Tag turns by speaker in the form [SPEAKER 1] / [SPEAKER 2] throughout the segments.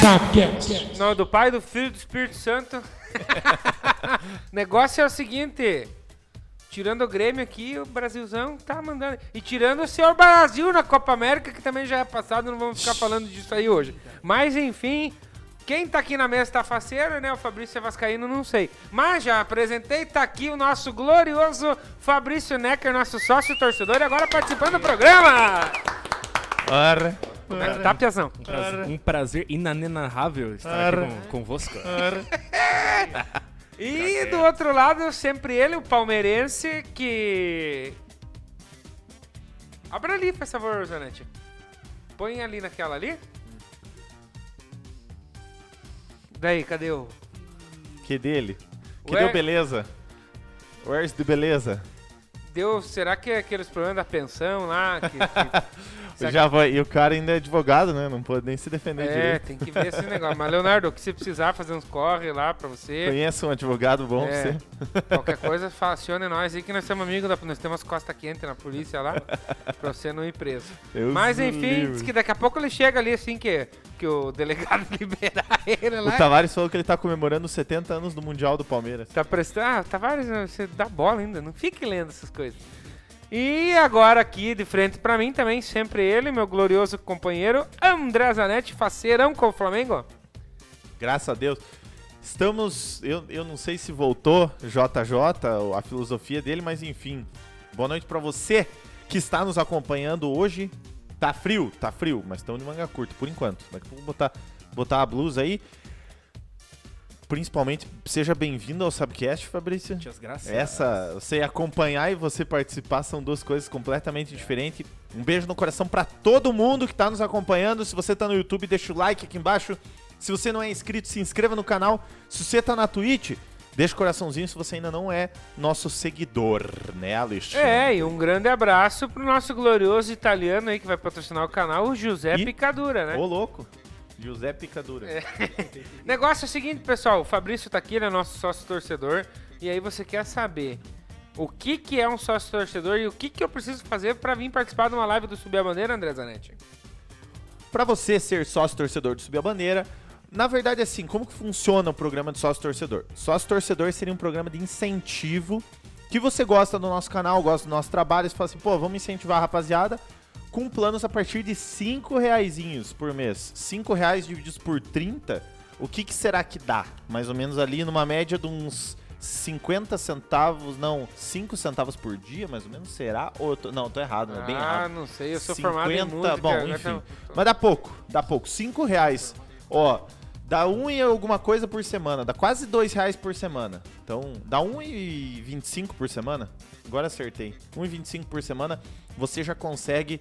[SPEAKER 1] Sapcast.
[SPEAKER 2] Em nome do Pai, do Filho e do Espírito Santo. o negócio é o seguinte. Tirando o Grêmio aqui, o Brasilzão tá mandando. E tirando o senhor Brasil na Copa América, que também já é passado, não vamos ficar falando disso aí hoje. Mas enfim, quem tá aqui na mesa tá faceiro, né? O Fabrício é Vascaíno, não sei. Mas já apresentei, tá aqui o nosso glorioso Fabrício Necker, nosso sócio torcedor, e agora participando do programa!
[SPEAKER 3] Ora,
[SPEAKER 2] Como é que Tá, Piazão?
[SPEAKER 4] Um prazer inanenarrável estar aqui com, convosco.
[SPEAKER 3] ora.
[SPEAKER 2] E do outro lado, sempre ele, o palmeirense, que. Abra ali, por favor, Zanetti. Põe ali naquela ali. Daí, cadê o.
[SPEAKER 3] Que dele? Que
[SPEAKER 2] Ué?
[SPEAKER 3] deu beleza? Where's the beleza?
[SPEAKER 2] Deu. Será que é aqueles problemas da pensão lá? que- que-
[SPEAKER 3] O
[SPEAKER 2] Será
[SPEAKER 3] Java, e o cara ainda é advogado, né? Não pode nem se defender
[SPEAKER 2] é,
[SPEAKER 3] direito.
[SPEAKER 2] tem que ver esse negócio. Mas, Leonardo, o que você precisar fazer uns corre lá pra você.
[SPEAKER 3] Conheça um advogado bom pra
[SPEAKER 2] É.
[SPEAKER 3] você.
[SPEAKER 2] Qualquer coisa, fa- acione nós aí que nós somos amigos da. Nós temos costa quente na polícia lá. Pra você não ir preso.
[SPEAKER 3] Deus
[SPEAKER 2] Mas
[SPEAKER 3] me
[SPEAKER 2] enfim,
[SPEAKER 3] livre.
[SPEAKER 2] diz que daqui a pouco ele chega ali assim que, que o delegado liberar ele lá.
[SPEAKER 3] O Tavares falou que ele tá comemorando os 70 anos do Mundial do Palmeiras.
[SPEAKER 2] Tá prestando. Ah, Tavares, você dá bola ainda, não fique lendo essas coisas. E agora aqui de frente pra mim também, sempre ele, meu glorioso companheiro André Zanetti, faceirão com o Flamengo.
[SPEAKER 3] Graças a Deus. Estamos. Eu, eu não sei se voltou JJ, a filosofia dele, mas enfim. Boa noite pra você que está nos acompanhando hoje. Tá frio, tá frio, mas estamos de manga curta por enquanto. Daqui a pouco vou botar, botar a blusa aí. Principalmente, seja bem-vindo ao Subcast, Fabrício.
[SPEAKER 4] Tias graças.
[SPEAKER 3] Essa, você acompanhar e você participar são duas coisas completamente diferentes. Um beijo no coração pra todo mundo que tá nos acompanhando. Se você tá no YouTube, deixa o like aqui embaixo. Se você não é inscrito, se inscreva no canal. Se você tá na Twitch, deixa o coraçãozinho se você ainda não é nosso seguidor, né, Alexandre?
[SPEAKER 2] É, e um grande abraço pro nosso glorioso italiano aí que vai patrocinar o canal, o José
[SPEAKER 3] E-
[SPEAKER 2] Picadura, né?
[SPEAKER 3] Ô, louco. José Picadura.
[SPEAKER 2] Negócio é o seguinte, pessoal, o Fabrício tá aqui, ele é nosso sócio torcedor, e aí você quer saber o que que é um sócio torcedor e o que que eu preciso fazer pra vir participar de uma live do Subir a Bandeira, André Zanetti?
[SPEAKER 3] Pra você ser sócio torcedor do Subir a Bandeira, na verdade, assim, como que funciona o programa de sócio torcedor? Sócio torcedor seria um programa de incentivo que você gosta do nosso canal, gosta do nosso trabalho, você fala assim, pô, vamos incentivar a rapaziada com planos a partir de 5 reaisinhos por mês. 5 reais divididos por 30, o que, que será que dá? Mais ou menos ali numa média de uns 50 centavos, não, 5 centavos por dia, mais ou menos, será? Ou eu tô- não, eu tô errado, né? Bem
[SPEAKER 2] ah,
[SPEAKER 3] errado.
[SPEAKER 2] não sei, eu sou formado em música.
[SPEAKER 3] Bom,
[SPEAKER 2] agora
[SPEAKER 3] enfim.
[SPEAKER 2] tá-
[SPEAKER 3] Mas dá pouco, dá pouco. Cinco reais. Ó, dá um e alguma coisa por semana. Dá quase dois reais por semana. Então, dá um e vinte e cinco por semana. Agora acertei. Um e vinte e cinco por semana. Você já consegue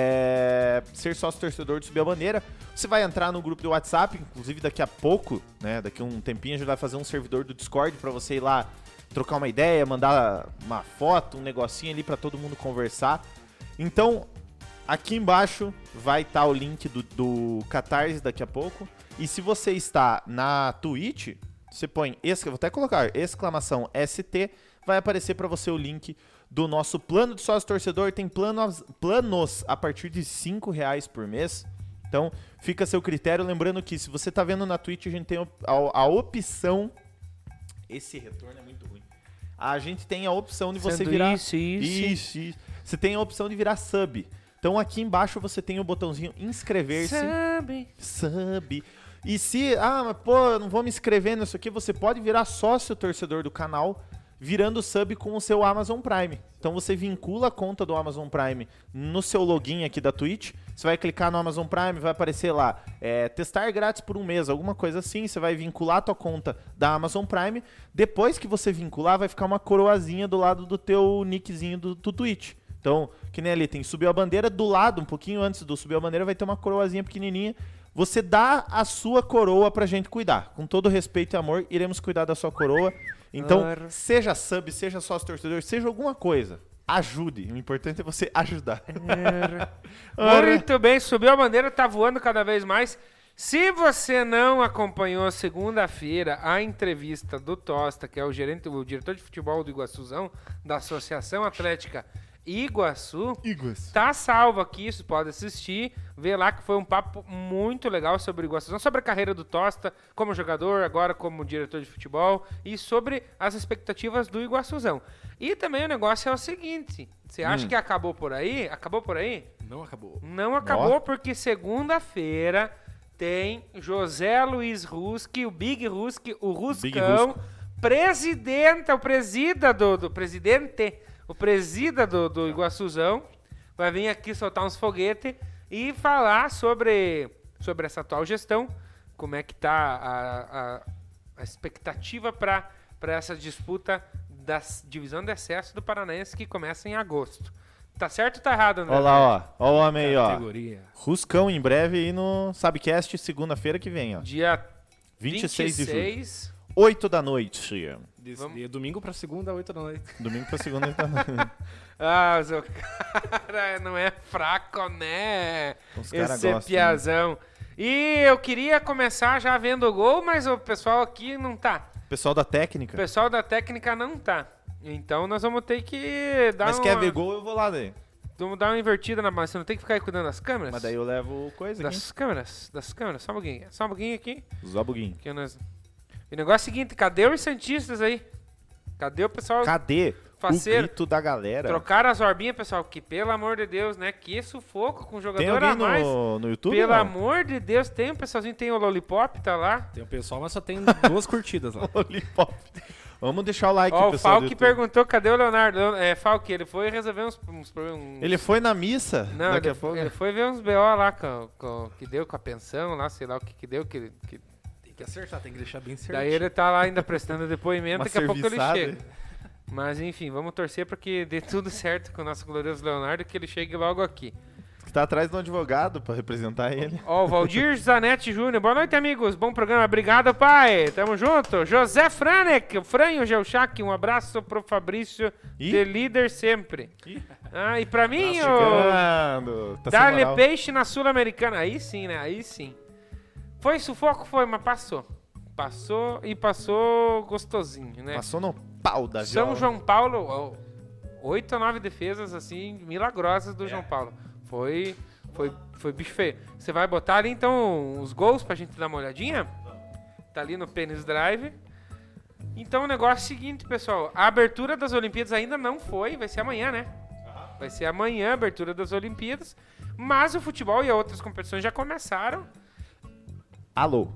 [SPEAKER 3] é, ser sócio torcedor do Subir a Bandeira. Você vai entrar no grupo do WhatsApp, inclusive daqui a pouco, né? Daqui a um tempinho a gente vai fazer um servidor do Discord pra você ir lá trocar uma ideia, mandar uma foto, um negocinho ali pra todo mundo conversar. Então, Aqui embaixo vai estar o link do, do Catarse daqui a pouco. E se você está na Twitch, você põe, ex- vou até colocar, exclamação ST, vai aparecer para você o link do nosso plano de sócio torcedor. Tem planos, planos a partir de R$ 5 reais por mês. Então, fica a seu critério. Lembrando que se você está vendo na Twitch, a gente tem op- a, a opção... Esse retorno é muito ruim. A gente tem a opção de você
[SPEAKER 2] Sendo
[SPEAKER 3] virar...
[SPEAKER 2] isso, isso,
[SPEAKER 3] Isso, isso. Você tem a opção de virar sub. Então aqui embaixo você tem o botãozinho inscrever-se.
[SPEAKER 2] Sabe?
[SPEAKER 3] Sub. E se, ah, mas pô, eu não vou me inscrever nisso aqui, você pode virar sócio torcedor do canal virando sub com o seu Amazon Prime. Então você vincula a conta do Amazon Prime no seu login aqui da Twitch. Você vai clicar no Amazon Prime, vai aparecer lá, é, testar grátis por um mês, alguma coisa assim. Você vai vincular a tua conta da Amazon Prime. Depois que você vincular, vai ficar uma coroazinha do lado do teu nickzinho do, do Twitch. Então, que nem ali, tem subiu a bandeira, do lado, um pouquinho antes do subir a bandeira, vai ter uma coroazinha pequenininha. Você dá a sua coroa pra gente cuidar. Com todo respeito e amor, iremos cuidar da sua coroa. Então,
[SPEAKER 2] Ora.
[SPEAKER 3] seja sub, seja sócio torcedor, seja alguma coisa. Ajude. O importante é você ajudar. Ora.
[SPEAKER 2] Muito bem, subiu a bandeira, tá voando cada vez mais. Se você não acompanhou segunda-feira a entrevista do Tosta, que é o gerente, o diretor de futebol do Iguaçuzão, da Associação Atlética Iguaçu
[SPEAKER 3] Iguas.
[SPEAKER 2] tá salvo aqui, vocês podem assistir, ver lá que foi um papo muito legal sobre o Iguaçu, não sobre a carreira do Tosta como jogador, agora como diretor de futebol e sobre as expectativas do Iguaçuzão. E também o negócio é o seguinte, você acha que acabou por aí? Acabou por aí?
[SPEAKER 4] Hum. Não acabou.
[SPEAKER 2] Não acabou
[SPEAKER 3] Ó.
[SPEAKER 2] porque segunda-feira tem José Luiz Ruski, o Big Ruski, o Ruscão,
[SPEAKER 3] Rusco.
[SPEAKER 2] presidente, o presida do, do presidente, o presida do, do Iguaçuzão, vai vir aqui soltar uns foguete e falar sobre, sobre essa atual gestão, como é que tá a, a, a expectativa para essa disputa da s- divisão de acesso do Paranaense que começa em agosto. Tá certo ou tá errado, André?
[SPEAKER 3] Olha lá, ó. Ó o homem aí, ó.
[SPEAKER 4] Categoria.
[SPEAKER 3] Ruscão em breve aí no Sabcast, segunda-feira que vem, ó.
[SPEAKER 2] Dia
[SPEAKER 3] 26, de julho.
[SPEAKER 2] 26.
[SPEAKER 3] 8 da noite.
[SPEAKER 4] Desse-
[SPEAKER 2] Vamos.
[SPEAKER 4] de é domingo pra segunda, 8 da noite.
[SPEAKER 3] Domingo pra segunda. oito da noite.
[SPEAKER 2] Ah, seu cara não é fraco, né?
[SPEAKER 3] Os cara
[SPEAKER 2] Esse
[SPEAKER 3] gostam,
[SPEAKER 2] piazão. E eu queria começar já vendo o gol, mas o pessoal aqui não tá.
[SPEAKER 3] Pessoal da
[SPEAKER 2] O
[SPEAKER 3] técnica.
[SPEAKER 2] pessoal da técnica não tá. Então nós vamos ter que dar
[SPEAKER 3] Mas
[SPEAKER 2] uma...
[SPEAKER 3] quer ver gol, eu vou lá daí.
[SPEAKER 2] Vamos dar uma invertida na massa. Você não tem que ficar aí cuidando das câmeras?
[SPEAKER 3] Mas daí eu levo coisa aqui.
[SPEAKER 2] Das câmeras, das câmeras. Só um pouquinho. Só um pouquinho aqui.
[SPEAKER 3] Zobuguinho.
[SPEAKER 2] Que nós... E o negócio é o seguinte, cadê os Santistas aí? Cadê o pessoal?
[SPEAKER 3] Cadê
[SPEAKER 2] Faceiro.
[SPEAKER 3] o grito da galera?
[SPEAKER 2] Trocaram as orbinhas, pessoal, que pelo amor de Deus, né? Que sufoco com um
[SPEAKER 3] Tem
[SPEAKER 2] jogador a
[SPEAKER 3] alguém
[SPEAKER 2] mais.
[SPEAKER 3] no, no YouTube?
[SPEAKER 2] pelo
[SPEAKER 3] não?
[SPEAKER 2] amor de Deus, tem um pessoalzinho, tem o Lollipop, tá lá.
[SPEAKER 4] Tem o pessoal, mas só tem duas curtidas lá.
[SPEAKER 3] Lollipop. Vamos deixar o like,
[SPEAKER 2] Ó, o
[SPEAKER 3] pessoal do
[SPEAKER 2] Falk
[SPEAKER 3] YouTube.
[SPEAKER 2] perguntou cadê o Leonardo. Leon- É, Falk, ele foi resolver uns, uns problemas. uns-
[SPEAKER 3] Ele foi na missa?
[SPEAKER 2] Não,
[SPEAKER 3] daqui
[SPEAKER 2] ele,
[SPEAKER 3] a pouco. né?
[SPEAKER 2] ele foi ver uns BO lá com, com- que deu com a pensão, lá, sei lá o que, que deu, que, que-
[SPEAKER 4] Tem que acertar, tem que deixar bem certinho.
[SPEAKER 2] Daí ele tá lá ainda prestando depoimento,
[SPEAKER 3] Uma
[SPEAKER 2] daqui a pouco ele
[SPEAKER 3] serviçada.
[SPEAKER 2] chega. Mas enfim, vamos torcer pra que dê tudo certo com o nosso glorioso Leonardo, que ele chegue logo aqui.
[SPEAKER 3] Que tá atrás de um advogado pra representar ele.
[SPEAKER 2] Ó, o Valdir Zanetti Júnior. Boa noite, amigos. Bom programa. Obrigado, pai. Tamo junto. José Franek, o Franho Gelchak. Um abraço pro Fabrício,
[SPEAKER 3] Ih.
[SPEAKER 2] de líder sempre.
[SPEAKER 3] Ih.
[SPEAKER 2] Ah, e pra mim, o
[SPEAKER 3] Tá Chegando. Tá sem
[SPEAKER 2] Dale
[SPEAKER 3] moral.
[SPEAKER 2] Peixe na Sul-Americana. Aí sim, né? Aí sim. Foi sufoco? Foi, mas passou. Passou e passou gostosinho, né?
[SPEAKER 3] Passou no pau da
[SPEAKER 2] São
[SPEAKER 3] viola.
[SPEAKER 2] João Paulo, ó, oito ou nove defesas, assim, milagrosas do João Paulo. Foi, foi, foi bicho feio. Você vai botar ali, então, os gols pra gente dar uma olhadinha? Tá ali no Penis Drive. Então, o negócio é o seguinte, pessoal. A abertura das Olimpíadas ainda não foi, vai ser amanhã, né? Vai ser amanhã a abertura das Olimpíadas. Mas o futebol e outras competições já começaram.
[SPEAKER 3] Alô.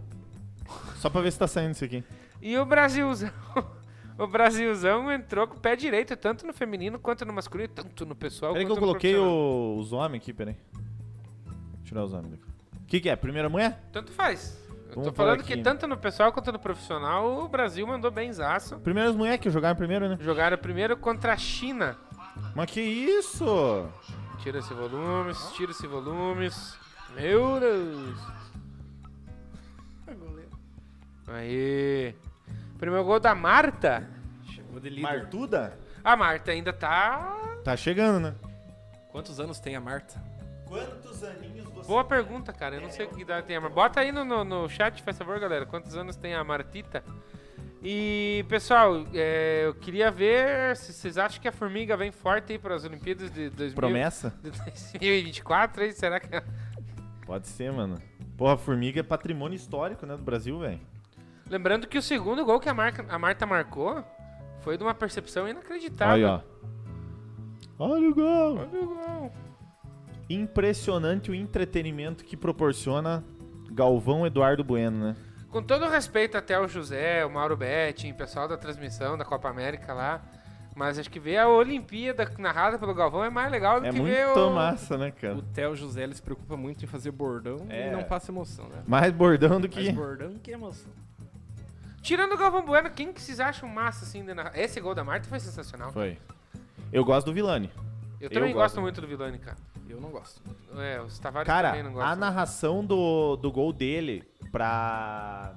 [SPEAKER 3] Só pra ver se tá saindo isso aqui.
[SPEAKER 2] E o Brasilzão. O Brasilzão entrou com o pé direito, tanto no feminino quanto no masculino, tanto no pessoal.
[SPEAKER 3] Peraí que eu
[SPEAKER 2] quanto no
[SPEAKER 3] coloquei
[SPEAKER 2] profissional.
[SPEAKER 3] o- os homens aqui, peraí. Vou tirar os homens daqui. O que, que é? Primeira mulher?
[SPEAKER 2] Tanto faz. Eu
[SPEAKER 3] Vamos
[SPEAKER 2] tô
[SPEAKER 3] por
[SPEAKER 2] falando
[SPEAKER 3] aqui.
[SPEAKER 2] que tanto no pessoal quanto no profissional, o Brasil mandou bem zaço.
[SPEAKER 3] Primeiras mulheres que jogaram primeiro, né?
[SPEAKER 2] Jogaram primeiro contra a China.
[SPEAKER 3] Mas que isso?
[SPEAKER 2] Tira esse volumes, tira esse volumes. Meu Deus! Aí. Primeiro gol da Marta.
[SPEAKER 4] Chegou de líder.
[SPEAKER 3] Martuda?
[SPEAKER 2] A Marta ainda tá.
[SPEAKER 3] Tá chegando, né?
[SPEAKER 4] Quantos anos tem a Marta?
[SPEAKER 3] Quantos aninhos você...
[SPEAKER 2] Boa pergunta, cara. Eu não sei que idade tem a Martita. Bota aí no, no, no chat, faz favor, galera. Quantos anos tem a Martita? E, pessoal, é, eu queria ver se vocês acham que a Formiga vem forte aí para as Olimpíadas de, 2000
[SPEAKER 3] Promessa?
[SPEAKER 2] de 2024, aí será que... é?
[SPEAKER 3] Pode ser, mano. Porra, formiga é patrimônio histórico, né, do Brasil, velho.
[SPEAKER 2] Lembrando que o segundo gol que a, marca, a Marta marcou foi de uma percepção
[SPEAKER 4] Tá.
[SPEAKER 2] inacreditável.
[SPEAKER 3] Olha, ó. Olha o gol.
[SPEAKER 2] Olha o gol.
[SPEAKER 3] Impressionante o entretenimento que proporciona Galvão Eduardo Bueno, né?
[SPEAKER 2] Com todo o respeito até o José, o Mauro Betting, o pessoal da transmissão da Copa América lá, mas acho que ver a Olimpíada narrada pelo Galvão é mais legal do
[SPEAKER 3] É
[SPEAKER 2] que ver o...
[SPEAKER 3] muito massa, né,
[SPEAKER 4] O
[SPEAKER 3] cara?
[SPEAKER 4] Theo José ele se preocupa muito em fazer bordão
[SPEAKER 3] É.
[SPEAKER 4] e não passa emoção, né?
[SPEAKER 3] Mais bordão do
[SPEAKER 4] Mais
[SPEAKER 3] que...
[SPEAKER 4] bordão que é emoção.
[SPEAKER 2] Tirando o Galvão Bueno, quem que vocês acham massa assim? de narrar? Esse gol da Marta foi sensacional.
[SPEAKER 3] Foi. Eu gosto do Vilani.
[SPEAKER 2] Eu
[SPEAKER 3] Eu
[SPEAKER 2] também gosto
[SPEAKER 3] gosto.
[SPEAKER 2] muito do Vilani, cara.
[SPEAKER 4] Eu não gosto.
[SPEAKER 2] É, os Tavares
[SPEAKER 3] Cara,
[SPEAKER 2] também não né?
[SPEAKER 3] a
[SPEAKER 2] gostam.
[SPEAKER 3] narração do, do gol dele pra.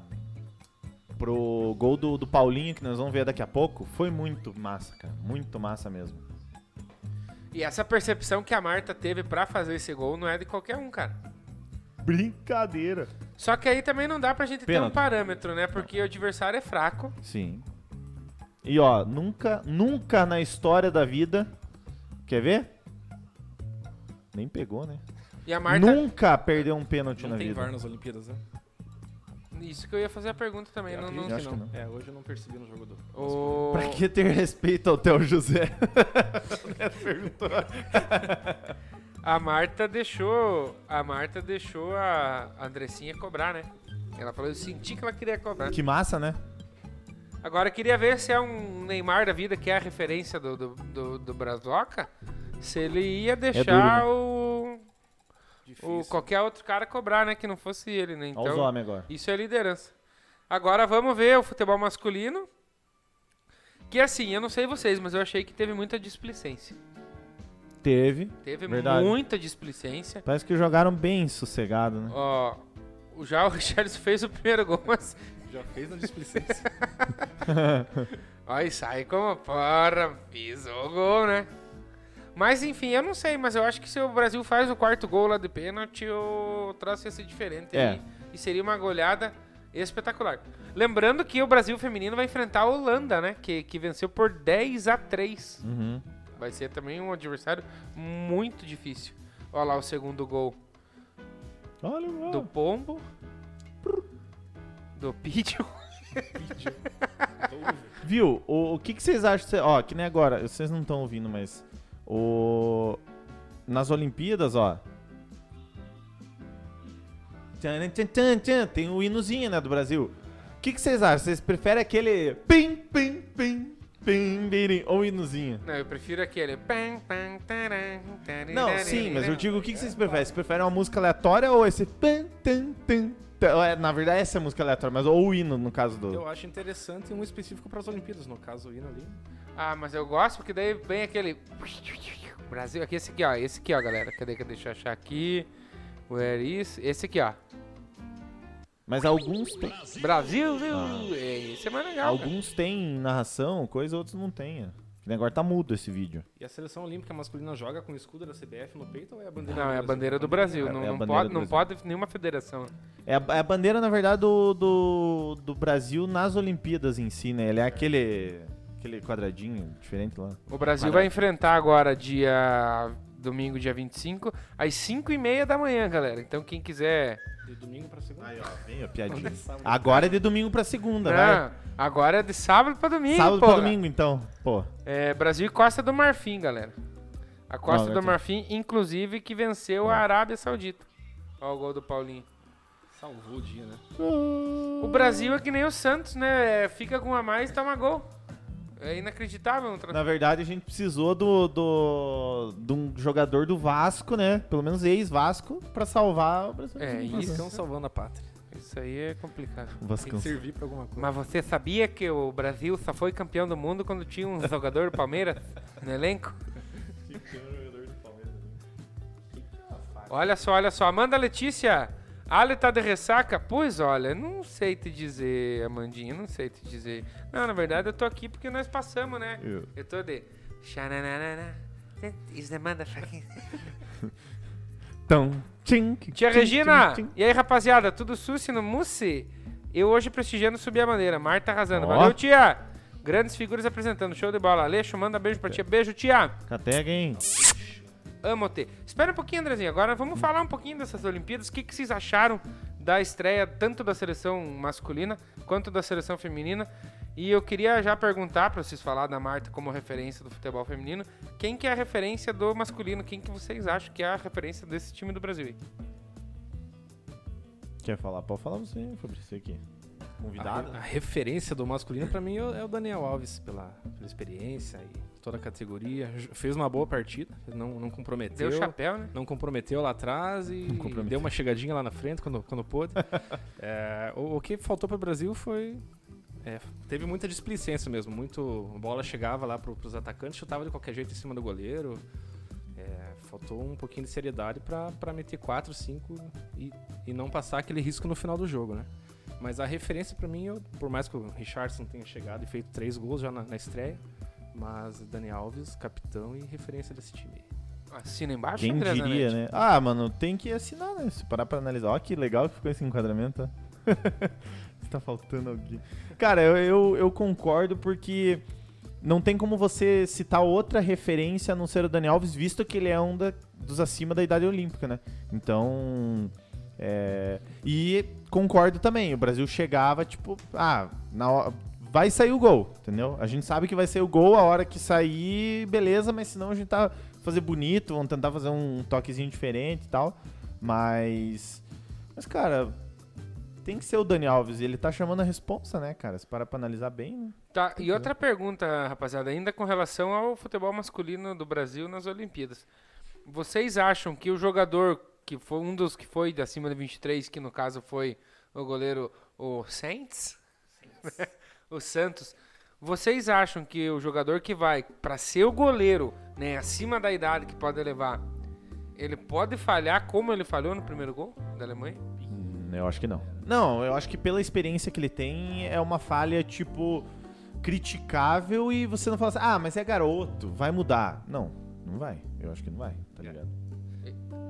[SPEAKER 3] pro gol do, do Paulinho, que nós vamos ver daqui a pouco, foi muito massa, cara. Muito massa mesmo.
[SPEAKER 2] E essa percepção que a Marta teve pra fazer esse gol não é de qualquer um, cara.
[SPEAKER 3] Brincadeira.
[SPEAKER 2] Só que aí também não dá pra gente ter um
[SPEAKER 3] Pênalti.
[SPEAKER 2] parâmetro, né? Porque o adversário é fraco.
[SPEAKER 3] Sim. E ó, nunca, nunca na história da vida Quer ver? Nem pegou, né?
[SPEAKER 2] E a Marta.
[SPEAKER 3] Nunca perdeu um pênalti
[SPEAKER 4] Não
[SPEAKER 3] na
[SPEAKER 4] tem
[SPEAKER 3] vida.
[SPEAKER 4] VAR nas Olimpíadas, né?
[SPEAKER 2] Isso que eu ia fazer a pergunta também. Não, não...
[SPEAKER 3] Eu acho que não.
[SPEAKER 4] É, hoje eu não percebi no jogo do.
[SPEAKER 2] O...
[SPEAKER 3] Pra que ter respeito ao Theo José? O Neto perguntou.
[SPEAKER 2] A Marta deixou. A Marta deixou a Andressinha cobrar, né? Ela falou, eu senti que ela queria cobrar.
[SPEAKER 3] que massa, né?
[SPEAKER 2] Agora eu queria ver se é um Neymar da vida que é a referência do, do, do, do Brasloca. Se ele
[SPEAKER 3] É
[SPEAKER 2] ia
[SPEAKER 3] né?
[SPEAKER 2] deixar o. o qualquer outro cara cobrar, né? Que não fosse ele, né?
[SPEAKER 3] Olha os
[SPEAKER 2] Então,
[SPEAKER 3] homens agora.
[SPEAKER 2] isso é liderança. Agora vamos ver o futebol masculino. Que assim, eu não sei vocês, mas eu achei que teve muita displicência.
[SPEAKER 3] Teve.
[SPEAKER 2] Teve
[SPEAKER 3] Verdade.
[SPEAKER 2] muita displicência.
[SPEAKER 3] Parece que jogaram bem sossegado, né?
[SPEAKER 2] Ó, o- já o Richarlison fez o primeiro gol, mas.
[SPEAKER 4] Já fez na displicência.
[SPEAKER 2] Olha, sai como porra, pisou o gol, né? Mas enfim, eu não sei, mas eu acho que se o Brasil faz o quarto gol lá de pênalti, o troço ia ser diferente.
[SPEAKER 3] É.
[SPEAKER 2] E, e seria uma goleada espetacular. Lembrando que o Brasil feminino vai enfrentar a Holanda, né? Que, que venceu por 10 a 3.
[SPEAKER 3] Uhum.
[SPEAKER 2] Vai ser também um adversário muito difícil. Olha lá o segundo gol
[SPEAKER 3] Olha, mano.
[SPEAKER 2] do Pombo. Do Pidio.
[SPEAKER 3] Viu? O, o que, que vocês acham? cê- Ó, que nem agora, vocês não estão ouvindo, mas. O. Nas Olimpíadas, ó. Tchan, tchan, tchan, tchan, Tem o hinozinho, né, do Brasil. O que, que vocês acham? Vocês preferem aquele. Pim, pim, pim, pim, birim, ou o hinozinho?
[SPEAKER 2] Não, eu prefiro aquele. Pam, pam, taram, tarirari,
[SPEAKER 3] Não, sim, mas eu
[SPEAKER 2] né?
[SPEAKER 3] digo o que, que vocês preferem? Vocês preferem uma música aleatória ou esse. Tan, tan, tan, tan? É, Na verdade, essa é a música aleatória, mas ou o hino, no caso do.
[SPEAKER 4] eu acho interessante um específico para as Olimpíadas, no caso, o hino ali.
[SPEAKER 2] Ah, mas eu gosto porque daí vem aquele. Brasil, aqui, esse aqui, ó. Esse aqui, ó, galera. Cadê que deixa eu achar aqui? Where is. Esse aqui, ó.
[SPEAKER 3] Mas alguns tem.
[SPEAKER 2] Brasil, viu?
[SPEAKER 3] Ah.
[SPEAKER 2] Esse é mais legal. cara.
[SPEAKER 3] Alguns têm narração, coisa, outros não têm. é. Que nem agora tá mudo esse vídeo.
[SPEAKER 4] E a seleção olímpica masculina joga com o escudo da CBF no peito ou é a bandeira
[SPEAKER 2] Não, é a bandeira do Brasil.
[SPEAKER 3] É
[SPEAKER 2] Não,
[SPEAKER 3] a
[SPEAKER 2] não
[SPEAKER 3] bandeira
[SPEAKER 2] pode,
[SPEAKER 3] do
[SPEAKER 2] não pode nenhuma federação.
[SPEAKER 3] É a, é a bandeira, na verdade, do, do, do Brasil nas Olimpíadas em si, né? Ele é aquele, aquele quadradinho diferente lá.
[SPEAKER 2] O Brasil vai enfrentar agora dia. Domingo, dia 25, às 5 e meia da manhã, galera. Então, quem quiser.
[SPEAKER 4] De domingo para segunda.
[SPEAKER 3] Aí, ó, vem a piadinha. Agora é de domingo pra segunda, vai.
[SPEAKER 2] Não, agora é de sábado pra domingo.
[SPEAKER 3] Sábado
[SPEAKER 2] porra.
[SPEAKER 3] pra domingo, então. Pô,
[SPEAKER 2] É, Brasil e Costa do Marfim, galera. A Costa do
[SPEAKER 3] Não, vai ter.
[SPEAKER 2] Marfim, inclusive, que venceu a Arábia Saudita. Olha o gol do Paulinho.
[SPEAKER 4] Salvou o dia, né?
[SPEAKER 2] O Brasil é que nem o Santos, né? É, Fica com um a mais e toma gol. É inacreditável. Um tra...
[SPEAKER 3] na verdade a gente precisou do, do, de um jogador do Vasco, né? Pelo menos ex-Vasco, pra salvar o Brasil.
[SPEAKER 2] É, isso.
[SPEAKER 4] Estão salvando a pátria.
[SPEAKER 2] Isso aí é complicado.
[SPEAKER 3] O
[SPEAKER 4] Tem
[SPEAKER 3] Vascão.
[SPEAKER 4] que servir para alguma coisa.
[SPEAKER 2] Mas você sabia que o Brasil só foi campeão do mundo quando tinha um jogador do Palmeiras no elenco? Olha só, olha só. Amanda Letícia, Ali tá de ressaca? Pois olha, não sei te dizer, Amandinha, não sei te dizer. Não, na verdade eu tô aqui porque nós passamos, né?
[SPEAKER 3] Eu.
[SPEAKER 2] Eu tô de. Xananana. Is the motherfucking.
[SPEAKER 3] Então, tchink,
[SPEAKER 2] Tia
[SPEAKER 3] tchink,
[SPEAKER 2] Regina!
[SPEAKER 3] tchink, tchink.
[SPEAKER 2] E aí, rapaziada, tudo suci no Mussi? Eu hoje prestigiando subir a bandeira. Marta arrasando.
[SPEAKER 3] Ó.
[SPEAKER 2] Valeu, tia! Grandes figuras apresentando. Show de bola. Aleixo, manda beijo pra tia. Beijo, tia!
[SPEAKER 3] Catega, hein?
[SPEAKER 2] Amo te. Espera um pouquinho, Andrezinho. Agora vamos falar um pouquinho dessas Olimpíadas. O que, que vocês acharam da estreia tanto da seleção masculina quanto da seleção feminina? E eu queria já perguntar pra vocês falar da Marta como referência do futebol feminino. Quem que é a referência do masculino? Quem que vocês acham que é a referência desse time do Brasil? aí?
[SPEAKER 3] Quer falar? Pode falar você, Fabrício, aqui. Convidado?
[SPEAKER 4] A, a referência do masculino para mim é o- é o Daniel Alves pela, pela experiência e toda a categoria. J- Fez uma boa partida, não, não comprometeu.
[SPEAKER 2] Deu chapéu, né?
[SPEAKER 4] Não comprometeu lá atrás e
[SPEAKER 3] comprometeu.
[SPEAKER 4] deu uma chegadinha lá na frente quando, quando pôde. É, o, o que faltou para o Brasil foi. é, teve muita displicência mesmo. Muito a bola chegava lá para os atacantes, chutava de qualquer jeito em cima do goleiro. É, faltou um pouquinho de seriedade para meter 4, 5 e, e não passar aquele risco no final do jogo, né? Mas a referência para mim, eu- por mais que o Richardson tenha chegado e feito três gols já na, na estreia, mas Dani Alves, capitão e referência desse time.
[SPEAKER 2] Assina embaixo,
[SPEAKER 3] Quem
[SPEAKER 2] André
[SPEAKER 3] diria,
[SPEAKER 2] Zanetti?
[SPEAKER 3] né? Ah, mano, tem que assinar, né? Se parar pra analisar. Ó, que legal que ficou esse enquadramento. ó. Tá faltando alguém. Cara, eu, eu, eu concordo porque não tem como você citar outra referência a não ser o Dani Alves, visto que ele é um da- dos acima da idade olímpica, né? Então. é, E concordo também, o Brasil chegava, tipo, ah, na hora- vai sair o gol, entendeu? A gente sabe que vai sair o gol a hora que sair, beleza, mas senão a gente tá fazer bonito, vamos tentar fazer um toquezinho diferente e tal. Mas. Mas, cara, tem que ser o Dani Alves. e Ele tá chamando a responsa, né, cara? Se para pra analisar bem, né?
[SPEAKER 2] Tá, e outra pergunta, rapaziada, ainda com relação ao futebol masculino do Brasil nas Olimpíadas. Vocês acham que o jogador que foi um dos que foi de acima de 23, que no caso foi o goleiro o Saints? o Santos. Vocês acham que o jogador que vai para ser o goleiro, né, acima da idade que pode levar, ele pode falhar como ele falhou no primeiro gol da Alemanha?
[SPEAKER 3] Hum, Eu acho que não. Não, eu acho que pela experiência que ele tem, é uma falha, tipo, criticável e você não fala assim, ah, mas é garoto, vai mudar. Não, não vai. Eu acho que não vai, tá ligado?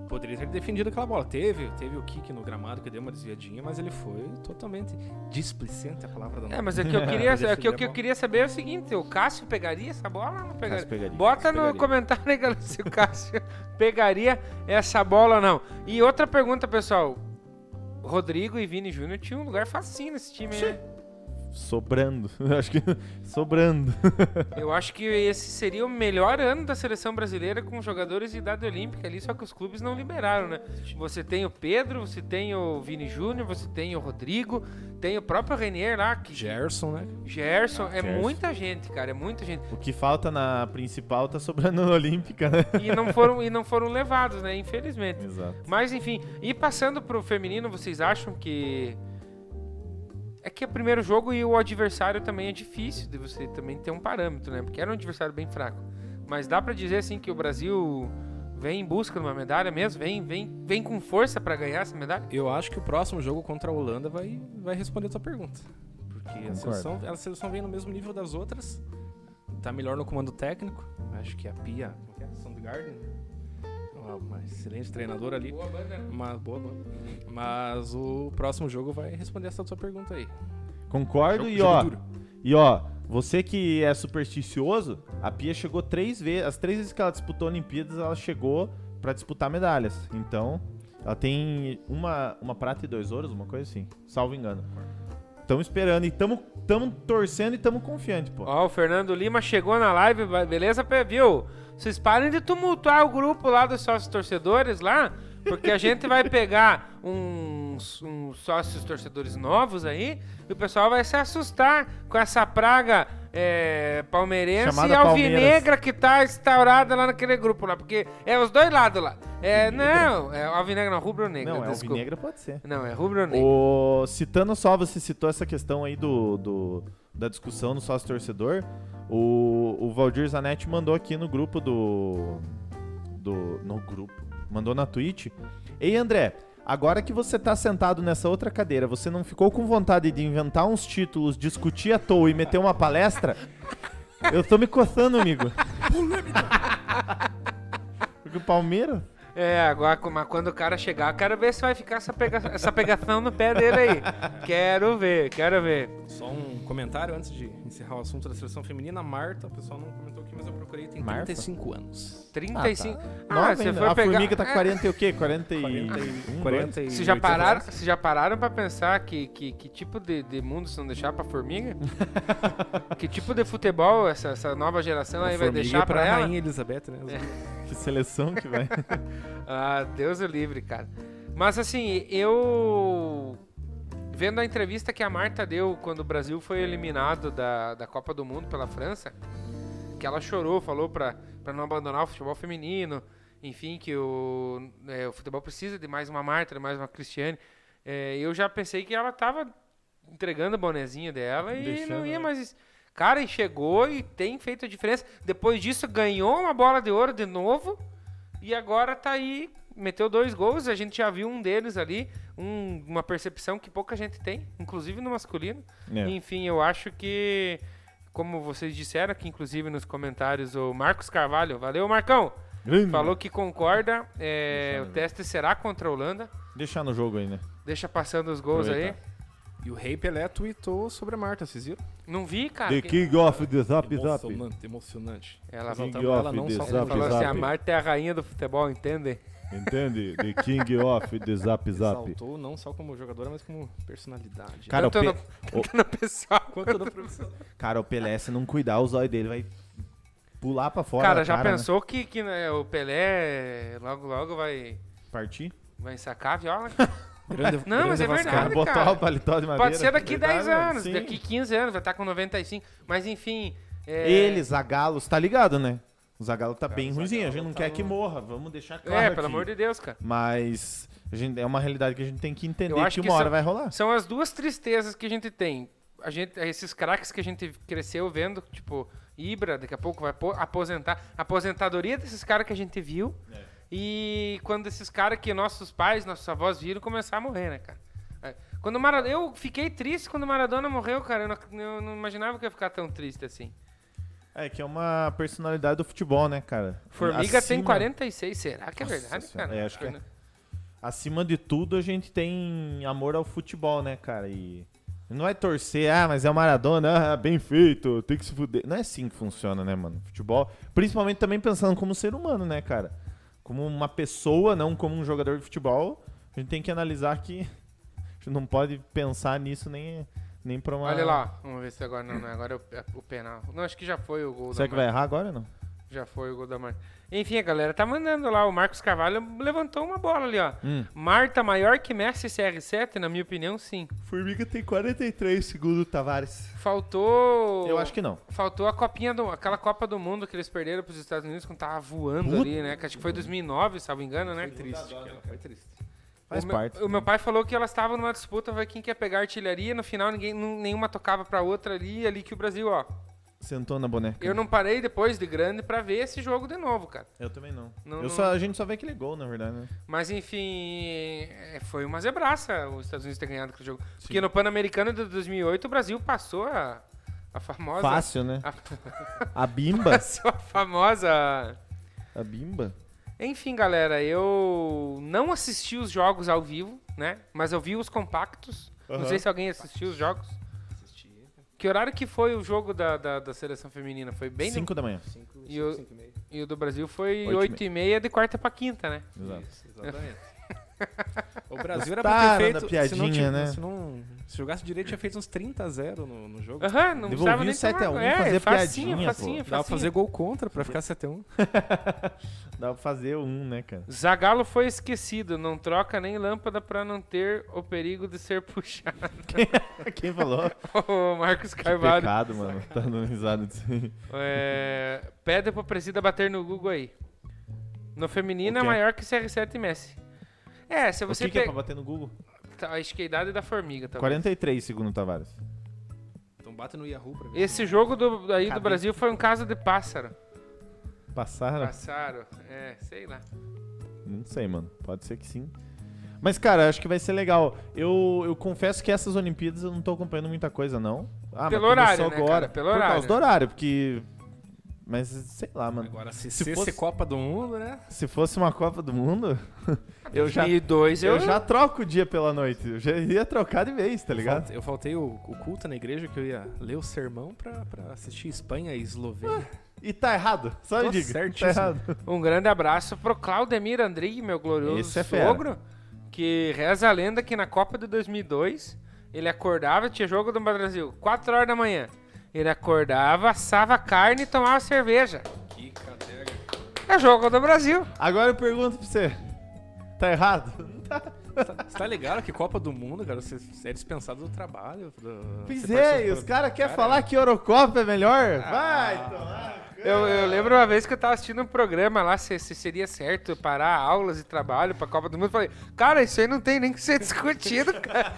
[SPEAKER 4] Poderia ter defendido aquela bola. Teve, teve o kick no gramado que deu uma desviadinha, mas ele foi totalmente displicente a palavra da
[SPEAKER 2] É, mas é que eu queria,
[SPEAKER 4] Defender
[SPEAKER 2] é que, o que
[SPEAKER 4] a
[SPEAKER 2] eu
[SPEAKER 4] bola.
[SPEAKER 2] queria saber é o seguinte, o Cássio pegaria essa bola ou não pegaria?
[SPEAKER 3] Cássio
[SPEAKER 2] É.
[SPEAKER 3] pegaria,
[SPEAKER 2] Bota
[SPEAKER 3] Cássio
[SPEAKER 2] no
[SPEAKER 3] pegaria.
[SPEAKER 2] comentário aí, galera, se o Cássio pegaria essa bola ou não. E outra pergunta, pessoal. Rodrigo e Vini Júnior tinham um lugar facinho nesse time, né?
[SPEAKER 3] Sobrando. Eu acho que. Sobrando.
[SPEAKER 2] Eu acho que esse seria o melhor ano da seleção brasileira com jogadores de idade olímpica ali, só que os clubes não liberaram, né? Você tem o Pedro, você tem o Vini Júnior, você tem o Rodrigo, tem o próprio Renier lá, que
[SPEAKER 4] Gerson, né?
[SPEAKER 2] Gerson, é
[SPEAKER 3] Gerson.
[SPEAKER 2] muita gente, cara, é muita gente.
[SPEAKER 3] O que falta na principal tá sobrando na Olímpica, né?
[SPEAKER 2] e não foram e não foram levados, né? Infelizmente.
[SPEAKER 3] Exato.
[SPEAKER 2] Mas enfim, e passando pro feminino, vocês acham que é que é o primeiro jogo e o adversário também é difícil de você também ter um parâmetro, né? Porque era um adversário bem fraco. Mas dá pra dizer assim que o Brasil vem em busca de uma medalha mesmo, vem vem vem com força pra ganhar essa medalha.
[SPEAKER 4] Eu acho que o próximo jogo contra a Holanda vai, vai responder a tua pergunta. Porque a
[SPEAKER 3] Concordo.
[SPEAKER 4] seleção, a seleção vem no mesmo nível das outras, tá melhor no comando técnico. Acho que a Pia, como que é? Sandgarden, uma, uma excelente treinadora ali. Uma boa, boa. Mas o próximo jogo vai responder essa tua pergunta aí.
[SPEAKER 3] Concordo
[SPEAKER 4] Jogo-
[SPEAKER 3] e
[SPEAKER 4] jogo
[SPEAKER 3] ó.
[SPEAKER 4] duro.
[SPEAKER 3] E ó, você que é supersticioso, a Pia chegou três vezes. As três vezes que ela disputou Olimpíadas, ela chegou pra disputar medalhas. Então, ela tem uma, uma prata e dois ouros, uma coisa assim. Salvo engano. Tamo esperando e tamo, tamo torcendo e tamo confiante, pô.
[SPEAKER 2] Ó, o Fernando Lima chegou na live, ba- beleza, Pé? viu? Vocês parem de tumultuar o grupo lá dos sócios torcedores lá, porque a gente vai pegar uns, uns sócios torcedores novos aí e o pessoal vai se assustar com essa praga é, palmeirense
[SPEAKER 3] Chamada
[SPEAKER 2] e alvinegra
[SPEAKER 3] Palmeiras.
[SPEAKER 2] regra que tá instaurada lá naquele grupo lá, porque é os dois lados lá. É, não, é alvinegra não, rubro-negra,
[SPEAKER 3] Não, é
[SPEAKER 2] desculpa.
[SPEAKER 3] alvinegra, pode ser.
[SPEAKER 2] Não, é rubro-negra.
[SPEAKER 3] O, citando só, você citou essa questão aí do, do- da discussão no sócio torcedor. O, o Valdir Zanetti mandou aqui no grupo do. do no grupo. Mandou na Twitch. Ei, André, agora que você tá sentado nessa outra cadeira, você não ficou com vontade de inventar uns títulos, discutir à toa e meter uma palestra? Eu tô me coçando, amigo. Porque o Palmeiras.
[SPEAKER 2] É, agora mas quando o cara chegar, eu quero ver se vai ficar essa, pega- essa pegação no pé dele aí. Quero ver, quero ver.
[SPEAKER 4] Só um comentário antes de encerrar o assunto da seleção feminina. A Marta, o pessoal não comentou aqui, mas eu procurei, tem
[SPEAKER 3] Marta?
[SPEAKER 4] 35 anos.
[SPEAKER 2] 35. Ah,
[SPEAKER 3] Nova
[SPEAKER 2] se
[SPEAKER 3] ainda.
[SPEAKER 2] for
[SPEAKER 3] a
[SPEAKER 2] pegar.
[SPEAKER 3] formiga tá
[SPEAKER 2] é, um,
[SPEAKER 3] 40 e o quê? 40 e. um,
[SPEAKER 4] 40,
[SPEAKER 3] 40.
[SPEAKER 4] e
[SPEAKER 2] Vocês já,
[SPEAKER 4] 80
[SPEAKER 2] pararam,
[SPEAKER 4] anos.
[SPEAKER 2] vocês já pararam pra pensar que, que, que tipo de, de mundo se não deixar pra formiga? que tipo de futebol essa, essa nova geração aí vai
[SPEAKER 4] Formiga é
[SPEAKER 2] deixar pra, ela? É.
[SPEAKER 4] rainha Elizabeth, né?
[SPEAKER 3] Que seleção que vai.
[SPEAKER 2] Ah, Deus o livre, cara. Mas assim, eu. Vendo a entrevista que a Marta deu quando o Brasil foi eliminado da, da Copa do Mundo pela França, que ela chorou, falou pra, pra não abandonar o futebol feminino, enfim, que o, é, o futebol precisa de mais uma Marta, de mais uma Cristiane. É, eu já pensei que ela tava entregando o bonezinho dela e não
[SPEAKER 3] Deixando,
[SPEAKER 2] ia
[SPEAKER 3] né?
[SPEAKER 2] mais. Cara, e chegou e tem feito a diferença. Depois disso, ganhou uma bola de ouro de novo. E agora tá aí, meteu dois gols, a gente já viu um deles ali, um- uma percepção que pouca gente tem, inclusive no masculino.
[SPEAKER 3] É.
[SPEAKER 2] Enfim, eu acho que, como vocês disseram aqui, inclusive nos comentários, o Marcos Carvalho, valeu Marcão, falou que concorda, é, o teste será contra a Holanda,
[SPEAKER 3] Deixar no jogo aí, né?
[SPEAKER 2] deixa passando os gols aí.
[SPEAKER 3] Aproveitar.
[SPEAKER 4] E o Rei Pelé tweetou sobre a Marta, vocês viram?
[SPEAKER 2] Não vi, cara.
[SPEAKER 1] The
[SPEAKER 2] Ah, que-
[SPEAKER 1] King of the Zap Zap.
[SPEAKER 4] emocionante, emocionante.
[SPEAKER 2] Ela
[SPEAKER 1] King
[SPEAKER 4] Exaltando ela,
[SPEAKER 1] of
[SPEAKER 4] não
[SPEAKER 1] the
[SPEAKER 4] só
[SPEAKER 1] Zap
[SPEAKER 2] falou assim,
[SPEAKER 1] Zap.
[SPEAKER 2] a Marta é a rainha do futebol, entende?
[SPEAKER 1] Entende? The King of the Zap Zap.
[SPEAKER 4] Exaltou não só como jogadora, mas como personalidade.
[SPEAKER 3] Cara, o
[SPEAKER 2] Tanto
[SPEAKER 3] Pe-
[SPEAKER 2] no, tanto no pessoal.
[SPEAKER 4] Quanto no profissional.
[SPEAKER 3] Cara, o Pelé, se não cuidar, o zóio dele vai pular pra fora.
[SPEAKER 2] Cara,
[SPEAKER 3] da
[SPEAKER 2] já
[SPEAKER 3] cara, né?
[SPEAKER 2] pensou que, que né, o Pelé logo, logo vai,
[SPEAKER 3] Partir?
[SPEAKER 2] vai sacar a viola?
[SPEAKER 4] Grande,
[SPEAKER 2] Não, mas é
[SPEAKER 3] O
[SPEAKER 4] Vascaíno.
[SPEAKER 3] cara
[SPEAKER 2] verdade,
[SPEAKER 3] botar
[SPEAKER 2] cara.
[SPEAKER 3] o paletó de madeira.
[SPEAKER 2] Pode ser daqui 10
[SPEAKER 3] Verdade,
[SPEAKER 2] anos,
[SPEAKER 3] sim.
[SPEAKER 2] daqui 15 anos, vai estar com 95. Mas enfim. é-
[SPEAKER 3] Ele, Zagalo, você tá ligado, né? O Zagalo tá bem
[SPEAKER 4] Zagallo
[SPEAKER 3] ruimzinho, a gente não
[SPEAKER 4] tá
[SPEAKER 3] quer
[SPEAKER 4] no-
[SPEAKER 3] que morra, vamos deixar claro.
[SPEAKER 2] É,
[SPEAKER 3] aqui.
[SPEAKER 2] pelo amor de Deus, cara.
[SPEAKER 3] Mas a gente, é uma realidade que a gente tem que entender
[SPEAKER 2] Eu acho
[SPEAKER 3] que uma
[SPEAKER 2] que
[SPEAKER 3] hora
[SPEAKER 2] são-
[SPEAKER 3] vai rolar.
[SPEAKER 2] São as duas tristezas que a gente tem. A gente, esses craques que a gente cresceu vendo, tipo, Ibra, daqui a pouco vai apo- aposentar. Aposentadoria desses caras que a gente viu.
[SPEAKER 3] É.
[SPEAKER 2] E quando esses caras que nossos pais, nossos avós viram, começar a morrer, né, cara? É. Quando o Maradona, eu fiquei triste quando o Maradona morreu, cara. Eu não, eu não imaginava que eu ia ficar tão triste assim.
[SPEAKER 3] É, que é uma personalidade do futebol, né, cara?
[SPEAKER 2] Formiga tem
[SPEAKER 3] Acima-
[SPEAKER 2] 46, será que é
[SPEAKER 3] Nossa
[SPEAKER 2] verdade,
[SPEAKER 3] Senhora,
[SPEAKER 2] cara?
[SPEAKER 3] é, acho que é. Acima de tudo, a gente tem amor ao futebol, né, cara? E não é torcer, ah, mas é o Maradona, ah, bem feito, tem que se fuder. Não é assim que funciona, né, mano? Futebol, principalmente também pensando como ser humano, né, cara? Como uma pessoa, não como um jogador de futebol, a gente tem que analisar que a gente não pode pensar nisso nem, nem pra uma...
[SPEAKER 2] Olha lá, vamos ver se agora não, não, agora é o, é o penal. Não, acho que já foi o gol
[SPEAKER 3] Será
[SPEAKER 2] da
[SPEAKER 3] que
[SPEAKER 2] Mar-
[SPEAKER 3] vai errar agora ou não?
[SPEAKER 2] Já foi o gol da Marta. Enfim, a galera tá mandando lá. O Marcos Carvalho levantou uma bola ali, ó.
[SPEAKER 3] Hum.
[SPEAKER 2] Marta maior que Messi CR7, na minha opinião, sim.
[SPEAKER 3] Formiga tem 43, segundo o Tavares.
[SPEAKER 2] Faltou.
[SPEAKER 3] Eu acho que não.
[SPEAKER 2] Faltou a copinha do. aquela Copa do Mundo que eles perderam pros Estados Unidos quando tava voando
[SPEAKER 3] Puta.
[SPEAKER 2] ali, né? Que acho que foi 2009, se eu não me engano, né?
[SPEAKER 4] Triste, cara, foi triste.
[SPEAKER 3] Faz
[SPEAKER 2] o
[SPEAKER 3] parte.
[SPEAKER 2] Meu, o meu pai falou que elas estavam numa disputa, vai quem quer pegar artilharia. No final, ninguém, nu- nenhuma tocava pra outra ali, ali que o Brasil, ó.
[SPEAKER 3] Sentou na boneca.
[SPEAKER 2] Eu não parei depois de grande pra ver esse jogo de novo, cara.
[SPEAKER 3] Eu também não.
[SPEAKER 2] Não,
[SPEAKER 3] eu
[SPEAKER 2] não-
[SPEAKER 3] Só, a gente só vê aquele gol, na verdade, né?
[SPEAKER 2] Mas enfim, é, foi uma zebraça os Estados Unidos ter ganhado aquele jogo. Porque no Pan-Americano de 2008 o Brasil passou a, a famosa.
[SPEAKER 3] Fácil, né?
[SPEAKER 2] A, Ah.
[SPEAKER 3] A bimba.
[SPEAKER 2] passou a famosa.
[SPEAKER 3] A bimba.
[SPEAKER 2] Enfim, galera, eu não assisti os jogos ao vivo, né? Mas eu vi os compactos. Não
[SPEAKER 3] Aham.
[SPEAKER 2] sei se alguém assistiu os jogos. Que horário que foi o jogo da, da, da seleção feminina? Foi bem.
[SPEAKER 3] 5 da manhã.
[SPEAKER 4] Cinco,
[SPEAKER 2] E o-
[SPEAKER 4] cinco e meio.
[SPEAKER 2] E o do Brasil foi
[SPEAKER 3] Oito e
[SPEAKER 2] 8h30 de quarta pra quinta, né?
[SPEAKER 3] Exato.
[SPEAKER 4] Isso, exatamente. o Brasil
[SPEAKER 3] Gostaram
[SPEAKER 4] era pra ter feito.
[SPEAKER 3] da
[SPEAKER 4] se, não,
[SPEAKER 3] piadinha,
[SPEAKER 4] tinha-
[SPEAKER 3] né?
[SPEAKER 4] se, não, se jogasse direito, tinha feito uns 30 a 0 no, no jogo.
[SPEAKER 2] Aham, não
[SPEAKER 3] Devolvi
[SPEAKER 2] precisava
[SPEAKER 3] o
[SPEAKER 2] nem
[SPEAKER 3] 7 a
[SPEAKER 2] tomar-
[SPEAKER 3] um,
[SPEAKER 2] é,
[SPEAKER 3] fazer
[SPEAKER 2] facinho,
[SPEAKER 3] piadinha,
[SPEAKER 2] facinho,
[SPEAKER 4] Dá pra
[SPEAKER 2] facinho.
[SPEAKER 4] fazer gol contra pra ficar 7x1.
[SPEAKER 3] Dá pra fazer um, né, cara?
[SPEAKER 2] Zagalo foi esquecido, não troca nem lâmpada pra não ter o perigo de ser puxado.
[SPEAKER 3] Quem falou?
[SPEAKER 2] Ô, Marcos
[SPEAKER 3] Que
[SPEAKER 2] Carvalho.
[SPEAKER 3] pecado, mano. Tá dando risada disso aí.
[SPEAKER 2] É, pede pro Presida bater no Google aí. No feminino é
[SPEAKER 3] O quê?
[SPEAKER 2] maior que CR7 e Messi. É, se
[SPEAKER 3] O
[SPEAKER 2] você
[SPEAKER 3] que, que é pra
[SPEAKER 2] pegar.
[SPEAKER 3] bater no
[SPEAKER 2] Tá
[SPEAKER 3] Google?
[SPEAKER 2] Acho que é a idade da formiga, tá?
[SPEAKER 3] 43, segundo o Tavares.
[SPEAKER 4] Então bate no Yahoo pra ver. é.
[SPEAKER 2] Esse jogo do, aí do
[SPEAKER 3] Cadê?
[SPEAKER 2] Brasil foi um caso de pássaro.
[SPEAKER 3] Passaram?
[SPEAKER 2] Passaram, é, sei lá.
[SPEAKER 3] Não sei, mano. Pode ser que sim. Mas, cara, acho que vai ser legal. Eu, eu confesso que essas Olimpíadas eu não tô acompanhando muita coisa, não. Ah,
[SPEAKER 2] Pelo
[SPEAKER 3] mas começou
[SPEAKER 2] horário, né,
[SPEAKER 3] agora.
[SPEAKER 2] cara? Pelo
[SPEAKER 3] Por
[SPEAKER 2] horário.
[SPEAKER 3] causa do horário, porque... Mas, sei lá, mano.
[SPEAKER 4] Agora, se,
[SPEAKER 3] Se
[SPEAKER 4] se
[SPEAKER 3] fosse-
[SPEAKER 4] Copa do Mundo, né?
[SPEAKER 3] Se fosse uma Copa do Mundo, eu já,
[SPEAKER 2] 2002 eu,
[SPEAKER 3] eu já troco o dia pela noite. Eu já ia trocar de vez, tá ligado?
[SPEAKER 4] Falte- Eu faltei o, o culto na igreja que eu ia ler o sermão pra, pra assistir Espanha e Eslovênia.
[SPEAKER 3] E tá errado. Só me
[SPEAKER 4] Tô
[SPEAKER 3] diga.
[SPEAKER 4] certíssimo.
[SPEAKER 3] Tá errado.
[SPEAKER 2] Um grande abraço pro Claudemir Andrei, meu glorioso
[SPEAKER 3] Esse é fera.
[SPEAKER 2] sogro, que reza a lenda que na Copa de 2002 ele acordava, tinha jogo do Brasil, 4 horas da manhã. Ele acordava, assava carne e tomava cerveja.
[SPEAKER 4] Que cadega.
[SPEAKER 2] É jogo do Brasil.
[SPEAKER 3] Agora eu pergunto pra você. Tá errado? Não tá.
[SPEAKER 4] Você tá ligado que Copa do Mundo, cara, você você é dispensado do trabalho. Do,
[SPEAKER 3] Pois
[SPEAKER 4] você
[SPEAKER 3] é, e
[SPEAKER 4] participou-
[SPEAKER 3] os caras querem
[SPEAKER 4] Cara,
[SPEAKER 3] falar que Eurocopa é melhor?
[SPEAKER 4] Ah,
[SPEAKER 3] Vai, tomar.
[SPEAKER 2] Eu, eu lembro uma vez que eu tava assistindo um programa lá, se, se seria certo eu parar aulas e trabalho pra Copa do Mundo. Eu falei, cara, isso aí não tem nem que ser discutido, cara.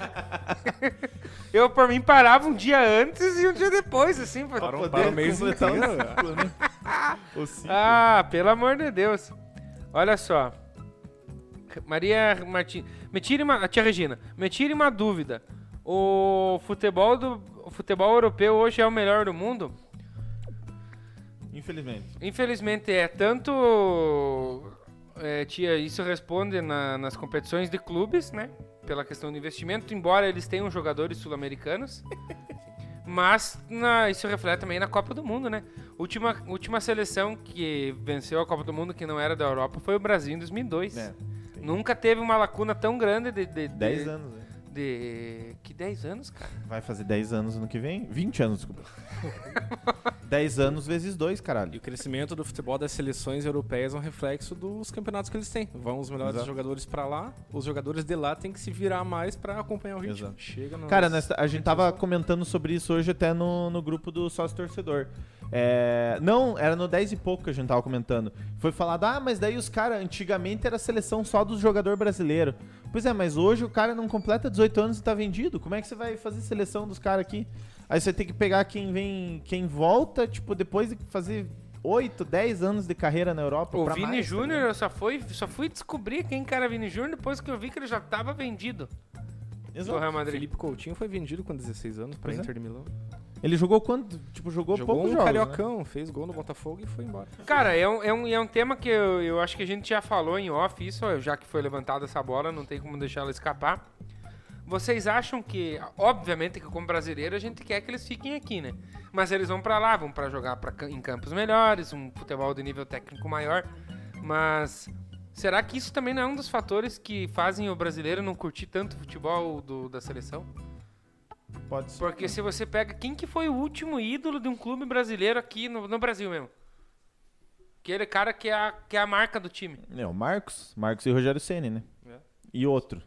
[SPEAKER 2] eu, por mim, parava um dia antes e um dia depois, assim. pra-
[SPEAKER 4] Parou-
[SPEAKER 3] Poder
[SPEAKER 4] parou o um mês
[SPEAKER 3] completar o
[SPEAKER 4] inteiro,
[SPEAKER 3] ciclo, né? O ciclo.
[SPEAKER 2] Ah, pelo amor de Deus. Olha só. Maria Martins. Me tire uma. Tia Regina, me tire uma dúvida. O futebol do. O futebol europeu hoje é o melhor do mundo?
[SPEAKER 3] Infelizmente.
[SPEAKER 2] Infelizmente é. Tanto. É, tia, isso responde na- nas competições de clubes, né? Pela questão do investimento, embora eles tenham jogadores sul-americanos. Mas na- isso reflete também na Copa do Mundo, né? Última, última seleção que venceu a Copa do Mundo que não era da Europa foi o Brasil em 2002.
[SPEAKER 3] É, tem.
[SPEAKER 2] Nunca teve uma lacuna tão grande de... de, de
[SPEAKER 3] 10 anos, né?
[SPEAKER 2] de- que 10 anos, cara?
[SPEAKER 3] Vai fazer 10 anos ano que vem? 20 anos, desculpa. 10 anos vezes 2,
[SPEAKER 4] E
[SPEAKER 3] caralho.
[SPEAKER 4] o crescimento do futebol das seleções europeias é um reflexo dos campeonatos que eles têm. Vão os melhores
[SPEAKER 3] Exato.
[SPEAKER 4] jogadores pra lá, os jogadores de lá têm que se virar mais pra acompanhar o ritmo.
[SPEAKER 3] Exato.
[SPEAKER 4] Chega no...
[SPEAKER 3] Cara, nessa- a gente tava comentando sobre isso hoje até no, no grupo do sócio torcedor. É, não, era no 10 e pouco que a gente tava comentando. Foi falado, ah, mas daí os caras, antigamente era seleção só dos jogador brasileiro. Pois é, mas hoje o cara não completa 18 anos e tá vendido. Como é que você vai fazer seleção dos caras aqui? Aí você tem que pegar quem vem, quem volta, tipo, depois de fazer 8, 10 anos de carreira na Europa.
[SPEAKER 2] O
[SPEAKER 3] pra
[SPEAKER 2] Vini
[SPEAKER 3] mais, tá
[SPEAKER 2] Júnior, eu só fui, só fui descobrir quem que era Vini Júnior depois que eu vi que ele já tava vendido
[SPEAKER 3] ligado?
[SPEAKER 2] do
[SPEAKER 3] Exato.
[SPEAKER 2] Real Madrid.
[SPEAKER 4] Felipe Coutinho foi vendido com 16 anos pra
[SPEAKER 3] Pois é.
[SPEAKER 4] Inter de Milão.
[SPEAKER 3] Ele jogou quanto? Tipo, jogou,
[SPEAKER 4] Jogou
[SPEAKER 3] poucos
[SPEAKER 4] um
[SPEAKER 3] jogos, né?
[SPEAKER 4] cariocão, fez gol no Botafogo e foi embora.
[SPEAKER 2] Cara, é um, é um, é um tema que eu, eu acho que a gente já falou em off, isso, ó, já que foi levantada essa bola, não tem como deixar ela escapar. Vocês acham que, obviamente, que como brasileiro a gente quer que eles fiquem aqui, né? Mas eles vão pra lá, vão pra jogar pra, ca- em campos melhores, um futebol de nível técnico maior. Mas será que isso também não é um dos fatores que fazem o brasileiro não curtir tanto o futebol do- da seleção?
[SPEAKER 3] Pode ser.
[SPEAKER 2] Porque se você pega quem que foi o último ídolo de um clube brasileiro aqui no, no Brasil mesmo? Aquele cara que é, a, que é a marca do time.
[SPEAKER 3] É, o Marcos. Marcos e Rogério Ceni, né?
[SPEAKER 4] É.
[SPEAKER 3] E outro.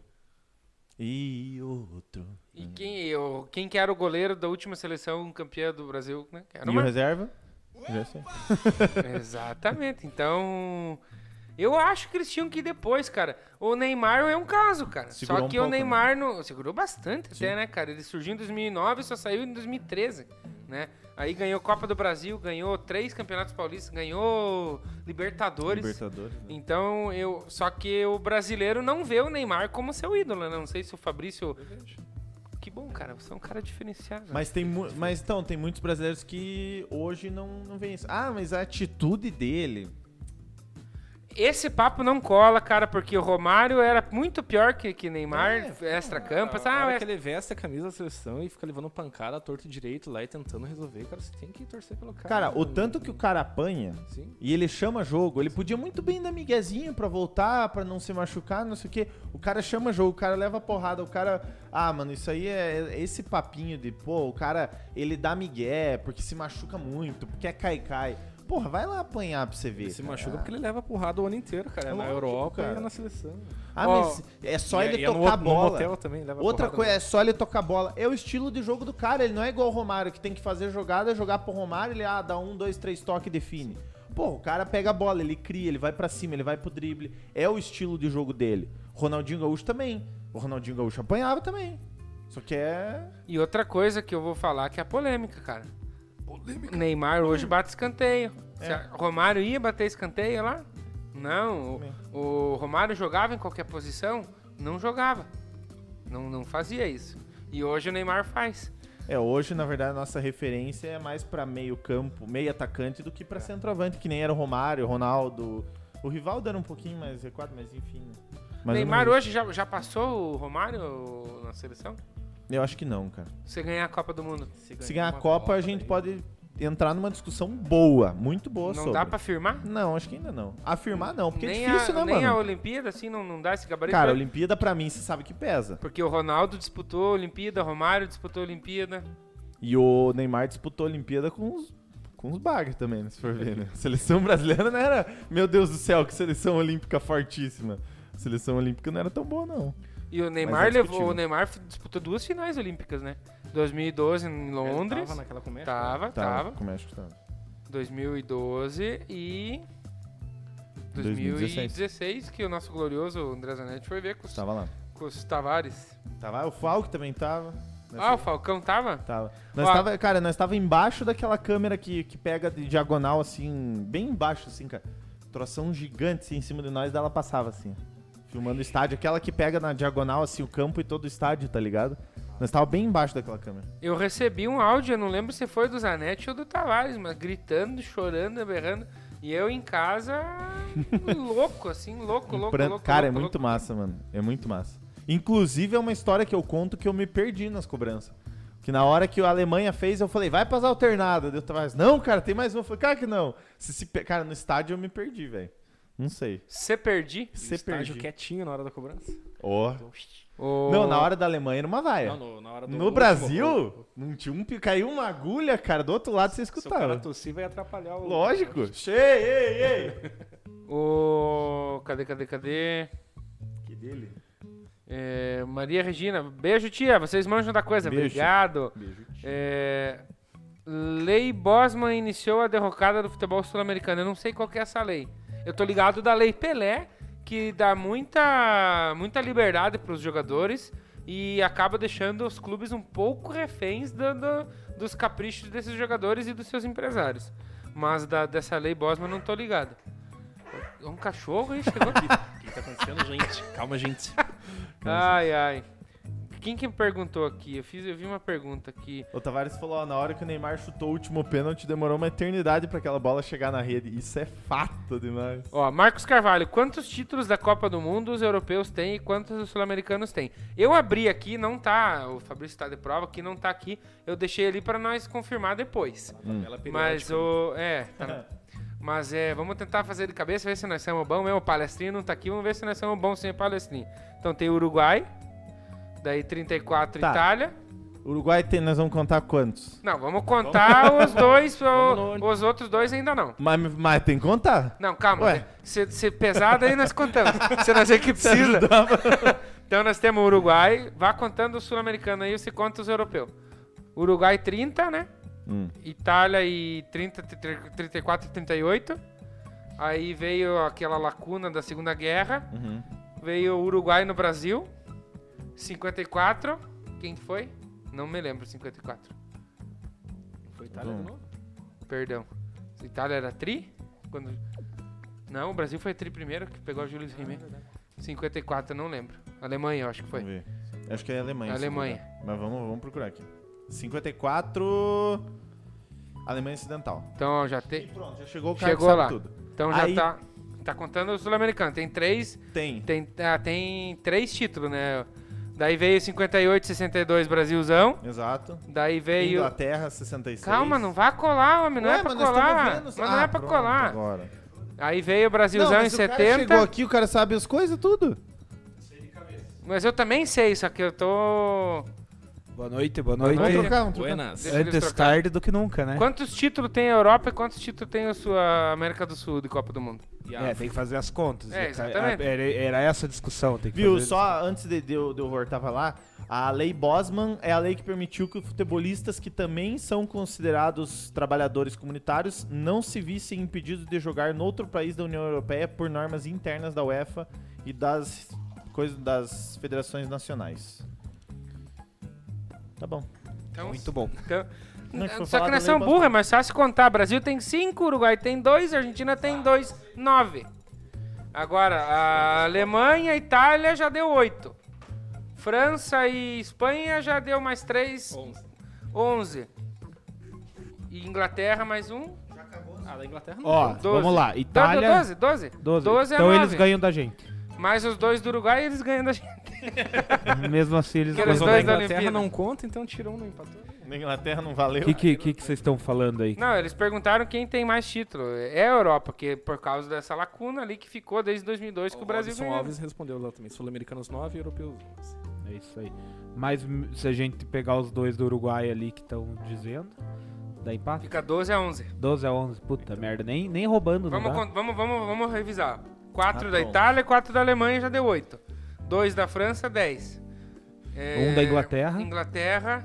[SPEAKER 3] E outro.
[SPEAKER 2] E quem, e o- quem que era o goleiro da última seleção campeã do Brasil, né? Que Era
[SPEAKER 3] e
[SPEAKER 2] o
[SPEAKER 3] o
[SPEAKER 2] Marcos.
[SPEAKER 3] reserva? Rogério Ceni.
[SPEAKER 2] Exatamente. Então, eu acho que eles tinham que ir depois, cara. O Neymar é um caso, cara.
[SPEAKER 3] Segurou
[SPEAKER 2] só
[SPEAKER 3] um
[SPEAKER 2] que o
[SPEAKER 3] pouco, né?
[SPEAKER 2] Neymar no- segurou bastante até, né, cara? Ele surgiu em 2009 e só saiu em 2013, né? Aí ganhou Copa do Brasil, ganhou três Campeonatos Paulistas, ganhou Libertadores.
[SPEAKER 3] Libertadores. né?
[SPEAKER 2] Então, eu. Só que o brasileiro não vê o Neymar como seu ídolo, né? Não sei se o Fabrício. Que bom, cara. Você é um cara diferenciado.
[SPEAKER 3] Mas tem mu- mas então, tem muitos brasileiros que hoje não, não veem isso. Ah, mas a atitude dele.
[SPEAKER 2] Esse papo não cola, cara, porque o Romário era muito pior que, que Neymar, extra-campo.
[SPEAKER 4] A
[SPEAKER 2] Ah,
[SPEAKER 4] hora
[SPEAKER 2] é-
[SPEAKER 4] que ele veste a camisa da seleção e fica levando pancada torto e direito lá e tentando resolver, cara, você tem que torcer pelo cara. né?
[SPEAKER 3] Cara, o tanto que o cara apanha
[SPEAKER 4] Sim.
[SPEAKER 3] e ele chama jogo, ele podia muito bem dar miguezinho pra voltar, pra não se machucar, não sei o quê. O cara chama jogo, o cara leva porrada, o cara. Ah, mano, isso aí é é esse papinho de, pô, o cara ele dá migué porque se machuca muito, porque é cai-cai. Porra, vai lá apanhar pra você ver.
[SPEAKER 4] Ele se
[SPEAKER 3] cara.
[SPEAKER 4] machuca porque ele leva porrada o ano inteiro, cara. É na
[SPEAKER 3] é. Lógico,
[SPEAKER 4] Europa
[SPEAKER 3] cara.
[SPEAKER 4] e é na seleção.
[SPEAKER 3] Ah,
[SPEAKER 2] Ó,
[SPEAKER 3] mas é só
[SPEAKER 4] E é-
[SPEAKER 3] ele
[SPEAKER 4] e é no-
[SPEAKER 3] tocar a
[SPEAKER 4] no
[SPEAKER 3] bola.
[SPEAKER 4] hotel também leva
[SPEAKER 3] Outra
[SPEAKER 4] porrada.
[SPEAKER 3] coisa, é só ele tocar a bola. É o estilo de jogo do cara. Ele não é igual o Romário, que tem que fazer jogada, jogar pro Romário, ele ah, dá um, dois, três toques e define. Pô, o cara pega a bola, ele cria, ele vai pra cima, ele vai pro drible. É o estilo de jogo dele. Ronaldinho Gaúcho também. O Ronaldinho Gaúcho apanhava também. Só que é.
[SPEAKER 2] E outra coisa que eu vou falar que é a polêmica, cara. Polêmica. Neymar hoje bate escanteio. Se a- Romário ia bater escanteio lá? Não. O, o Romário jogava em qualquer posição? Não jogava. Não, não fazia isso. E hoje o Neymar faz.
[SPEAKER 3] É, hoje, na verdade, a nossa referência é mais pra meio campo, meio atacante, do que
[SPEAKER 4] É.
[SPEAKER 3] pra centroavante, que nem era o Romário, o Ronaldo. O Rivaldo era um pouquinho mais recuado, mas enfim. né? Mais ou
[SPEAKER 2] Neymar
[SPEAKER 3] menos.
[SPEAKER 2] hoje já, já passou o Romário na seleção?
[SPEAKER 3] Eu acho que não, cara.
[SPEAKER 2] Você ganhar a Copa do Mundo.
[SPEAKER 3] Se ganhar a Copa, né? a gente pode entrar numa discussão boa, muito boa
[SPEAKER 2] Não
[SPEAKER 3] sobre.
[SPEAKER 2] dá pra afirmar?
[SPEAKER 3] Não, acho que ainda não. Afirmar não, porque
[SPEAKER 2] nem
[SPEAKER 3] é difícil,
[SPEAKER 2] a,
[SPEAKER 3] né,
[SPEAKER 2] nem a
[SPEAKER 3] mano?
[SPEAKER 2] Olimpíada, assim, não, não dá esse gabarito.
[SPEAKER 3] Cara, a Olimpíada pra mim, você sabe que pesa.
[SPEAKER 2] Porque o Ronaldo disputou a Olimpíada, o Romário disputou a Olimpíada.
[SPEAKER 3] E o Neymar disputou a Olimpíada com os com os bagres também, né, se for ver, né? A seleção brasileira não era, meu Deus do céu, que seleção olímpica fortíssima. A seleção olímpica não era tão boa não.
[SPEAKER 2] E o Neymar
[SPEAKER 3] é
[SPEAKER 2] levou,
[SPEAKER 3] discutível.
[SPEAKER 2] o Neymar f- disputou duas finais olímpicas, né? 2012 em Londres. Tá.
[SPEAKER 4] Tava naquela comédia.
[SPEAKER 2] Tava,
[SPEAKER 3] né? Tava,
[SPEAKER 2] tava.
[SPEAKER 3] com o México tava.
[SPEAKER 2] 2012 e
[SPEAKER 3] 2016.
[SPEAKER 2] 2016, que o nosso glorioso André Zanetti foi ver com os,
[SPEAKER 3] Tava lá.
[SPEAKER 2] com os Tavares.
[SPEAKER 3] Tava, o Falco também tava. Nessa-
[SPEAKER 2] Ah, o Falcão tava?
[SPEAKER 3] Tava. Nós
[SPEAKER 2] Ó.
[SPEAKER 3] tava, cara, nós tava embaixo daquela câmera que, que pega de diagonal, assim, bem embaixo, assim, cara. Troção gigante, assim, em cima de nós, dela passava, assim, filmando o estádio. Aquela que pega na diagonal, assim, o campo e todo o estádio, tá ligado? Nós tava bem embaixo daquela câmera.
[SPEAKER 2] Eu recebi um áudio, eu não lembro se foi do Zanetti ou do Tavares, mas gritando, chorando, berrando. E eu em casa, louco, assim, louco, louco,
[SPEAKER 3] Pra-
[SPEAKER 2] louco.
[SPEAKER 3] Cara,
[SPEAKER 2] louco,
[SPEAKER 3] é muito
[SPEAKER 2] louco.
[SPEAKER 3] massa, mano. É muito massa. Inclusive, é uma história que eu conto que eu me perdi nas cobranças. Que na hora que a Alemanha fez, eu falei, vai pras alternadas. Deus tava, não, cara, tem mais um. Eu falei, cara, que não. Se, se pe- cara, no estádio eu me perdi, velho. Não sei.
[SPEAKER 2] Você perdi?
[SPEAKER 3] Você
[SPEAKER 4] estágio
[SPEAKER 3] perdi.
[SPEAKER 4] quietinho na hora da cobrança.
[SPEAKER 3] Ó.
[SPEAKER 2] O-
[SPEAKER 3] Não, na hora da Alemanha era uma vaia.
[SPEAKER 4] Não, no, na hora do
[SPEAKER 3] É. no
[SPEAKER 4] último gol.
[SPEAKER 3] Brasil, não tinha um, pi- caiu uma agulha, cara, do outro lado você
[SPEAKER 4] Se o cara
[SPEAKER 3] escutava.
[SPEAKER 4] tossir, vai atrapalhar o...
[SPEAKER 3] Lógico. Ei, ei, ei.
[SPEAKER 2] O... Cadê, cadê, cadê?
[SPEAKER 3] Que dele.
[SPEAKER 2] É, Maria Regina, beijo, tia. Vocês manjam da coisa.
[SPEAKER 3] Beijo.
[SPEAKER 2] Obrigado.
[SPEAKER 3] Beijo.
[SPEAKER 2] É, lei Bosman iniciou a derrocada do futebol sul-americano. Eu não sei qual que é essa lei. Eu tô ligado da lei Pelé, que dá muita, muita liberdade pros jogadores e acaba deixando os clubes um pouco reféns do- do- dos caprichos desses jogadores e dos seus empresários. Mas da- dessa lei Bosman eu não tô ligado. É um cachorro aí, chegou aqui.
[SPEAKER 4] O que que tá acontecendo, gente? Calma, gente.
[SPEAKER 2] Ai, ai. Quem que me perguntou aqui? Eu, fiz, eu vi uma pergunta aqui.
[SPEAKER 3] O Tavares falou, ó, na hora que o Neymar chutou o último pênalti, demorou uma eternidade pra aquela bola chegar na rede. Isso é fato demais.
[SPEAKER 2] Ó, Marcos Carvalho, quantos títulos da Copa do Mundo os europeus têm e quantos os sul-americanos têm? Eu abri aqui, não tá, o Fabrício tá de prova, que não tá aqui. Eu deixei ali pra nós confirmar depois.
[SPEAKER 4] Ela
[SPEAKER 2] Mas o. É, tá. na- Mas é, vamos tentar fazer de cabeça, ver se nós somos bons mesmo. O Palestrino não tá aqui, vamos ver se nós somos bons sem o Palestrino. Então tem Uruguai, daí 34
[SPEAKER 3] Tá.
[SPEAKER 2] Itália.
[SPEAKER 3] Uruguai tem, nós vamos contar quantos?
[SPEAKER 2] Não, vamos contar os dois, o-
[SPEAKER 4] Vamos no-
[SPEAKER 2] os outros dois ainda não.
[SPEAKER 3] Mas, mas tem que contar.
[SPEAKER 2] Não, calma.
[SPEAKER 3] Ué.
[SPEAKER 2] né? Se, se pesado, aí nós contamos. Se nós ver que precisa. então nós temos Uruguai. Vá contando o sul-americano aí, você conta os europeus. Uruguai 30, né?
[SPEAKER 3] Hum.
[SPEAKER 2] Itália e 30, 30, 34 e 38. Aí veio aquela lacuna da Segunda Guerra.
[SPEAKER 3] Uhum.
[SPEAKER 2] Veio Uruguai no Brasil. 54. Quem que foi? Não me lembro, 54.
[SPEAKER 4] Foi Itália
[SPEAKER 3] Hum.
[SPEAKER 4] de novo?
[SPEAKER 2] Perdão. Itália era tri? Quando... Não, o Brasil foi tri primeiro, que pegou o Júlio
[SPEAKER 3] Ah,
[SPEAKER 2] Rimet. 54, eu não lembro. Alemanha, eu acho que foi.
[SPEAKER 3] Vamos ver. Acho que é Alemanha.
[SPEAKER 2] Alemanha.
[SPEAKER 3] se não me engano. Mas vamos, vamos procurar aqui. 54... Alemanha Ocidental.
[SPEAKER 2] Então ó, já
[SPEAKER 3] E
[SPEAKER 2] tem.
[SPEAKER 3] pronto, já chegou o cara
[SPEAKER 2] Chegou
[SPEAKER 3] que sabe
[SPEAKER 2] lá.
[SPEAKER 3] tudo.
[SPEAKER 2] Então já
[SPEAKER 3] Aí-
[SPEAKER 2] tá. Tá contando o sul-americano. Tem três.
[SPEAKER 3] Tem.
[SPEAKER 2] Tem, ah, tem três títulos, né? Daí veio 58, 62 Brasilzão.
[SPEAKER 3] Exato.
[SPEAKER 2] Daí veio.
[SPEAKER 3] Inglaterra, 66.
[SPEAKER 2] Calma, não vai colar, homem. Não
[SPEAKER 3] Ué,
[SPEAKER 2] é pra
[SPEAKER 3] mas nós estamos
[SPEAKER 2] colar.
[SPEAKER 3] vendo-
[SPEAKER 2] Mas
[SPEAKER 3] Ah,
[SPEAKER 2] não é pra
[SPEAKER 3] pronto,
[SPEAKER 2] colar.
[SPEAKER 3] Agora.
[SPEAKER 2] Aí veio o Brasilzão
[SPEAKER 3] Não,
[SPEAKER 2] em
[SPEAKER 3] mas o cara
[SPEAKER 2] 70.
[SPEAKER 3] chegou aqui, o cara sabe as coisas, tudo.
[SPEAKER 2] Mas eu também sei, só que eu tô.
[SPEAKER 5] Boa noite, boa
[SPEAKER 2] Boa
[SPEAKER 5] noite.
[SPEAKER 3] Vamos
[SPEAKER 2] noite.
[SPEAKER 3] trocar, É, vamos trocar.
[SPEAKER 4] Buenas.
[SPEAKER 2] Deixa eles
[SPEAKER 5] Antes
[SPEAKER 2] trocar.
[SPEAKER 5] tarde do que nunca, né?
[SPEAKER 2] Quantos títulos tem a Europa e quantos títulos tem a sua América do Sul de Copa do Mundo?
[SPEAKER 4] E a-
[SPEAKER 5] É, tem que fazer as contas.
[SPEAKER 2] É,
[SPEAKER 5] A- a-
[SPEAKER 2] exatamente.
[SPEAKER 5] Era, era essa a discussão. Tem que
[SPEAKER 3] Viu,
[SPEAKER 5] fazer-
[SPEAKER 3] só antes de, de, eu- de eu voltar pra lá, a lei Bosman é a lei que permitiu que futebolistas que também são considerados trabalhadores comunitários não se vissem impedidos de jogar noutro país da União Europeia por normas internas da UEFA e das coisas das federações nacionais. Tá bom.
[SPEAKER 2] Então,
[SPEAKER 5] Muito bom.
[SPEAKER 2] Então,
[SPEAKER 3] Não, que foi
[SPEAKER 2] só
[SPEAKER 3] falado
[SPEAKER 2] que nós
[SPEAKER 3] da
[SPEAKER 2] somos
[SPEAKER 3] Lei
[SPEAKER 2] burros, é mais fácil contar. Brasil tem cinco, Uruguai tem dois, Argentina tem dois, nove. Agora, a Alemanha, Itália já deu oito. França e Espanha já deu mais três,
[SPEAKER 4] Onze.
[SPEAKER 2] onze. E Inglaterra mais um.
[SPEAKER 4] Ah, da Inglaterra não.
[SPEAKER 5] Ó,
[SPEAKER 2] Doze.
[SPEAKER 5] vamos lá.
[SPEAKER 2] Não,
[SPEAKER 5] Itália.
[SPEAKER 2] Doze, doze.
[SPEAKER 5] 12.
[SPEAKER 2] Doze é
[SPEAKER 5] então
[SPEAKER 2] nove.
[SPEAKER 5] eles ganham da gente.
[SPEAKER 2] Mais os dois do Uruguai, eles ganham da gente.
[SPEAKER 5] Mesmo assim, eles ganham
[SPEAKER 2] Aqueles dois
[SPEAKER 4] Mas o da
[SPEAKER 2] da
[SPEAKER 4] Inglaterra
[SPEAKER 2] Olimpíada.
[SPEAKER 4] não conta, então tirou um, não empatou.
[SPEAKER 3] Na Inglaterra não valeu.
[SPEAKER 5] O que, que, que, que vocês estão falando aí?
[SPEAKER 2] Não, eles perguntaram quem tem mais título. É a Europa, que por causa dessa lacuna ali que ficou desde 2002 que o Brasil
[SPEAKER 4] Robson
[SPEAKER 2] ganhou.
[SPEAKER 4] Alves respondeu lá também. Sul-Americanos 9 e europeus 11.
[SPEAKER 5] É isso aí. Mas m- se a gente pegar os dois do Uruguai ali que estão dizendo, dá empate?
[SPEAKER 2] Fica 12 a 11.
[SPEAKER 5] 12 a 11, puta merda, nem, nem roubando não
[SPEAKER 2] Vamos,
[SPEAKER 5] dá.
[SPEAKER 2] con- vamos, vamos, vamos revisar. 4
[SPEAKER 3] Ah,
[SPEAKER 2] da
[SPEAKER 3] pronto.
[SPEAKER 2] Itália, 4 da Alemanha, já deu 8. 2 da França, 10. É,
[SPEAKER 5] Um da Inglaterra.
[SPEAKER 2] Inglaterra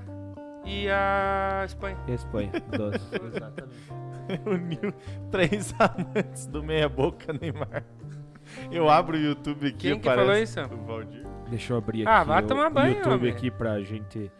[SPEAKER 2] e a Espanha.
[SPEAKER 5] E a Espanha, 12. Exatamente.
[SPEAKER 3] Uniu três amantes do meia boca, Neymar. Eu abro o YouTube aqui,
[SPEAKER 2] Quem que
[SPEAKER 3] aparece
[SPEAKER 2] falou isso?
[SPEAKER 3] o Valdir.
[SPEAKER 5] Deixa eu abrir aqui
[SPEAKER 2] Ah, vá
[SPEAKER 5] o
[SPEAKER 2] tomar banho,
[SPEAKER 5] YouTube
[SPEAKER 2] homem.
[SPEAKER 5] aqui pra gente...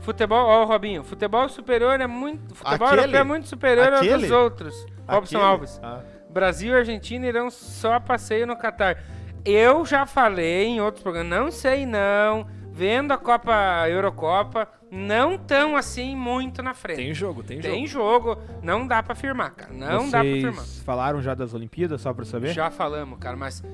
[SPEAKER 2] Futebol, ó, o Robinho. Futebol superior é muito. Futebol
[SPEAKER 3] Aquele?
[SPEAKER 2] europeu é muito superior ao dos
[SPEAKER 3] Aquele?
[SPEAKER 2] outros. Robson
[SPEAKER 3] Aquele-
[SPEAKER 2] Alves.
[SPEAKER 3] Ah.
[SPEAKER 2] Brasil e Argentina irão só a passeio no Catar. Eu já falei em outros programas, não sei não. vendo a Copa a Eurocopa, não tão assim muito na frente.
[SPEAKER 4] Tem jogo, tem,
[SPEAKER 2] Tem
[SPEAKER 4] jogo.
[SPEAKER 2] jogo, não dá pra afirmar, cara. Não dá pra
[SPEAKER 5] Vocês
[SPEAKER 2] afirmar.
[SPEAKER 5] falaram já das Olimpíadas, só pra saber?
[SPEAKER 2] Já falamos, cara, mas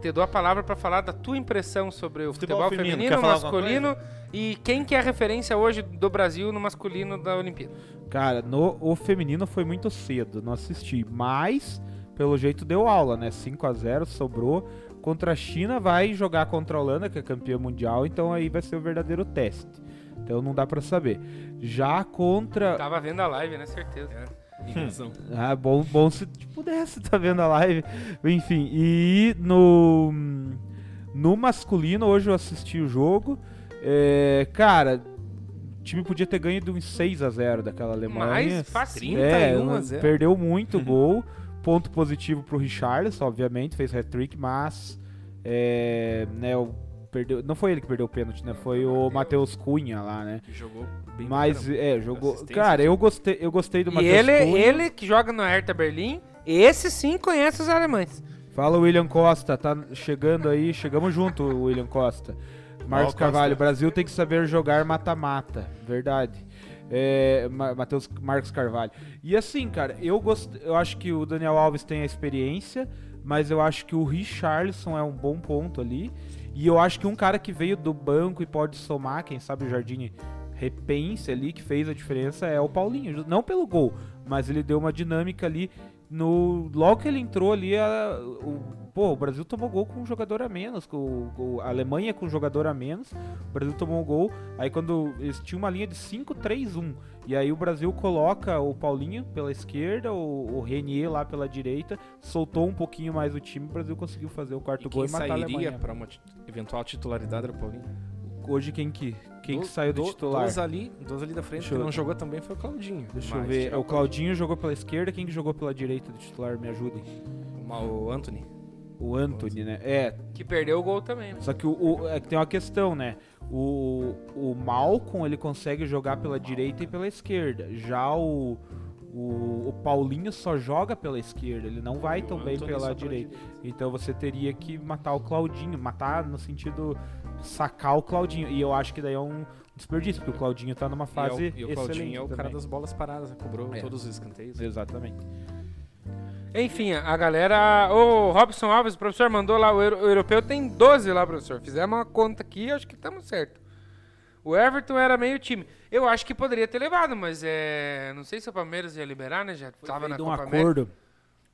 [SPEAKER 2] te dou a palavra pra falar da tua impressão sobre o futebol,
[SPEAKER 3] Futebol feminino,
[SPEAKER 2] feminino,
[SPEAKER 3] quer falar alguma
[SPEAKER 2] masculino e quem que é a referência hoje do Brasil no masculino da Olimpíada.
[SPEAKER 5] Cara, no, o feminino foi muito cedo, não assisti. Mas, pelo jeito, deu aula, né? 5 a 0 sobrou. Contra a China, vai jogar contra a Holanda, que é campeã mundial. Então aí vai ser o verdadeiro teste. Então não dá pra saber. Já contra.
[SPEAKER 2] Tava vendo a live, né? Certeza.
[SPEAKER 4] É. Tem razão.
[SPEAKER 5] Ah, bom, bom se te pudesse, tá vendo a live. Enfim, e no. No masculino, hoje eu assisti o jogo. É, cara, o time podia ter ganho de uns 6 a 0 daquela Alemanha.
[SPEAKER 2] Mas facinho.
[SPEAKER 4] 30
[SPEAKER 5] É,
[SPEAKER 4] 31 a
[SPEAKER 5] um-
[SPEAKER 4] 0.
[SPEAKER 5] perdeu
[SPEAKER 4] Uhum.
[SPEAKER 5] muito gol. Ponto positivo pro Richarlison, obviamente, fez hat-trick, mas é, né, o- perdeu, não foi ele que perdeu o pênalti, né? Foi o Matheus Cunha lá, né?
[SPEAKER 4] Que jogou bem pra
[SPEAKER 5] Mas
[SPEAKER 4] caramba.
[SPEAKER 5] é, jogou,
[SPEAKER 4] Assistência,
[SPEAKER 5] cara,
[SPEAKER 4] assim.
[SPEAKER 5] eu gostei, eu gostei do
[SPEAKER 2] E
[SPEAKER 5] Matheus
[SPEAKER 2] ele,
[SPEAKER 5] Cunha.
[SPEAKER 2] ele que joga no Hertha Berlim, esse sim conhece os alemães.
[SPEAKER 5] Fala William Costa, tá chegando aí, chegamos junto, William Costa. Marcos
[SPEAKER 3] Ó, Costa.
[SPEAKER 5] Carvalho, Brasil tem que saber jogar mata-mata, verdade. É, Ma- Matheus Marcos Carvalho. E assim, cara, eu gosto, eu acho que o Daniel Alves tem a experiência, mas eu acho que o Richarlison é um bom ponto ali. E eu acho que um cara que veio do banco e pode somar, quem sabe o Jardine repense ali, que fez a diferença, é o Paulinho. Não pelo gol, mas ele deu uma dinâmica ali. No, logo que ele entrou ali, a- o, pô, o Brasil tomou gol com um jogador a menos, com, com- a Alemanha com um jogador a menos, o Brasil tomou um gol, aí quando eles tinham uma linha de 5-3-1, e aí o Brasil coloca o Paulinho pela esquerda, o, o Renier lá pela direita, soltou um pouquinho mais o time, o Brasil conseguiu fazer o quarto
[SPEAKER 4] E
[SPEAKER 5] gol
[SPEAKER 4] quem
[SPEAKER 5] e matar a Alemanha.
[SPEAKER 4] sairia pra uma tit- eventual titularidade era o Paulinho.
[SPEAKER 5] Hoje quem que, quem que
[SPEAKER 4] Do-
[SPEAKER 5] saiu do,
[SPEAKER 4] do-
[SPEAKER 5] titular?
[SPEAKER 4] Dois ali, dois ali da frente,
[SPEAKER 5] Deixa
[SPEAKER 4] que
[SPEAKER 5] eu-
[SPEAKER 4] não jogou também foi o Claudinho.
[SPEAKER 5] Deixa eu
[SPEAKER 4] Mas
[SPEAKER 5] ver. é
[SPEAKER 4] tirou
[SPEAKER 5] O Claudinho jogou pela esquerda, quem que jogou pela direita do titular? Me ajudem.
[SPEAKER 4] Ma- O Anthony.
[SPEAKER 5] O Anthony, né? É,
[SPEAKER 2] Que perdeu o gol também. né?
[SPEAKER 5] só que o, o- é que tem uma questão, né? O, o Malcom, ele consegue jogar pela direita e pela esquerda. Já o, o, o Paulinho só joga pela esquerda, ele não vai
[SPEAKER 4] E o
[SPEAKER 5] tão bem
[SPEAKER 4] Anthony só
[SPEAKER 5] pela
[SPEAKER 4] pela
[SPEAKER 5] direita. Então você teria que matar o Claudinho, matar no sentido sacar o Claudinho. E eu acho que daí é um desperdício, porque o Claudinho tá numa fase
[SPEAKER 4] e é o, e o Claudinho
[SPEAKER 5] excelente
[SPEAKER 4] é o cara
[SPEAKER 5] também.
[SPEAKER 4] das bolas paradas, né? cobrou
[SPEAKER 5] É.
[SPEAKER 4] todos os escanteios.
[SPEAKER 5] Exatamente.
[SPEAKER 2] Enfim, a galera. O Robson Alves, o professor, mandou lá. O, euro- o europeu tem 12 lá, professor. Fizemos uma conta aqui acho que estamos certo. O Everton era meio time. Eu acho que poderia ter levado, mas é. Não sei se o Palmeiras ia liberar, né? Já tava na
[SPEAKER 5] feito um
[SPEAKER 2] Copa América.
[SPEAKER 5] acordo.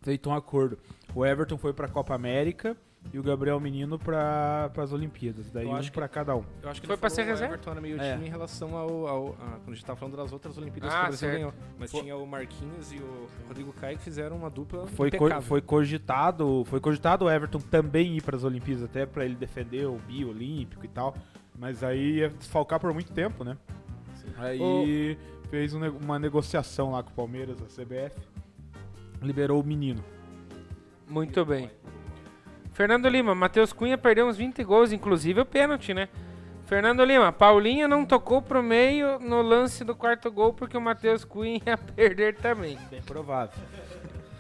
[SPEAKER 5] Feito um acordo. O Everton foi pra Copa América e o Gabriel Menino pra, pras Olimpíadas. Daí
[SPEAKER 4] Eu
[SPEAKER 5] um
[SPEAKER 4] acho que-
[SPEAKER 5] pra cada um.
[SPEAKER 4] Eu acho que
[SPEAKER 2] Foi
[SPEAKER 4] ele
[SPEAKER 2] pra
[SPEAKER 4] falou
[SPEAKER 2] ser reserva?
[SPEAKER 4] O Everton era meio
[SPEAKER 5] É.
[SPEAKER 4] time em relação ao, ao- a- quando a gente tava falando das outras
[SPEAKER 2] Ah,
[SPEAKER 4] Olimpíadas que o Brasil
[SPEAKER 2] certo.
[SPEAKER 4] ganhou. Mas
[SPEAKER 2] Foi-
[SPEAKER 4] tinha o Marquinhos e o Rodrigo Caio que fizeram uma dupla
[SPEAKER 5] Foi, co-
[SPEAKER 4] impecável.
[SPEAKER 5] foi cogitado, foi cogitado o Everton também ir pras Olimpíadas até pra ele defender o bi olímpico e tal, mas aí ia desfalcar por muito tempo, né? Aí fez um ne- uma negociação lá com o Palmeiras, a CBF, liberou o menino.
[SPEAKER 2] Muito bem. Fernando Lima, Matheus Cunha perdeu uns 20 gols, inclusive o pênalti, né? Fernando Lima, Paulinha não tocou pro meio no lance do quarto gol porque o Matheus Cunha ia perder também.
[SPEAKER 5] Bem provável.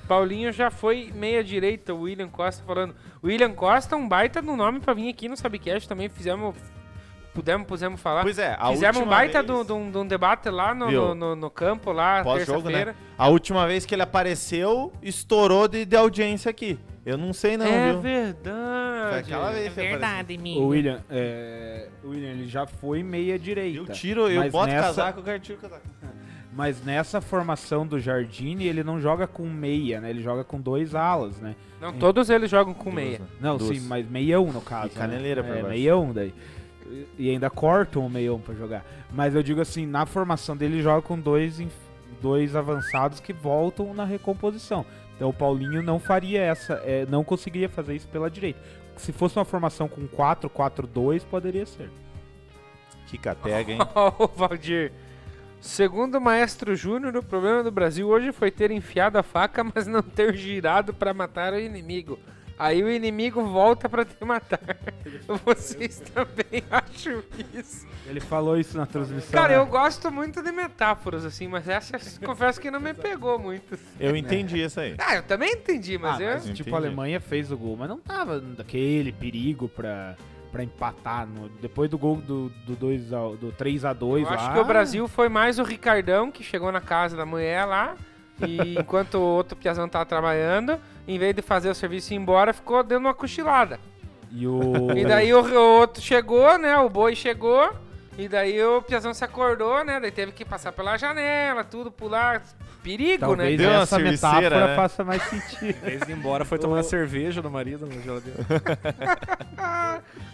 [SPEAKER 2] Paulinho já foi meia direita, o William Costa falando. William Costa, um baita do nome pra vir aqui no Sabcast também, fizemos. Pudemos, pusemos falar.
[SPEAKER 3] Pois é, a
[SPEAKER 2] fizemos um
[SPEAKER 3] última
[SPEAKER 2] baita
[SPEAKER 3] vez-
[SPEAKER 2] de um- de um de um debate lá no,
[SPEAKER 3] Viu?
[SPEAKER 2] no, no- no campo, lá
[SPEAKER 3] Pós-jogo,
[SPEAKER 2] terça-feira.
[SPEAKER 3] né? A última vez que ele apareceu, estourou de, de audiência aqui. Eu não sei não,
[SPEAKER 2] é
[SPEAKER 3] viu?
[SPEAKER 2] verdade.
[SPEAKER 3] Foi aquela vez que verdade.
[SPEAKER 5] O William, é, o William, ele já foi meia direita.
[SPEAKER 3] Eu tiro, eu
[SPEAKER 5] mas
[SPEAKER 3] boto
[SPEAKER 5] nessa-
[SPEAKER 3] casaco, eu quero tiro o casaco.
[SPEAKER 5] Mas nessa formação do Jardine, ele não joga com meia, né? Ele joga com dois alas, né?
[SPEAKER 2] Não, todos né? eles jogam com meia.
[SPEAKER 5] Não,
[SPEAKER 3] Duas.
[SPEAKER 5] sim, mas meião no caso.
[SPEAKER 3] E caneleira
[SPEAKER 5] né?
[SPEAKER 3] pra
[SPEAKER 5] é,
[SPEAKER 3] baixo.
[SPEAKER 5] meião daí. E ainda cortam o meião pra jogar. Mas eu digo assim, na formação dele, ele joga com dois, inf- dois avançados que voltam na recomposição. Então o Paulinho não faria essa, é, não conseguiria fazer isso pela direita. Se fosse uma formação com 4-4-2, poderia ser.
[SPEAKER 3] Que catega, hein?
[SPEAKER 2] Ó, o Valdir. Segundo o maestro Júnior, o problema do Brasil hoje foi ter enfiado a faca, mas não ter girado pra matar o inimigo. Aí o inimigo volta pra te matar. Vocês também acham isso?
[SPEAKER 5] Ele falou isso na transmissão.
[SPEAKER 2] Cara,
[SPEAKER 5] né?
[SPEAKER 2] eu gosto muito de metáforas, assim, mas essa confesso que não me pegou muito.
[SPEAKER 3] Eu entendi isso aí.
[SPEAKER 2] Ah, eu também entendi, mas
[SPEAKER 5] Ah,
[SPEAKER 2] eu.
[SPEAKER 5] mas, tipo,
[SPEAKER 3] Entendi.
[SPEAKER 5] a Alemanha fez o gol, mas não tava daquele perigo pra, pra empatar. no- depois do gol do, do, dois ao- do 3x2
[SPEAKER 2] Eu
[SPEAKER 5] lá.
[SPEAKER 2] acho que o Brasil foi mais o Ricardão, que chegou na casa da mulher lá, e enquanto o outro piazão tava trabalhando, em vez de fazer o serviço e ir embora, ficou dando uma cochilada.
[SPEAKER 5] E o.
[SPEAKER 2] E
[SPEAKER 3] né?
[SPEAKER 2] daí o, o outro chegou, né? O boi chegou. E daí o Piazão se acordou, né? Daí teve que passar pela janela, tudo pular. Perigo,
[SPEAKER 5] Talvez
[SPEAKER 2] né?
[SPEAKER 3] Deu uma
[SPEAKER 5] essa
[SPEAKER 3] serviceira,
[SPEAKER 5] metáfora
[SPEAKER 3] né?
[SPEAKER 5] faça mais sentido.
[SPEAKER 4] Em vez de ir embora, foi tomar cerveja do marido na geladeira.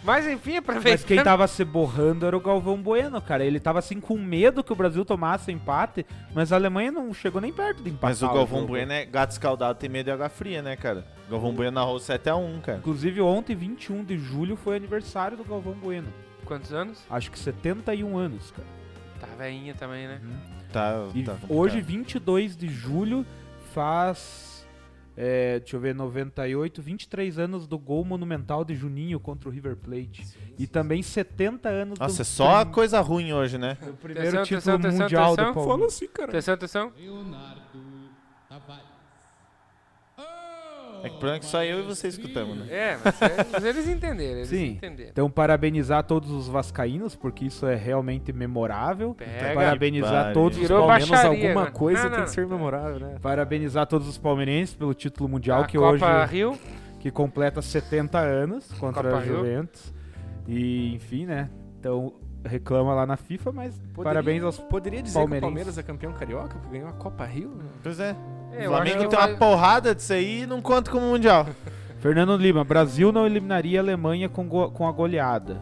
[SPEAKER 2] Mas enfim, aproveitando.
[SPEAKER 5] Mas quem tá- tava se borrando era o Galvão Bueno, cara. Ele tava assim com medo que o Brasil tomasse empate, mas a Alemanha não chegou nem perto de empatar.
[SPEAKER 3] Mas o Galvão
[SPEAKER 5] jogo.
[SPEAKER 3] Bueno é gato escaldado, tem medo de água fria, né, cara? Galvão Bueno narrou 7x1, cara.
[SPEAKER 5] Inclusive, ontem, 21 de julho, foi aniversário do Galvão Bueno.
[SPEAKER 2] Quantos anos?
[SPEAKER 5] Acho que 71 anos, cara.
[SPEAKER 2] Tá veinha também, né?
[SPEAKER 5] Uhum.
[SPEAKER 3] Tá,
[SPEAKER 5] E
[SPEAKER 3] tá
[SPEAKER 5] hoje,
[SPEAKER 3] complicado.
[SPEAKER 5] 22 de julho, faz. é, deixa eu ver, 98, 23 anos do gol monumental de Juninho contra o River Plate. e também 70 anos
[SPEAKER 3] Nossa,
[SPEAKER 5] do,
[SPEAKER 3] é só
[SPEAKER 5] prim-
[SPEAKER 3] coisa ruim hoje, né?
[SPEAKER 5] do primeiro
[SPEAKER 2] Atenção,
[SPEAKER 5] título
[SPEAKER 2] atenção, atenção,
[SPEAKER 5] mundial
[SPEAKER 2] atenção.
[SPEAKER 5] do Palmeiras.
[SPEAKER 4] assim, cara.
[SPEAKER 2] Atenção, atenção.
[SPEAKER 3] É que o problema é que só eu e você escutamos, né?
[SPEAKER 2] É, mas, é, mas eles entenderam, eles
[SPEAKER 5] Sim.
[SPEAKER 2] entenderam.
[SPEAKER 5] Então, parabenizar todos os vascaínos, porque isso é realmente memorável.
[SPEAKER 2] Pega.
[SPEAKER 5] parabenizar
[SPEAKER 3] Que
[SPEAKER 5] todos os
[SPEAKER 2] Virou
[SPEAKER 4] Pelo menos
[SPEAKER 2] baixaria,
[SPEAKER 4] alguma
[SPEAKER 2] né?
[SPEAKER 4] coisa
[SPEAKER 2] Não,
[SPEAKER 4] tem
[SPEAKER 2] não.
[SPEAKER 4] que ser memorável, né?
[SPEAKER 5] Parabenizar todos os palmeirenses pelo título mundial
[SPEAKER 2] A
[SPEAKER 5] que
[SPEAKER 2] Copa
[SPEAKER 5] hoje
[SPEAKER 2] Rio.
[SPEAKER 5] que completa 70 anos contra
[SPEAKER 2] Copa
[SPEAKER 5] a
[SPEAKER 2] Rio.
[SPEAKER 5] Juventus. E enfim, né? Então reclama lá na FIFA, mas parabéns aos
[SPEAKER 4] Poderia dizer que o
[SPEAKER 5] palmeirenses.
[SPEAKER 4] Palmeiras é campeão carioca, porque ganhou a Copa Rio? né?
[SPEAKER 3] Pois é.
[SPEAKER 2] É,
[SPEAKER 3] o
[SPEAKER 2] eu acho
[SPEAKER 3] Flamengo
[SPEAKER 2] que
[SPEAKER 3] tem
[SPEAKER 2] vai-
[SPEAKER 3] uma porrada disso aí e não conta como Mundial.
[SPEAKER 5] Fernando Lima, Brasil não eliminaria a Alemanha com, go- com a goleada.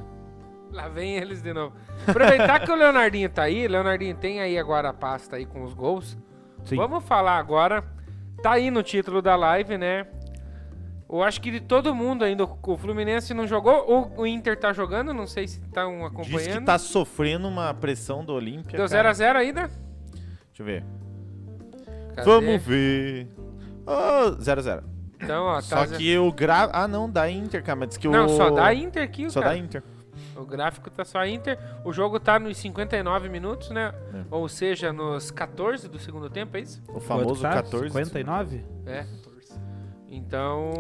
[SPEAKER 2] Lá vem eles de novo. Aproveitar que o Leonardinho tá aí, Leonardinho tem aí agora a pasta aí com os gols.
[SPEAKER 5] Sim.
[SPEAKER 2] Vamos falar agora. Tá aí no título da live, né? Eu acho que de todo mundo ainda, o Fluminense não jogou, o, o Inter tá jogando, não sei se estão
[SPEAKER 3] Diz que
[SPEAKER 2] acompanhando.
[SPEAKER 3] tá sofrendo uma pressão do Olímpia.
[SPEAKER 2] Deu 0x0
[SPEAKER 3] cara.
[SPEAKER 2] ainda?
[SPEAKER 3] Deixa eu ver.
[SPEAKER 2] Cadê?
[SPEAKER 3] Vamos ver. Ô, 0x0.
[SPEAKER 2] Então, ó, tá
[SPEAKER 3] Só
[SPEAKER 2] ze-
[SPEAKER 3] que o gra... Ah, não, dá Inter, cara. Mas diz que
[SPEAKER 2] Não,
[SPEAKER 3] o...
[SPEAKER 2] só dá Inter aqui,
[SPEAKER 3] Só
[SPEAKER 2] cara.
[SPEAKER 3] dá Inter.
[SPEAKER 2] O gráfico tá só Inter. O jogo tá nos 59 minutos, né?
[SPEAKER 3] É.
[SPEAKER 2] Ou seja, nos 14 do segundo tempo, é isso?
[SPEAKER 3] O
[SPEAKER 5] Quanto
[SPEAKER 3] famoso
[SPEAKER 5] tá?
[SPEAKER 3] 14.
[SPEAKER 5] 59?
[SPEAKER 2] É. Então,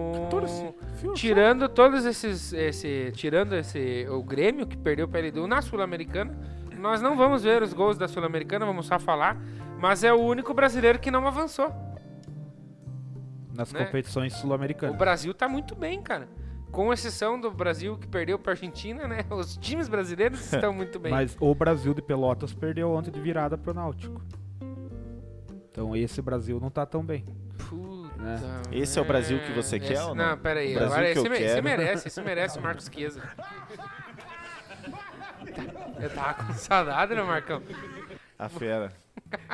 [SPEAKER 2] tirando todos esses, esse, tirando esse o Grêmio que perdeu para L2 na Sul-Americana, nós não vamos ver os gols da Sul-Americana, vamos só falar, mas é o único brasileiro que não avançou.
[SPEAKER 5] Nas
[SPEAKER 2] Né?
[SPEAKER 5] competições
[SPEAKER 2] O
[SPEAKER 5] sul-americanas.
[SPEAKER 2] Brasil tá muito bem, cara. Com exceção do Brasil que perdeu para Argentina, né? Os times brasileiros estão muito bem.
[SPEAKER 5] Mas o Brasil de Pelotas perdeu ontem de virada pro Náutico. Então esse Brasil não tá tão bem.
[SPEAKER 2] Puta
[SPEAKER 5] né?
[SPEAKER 3] Esse é o Brasil que você
[SPEAKER 2] merda.
[SPEAKER 3] quer
[SPEAKER 2] Esse-
[SPEAKER 3] ou não?
[SPEAKER 2] Não, pera aí.
[SPEAKER 3] O Brasil
[SPEAKER 2] Agora
[SPEAKER 3] que
[SPEAKER 2] esse,
[SPEAKER 3] eu
[SPEAKER 2] me- esse
[SPEAKER 3] quero.
[SPEAKER 2] merece, esse merece o Marcos Chiesa. Eu tava com saudade, né, Marcão?
[SPEAKER 3] A fera.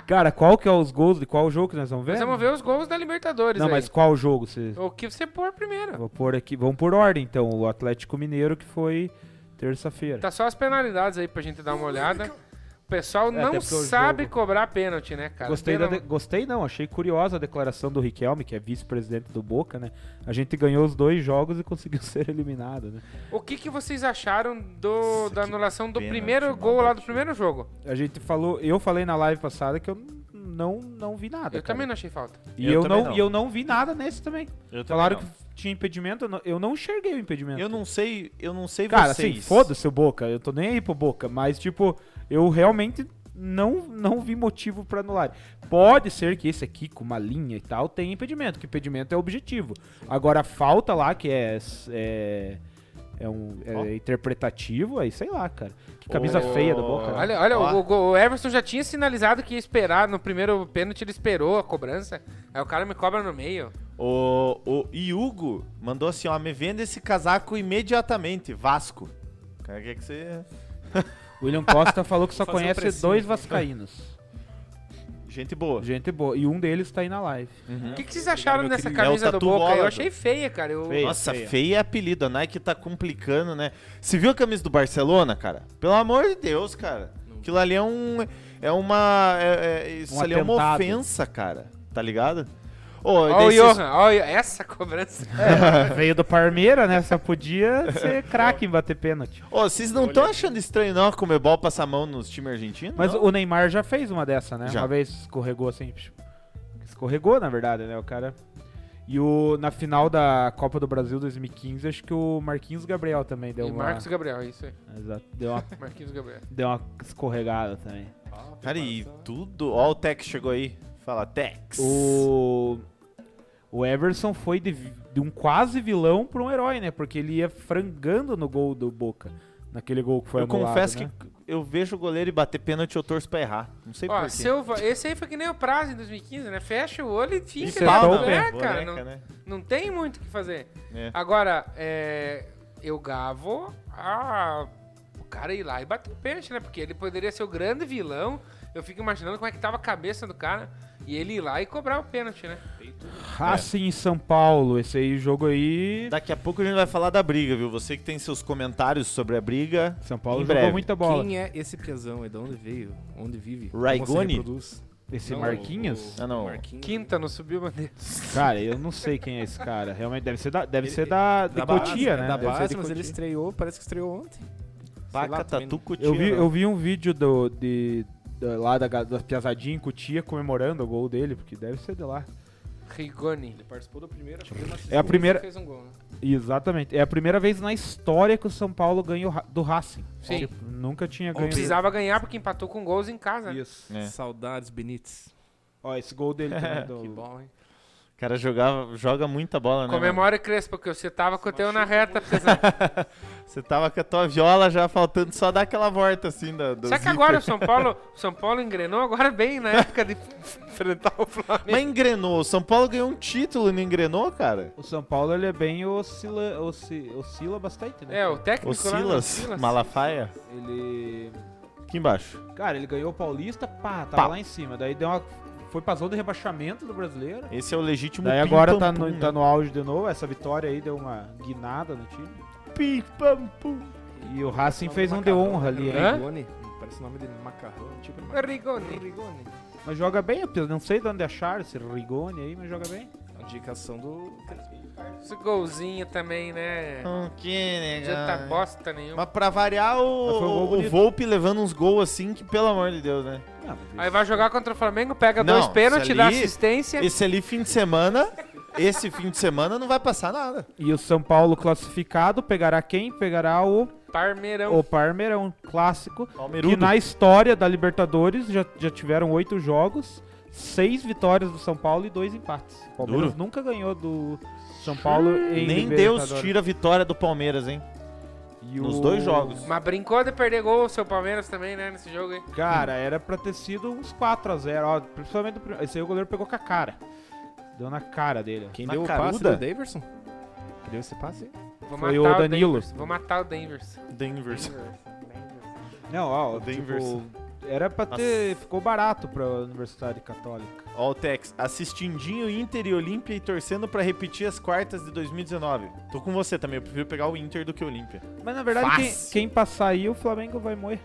[SPEAKER 5] Cara, qual que é os gols de qual jogo que nós vamos ver?
[SPEAKER 2] Nós vamos ver os gols da Libertadores
[SPEAKER 5] não,
[SPEAKER 2] é aí.
[SPEAKER 5] mas qual jogo? Vocês
[SPEAKER 2] O que você pôr primeiro.
[SPEAKER 5] Vou pôr aqui, vamos por ordem então. O Atlético Mineiro que foi terça-feira.
[SPEAKER 2] Tá só as penalidades aí pra gente dar uma olhada. O pessoal
[SPEAKER 5] É, até
[SPEAKER 2] não
[SPEAKER 5] porque o
[SPEAKER 2] sabe
[SPEAKER 5] jogo-
[SPEAKER 2] cobrar pênalti, né, cara?
[SPEAKER 5] Gostei, da
[SPEAKER 2] Pena-
[SPEAKER 5] de- Gostei não, achei curiosa a declaração do Riquelme, que é vice-presidente do Boca, né? A gente ganhou os dois jogos e conseguiu ser eliminado, né?
[SPEAKER 2] O que, que vocês acharam do,
[SPEAKER 3] Nossa,
[SPEAKER 2] da
[SPEAKER 3] que
[SPEAKER 2] anulação do
[SPEAKER 3] pênalti,
[SPEAKER 2] primeiro
[SPEAKER 3] maldade.
[SPEAKER 2] gol lá do primeiro jogo?
[SPEAKER 5] A gente falou, eu falei na live passada que eu não não vi nada.
[SPEAKER 2] Eu
[SPEAKER 5] cara.
[SPEAKER 2] também não achei falta.
[SPEAKER 5] E
[SPEAKER 3] Eu
[SPEAKER 5] eu,
[SPEAKER 3] também
[SPEAKER 5] não,
[SPEAKER 3] não.
[SPEAKER 5] e eu não vi nada nesse também.
[SPEAKER 3] Eu
[SPEAKER 5] Falaram que tinha impedimento, eu não, eu não enxerguei o impedimento.
[SPEAKER 3] Eu não sei, eu não sei
[SPEAKER 5] Cara,
[SPEAKER 3] vocês.
[SPEAKER 5] assim, foda-se o Boca, eu tô nem aí pro Boca, mas tipo, eu realmente não, não vi motivo pra anular. Pode ser que esse aqui, com uma linha e tal, tenha impedimento, que impedimento é objetivo. Agora, a falta lá, que é. É, é um é
[SPEAKER 3] Ó.
[SPEAKER 5] interpretativo, aí sei lá, cara. Que camisa
[SPEAKER 3] Ô,
[SPEAKER 5] feia do Boca. né?
[SPEAKER 2] Olha, olha,
[SPEAKER 3] Ó.
[SPEAKER 2] o, o- o Everson já tinha sinalizado que ia esperar no primeiro pênalti, ele esperou a cobrança. Aí o cara me cobra no meio.
[SPEAKER 3] O, o Hugo mandou assim, ó, me venda esse casaco imediatamente, Vasco. Cara, quer que você...
[SPEAKER 5] William Costa falou que só
[SPEAKER 4] Fazer um
[SPEAKER 5] conhece
[SPEAKER 4] precinho.
[SPEAKER 5] dois vascaínos.
[SPEAKER 3] Gente boa.
[SPEAKER 5] Gente boa. E um deles tá aí na live.
[SPEAKER 2] O que, que vocês acharam dessa
[SPEAKER 3] querido. É
[SPEAKER 2] camisa
[SPEAKER 3] o
[SPEAKER 2] do
[SPEAKER 3] tatu
[SPEAKER 2] Boca?
[SPEAKER 3] bola,
[SPEAKER 2] Eu
[SPEAKER 3] do-
[SPEAKER 2] achei feia, cara. Eu...
[SPEAKER 5] Feia.
[SPEAKER 3] Nossa, feia. é apelido. A Nike tá complicando, né? Você viu a camisa do Barcelona, cara? Pelo amor de Deus, cara. Aquilo ali é um. É uma. é- é- isso
[SPEAKER 5] Um
[SPEAKER 3] ali é uma
[SPEAKER 5] atentado.
[SPEAKER 3] ofensa, cara. Tá ligado? Ô,
[SPEAKER 2] Ó o
[SPEAKER 3] desses-
[SPEAKER 2] Johan, ó, o- essa cobrança.
[SPEAKER 5] Veio do Parmeira, né? Só podia ser craque em bater pênalti.
[SPEAKER 3] Ô, vocês não estão achando estranho, não, a Comebol passar a mão nos times argentinos?
[SPEAKER 5] Mas
[SPEAKER 3] não?
[SPEAKER 5] o Neymar já fez uma dessa, né?
[SPEAKER 3] Já.
[SPEAKER 5] Uma vez escorregou assim. psh, Escorregou, na verdade, né? O cara. E o, na final da Copa do Brasil 2015, acho que o Marquinhos Gabriel também deu
[SPEAKER 2] e
[SPEAKER 5] uma.
[SPEAKER 2] Marcos Gabriel, é isso aí.
[SPEAKER 5] Exato, deu uma,
[SPEAKER 2] Marquinhos Gabriel.
[SPEAKER 5] deu uma escorregada também.
[SPEAKER 3] Cara, e tudo. Ó, o Tex chegou aí. Fala, Tex.
[SPEAKER 5] O, o Everson foi de, vi- de um quase vilão pra um herói, né? Porque ele ia frangando no gol do Boca. Naquele gol que foi
[SPEAKER 3] eu
[SPEAKER 5] anulado,
[SPEAKER 3] confesso
[SPEAKER 5] né?
[SPEAKER 3] que eu vejo o goleiro e bater pênalti, eu torço pra errar. Não sei
[SPEAKER 2] Ó,
[SPEAKER 3] porquê.
[SPEAKER 2] seu, va- esse aí foi que nem o prazo em 2015, né? Fecha o olho e
[SPEAKER 3] E
[SPEAKER 2] fica.
[SPEAKER 5] pau
[SPEAKER 2] né?
[SPEAKER 5] na
[SPEAKER 2] É,
[SPEAKER 3] boneca,
[SPEAKER 2] cara, não,
[SPEAKER 3] né?
[SPEAKER 2] não tem muito o que fazer.
[SPEAKER 3] É.
[SPEAKER 2] Agora, é, eu gavo a, o cara ir lá e bater o pênalti, né? Porque ele poderia ser o grande vilão. Eu fico imaginando como é que tava a cabeça do cara. E ele ir lá e cobrar o pênalti, né?
[SPEAKER 4] É.
[SPEAKER 5] Racing em Ah, São Paulo, esse aí jogo aí.
[SPEAKER 3] Daqui a pouco a gente vai falar da briga, viu? Você que tem seus comentários sobre a briga.
[SPEAKER 5] São Paulo
[SPEAKER 3] Em
[SPEAKER 5] jogou
[SPEAKER 3] breve.
[SPEAKER 5] muita bola.
[SPEAKER 4] Quem é esse piazão? É de onde veio? Onde vive? Como se
[SPEAKER 3] Raigoni?
[SPEAKER 4] reproduz?
[SPEAKER 5] Esse
[SPEAKER 4] Não,
[SPEAKER 5] Marquinhos?
[SPEAKER 4] o-
[SPEAKER 3] Ah, não.
[SPEAKER 4] Marquinhos.
[SPEAKER 2] Quinta, não subiu bandeira.
[SPEAKER 5] Cara, eu não sei quem é esse cara. Realmente deve ser da, deve
[SPEAKER 4] Ele- é
[SPEAKER 5] ser da, de
[SPEAKER 4] Da
[SPEAKER 5] Cotia,
[SPEAKER 4] base,
[SPEAKER 5] né?
[SPEAKER 4] Da
[SPEAKER 5] Deve ser
[SPEAKER 4] base,
[SPEAKER 5] de
[SPEAKER 4] mas ele é
[SPEAKER 5] Cotia.
[SPEAKER 4] estreou, parece que estreou ontem. Sei lá,
[SPEAKER 3] Paca, tá né?
[SPEAKER 4] também
[SPEAKER 3] tatu,
[SPEAKER 4] não-
[SPEAKER 3] cutia.
[SPEAKER 5] eu vi,
[SPEAKER 3] não.
[SPEAKER 5] eu vi um vídeo do, de, da- lá da, ga- da Piazadinha em Cotia comemorando o gol dele, porque deve ser de lá.
[SPEAKER 2] Rigoni.
[SPEAKER 4] Ele participou da primeira, acho que deu uma
[SPEAKER 5] É a primeira-
[SPEAKER 4] assistência e fez um gol, né?
[SPEAKER 5] Exatamente. É a primeira vez na história que o São Paulo ganha o Ra- do Racing.
[SPEAKER 2] Sim.
[SPEAKER 5] Tipo, nunca tinha
[SPEAKER 2] Não
[SPEAKER 5] ganho.
[SPEAKER 2] precisava ganhar porque empatou com gols em casa. né?
[SPEAKER 5] Isso.
[SPEAKER 3] É.
[SPEAKER 4] Saudades, Benítez.
[SPEAKER 5] Ó, esse gol dele também.
[SPEAKER 4] Que
[SPEAKER 5] do...
[SPEAKER 4] bom, hein?
[SPEAKER 3] O cara jogava, joga muita bola, né? mano?
[SPEAKER 2] Comemora e crespa, porque você tava com o teu na reta. pesado.
[SPEAKER 3] Você tava com a tua viola já faltando só dar aquela volta assim da, do
[SPEAKER 2] Só que
[SPEAKER 3] zíper.
[SPEAKER 2] agora o São Paulo, o São Paulo engrenou agora bem na época de enfrentar o Flamengo.
[SPEAKER 3] Mas engrenou. O São Paulo ganhou um título e não engrenou, cara?
[SPEAKER 5] O São Paulo ele é bem oscila, osci- oscila bastante, né?
[SPEAKER 2] É, o técnico
[SPEAKER 3] O
[SPEAKER 2] lá. né?
[SPEAKER 3] Silas, Malafaia.
[SPEAKER 5] Ele.
[SPEAKER 3] Aqui embaixo.
[SPEAKER 5] Cara, ele ganhou o Paulista, pá, tava
[SPEAKER 3] Pá.
[SPEAKER 5] lá em cima. Daí deu uma. Foi pra zona de rebaixamento do brasileiro.
[SPEAKER 3] Esse é o legítimo
[SPEAKER 5] Daí agora
[SPEAKER 3] pim,
[SPEAKER 5] tá
[SPEAKER 3] pam, pum,
[SPEAKER 5] no, tá no auge de novo. Essa vitória aí deu uma guinada no time.
[SPEAKER 3] né? Pim, pam, pum.
[SPEAKER 5] E o Racing fez um de
[SPEAKER 4] Macarrão,
[SPEAKER 5] honra ali,
[SPEAKER 4] né?
[SPEAKER 5] hein?
[SPEAKER 2] Hã?
[SPEAKER 4] Raigoni. Parece o nome dele, macarrão. Tipo de macarrão.
[SPEAKER 2] Rigoni.
[SPEAKER 4] Rigoni.
[SPEAKER 2] É?
[SPEAKER 5] Mas joga bem, eu não sei de onde acharam esse Rigoni aí, mas joga bem.
[SPEAKER 4] A indicação do.
[SPEAKER 2] Esse golzinho também, né? Não
[SPEAKER 3] Ah, é. Que
[SPEAKER 2] adianta
[SPEAKER 3] legal.
[SPEAKER 2] bosta nenhuma.
[SPEAKER 3] Mas pra variar,
[SPEAKER 5] Mas foi um gol
[SPEAKER 3] o, o
[SPEAKER 5] bonito.
[SPEAKER 3] Volpe levando uns gols assim que, pelo amor de Deus, né?
[SPEAKER 5] Não, mas
[SPEAKER 2] Aí vai jogar contra o Flamengo, pega
[SPEAKER 3] Não,
[SPEAKER 2] dois pênaltis,
[SPEAKER 3] se
[SPEAKER 2] dá
[SPEAKER 3] ali-
[SPEAKER 2] assistência.
[SPEAKER 3] Esse ali, fim de semana, esse fim de semana não vai passar nada.
[SPEAKER 5] E o São Paulo classificado pegará quem? Pegará o,
[SPEAKER 2] Parmeirão.
[SPEAKER 5] o Parmeirão clássico. Que
[SPEAKER 3] Palmeirudo.
[SPEAKER 5] na história da Libertadores já, já tiveram oito jogos, seis vitórias do São Paulo e dois empates. O Palmeiras
[SPEAKER 3] Duro.
[SPEAKER 5] nunca ganhou do São Paulo em
[SPEAKER 3] Nem
[SPEAKER 5] Libertadores.
[SPEAKER 3] Deus tira a vitória do Palmeiras, hein?
[SPEAKER 5] E
[SPEAKER 3] Nos
[SPEAKER 5] o-
[SPEAKER 3] dois jogos.
[SPEAKER 2] Mas brincou de perder gol o seu Palmeiras também, né? Nesse jogo aí.
[SPEAKER 5] Cara, era pra ter sido uns 4x0, ó. Principalmente o prim- esse aí o goleiro pegou com a cara. Deu na cara dele. ó.
[SPEAKER 4] Quem
[SPEAKER 3] deu
[SPEAKER 4] deu
[SPEAKER 3] o
[SPEAKER 4] o
[SPEAKER 3] Macaruda?
[SPEAKER 4] passe
[SPEAKER 3] passe do
[SPEAKER 4] do Daverson? Que Tá deu esse passe?
[SPEAKER 2] Vou
[SPEAKER 5] Foi
[SPEAKER 2] matar
[SPEAKER 5] o Danilo.
[SPEAKER 2] Denvers. Vou matar o Denvers.
[SPEAKER 3] Denver.
[SPEAKER 5] Não, ó,
[SPEAKER 3] O Denver.
[SPEAKER 5] tipo, era pra ter. Ficou barato pra Universidade Católica.
[SPEAKER 3] Ó, o Tex, assistindinho Inter e Olímpia e torcendo pra repetir as quartas de 2019. Tô com você também, eu prefiro pegar o Inter do que o Olímpia.
[SPEAKER 5] Mas na verdade, quem,
[SPEAKER 3] Fácil.
[SPEAKER 5] quem passar aí, o Flamengo vai morrer.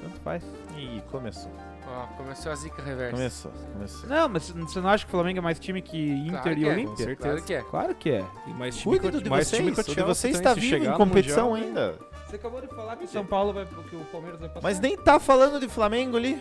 [SPEAKER 5] Tanto faz.
[SPEAKER 3] Ih, começou.
[SPEAKER 2] Ó, começou a zica reversa.
[SPEAKER 3] Começou, começou.
[SPEAKER 5] Não, mas você não acha que o Flamengo é mais time que Inter
[SPEAKER 2] Claro
[SPEAKER 5] e
[SPEAKER 2] que é,
[SPEAKER 5] Olímpia?
[SPEAKER 4] Com certeza.
[SPEAKER 2] Claro que é.
[SPEAKER 5] Claro que é.
[SPEAKER 4] E mais time
[SPEAKER 3] Cuidado
[SPEAKER 4] que-
[SPEAKER 3] de
[SPEAKER 4] mais time
[SPEAKER 3] vocês,
[SPEAKER 4] que o
[SPEAKER 3] o de
[SPEAKER 4] Chelsea
[SPEAKER 3] vocês
[SPEAKER 4] também,
[SPEAKER 3] está
[SPEAKER 4] se
[SPEAKER 3] vivo
[SPEAKER 4] chegar
[SPEAKER 3] em
[SPEAKER 4] no
[SPEAKER 3] competição
[SPEAKER 4] Mundial,
[SPEAKER 3] ainda.
[SPEAKER 5] Você acabou de falar que o São Paulo vai. que o Palmeiras vai passar.
[SPEAKER 3] Mas nem tá falando de Flamengo ali.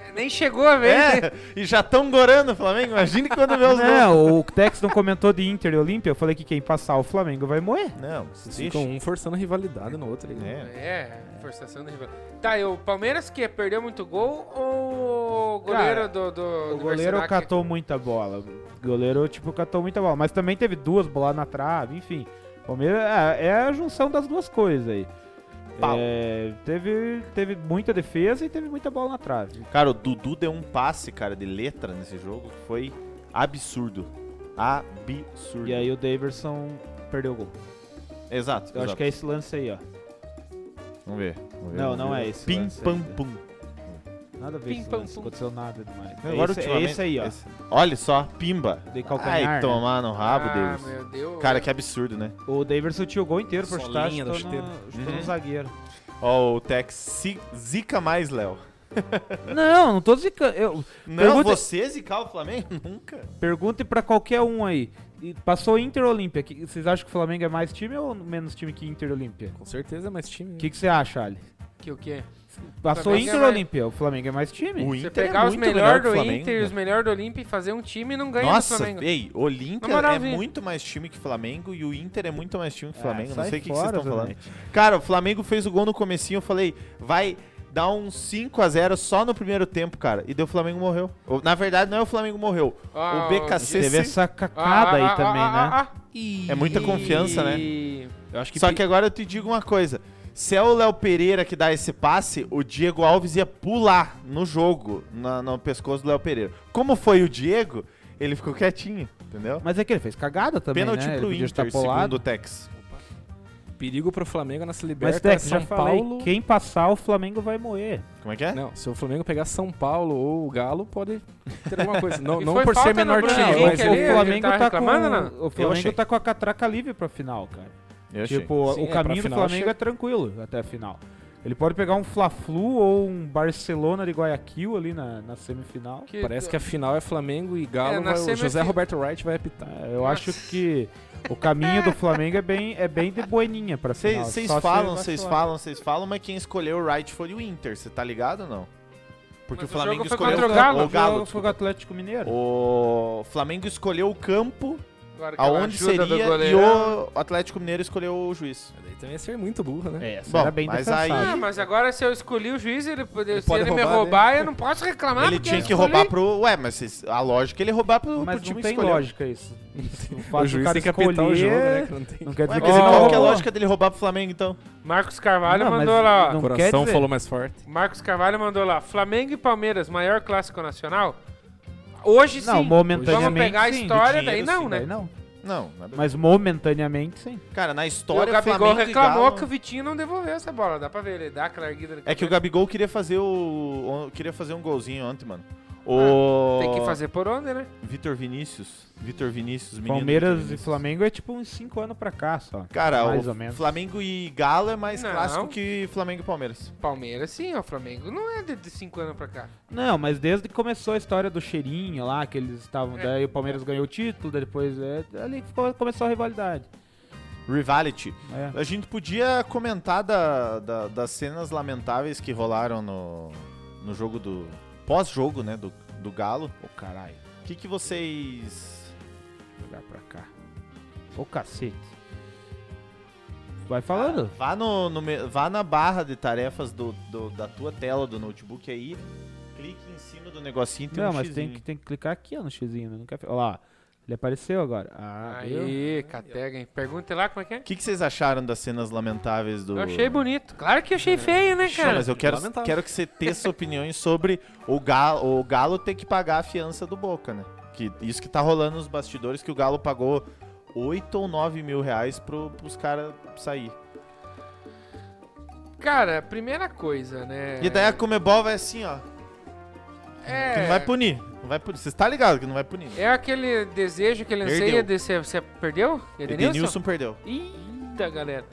[SPEAKER 2] é. Nem chegou a vez, né?
[SPEAKER 3] É, e já tão gorando o Flamengo. Imagine quando vê os nomes.
[SPEAKER 5] Não, É, o Tex não comentou de Inter e Olímpia. Eu falei que quem passar o Flamengo vai morrer.
[SPEAKER 3] Não,
[SPEAKER 4] Vocês
[SPEAKER 3] deixa.
[SPEAKER 4] ficam um forçando a rivalidade no outro. né? ali.
[SPEAKER 3] É.
[SPEAKER 2] É, forçação da rival. Tá, e o Palmeiras que perdeu muito gol ou o goleiro
[SPEAKER 5] Cara,
[SPEAKER 2] do, do.
[SPEAKER 5] O
[SPEAKER 2] do
[SPEAKER 5] goleiro
[SPEAKER 2] Mercenac?
[SPEAKER 5] catou muita bola. O goleiro, tipo, catou muita bola. Mas também teve duas bolas na trave, enfim. Palmeiras é, é a junção das duas coisas aí.
[SPEAKER 3] Pau.
[SPEAKER 5] É, teve, teve muita defesa e teve muita bola na trave.
[SPEAKER 3] Cara, o Dudu deu um passe, cara, de letra nesse jogo. que Foi absurdo. Absurdo.
[SPEAKER 5] E aí o Daverson perdeu o gol.
[SPEAKER 3] Exato.
[SPEAKER 5] Eu acho que é esse lance aí, ó.
[SPEAKER 3] Vamos ver. vamos ver,
[SPEAKER 5] Não,
[SPEAKER 3] vamos
[SPEAKER 5] não
[SPEAKER 3] ver.
[SPEAKER 5] é esse
[SPEAKER 3] Pim,
[SPEAKER 5] lance
[SPEAKER 3] pam,
[SPEAKER 5] ainda.
[SPEAKER 3] pum.
[SPEAKER 5] Nada a ver
[SPEAKER 2] Pim,
[SPEAKER 5] com esse
[SPEAKER 2] pam,
[SPEAKER 5] lance,
[SPEAKER 2] pum.
[SPEAKER 5] aconteceu nada demais.
[SPEAKER 3] Agora
[SPEAKER 5] esse, é
[SPEAKER 3] ultimamente-
[SPEAKER 5] esse aí, ó.
[SPEAKER 3] esse- Olha só, pimba.
[SPEAKER 5] De calcanhar,
[SPEAKER 3] Ai,
[SPEAKER 5] né?
[SPEAKER 3] tomar no rabo,
[SPEAKER 2] ah,
[SPEAKER 3] Davis.
[SPEAKER 2] Meu Deus.
[SPEAKER 3] Cara, que absurdo, né?
[SPEAKER 5] O Daverson tinha o gol inteiro pra chutar,
[SPEAKER 4] Solinha
[SPEAKER 5] chutou,
[SPEAKER 4] da
[SPEAKER 5] no,
[SPEAKER 4] chuteira.
[SPEAKER 5] chutou no
[SPEAKER 3] Uhum.
[SPEAKER 5] zagueiro.
[SPEAKER 3] Ó, o Tex si- zica mais, Léo.
[SPEAKER 5] Não, não tô zicando. Eu,
[SPEAKER 3] Não,
[SPEAKER 5] Pergunta-
[SPEAKER 3] você zicar o Flamengo? Nunca.
[SPEAKER 5] pergunte pra qualquer um aí. E Passou Inter ou Olímpia. Que- Vocês acham que o Flamengo é mais time ou menos time que Inter e Olímpia?
[SPEAKER 4] Com certeza é mais time.
[SPEAKER 5] O que que você acha, Ali?
[SPEAKER 2] Que o quê?
[SPEAKER 5] Passou
[SPEAKER 2] Flamengo é
[SPEAKER 5] Inter ou
[SPEAKER 2] mais-
[SPEAKER 5] Olímpia? O Flamengo é mais time.
[SPEAKER 3] O
[SPEAKER 2] Você
[SPEAKER 3] Inter
[SPEAKER 2] pegar
[SPEAKER 3] é
[SPEAKER 2] os
[SPEAKER 3] muito melhor
[SPEAKER 2] melhores
[SPEAKER 3] que o
[SPEAKER 2] do
[SPEAKER 3] Flamengo,
[SPEAKER 2] Inter e os
[SPEAKER 3] né?
[SPEAKER 2] melhores do Olímpia e fazer um time e não ganha do
[SPEAKER 3] Nossa,
[SPEAKER 2] Flamengo.
[SPEAKER 3] ei, Olímpia
[SPEAKER 2] Na moral,
[SPEAKER 3] é
[SPEAKER 2] vi.
[SPEAKER 3] muito mais time que Flamengo e o Inter é muito mais time que
[SPEAKER 5] Ah,
[SPEAKER 3] Flamengo. Não
[SPEAKER 5] sai
[SPEAKER 3] sei o que, que vocês
[SPEAKER 5] fora,
[SPEAKER 3] estão falando.
[SPEAKER 5] Zanetti.
[SPEAKER 3] Cara, o Flamengo fez o gol no comecinho, eu falei, vai dar um 5 a 0 só no primeiro tempo, cara. E deu o Flamengo morreu. Ou, Na verdade, não é o Flamengo morreu.
[SPEAKER 2] Ah,
[SPEAKER 3] o BKC
[SPEAKER 5] Teve
[SPEAKER 3] se-
[SPEAKER 5] essa cacada
[SPEAKER 3] Ah,
[SPEAKER 5] aí também, né?
[SPEAKER 2] ah.
[SPEAKER 3] É muita confiança, né?
[SPEAKER 4] Eu acho que
[SPEAKER 3] Só
[SPEAKER 4] pe-
[SPEAKER 3] que é agora eu te digo uma coisa. Se é o Léo Pereira que dá esse passe, o Diego Alves ia pular no jogo, na- no pescoço do Léo Pereira. Como foi o Diego, ele ficou quietinho, entendeu?
[SPEAKER 5] Mas é que ele fez cagada também,
[SPEAKER 3] Pênalti
[SPEAKER 5] né? Ele
[SPEAKER 3] pro
[SPEAKER 5] podia
[SPEAKER 3] Inter,
[SPEAKER 5] estar
[SPEAKER 3] segundo
[SPEAKER 5] polado.
[SPEAKER 3] o Tex.
[SPEAKER 4] perigo pro Flamengo nessa
[SPEAKER 5] Mas,
[SPEAKER 4] liberta é
[SPEAKER 5] Tec, já
[SPEAKER 4] São
[SPEAKER 5] falei,
[SPEAKER 4] Paulo.
[SPEAKER 5] quem passar, o Flamengo vai moer.
[SPEAKER 3] Como é que é?
[SPEAKER 5] Né?
[SPEAKER 4] Não, se o Flamengo pegar São Paulo ou o Galo, pode ter alguma coisa. Não,
[SPEAKER 2] E
[SPEAKER 4] não
[SPEAKER 2] foi
[SPEAKER 4] por
[SPEAKER 2] falta
[SPEAKER 4] ser
[SPEAKER 2] no
[SPEAKER 4] menor
[SPEAKER 2] Bruno
[SPEAKER 4] time,
[SPEAKER 5] Não,
[SPEAKER 2] Henrique
[SPEAKER 4] mas
[SPEAKER 5] mas
[SPEAKER 2] ali, ele
[SPEAKER 5] o Flamengo
[SPEAKER 2] tá
[SPEAKER 5] tá,
[SPEAKER 2] reclamando, né?
[SPEAKER 5] com, o Flamengo
[SPEAKER 3] achei.
[SPEAKER 5] tá com a catraca livre pra final, cara.
[SPEAKER 3] Eu achei.
[SPEAKER 5] tipo,
[SPEAKER 4] Sim, é,
[SPEAKER 5] o
[SPEAKER 4] pra
[SPEAKER 5] caminho do
[SPEAKER 4] final
[SPEAKER 5] Flamengo
[SPEAKER 4] chega.
[SPEAKER 5] é tranquilo até a final. Ele pode pegar um Fla-Flu ou um Barcelona de Guayaquil ali na, na semifinal.
[SPEAKER 4] Parece que a final é Flamengo e Galo.
[SPEAKER 2] É, na
[SPEAKER 4] vai- o
[SPEAKER 2] semifi-
[SPEAKER 4] José Roberto Wright vai apitar.
[SPEAKER 5] É, Eu acho que o caminho do Flamengo é bem, é bem de boininha pra final.
[SPEAKER 3] Vocês
[SPEAKER 5] Só se
[SPEAKER 3] falam,
[SPEAKER 5] vacilar.
[SPEAKER 3] vocês falam, vocês falam, mas quem escolheu o Wright foi o Inter, você tá ligado ou não? Porque
[SPEAKER 2] Mas
[SPEAKER 3] o Flamengo
[SPEAKER 2] jogo foi
[SPEAKER 3] escolheu
[SPEAKER 2] contra o Galo.
[SPEAKER 3] ou
[SPEAKER 5] O
[SPEAKER 3] o Galo.
[SPEAKER 5] jogo foi com o Atlético Mineiro.
[SPEAKER 3] O Flamengo escolheu o campo
[SPEAKER 2] é
[SPEAKER 3] aonde seria e o Atlético Mineiro escolheu o juiz.
[SPEAKER 4] Daí também ia ser muito burro, né?
[SPEAKER 5] É, essa
[SPEAKER 3] Bom,
[SPEAKER 5] era bem
[SPEAKER 3] mas
[SPEAKER 5] defensável.
[SPEAKER 3] aí-
[SPEAKER 2] Ah, mas agora se eu escolhi o juiz, ele, pode- se
[SPEAKER 4] pode
[SPEAKER 2] ele me
[SPEAKER 4] roubar, né?
[SPEAKER 2] roubar, eu não posso reclamar.
[SPEAKER 3] ele
[SPEAKER 2] Ah, porque
[SPEAKER 3] tinha
[SPEAKER 2] eu
[SPEAKER 3] que
[SPEAKER 2] escolhi.
[SPEAKER 3] roubar pro. Ué, mas vocês- a lógica é ele roubar pro, pro
[SPEAKER 5] Mas
[SPEAKER 3] time
[SPEAKER 5] não
[SPEAKER 3] que
[SPEAKER 5] tem
[SPEAKER 3] escolheu.
[SPEAKER 5] lógica isso. O, fato
[SPEAKER 4] O
[SPEAKER 5] do
[SPEAKER 4] juiz
[SPEAKER 5] cara
[SPEAKER 4] tem que apitar o jogo,
[SPEAKER 5] escolher,
[SPEAKER 4] né? que não tem-
[SPEAKER 5] Não quer
[SPEAKER 3] Ué,
[SPEAKER 5] dizer que
[SPEAKER 3] quer dizer,
[SPEAKER 5] ele
[SPEAKER 3] qual
[SPEAKER 5] roubou.
[SPEAKER 3] que é a lógica dele roubar pro Flamengo, então?
[SPEAKER 2] Marcos Carvalho
[SPEAKER 5] Não, mas
[SPEAKER 2] mandou lá.
[SPEAKER 5] não-
[SPEAKER 4] O
[SPEAKER 5] quer
[SPEAKER 4] coração
[SPEAKER 5] dizer-
[SPEAKER 4] falou mais forte.
[SPEAKER 2] Marcos Carvalho mandou lá. Flamengo e Palmeiras, maior clássico nacional? Hoje sim.
[SPEAKER 5] Não, momentaneamente
[SPEAKER 2] Vamos pegar a
[SPEAKER 5] sim, do
[SPEAKER 2] história, daí
[SPEAKER 3] dinheiro,
[SPEAKER 2] não,
[SPEAKER 3] sim,
[SPEAKER 2] né?
[SPEAKER 5] Aí não.
[SPEAKER 3] Não, nada a ver.
[SPEAKER 5] Mas momentaneamente, sim.
[SPEAKER 3] Cara, na
[SPEAKER 2] E o
[SPEAKER 3] história,
[SPEAKER 2] Gabigol
[SPEAKER 3] Flamengo e
[SPEAKER 2] reclamou
[SPEAKER 3] Galo-
[SPEAKER 2] que o Vitinho não devolveu essa bola. Dá pra ver, ele dá aquela erguida. no
[SPEAKER 3] É que o
[SPEAKER 2] cabelo.
[SPEAKER 3] Gabigol queria fazer o. o- Queria fazer um golzinho ontem, mano. O.
[SPEAKER 2] Ah, Tem que fazer por onde, né?
[SPEAKER 3] Vitor Vinícius. Vitor Vinícius, menino.
[SPEAKER 5] Palmeiras
[SPEAKER 3] Vitor
[SPEAKER 5] e
[SPEAKER 3] Vinícius.
[SPEAKER 5] Flamengo é tipo uns 5 anos pra cá só.
[SPEAKER 3] Cara,
[SPEAKER 5] Mais
[SPEAKER 3] o
[SPEAKER 5] ou menos.
[SPEAKER 3] Flamengo e Galo é mais
[SPEAKER 2] Não.
[SPEAKER 3] clássico que Flamengo e Palmeiras.
[SPEAKER 2] Palmeiras sim, ó, o Flamengo não é de 5 anos pra cá.
[SPEAKER 5] Não, mas desde que começou a história do cheirinho lá, que eles
[SPEAKER 2] É.
[SPEAKER 5] estavam. Daí o Palmeiras ganhou o título, daí depois. É, ali ficou- começou a rivalidade.
[SPEAKER 3] Rivality.
[SPEAKER 5] É.
[SPEAKER 3] A gente podia comentar da- da- das cenas lamentáveis que rolaram no, no jogo do. pós-jogo, né? Do, do Galo.
[SPEAKER 2] É.
[SPEAKER 5] Ô caralho,
[SPEAKER 3] O que, que vocês.
[SPEAKER 5] jogar pra cá. Ô cacete. Vai falando.
[SPEAKER 3] Ah,
[SPEAKER 2] Ah,
[SPEAKER 3] Vá, no, no me- vá na barra de tarefas do, do- da tua tela do notebook aí. Clique em cima do negocinho e tem
[SPEAKER 5] não,
[SPEAKER 3] um
[SPEAKER 5] mas
[SPEAKER 3] xizinho.
[SPEAKER 5] tem que, tem que clicar aqui ó, no xizinho. né? Não quer... Olha lá, ele apareceu agora. Ah, viu?
[SPEAKER 2] Aí, catega, hein? Pergunta lá como é que é.
[SPEAKER 3] O que, que vocês acharam das cenas lamentáveis do.
[SPEAKER 2] Eu achei bonito. Claro que eu achei feio, né,
[SPEAKER 3] Não,
[SPEAKER 2] cara?
[SPEAKER 3] mas eu quero,
[SPEAKER 4] Lamentável.
[SPEAKER 3] quero que você teça opiniões sobre o Galo, o Galo ter que pagar a fiança do Boca, né? Que, isso que tá rolando nos bastidores, que o Galo pagou 8 ou 9 mil reais pro, pros caras sair.
[SPEAKER 2] Cara, primeira coisa, né?
[SPEAKER 3] E daí a Comebol vai assim, ó. que
[SPEAKER 2] é,
[SPEAKER 3] Não vai punir. Não vai punir. Vocês tá ligado que não vai punir. né?
[SPEAKER 2] é aquele desejo, aquele anseio
[SPEAKER 3] Perdeu.
[SPEAKER 2] de você. Você perdeu? Edenilson?
[SPEAKER 3] Edenilson perdeu.
[SPEAKER 2] Eita, galera.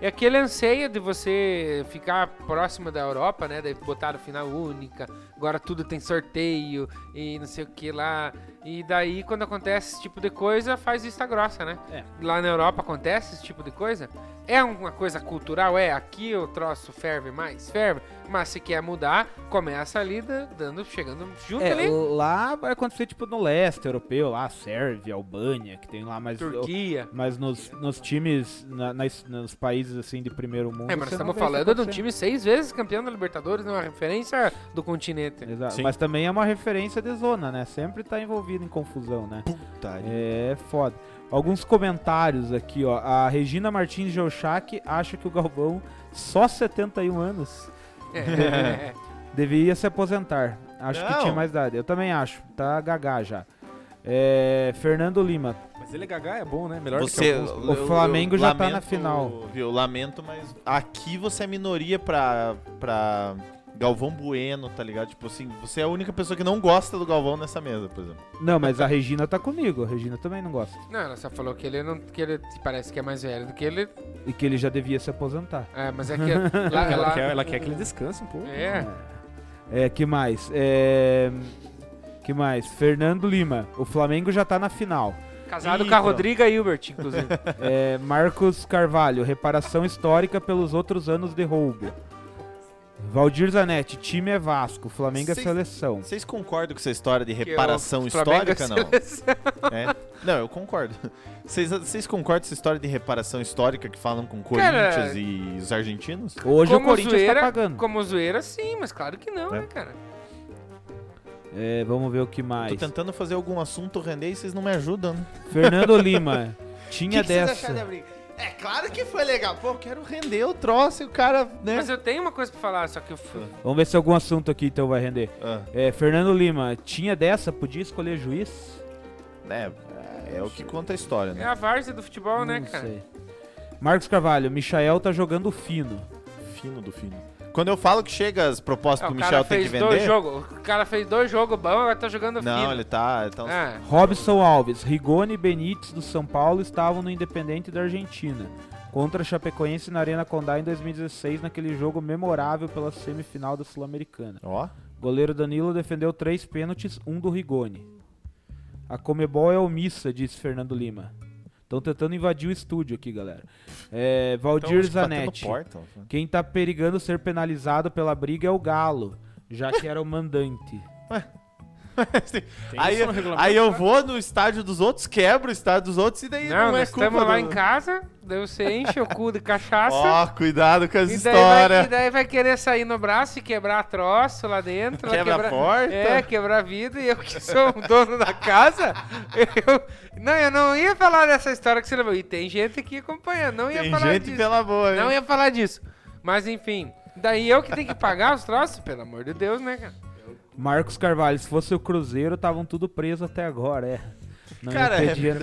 [SPEAKER 2] É aquele anseio de você ficar próximo da Europa, né? Daí botaram final única, agora tudo tem sorteio e não sei o que lá. E daí, quando acontece esse tipo de coisa, faz vista grossa, né?
[SPEAKER 5] É.
[SPEAKER 2] Lá na Europa acontece esse tipo de coisa. É uma coisa cultural, é. Aqui o troço ferve mais, ferve. Mas se quer mudar, começa ali da- dando, chegando junto
[SPEAKER 5] É,
[SPEAKER 2] ali.
[SPEAKER 5] lá vai acontecer tipo no leste europeu, lá, Sérvia, Albânia, que tem lá mais.
[SPEAKER 2] Turquia. É,
[SPEAKER 5] Mas nos, nos times, na, nas- nos países assim de primeiro mundo.
[SPEAKER 2] É, mas nós
[SPEAKER 5] você não
[SPEAKER 2] estamos
[SPEAKER 5] vê isso
[SPEAKER 2] falando de um
[SPEAKER 5] acontecendo.
[SPEAKER 2] time seis vezes campeão da Libertadores, né? uma referência do continente.
[SPEAKER 5] Exato.
[SPEAKER 3] Sim.
[SPEAKER 5] Mas também é uma referência de zona, né? Sempre tá envolvido em confusão, né?
[SPEAKER 3] Puta.
[SPEAKER 5] É foda. Alguns comentários aqui, ó. A Regina Martins Geuchac acha que o Galvão, só 71 anos,
[SPEAKER 2] É.
[SPEAKER 5] deveria se aposentar. Acho que
[SPEAKER 3] Não.
[SPEAKER 5] tinha mais idade. Eu também acho. Tá gagá já. É, Fernando Lima.
[SPEAKER 4] Mas ele gagar é bom, né? Melhor
[SPEAKER 3] Você,
[SPEAKER 4] do que alguns.
[SPEAKER 5] O Flamengo já tá na final.
[SPEAKER 3] Viu? Lamento, mas aqui você é minoria pra, pra Galvão Bueno, tá ligado? Tipo assim, você é a única pessoa que não gosta do Galvão nessa mesa, por exemplo.
[SPEAKER 5] Não, mas a Regina tá comigo. A Regina também não gosta.
[SPEAKER 2] Não, ela só falou que ele não. que ele parece que é mais velho do que ele.
[SPEAKER 5] E que ele já devia se aposentar.
[SPEAKER 2] É, mas é que. lá,
[SPEAKER 4] Ela
[SPEAKER 2] lá-
[SPEAKER 4] quer, ela quer que ele descanse um pouco.
[SPEAKER 2] É.
[SPEAKER 5] É, que mais? É, que mais? Fernando Lima. O Flamengo já tá na final.
[SPEAKER 2] Casado
[SPEAKER 3] Ih,
[SPEAKER 2] com a
[SPEAKER 3] pronto.
[SPEAKER 2] Rodriga Hilbert, inclusive.
[SPEAKER 5] É, Marcos Carvalho. Reparação histórica pelos outros anos de roubo. Valdir Zanetti, time é Vasco, Flamengo é
[SPEAKER 3] Seis-
[SPEAKER 5] seleção.
[SPEAKER 3] Vocês concordam com essa história de
[SPEAKER 2] Porque o
[SPEAKER 3] reparação
[SPEAKER 2] Flamengo é
[SPEAKER 3] histórica, não?
[SPEAKER 2] seleção.
[SPEAKER 3] É? Não, eu concordo. Vocês, vocês concordam com essa história de reparação histórica que falam com
[SPEAKER 2] Cara-
[SPEAKER 3] Corinthians e os argentinos?
[SPEAKER 5] Hoje
[SPEAKER 2] como
[SPEAKER 5] o Corinthians
[SPEAKER 2] zoeira,
[SPEAKER 5] tá pagando.
[SPEAKER 2] Como zoeira, sim, mas claro que não,
[SPEAKER 3] É.
[SPEAKER 2] né, cara?
[SPEAKER 5] É, vamos ver o que mais.
[SPEAKER 3] Tô tentando fazer algum assunto render e vocês não me ajudam, né?
[SPEAKER 5] Fernando Lima, tinha dessa.
[SPEAKER 3] briga? É claro que foi legal. Pô, eu quero render o troço e o cara, né?
[SPEAKER 2] Mas é- eu tenho uma coisa pra falar, só que eu fui.
[SPEAKER 5] Vamos ver se algum assunto aqui então vai render.
[SPEAKER 3] Ah,
[SPEAKER 5] É, Fernando Lima, tinha dessa? Podia escolher juiz?
[SPEAKER 3] é, é o que conta a história,
[SPEAKER 2] É
[SPEAKER 3] né?
[SPEAKER 2] a várzea do futebol, né,
[SPEAKER 5] Não
[SPEAKER 2] cara?
[SPEAKER 5] sei. Marcos Carvalho, Michael tá jogando fino.
[SPEAKER 1] Fino do fino.
[SPEAKER 3] Quando eu falo que chega as
[SPEAKER 2] Ah,
[SPEAKER 3] propostas
[SPEAKER 2] É. o
[SPEAKER 3] pro
[SPEAKER 2] cara
[SPEAKER 3] Michel tem que
[SPEAKER 2] fez dois
[SPEAKER 3] vender...
[SPEAKER 2] jogos. O cara fez dois jogos bons, agora tá jogando
[SPEAKER 3] Não,
[SPEAKER 2] fino.
[SPEAKER 3] ele tá... ele tá uns-
[SPEAKER 2] Ah,
[SPEAKER 5] Robson Alves, Rigoni e Benítez do São Paulo estavam no Independente da Argentina. Contra Chapecoense na Arena Condá em 2016, naquele jogo memorável pela semifinal da Sul-Americana.
[SPEAKER 3] Ó,
[SPEAKER 5] Goleiro Danilo defendeu três pênaltis, um do Rigoni. A Comebol é omissa, disse Fernando Lima. Estão tentando invadir o estúdio aqui, galera. É,
[SPEAKER 3] tão
[SPEAKER 5] Valdir
[SPEAKER 3] se batendo
[SPEAKER 5] Zanetti.
[SPEAKER 3] porta.
[SPEAKER 5] Quem tá perigando ser penalizado pela briga é o Galo, já que era o mandante.
[SPEAKER 4] Tem
[SPEAKER 3] Aí,
[SPEAKER 4] isso no regulamento?
[SPEAKER 3] aí eu vou no estádio dos outros, quebro o estádio dos outros e daí não,
[SPEAKER 2] não,
[SPEAKER 3] é
[SPEAKER 2] nós
[SPEAKER 3] culpa
[SPEAKER 2] estamos lá
[SPEAKER 3] do-
[SPEAKER 2] em casa, daí você enche o cu de cachaça.
[SPEAKER 3] Ó, cuidado com as
[SPEAKER 2] E daí, vai,
[SPEAKER 3] histórias.
[SPEAKER 2] e daí vai querer sair no braço e quebrar troço lá dentro. lá
[SPEAKER 3] Quebra a
[SPEAKER 2] quebrar-
[SPEAKER 3] porta.
[SPEAKER 2] É, quebrar vidro. E eu que sou o dono da casa. Eu, não, eu não ia falar dessa história que você levou. E tem gente aqui acompanhando. Não ia
[SPEAKER 3] Tem
[SPEAKER 2] falar
[SPEAKER 3] gente
[SPEAKER 2] disso.
[SPEAKER 3] pela boa, hein?
[SPEAKER 2] Não ia falar disso. Mas enfim. Daí eu que tenho que pagar os troços? Pelo amor de Deus, né, cara?
[SPEAKER 5] Marcos Carvalho, se fosse o Cruzeiro, estavam tudo preso até agora, é. Não ia
[SPEAKER 3] Cara,
[SPEAKER 5] ter
[SPEAKER 3] é
[SPEAKER 5] dinheiro.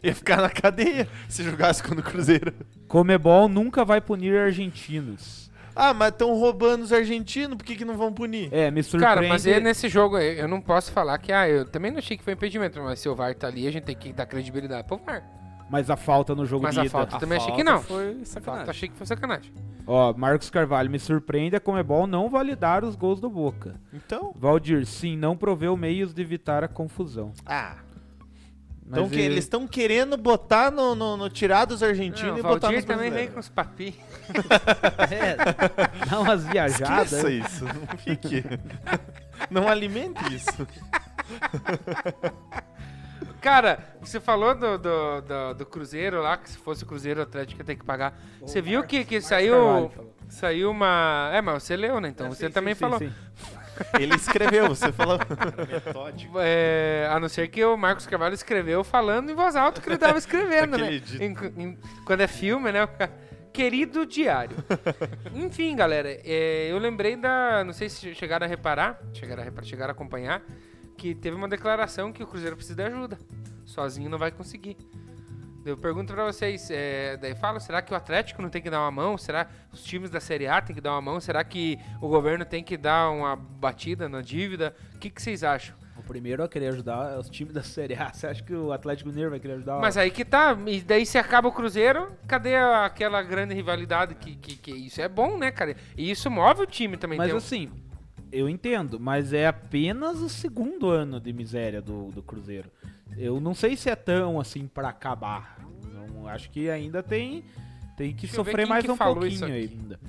[SPEAKER 3] Ia ficar na cadeia se jogasse contra o Cruzeiro.
[SPEAKER 5] Comebol nunca vai punir argentinos.
[SPEAKER 3] Ah, mas estão roubando os argentinos, por que, que não vão punir?
[SPEAKER 5] É, me surpreende.
[SPEAKER 2] Cara, mas é nesse jogo aí, eu não posso falar que. Ah, eu também não achei que foi impedimento, mas se o VAR tá ali, a gente tem que dar credibilidade pro VAR.
[SPEAKER 5] Mas a falta no jogo
[SPEAKER 2] é- Mas
[SPEAKER 5] de
[SPEAKER 2] a
[SPEAKER 5] ida.
[SPEAKER 2] falta- também achei que
[SPEAKER 4] falta
[SPEAKER 2] não.
[SPEAKER 4] Foi
[SPEAKER 2] Tá,
[SPEAKER 4] sacanagem.
[SPEAKER 2] achei que foi sacanagem.
[SPEAKER 5] Ó, Marcos Carvalho, me surpreende a Comebol não validar os gols do Boca.
[SPEAKER 3] Então,
[SPEAKER 5] Valdir, sim, não proveu meios de evitar a confusão.
[SPEAKER 3] ah,
[SPEAKER 5] Mas
[SPEAKER 3] então que,
[SPEAKER 5] e-
[SPEAKER 3] eles estão querendo botar no, no, no tirar dos argentinos
[SPEAKER 2] Não,
[SPEAKER 3] e
[SPEAKER 2] o
[SPEAKER 3] botar
[SPEAKER 2] Valdir
[SPEAKER 3] nos
[SPEAKER 2] também vem
[SPEAKER 3] brasileiros.
[SPEAKER 2] com os papinhos.
[SPEAKER 5] É, dá umas viajadas. né?
[SPEAKER 3] Esqueça isso,
[SPEAKER 2] né?
[SPEAKER 3] não fique. não alimente isso.
[SPEAKER 2] Cara, você falou do, do, do, do Cruzeiro lá, que se fosse o Cruzeiro o Atlético ia ter que pagar. Você viu que, que saiu.
[SPEAKER 5] Carvalho falou.
[SPEAKER 2] Saiu uma. É, mas você leu, né? Então você também falou.
[SPEAKER 3] Ele escreveu, você falou.
[SPEAKER 2] É, a não ser que o Marcos Carvalho escreveu falando em voz alta que ele tava escrevendo, né?
[SPEAKER 3] Aquele dito.
[SPEAKER 2] Em- em- quando é filme, né? o cara, Querido diário. Enfim, galera, é, eu lembrei da. Não sei se chegaram a reparar, chegaram a, reparar, chegaram a acompanhar, que teve uma declaração que o Cruzeiro precisa de ajuda. Sozinho não vai conseguir. Eu pergunto pra vocês, é, daí falo, será que o Atlético não tem que dar uma mão? Será que os times da Série A tem que dar uma mão? Será que o governo tem que dar uma batida na dívida? O que, que vocês acham?
[SPEAKER 5] O primeiro a querer ajudar é os times da Série A. Você acha que o Atlético Mineiro vai querer ajudar?
[SPEAKER 2] Mas aí que tá, e daí se acaba o Cruzeiro, cadê a- aquela grande rivalidade que, que, que isso é bom, né, cara? E isso move o time também.
[SPEAKER 5] Mas
[SPEAKER 2] tem um-
[SPEAKER 5] assim, eu entendo, mas é apenas o segundo ano de miséria do, do Cruzeiro. Eu não sei se é tão assim pra acabar. Não, acho que ainda tem, tem que
[SPEAKER 2] Deixa eu ver
[SPEAKER 5] sofrer
[SPEAKER 2] quem
[SPEAKER 5] mais
[SPEAKER 2] que
[SPEAKER 5] um
[SPEAKER 2] falou isso
[SPEAKER 5] pouquinho
[SPEAKER 2] aqui.
[SPEAKER 5] ainda.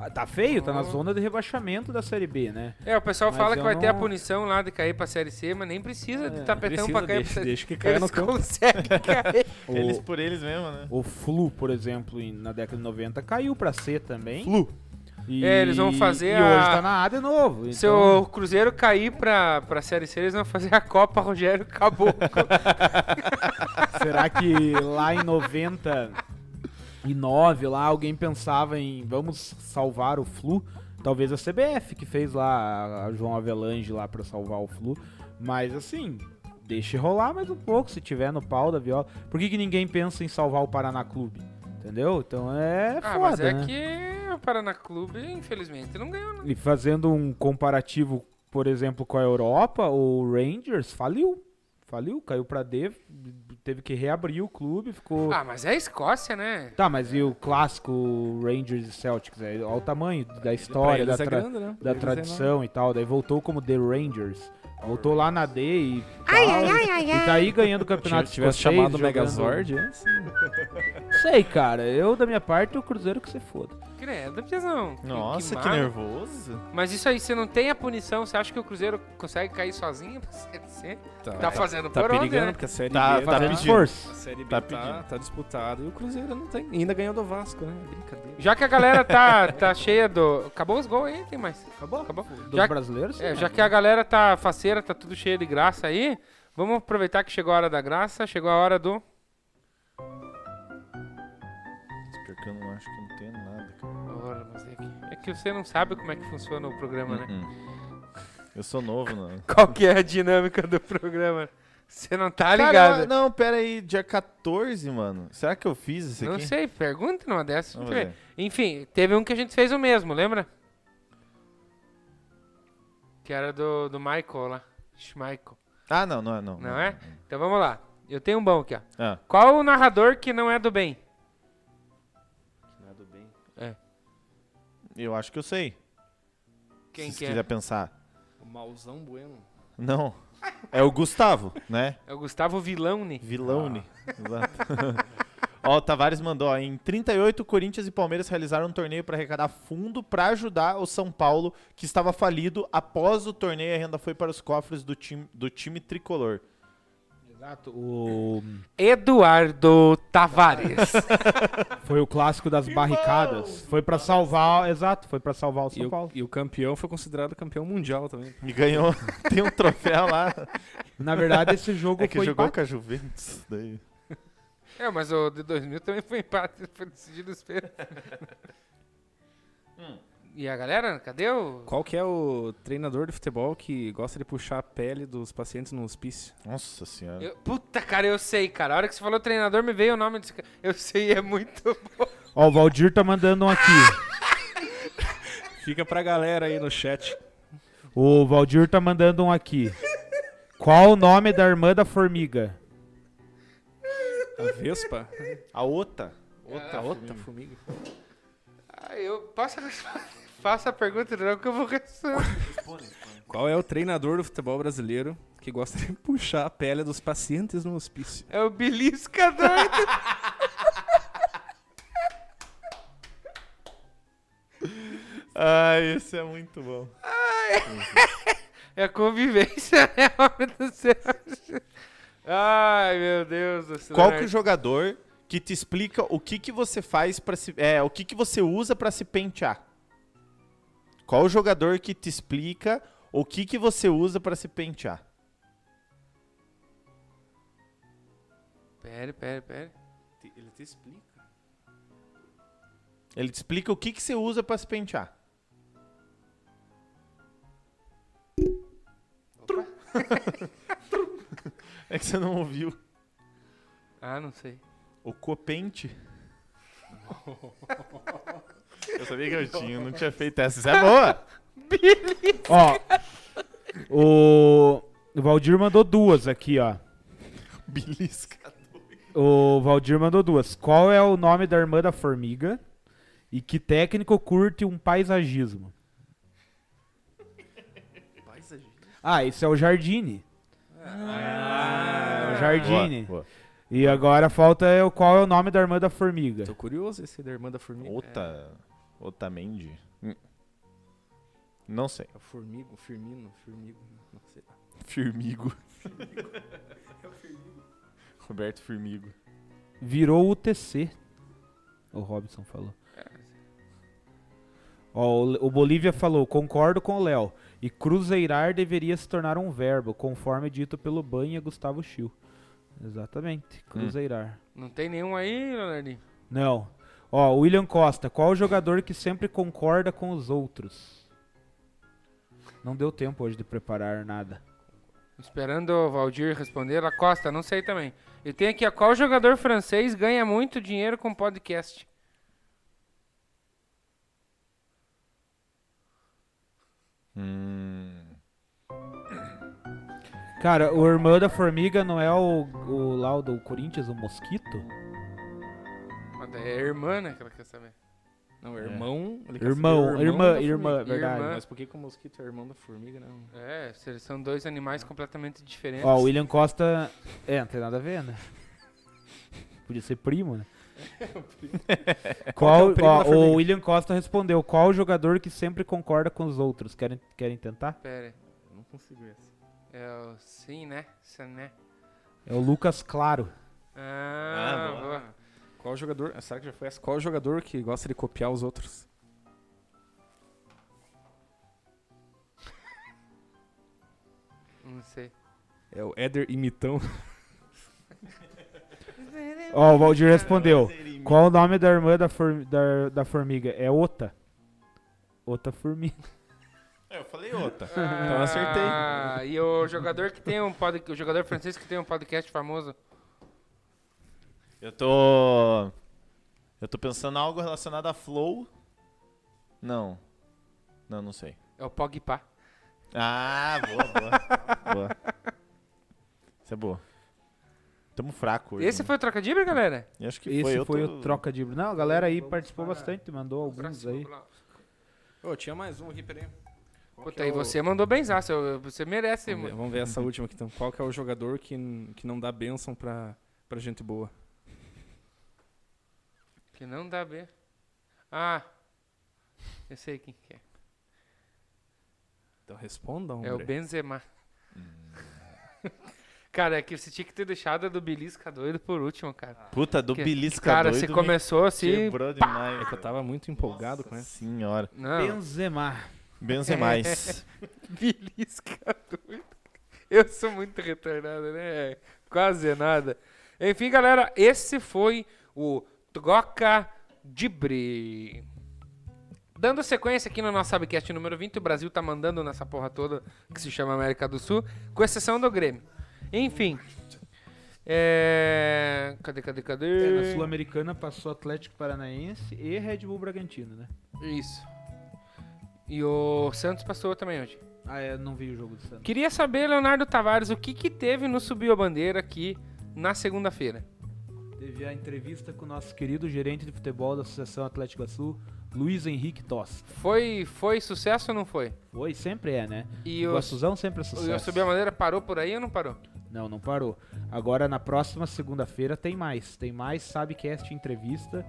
[SPEAKER 5] Ah, Tá feio, tá na
[SPEAKER 2] Oh.
[SPEAKER 5] zona de rebaixamento da Série B, né?
[SPEAKER 2] É, o pessoal
[SPEAKER 5] Mas
[SPEAKER 2] fala
[SPEAKER 5] eu
[SPEAKER 2] que vai ter a
[SPEAKER 5] não-
[SPEAKER 2] punição lá de cair pra Série C, mas nem precisa de
[SPEAKER 5] É,
[SPEAKER 2] tapetão
[SPEAKER 4] Precisa,
[SPEAKER 2] pra cair
[SPEAKER 4] deixa,
[SPEAKER 2] pra Série C.
[SPEAKER 4] deixa que caia
[SPEAKER 2] Eles
[SPEAKER 4] no campo.
[SPEAKER 2] conseguem cair.
[SPEAKER 5] O,
[SPEAKER 3] Eles por eles mesmo, né?
[SPEAKER 5] o Flu, por exemplo, em- na década de 90 caiu pra C também.
[SPEAKER 3] Flu.
[SPEAKER 5] E,
[SPEAKER 2] É, eles vão fazer
[SPEAKER 5] E hoje
[SPEAKER 2] a-
[SPEAKER 5] tá na A de novo.
[SPEAKER 2] Se
[SPEAKER 5] então-
[SPEAKER 2] o Cruzeiro cair pra, pra Série C, eles vão fazer a Copa Rogério Caboclo.
[SPEAKER 5] É Será que lá em 99, lá, alguém pensava em vamos salvar o Flu? Talvez a CBF que fez lá, a João Avelange lá pra salvar o Flu. Mas assim, deixe rolar mais um pouco se tiver no pau da viola. Por que, que ninguém pensa em salvar o Paraná Clube? Entendeu? Então é
[SPEAKER 2] ah,
[SPEAKER 5] foda,
[SPEAKER 2] mas é
[SPEAKER 5] né?
[SPEAKER 2] que o Paraná Clube, infelizmente, não ganhou.
[SPEAKER 5] E fazendo um comparativo, por exemplo, com a Europa, o Rangers faliu. Faliu, caiu pra D, teve que reabrir o clube, ficou...
[SPEAKER 2] Ah, mas é a Escócia, né?
[SPEAKER 5] Tá, mas e o clássico Rangers e Celtics? É, olha o tamanho da história, da,
[SPEAKER 4] Pra eles é
[SPEAKER 5] tra-
[SPEAKER 4] grande, né? Pra
[SPEAKER 5] da
[SPEAKER 4] eles é
[SPEAKER 5] tradição e tal. Daí voltou como The Rangers. Voltou lá na D e. Tal, E tá aí ganhando o
[SPEAKER 4] enorme.
[SPEAKER 5] campeonato
[SPEAKER 4] Se tivesse né?
[SPEAKER 5] escocês,
[SPEAKER 4] chamado o
[SPEAKER 5] jogando-
[SPEAKER 4] Megazord, é, sim.
[SPEAKER 5] Sei, cara. Eu, da minha parte, o Cruzeiro que você foda.
[SPEAKER 2] Credo, Piazão. que-
[SPEAKER 3] Nossa, que,
[SPEAKER 2] mal.
[SPEAKER 3] nervoso.
[SPEAKER 2] Mas isso aí, você não tem a punição, você acha que o Cruzeiro consegue cair sozinho pra Série C? Tá fazendo
[SPEAKER 4] Tá
[SPEAKER 2] por onde,
[SPEAKER 4] perigando,
[SPEAKER 2] né?
[SPEAKER 4] porque a Série
[SPEAKER 3] Tá-
[SPEAKER 4] B
[SPEAKER 3] tá pedindo.
[SPEAKER 4] A
[SPEAKER 5] Força.
[SPEAKER 4] Série B
[SPEAKER 3] Tá
[SPEAKER 4] tá,
[SPEAKER 3] pedindo.
[SPEAKER 4] tá disputada e o Cruzeiro não tem. Ainda ganhou do Vasco, né? Brincadeira.
[SPEAKER 2] Já que a galera tá, tá cheia do... Acabou os gols aí, tem mais.
[SPEAKER 5] Acabou?
[SPEAKER 2] Acabou.
[SPEAKER 5] Dos
[SPEAKER 2] Já,
[SPEAKER 5] brasileiros?
[SPEAKER 2] é, já que a galera tá faceira, tá tudo cheio de graça aí, vamos aproveitar que chegou a hora da graça, chegou a hora do...
[SPEAKER 3] Pior que eu não acho que não tem nada, cara.
[SPEAKER 2] Ora, mas é, que, é que você não sabe como é que funciona o programa, né?
[SPEAKER 3] Hum. Eu sou novo, não.
[SPEAKER 2] Qual que é a dinâmica do programa? Você não tá
[SPEAKER 3] Cara,
[SPEAKER 2] ligado.
[SPEAKER 3] não, pera aí, dia 14, mano. Será que eu fiz isso aqui?
[SPEAKER 2] não sei, pergunta numa dessas.
[SPEAKER 3] Vamos
[SPEAKER 2] deixa eu
[SPEAKER 3] ver.
[SPEAKER 2] ver. Enfim, teve um que a gente fez o mesmo, lembra? Que era do, do Michael lá. Schmeichel,
[SPEAKER 3] Ah, não, não é. Não,
[SPEAKER 2] não é? Então vamos lá. Eu tenho um bom aqui, ó.
[SPEAKER 3] Ah,
[SPEAKER 2] Qual o narrador que não é do bem?
[SPEAKER 4] Nada bem.
[SPEAKER 3] eu acho que eu sei.
[SPEAKER 2] Quem
[SPEAKER 3] se
[SPEAKER 2] que
[SPEAKER 3] quiser
[SPEAKER 2] é?
[SPEAKER 3] pensar.
[SPEAKER 4] O Mauzão Bueno.
[SPEAKER 3] Não. É o Gustavo, né?
[SPEAKER 2] É o Gustavo Vilaune.
[SPEAKER 3] Vilone. né? Exato. ó, o Tavares mandou, ó, em 38, Corinthians e Palmeiras realizaram um torneio para arrecadar fundo para ajudar o São Paulo, que estava falido. Após o torneio, a renda foi para os cofres do time, do time tricolor.
[SPEAKER 5] Exato. O...
[SPEAKER 2] Eduardo Tavares.
[SPEAKER 5] Foi o clássico das barricadas. Foi pra salvar, exato, foi pra salvar o
[SPEAKER 4] E
[SPEAKER 5] São
[SPEAKER 4] o,
[SPEAKER 5] Paulo.
[SPEAKER 4] e o campeão foi considerado campeão mundial também.
[SPEAKER 3] E ganhou, tem um troféu lá.
[SPEAKER 5] Na verdade, esse jogo
[SPEAKER 3] É que
[SPEAKER 5] foi
[SPEAKER 3] jogou
[SPEAKER 5] empate.
[SPEAKER 3] com a Juventus. Daí.
[SPEAKER 2] é, mas o de 2000 também foi empate. Foi decidido os pênaltis. E a galera, cadê o...
[SPEAKER 4] Qual que é o treinador de futebol que gosta de puxar a pele dos pacientes no hospício?
[SPEAKER 3] Nossa senhora.
[SPEAKER 2] Eu- puta, cara, eu sei, cara. A hora que você falou treinador, me veio o nome desse cara. Eu sei, é muito bom.
[SPEAKER 5] Ó, o Valdir tá mandando um aqui.
[SPEAKER 4] Fica pra galera aí no chat.
[SPEAKER 5] O Valdir tá mandando um aqui. Qual o nome da irmã da formiga?
[SPEAKER 4] A Vespa?
[SPEAKER 3] A outra.
[SPEAKER 4] Outra, outra formiga.
[SPEAKER 2] Ah, eu posso responder? Faça a pergunta, não, que eu vou responder.
[SPEAKER 4] Qual é o treinador do futebol brasileiro que gosta de puxar a pele dos pacientes no hospício?
[SPEAKER 2] É o Belisca doido.
[SPEAKER 3] Ah, esse é muito bom.
[SPEAKER 2] É a convivência, né, homem do céu? Ai, meu Deus do céu.
[SPEAKER 3] Qual que é o jogador que te explica o que que você faz para se é, o que que você usa para se pentear? Qual o jogador que te explica o que que você usa para se pentear?
[SPEAKER 2] Pera, pera, pera.
[SPEAKER 4] Ele te explica.
[SPEAKER 3] Ele te explica o que que você usa para se pentear. Trum. Trum. é que você não ouviu.
[SPEAKER 2] Ah, não sei.
[SPEAKER 3] O copente. eu sabia que eu tinha, eu não tinha feito essa. Isso é boa.
[SPEAKER 5] Ó, o... o Valdir mandou duas aqui, ó.
[SPEAKER 3] Belisca.
[SPEAKER 5] O Valdir mandou duas. Qual é o nome da irmã da formiga? E que técnico curte um paisagismo? Ah, esse é o Jardine. Ah, é o Jardine.
[SPEAKER 3] Boa, boa.
[SPEAKER 5] E agora falta é o qual é o nome da irmã da
[SPEAKER 3] É.
[SPEAKER 5] formiga.
[SPEAKER 4] Tô curioso esse da irmã da formiga.
[SPEAKER 3] Ota. Otamendi? Hum. Não sei.
[SPEAKER 4] É o Formigo, Firmino, Firmigo, não sei lá.
[SPEAKER 3] Firmigo. Roberto Firmigo.
[SPEAKER 5] Virou o TC. O Robson falou. Ó, o Le- o Bolívia falou, concordo com o Léo. E cruzeirar deveria se tornar um verbo, conforme dito pelo Banha Gustavo Schill. Exatamente, cruzeirar.
[SPEAKER 2] Não tem nenhum aí, Leonardinho?
[SPEAKER 5] Não. Ó, William Costa, qual o jogador que sempre concorda com os outros? Não deu tempo hoje de preparar nada.
[SPEAKER 2] Esperando o Valdir responder. A Costa, não sei também. Eu tenho aqui, ó, qual jogador francês ganha muito dinheiro com podcast?
[SPEAKER 3] Hum.
[SPEAKER 5] Cara, o irmão da formiga não é o, o lá o do Corinthians, o mosquito?
[SPEAKER 2] Ah, daí É a irmã, né, que ela quer saber.
[SPEAKER 4] Não, É. irmão. ele quer
[SPEAKER 5] Irmão,
[SPEAKER 4] saber o
[SPEAKER 5] irmã,
[SPEAKER 4] da
[SPEAKER 5] irmã, é
[SPEAKER 4] formiga.
[SPEAKER 5] verdade.
[SPEAKER 2] Irmã.
[SPEAKER 4] Mas por que, que o mosquito é irmão da formiga, né?
[SPEAKER 2] É, se eles são dois animais completamente diferentes.
[SPEAKER 5] é, Ó, o William Costa. É, não tem nada a ver, né? Podia ser primo, né?
[SPEAKER 4] Qual
[SPEAKER 5] Qual,
[SPEAKER 4] que é o perigo
[SPEAKER 5] ó,
[SPEAKER 4] da formiga?
[SPEAKER 5] o William Costa respondeu: Qual o jogador que sempre concorda com os outros? Querem, querem tentar?
[SPEAKER 2] Pera.
[SPEAKER 4] Não consigo essa.
[SPEAKER 2] É o sim, né? Sim, né?
[SPEAKER 5] É o Lucas Claro.
[SPEAKER 2] Ah,
[SPEAKER 3] Ah, boa.
[SPEAKER 2] boa.
[SPEAKER 4] Qual jogador. ah, Será que já foi essa? Qual jogador que gosta de copiar os outros?
[SPEAKER 2] Não sei.
[SPEAKER 4] É o Éder Imitão.
[SPEAKER 5] Ó, o Valdir respondeu: Qual o nome da irmã da, for- da- da formiga? É Ota. Ota Formiga.
[SPEAKER 3] É, eu falei outra.
[SPEAKER 2] Então
[SPEAKER 3] eu acertei.
[SPEAKER 2] Ah, e o jogador que tem um podcast, o jogador francês que tem um podcast famoso.
[SPEAKER 3] Eu tô. Eu tô pensando em algo relacionado a Flow. Não. Não, não sei.
[SPEAKER 2] É o Pogba.
[SPEAKER 3] Ah, boa, boa. boa. Isso é boa. Tamo fraco hoje.
[SPEAKER 2] Esse
[SPEAKER 3] né?
[SPEAKER 2] foi o trocadilho, galera?
[SPEAKER 3] Eu acho que
[SPEAKER 5] Esse
[SPEAKER 3] foi,
[SPEAKER 5] foi,
[SPEAKER 3] eu tô-
[SPEAKER 5] o troca de. Não, a galera aí participou bastante, mandou alguns
[SPEAKER 2] Próximo
[SPEAKER 5] aí.
[SPEAKER 2] bloco.
[SPEAKER 4] Ô, tinha mais um aqui, peraí. Qual que
[SPEAKER 2] Puta,
[SPEAKER 4] é
[SPEAKER 2] aí
[SPEAKER 4] o-
[SPEAKER 2] você mandou benzaço. eu- Você merece,
[SPEAKER 4] Vamos ver,
[SPEAKER 2] mano.
[SPEAKER 4] vamos ver essa última aqui então. Qual que é o jogador que, n- que não dá bênção pra, pra gente boa?
[SPEAKER 2] Que não dá B. Ah, eu sei quem que é.
[SPEAKER 4] Então respondam.
[SPEAKER 2] É o Benzema.
[SPEAKER 3] Hum.
[SPEAKER 2] cara, é que você tinha que ter deixado a do Belisca doido por último, cara.
[SPEAKER 3] Puta, do
[SPEAKER 2] Que-
[SPEAKER 3] belisca
[SPEAKER 2] Cara,
[SPEAKER 3] doido
[SPEAKER 2] você
[SPEAKER 3] me
[SPEAKER 2] começou assim...
[SPEAKER 3] Quebrou demais.
[SPEAKER 4] é Eu tava muito empolgado com essa.
[SPEAKER 3] Senhora.
[SPEAKER 2] Não,
[SPEAKER 5] Benzema.
[SPEAKER 3] Benzemais.
[SPEAKER 2] Belisca doido. Eu sou muito retardado, né? Quase nada. Enfim, galera, esse foi o Troca de Bre. Dando sequência aqui no nosso Subcast número 20, o Brasil tá mandando nessa porra toda que se chama América do Sul, com exceção do Grêmio. Enfim. É... Cadê, cadê,
[SPEAKER 5] É, na
[SPEAKER 2] cadê?
[SPEAKER 5] Sul-Americana passou Atlético Paranaense e Red Bull Bragantino, né?
[SPEAKER 2] Isso. E o Santos passou também hoje.
[SPEAKER 5] Ah, é, não vi o jogo do Santos.
[SPEAKER 2] Queria saber, Leonardo Tavares, o que que teve no Subiu a Bandeira aqui na segunda-feira?
[SPEAKER 5] Teve a entrevista com o nosso querido gerente de futebol da Associação Atlético do Sul, Luiz Henrique Tosta.
[SPEAKER 2] Foi, foi sucesso ou não foi?
[SPEAKER 5] Oi, sempre é, né?
[SPEAKER 2] E
[SPEAKER 5] o
[SPEAKER 2] o,
[SPEAKER 5] Assuzão sempre é
[SPEAKER 2] o
[SPEAKER 5] sucesso.
[SPEAKER 2] Subiu a Bandeira parou por aí ou não parou?
[SPEAKER 5] Não, não parou. Agora na próxima segunda-feira tem mais. Tem mais Sabcast entrevista.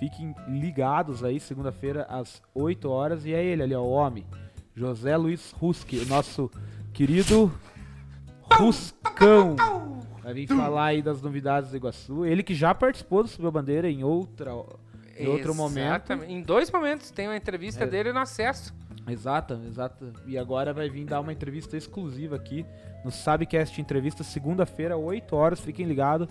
[SPEAKER 5] Fiquem ligados aí, segunda-feira às 8 horas. E é ele ali, ó, o homem. José Luiz Ruski, o nosso querido Ruscão. Vai vir falar aí das novidades do Iguaçu. Ele que já participou do Subiu a Bandeira em outra. Em outro momento.
[SPEAKER 2] Exatamente. Em dois momentos. Tem uma entrevista
[SPEAKER 5] É.
[SPEAKER 2] dele no acesso.
[SPEAKER 5] Exato, exato. E agora vai vir dar uma entrevista exclusiva aqui no Sabcast Entrevista, segunda-feira, 8 horas. Fiquem ligados.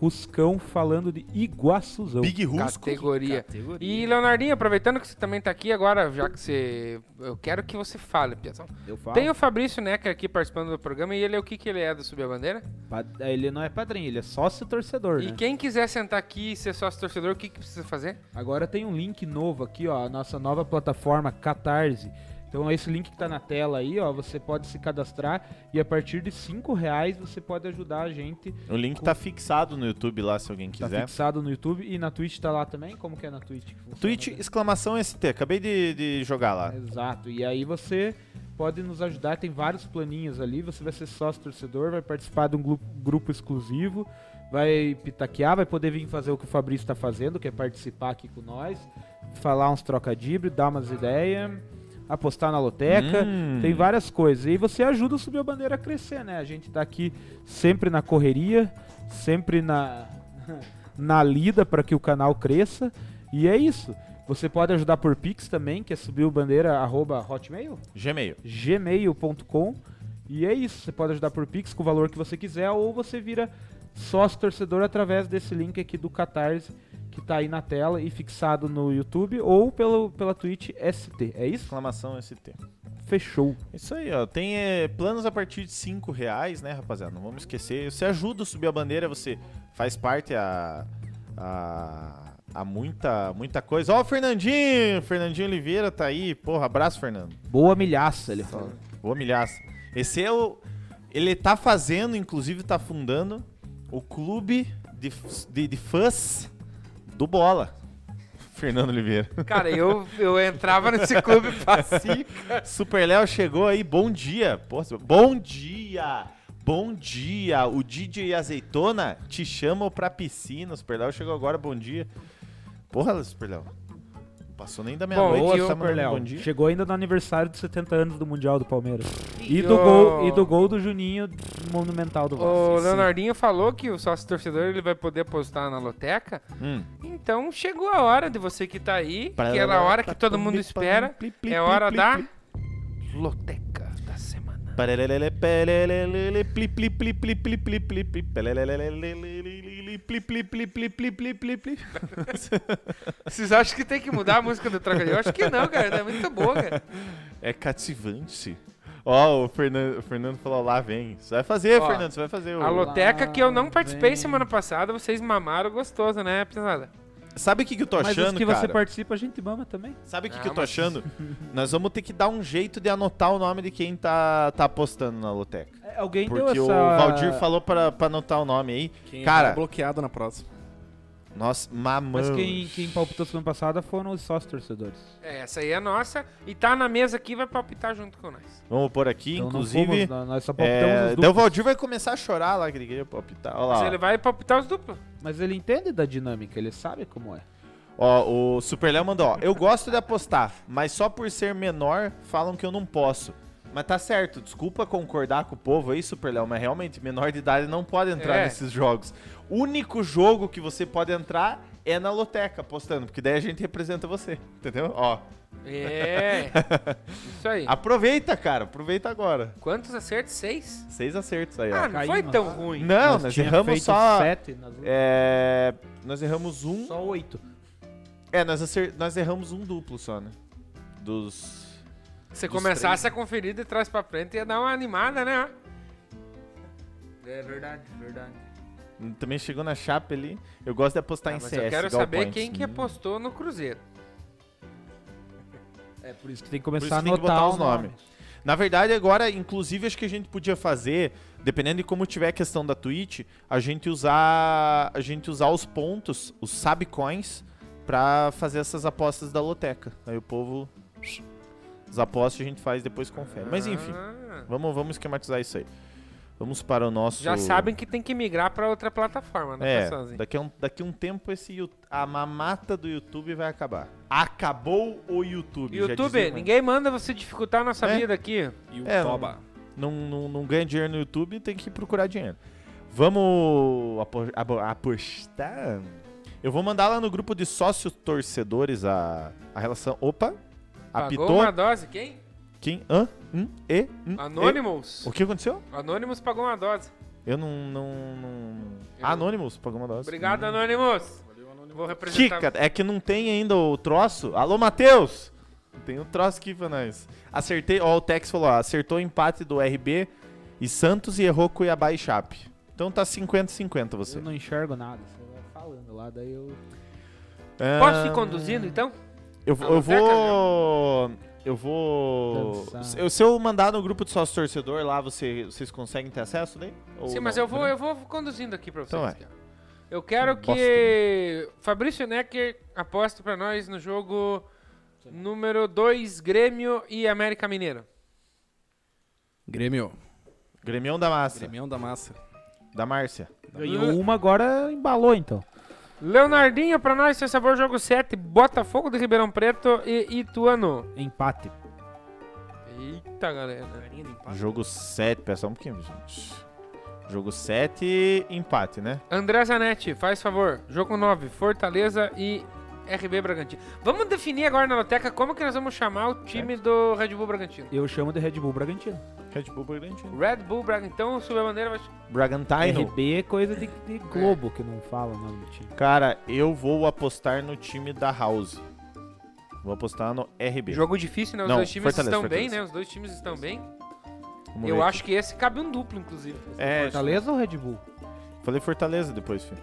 [SPEAKER 5] Ruscão falando de Iguaçuzão.
[SPEAKER 3] Big Rusco.
[SPEAKER 2] Categoria. E, Leonardinho, aproveitando que você também tá aqui agora, já que você... Eu quero que você fale, Piazão.
[SPEAKER 5] Eu falo.
[SPEAKER 2] Tem o Fabrício Necker aqui participando do programa e ele é o que que ele é do Subiu a Bandeira?
[SPEAKER 5] Pa- Ele não é padrinho, ele é sócio torcedor,
[SPEAKER 2] E
[SPEAKER 5] né?
[SPEAKER 2] quem quiser sentar aqui e ser sócio torcedor, o que que precisa fazer?
[SPEAKER 5] Agora tem um link novo aqui, ó, a nossa nova plataforma Catarse. Então esse link que tá na tela aí, ó, você pode se cadastrar e a partir de 5 reais você pode ajudar a gente.
[SPEAKER 3] O link tá fixado no YouTube lá, se alguém
[SPEAKER 5] Tá
[SPEAKER 3] quiser.
[SPEAKER 5] fixado no YouTube e na Twitch tá lá também? Como que é na Twitch? que funciona?
[SPEAKER 3] Twitch, exclamação ST. Acabei de, de jogar lá.
[SPEAKER 5] É. Exato. E aí você pode nos ajudar, tem vários planinhos ali, você vai ser sócio torcedor, vai participar de um glu- grupo exclusivo, vai pitaquear, vai poder vir fazer o que o Fabrício está fazendo, que é participar aqui com nós, falar uns trocadilhos, dar umas ideias, apostar na loteca.
[SPEAKER 3] Hum.
[SPEAKER 5] Tem várias coisas. E você ajuda o Subiu a Bandeira a crescer, né? A gente tá aqui sempre na correria, sempre na, na lida para que o canal cresça. E é isso. Você pode ajudar por Pix também, que é subiubandeira.hotmail,
[SPEAKER 3] Gmail.
[SPEAKER 5] gmail.com. E é isso. Você pode ajudar por Pix com o valor que você quiser ou você vira sócio torcedor através desse link aqui do Catarse que tá aí na tela e fixado no YouTube ou pelo, pela Twitch ST. É isso?
[SPEAKER 3] Exclamação ST.
[SPEAKER 5] Fechou.
[SPEAKER 3] Isso aí, ó. Tem eh, planos a partir de 5 reais, né, rapaziada? Não vamos esquecer. Você ajuda a subir a bandeira, você faz parte a. a. a muita, muita coisa. Ó, o Fernandinho! Fernandinho Oliveira tá aí. Porra, abraço, Fernando.
[SPEAKER 5] Boa milhaça, ele falou.
[SPEAKER 3] Boa milhaça. Esse é o. Ele tá fazendo, inclusive tá fundando, o clube de, f- de, de fãs do Bola. Fernando Oliveira.
[SPEAKER 2] Cara, eu, eu entrava nesse clube fácil.
[SPEAKER 3] Super Léo chegou aí, bom dia. Pô, bom dia! Bom dia, o DJ Azeitona te chamam pra piscina. O Superléo chegou agora, bom dia. Porra, Superléo. Passou nem da meia-noite,
[SPEAKER 5] Boa,
[SPEAKER 3] você tá mandando
[SPEAKER 5] Superléo.
[SPEAKER 3] bom dia.
[SPEAKER 5] Chegou ainda no aniversário dos 70 anos do Mundial do Palmeiras. E,
[SPEAKER 2] E
[SPEAKER 5] do
[SPEAKER 2] o-
[SPEAKER 5] gol, e do gol do Juninho monumental do
[SPEAKER 2] O
[SPEAKER 5] Vasco.
[SPEAKER 2] Leonardinho falou que o sócio torcedor ele vai poder apostar na loteca.
[SPEAKER 3] Hum.
[SPEAKER 2] Então chegou a hora de você que tá aí, aquela hora que todo mundo espera. É hora da loteca da semana.
[SPEAKER 3] Parelelele, pelelelele, pli, pli, pli, pli, pli, pli, pli, pli, pelelelelele, pli, pli, pli, pli, pli, pli, pli, pli.
[SPEAKER 2] Vocês acham que tem que mudar a música do Trocadilho? Eu acho que não, cara. É muito boa, cara.
[SPEAKER 3] É cativante. Ó, o Fernando, o Fernando falou lá, vem. Você vai fazer,
[SPEAKER 2] Ó,
[SPEAKER 3] Fernando, você vai fazer. ô.
[SPEAKER 2] A loteca que eu não participei
[SPEAKER 5] vem.
[SPEAKER 2] semana passada, vocês mamaram gostoso, né, pesada?
[SPEAKER 3] Sabe o que, que eu tô
[SPEAKER 5] Mas os
[SPEAKER 3] achando,
[SPEAKER 5] que você
[SPEAKER 3] cara?
[SPEAKER 5] participa, a gente mama também.
[SPEAKER 3] Sabe o que,
[SPEAKER 2] Ah,
[SPEAKER 3] que eu tô
[SPEAKER 2] mas-
[SPEAKER 3] achando? Nós vamos ter que dar um jeito de anotar o nome de quem tá, tá apostando na loteca.
[SPEAKER 5] É, Alguém
[SPEAKER 3] Porque
[SPEAKER 5] deu
[SPEAKER 3] o
[SPEAKER 5] essa...
[SPEAKER 3] Valdir falou pra, pra anotar o nome aí. Cara,
[SPEAKER 4] é bloqueado na próxima.
[SPEAKER 3] nós mamamos.
[SPEAKER 5] Mas quem, quem palpitou semana passada foram os sócios torcedores.
[SPEAKER 2] É, essa aí é nossa. E tá na mesa aqui vai palpitar junto com nós.
[SPEAKER 3] Vamos pôr aqui,
[SPEAKER 5] Então não
[SPEAKER 3] inclusive.
[SPEAKER 5] fomos, nó- nós só palpitamos
[SPEAKER 3] É,
[SPEAKER 5] os
[SPEAKER 3] daí o
[SPEAKER 5] duplos.
[SPEAKER 3] Valdir vai começar a chorar lá, que ninguém vai palpitar. Olha
[SPEAKER 5] Tá.
[SPEAKER 2] Se
[SPEAKER 3] lá. ó.
[SPEAKER 2] ele vai palpitar os duplos.
[SPEAKER 5] Mas ele entende da dinâmica, ele sabe como é.
[SPEAKER 3] Ó, o Super Léo mandou, ó. Eu gosto de apostar, mas só por ser menor falam que eu não posso. Mas tá certo, desculpa concordar com o povo aí, Super Léo, mas realmente menor de idade não pode entrar
[SPEAKER 2] É.
[SPEAKER 3] nesses jogos. O único jogo que você pode entrar é na loteca apostando, porque daí a gente representa você, entendeu? Ó,
[SPEAKER 2] É. Isso aí.
[SPEAKER 3] aproveita, cara, aproveita agora.
[SPEAKER 2] Quantos acertos? Seis?
[SPEAKER 3] Seis acertos aí, ó.
[SPEAKER 2] Ah, não foi
[SPEAKER 5] Caímos.
[SPEAKER 2] tão ruim.
[SPEAKER 3] não,
[SPEAKER 5] Nós
[SPEAKER 3] nós
[SPEAKER 5] tinha
[SPEAKER 3] erramos
[SPEAKER 5] feito
[SPEAKER 3] só.
[SPEAKER 5] Sete, nós...
[SPEAKER 3] É, nós erramos um.
[SPEAKER 5] Só oito.
[SPEAKER 3] É, nós, acer- nós erramos um duplo só, né? Dos.
[SPEAKER 2] Se
[SPEAKER 3] Dos
[SPEAKER 2] começasse a conferir de trás pra frente, ia dar uma animada, né? É verdade, verdade.
[SPEAKER 3] Também chegou na chapa ali. Eu gosto de apostar em
[SPEAKER 2] Ah, mas
[SPEAKER 3] CS.
[SPEAKER 2] eu quero
[SPEAKER 3] igual
[SPEAKER 2] saber
[SPEAKER 3] points.
[SPEAKER 2] quem que é
[SPEAKER 3] Hum.
[SPEAKER 2] apostou no Cruzeiro.
[SPEAKER 5] É por isso que tem que
[SPEAKER 3] Por isso
[SPEAKER 5] começar a
[SPEAKER 3] que tem que
[SPEAKER 5] anotar
[SPEAKER 3] botar
[SPEAKER 5] os
[SPEAKER 3] os nomes. Na verdade, agora, inclusive, acho que a gente podia fazer, dependendo de como tiver a questão da Twitch, a gente usar, a gente usar os pontos, os sabcoins, pra fazer essas apostas da loteca. Aí o povo. As apostas a gente faz e depois confere. Mas enfim,
[SPEAKER 2] Ah,
[SPEAKER 3] vamos, vamos esquematizar isso aí. Vamos para o nosso.
[SPEAKER 2] já sabem que tem que migrar pra outra plataforma, né,
[SPEAKER 3] É,
[SPEAKER 2] pessoalzinho?
[SPEAKER 3] daqui a um, daqui a um tempo esse, Yu- a mamata do YouTube vai acabar. Acabou o YouTube. já dizia,
[SPEAKER 2] YouTube,
[SPEAKER 3] mas-
[SPEAKER 2] ninguém manda você dificultar a nossa
[SPEAKER 3] É.
[SPEAKER 2] vida aqui.
[SPEAKER 4] E o
[SPEAKER 3] É,
[SPEAKER 4] Toba.
[SPEAKER 3] Não, não, não ganha dinheiro no YouTube, tem que procurar dinheiro. Vamos apo- abo- apostar? Eu vou mandar lá no grupo de sócios torcedores a, a relação... Opa,
[SPEAKER 2] Pagou
[SPEAKER 3] apitou.
[SPEAKER 2] uma dose, quem?
[SPEAKER 3] Quem? Hã? Hum? E? Hum? E?
[SPEAKER 2] Anonymous.
[SPEAKER 3] O que aconteceu?
[SPEAKER 2] Anonymous pagou uma dose.
[SPEAKER 3] Eu não... não, não...
[SPEAKER 2] Eu-
[SPEAKER 3] Anonymous, pagou uma dose.
[SPEAKER 2] Obrigado, Anonymous. Vou representar.
[SPEAKER 3] Kika, é que não tem ainda o troço. Alô, Matheus! Não Tem o troço aqui pra nós. Acertei, ó, o Tex falou, ó, acertou o empate do RB e Santos e errou Cuiabá e Chape. Então tá 50-50 você.
[SPEAKER 5] Eu não enxergo nada. Você vai falando lá, daí eu...
[SPEAKER 2] Posso ir
[SPEAKER 3] Ah,
[SPEAKER 2] conduzindo, então?
[SPEAKER 3] Eu, vou-
[SPEAKER 2] na
[SPEAKER 3] eu
[SPEAKER 2] loteca,
[SPEAKER 3] vou... Eu vou...
[SPEAKER 5] Dançar.
[SPEAKER 3] Eu, se eu mandar no grupo de sócio torcedor lá, você, vocês conseguem ter acesso daí? Ou
[SPEAKER 2] Sim, mas
[SPEAKER 3] não? né?
[SPEAKER 2] eu vou, eu vou conduzindo aqui pra vocês.
[SPEAKER 3] Então vai.
[SPEAKER 2] cara. Eu quero
[SPEAKER 3] Bosta,
[SPEAKER 2] que Fabrício Necker aposte pra nós no jogo número 2, Grêmio e América Mineiro.
[SPEAKER 4] Grêmio.
[SPEAKER 3] Grêmião da Massa.
[SPEAKER 4] Grêmio da massa.
[SPEAKER 3] Da Márcia.
[SPEAKER 5] Ganhou uma agora, embalou então.
[SPEAKER 2] Leonardinho pra nós, seu sabor, jogo 7, Botafogo de Ribeirão Preto e Ituano.
[SPEAKER 5] Empate.
[SPEAKER 2] Eita, galera.
[SPEAKER 4] Carinha de empate.
[SPEAKER 3] Jogo 7, pera só um pouquinho, gente. Jogo 7, empate, né?
[SPEAKER 2] André Zanetti, faz favor. Jogo 9, Fortaleza e RB Bragantino. Vamos definir agora na loteca como que nós vamos chamar o time do Red Bull Bragantino.
[SPEAKER 5] Eu chamo de Red Bull Bragantino.
[SPEAKER 3] Red Bull Bragantino.
[SPEAKER 2] Red Bull Bragantino, então o Subbandeira vai...
[SPEAKER 3] Bragantino.
[SPEAKER 5] RB é coisa de, de Globo que não fala o nome do time.
[SPEAKER 3] Cara, eu vou apostar no time da House. Vou apostar no RB.
[SPEAKER 2] Jogo difícil, né? Os
[SPEAKER 3] Não,
[SPEAKER 2] dois times
[SPEAKER 3] Fortaleza,
[SPEAKER 2] estão
[SPEAKER 3] Fortaleza.
[SPEAKER 2] bem, né? Os dois times estão bem.
[SPEAKER 3] Vamos
[SPEAKER 2] Eu
[SPEAKER 3] ver
[SPEAKER 2] acho que esse cabe um duplo, inclusive.
[SPEAKER 3] aqui. É,
[SPEAKER 5] Fortaleza ou Red Bull?
[SPEAKER 3] falei Fortaleza depois, filho.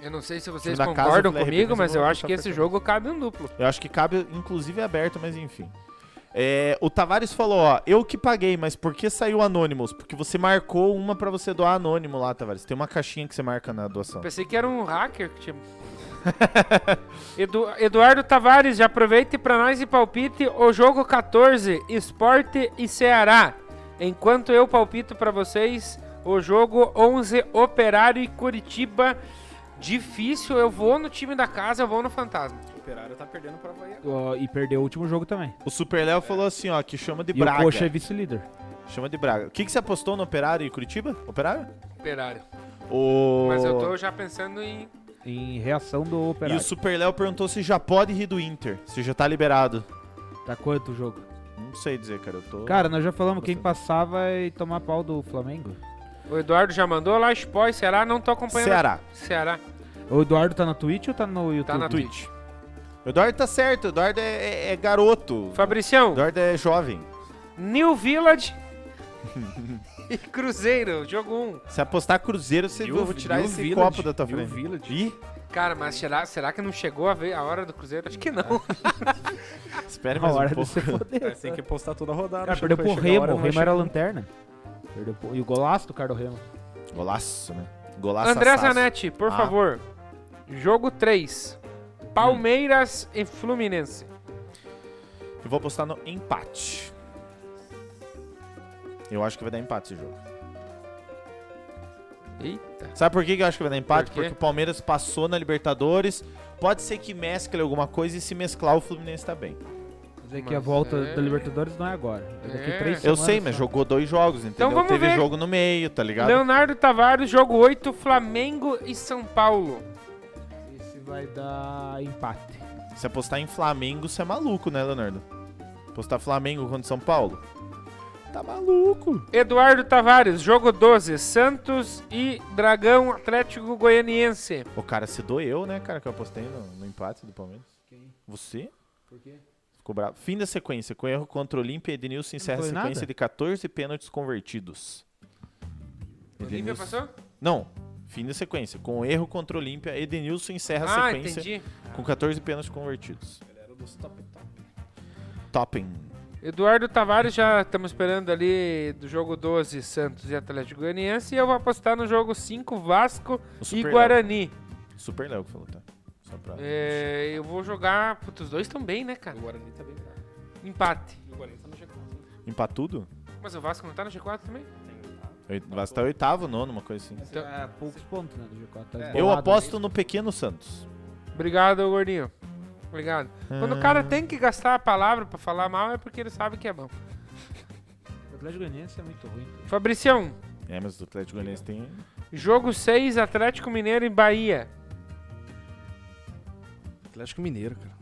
[SPEAKER 2] Eu não sei se vocês
[SPEAKER 3] da casa,
[SPEAKER 2] concordam
[SPEAKER 3] eu falei,
[SPEAKER 2] comigo,
[SPEAKER 3] mas
[SPEAKER 2] mas
[SPEAKER 3] eu
[SPEAKER 2] eu
[SPEAKER 3] vou
[SPEAKER 2] acho que
[SPEAKER 3] botar
[SPEAKER 2] esse
[SPEAKER 3] Fortaleza.
[SPEAKER 2] jogo cabe um duplo.
[SPEAKER 3] Eu acho que cabe, inclusive, aberto, mas enfim. É, o Tavares falou, ó, eu que paguei, mas por que saiu Anonymous? Porque você marcou uma pra você doar anônimo lá, Tavares. Tem uma caixinha que você marca na doação.
[SPEAKER 2] Pensei que era um hacker que tinha. Edu- Eduardo Tavares, já aproveite pra nós e palpite o jogo 14, Esporte e Ceará. Enquanto eu palpito pra vocês o jogo 11 Operário e Curitiba. Difícil, eu vou no time da casa, eu vou no Fantasma.
[SPEAKER 4] O Operário tá perdendo pra Bahia.
[SPEAKER 5] Ó, e perdeu o último jogo também.
[SPEAKER 3] O Super Léo falou assim, ó, que chama de
[SPEAKER 5] E o
[SPEAKER 3] Braga.
[SPEAKER 5] Coxa é vice-líder.
[SPEAKER 3] Chama de Braga. O que, que você apostou no Operário e Curitiba? Operário?
[SPEAKER 2] Operário.
[SPEAKER 3] O...
[SPEAKER 2] Mas eu tô já pensando em.
[SPEAKER 5] Em reação do
[SPEAKER 3] E o
[SPEAKER 5] Operário.
[SPEAKER 3] Super Léo perguntou se já pode rir do Inter, se já tá liberado.
[SPEAKER 5] Tá quanto o jogo?
[SPEAKER 3] Não sei dizer, cara, eu tô...
[SPEAKER 5] Cara, nós já falamos quem passar vai tomar pau do Flamengo.
[SPEAKER 2] O Eduardo já mandou lá, spoiler, Ceará, não tô acompanhando.
[SPEAKER 3] Ceará.
[SPEAKER 2] Ceará.
[SPEAKER 5] O Eduardo tá na Twitch ou tá no YouTube?
[SPEAKER 2] Tá na Twitch.
[SPEAKER 3] O Eduardo tá certo, o Eduardo é, é- é garoto. O
[SPEAKER 2] Fabricião,
[SPEAKER 3] Eduardo é jovem.
[SPEAKER 2] New Village e Cruzeiro, jogo 1.
[SPEAKER 3] Se apostar Cruzeiro, você eu vou tirar esse copo da tua
[SPEAKER 4] New
[SPEAKER 3] frente.
[SPEAKER 4] Village.
[SPEAKER 3] Ih,
[SPEAKER 2] Cara, mas será, será que não chegou a, ver a hora do Cruzeiro? Acho que
[SPEAKER 3] É,
[SPEAKER 2] não.
[SPEAKER 3] espere
[SPEAKER 5] A
[SPEAKER 3] mais
[SPEAKER 5] hora
[SPEAKER 3] um
[SPEAKER 5] de
[SPEAKER 3] pouco.
[SPEAKER 5] se foder.
[SPEAKER 4] Tem que postar toda a
[SPEAKER 2] Tá
[SPEAKER 4] rodada.
[SPEAKER 5] Cara,
[SPEAKER 4] achando
[SPEAKER 5] Ah, perdeu
[SPEAKER 4] que
[SPEAKER 5] pro
[SPEAKER 4] vai chegar a
[SPEAKER 5] Remo.
[SPEAKER 4] hora,
[SPEAKER 5] O
[SPEAKER 4] não
[SPEAKER 5] Remo
[SPEAKER 4] vai
[SPEAKER 5] era
[SPEAKER 4] chegar.
[SPEAKER 5] lanterna. Perdeu pro... E o golaço do cara do Remo.
[SPEAKER 3] Golaço, né? Golaço
[SPEAKER 2] André
[SPEAKER 3] assaço.
[SPEAKER 2] Zanetti, por
[SPEAKER 3] Ah.
[SPEAKER 2] favor. Jogo 3. Palmeiras
[SPEAKER 3] Hum.
[SPEAKER 2] e Fluminense.
[SPEAKER 3] Eu vou apostar no empate. Eu acho que vai dar empate esse jogo.
[SPEAKER 2] Eita.
[SPEAKER 3] Sabe por que que eu acho que vai dar empate?
[SPEAKER 2] Por quê?
[SPEAKER 3] Porque o Palmeiras passou na Libertadores. Pode ser que mescle alguma coisa e se mesclar o Fluminense tá bem.
[SPEAKER 5] Dizer que
[SPEAKER 2] Mas
[SPEAKER 5] a volta
[SPEAKER 2] é-
[SPEAKER 5] da Libertadores não é agora. É daqui
[SPEAKER 2] É.
[SPEAKER 5] três
[SPEAKER 3] Eu
[SPEAKER 5] semanas
[SPEAKER 3] sei, mas
[SPEAKER 5] só.
[SPEAKER 3] jogou dois jogos, entendeu?
[SPEAKER 2] Então vamos
[SPEAKER 3] Teve
[SPEAKER 2] ver.
[SPEAKER 3] jogo no meio, tá ligado?
[SPEAKER 2] Leonardo Tavares, jogo 8, Flamengo e São Paulo.
[SPEAKER 5] Esse vai dar empate.
[SPEAKER 3] Se apostar em Flamengo, você é maluco, né, Leonardo? Apostar Flamengo contra São Paulo? Tá maluco.
[SPEAKER 2] Eduardo Tavares, jogo 12, Santos e Dragão Atlético Goianiense.
[SPEAKER 3] O cara se doeu, né, cara, que eu apostei no, no empate do Palmeiras.
[SPEAKER 5] Quem?
[SPEAKER 3] Você?
[SPEAKER 5] Por quê?
[SPEAKER 3] Ficou bravo. Fim da sequência. Com erro contra o Olímpia, Edenilson encerra a
[SPEAKER 5] foi
[SPEAKER 3] sequência
[SPEAKER 5] nada?
[SPEAKER 3] de 14 pênaltis convertidos.
[SPEAKER 2] Olívia
[SPEAKER 3] Edenilson-
[SPEAKER 2] passou?
[SPEAKER 3] Não. Fim da sequência. Com erro contra o Olímpia, Edenilson encerra É a
[SPEAKER 2] Ah,
[SPEAKER 3] sequência
[SPEAKER 2] entendi.
[SPEAKER 3] com 14 pênaltis convertidos. Topping.
[SPEAKER 2] Eduardo Tavares, já estamos esperando ali do jogo 12, Santos e Atlético Goianiense. E eu vou apostar no jogo 5, Vasco
[SPEAKER 3] O
[SPEAKER 2] e
[SPEAKER 3] Super Léo.
[SPEAKER 2] Guarani.
[SPEAKER 3] Super Léo que falou, tá? Só pra...
[SPEAKER 2] É, eu vou jogar. Putz, os dois estão bem, né, cara?
[SPEAKER 4] O Guarani tá bem bravo.
[SPEAKER 2] Empate.
[SPEAKER 4] E O Guarani tá no G4.
[SPEAKER 3] Empar tudo?
[SPEAKER 2] Mas o Vasco não tá no G4 também?
[SPEAKER 3] Oit- Vai estar oitavo, nono, uma coisa assim.
[SPEAKER 2] Então-
[SPEAKER 5] é poucos pontos, né, do G4. Tá
[SPEAKER 4] É.
[SPEAKER 5] esbolado,
[SPEAKER 3] Eu
[SPEAKER 5] né?
[SPEAKER 3] aposto no pequeno Santos.
[SPEAKER 2] Obrigado, gordinho. Obrigado. Quando o cara tem que gastar a palavra pra falar mal, é porque ele sabe que é bom.
[SPEAKER 5] O Atlético Goianiense é muito ruim.
[SPEAKER 2] Fabricião,
[SPEAKER 3] É, mas o Atlético Goianiense tem...
[SPEAKER 2] jogo 6, Atlético Mineiro e Bahia.
[SPEAKER 4] Atlético Mineiro, cara.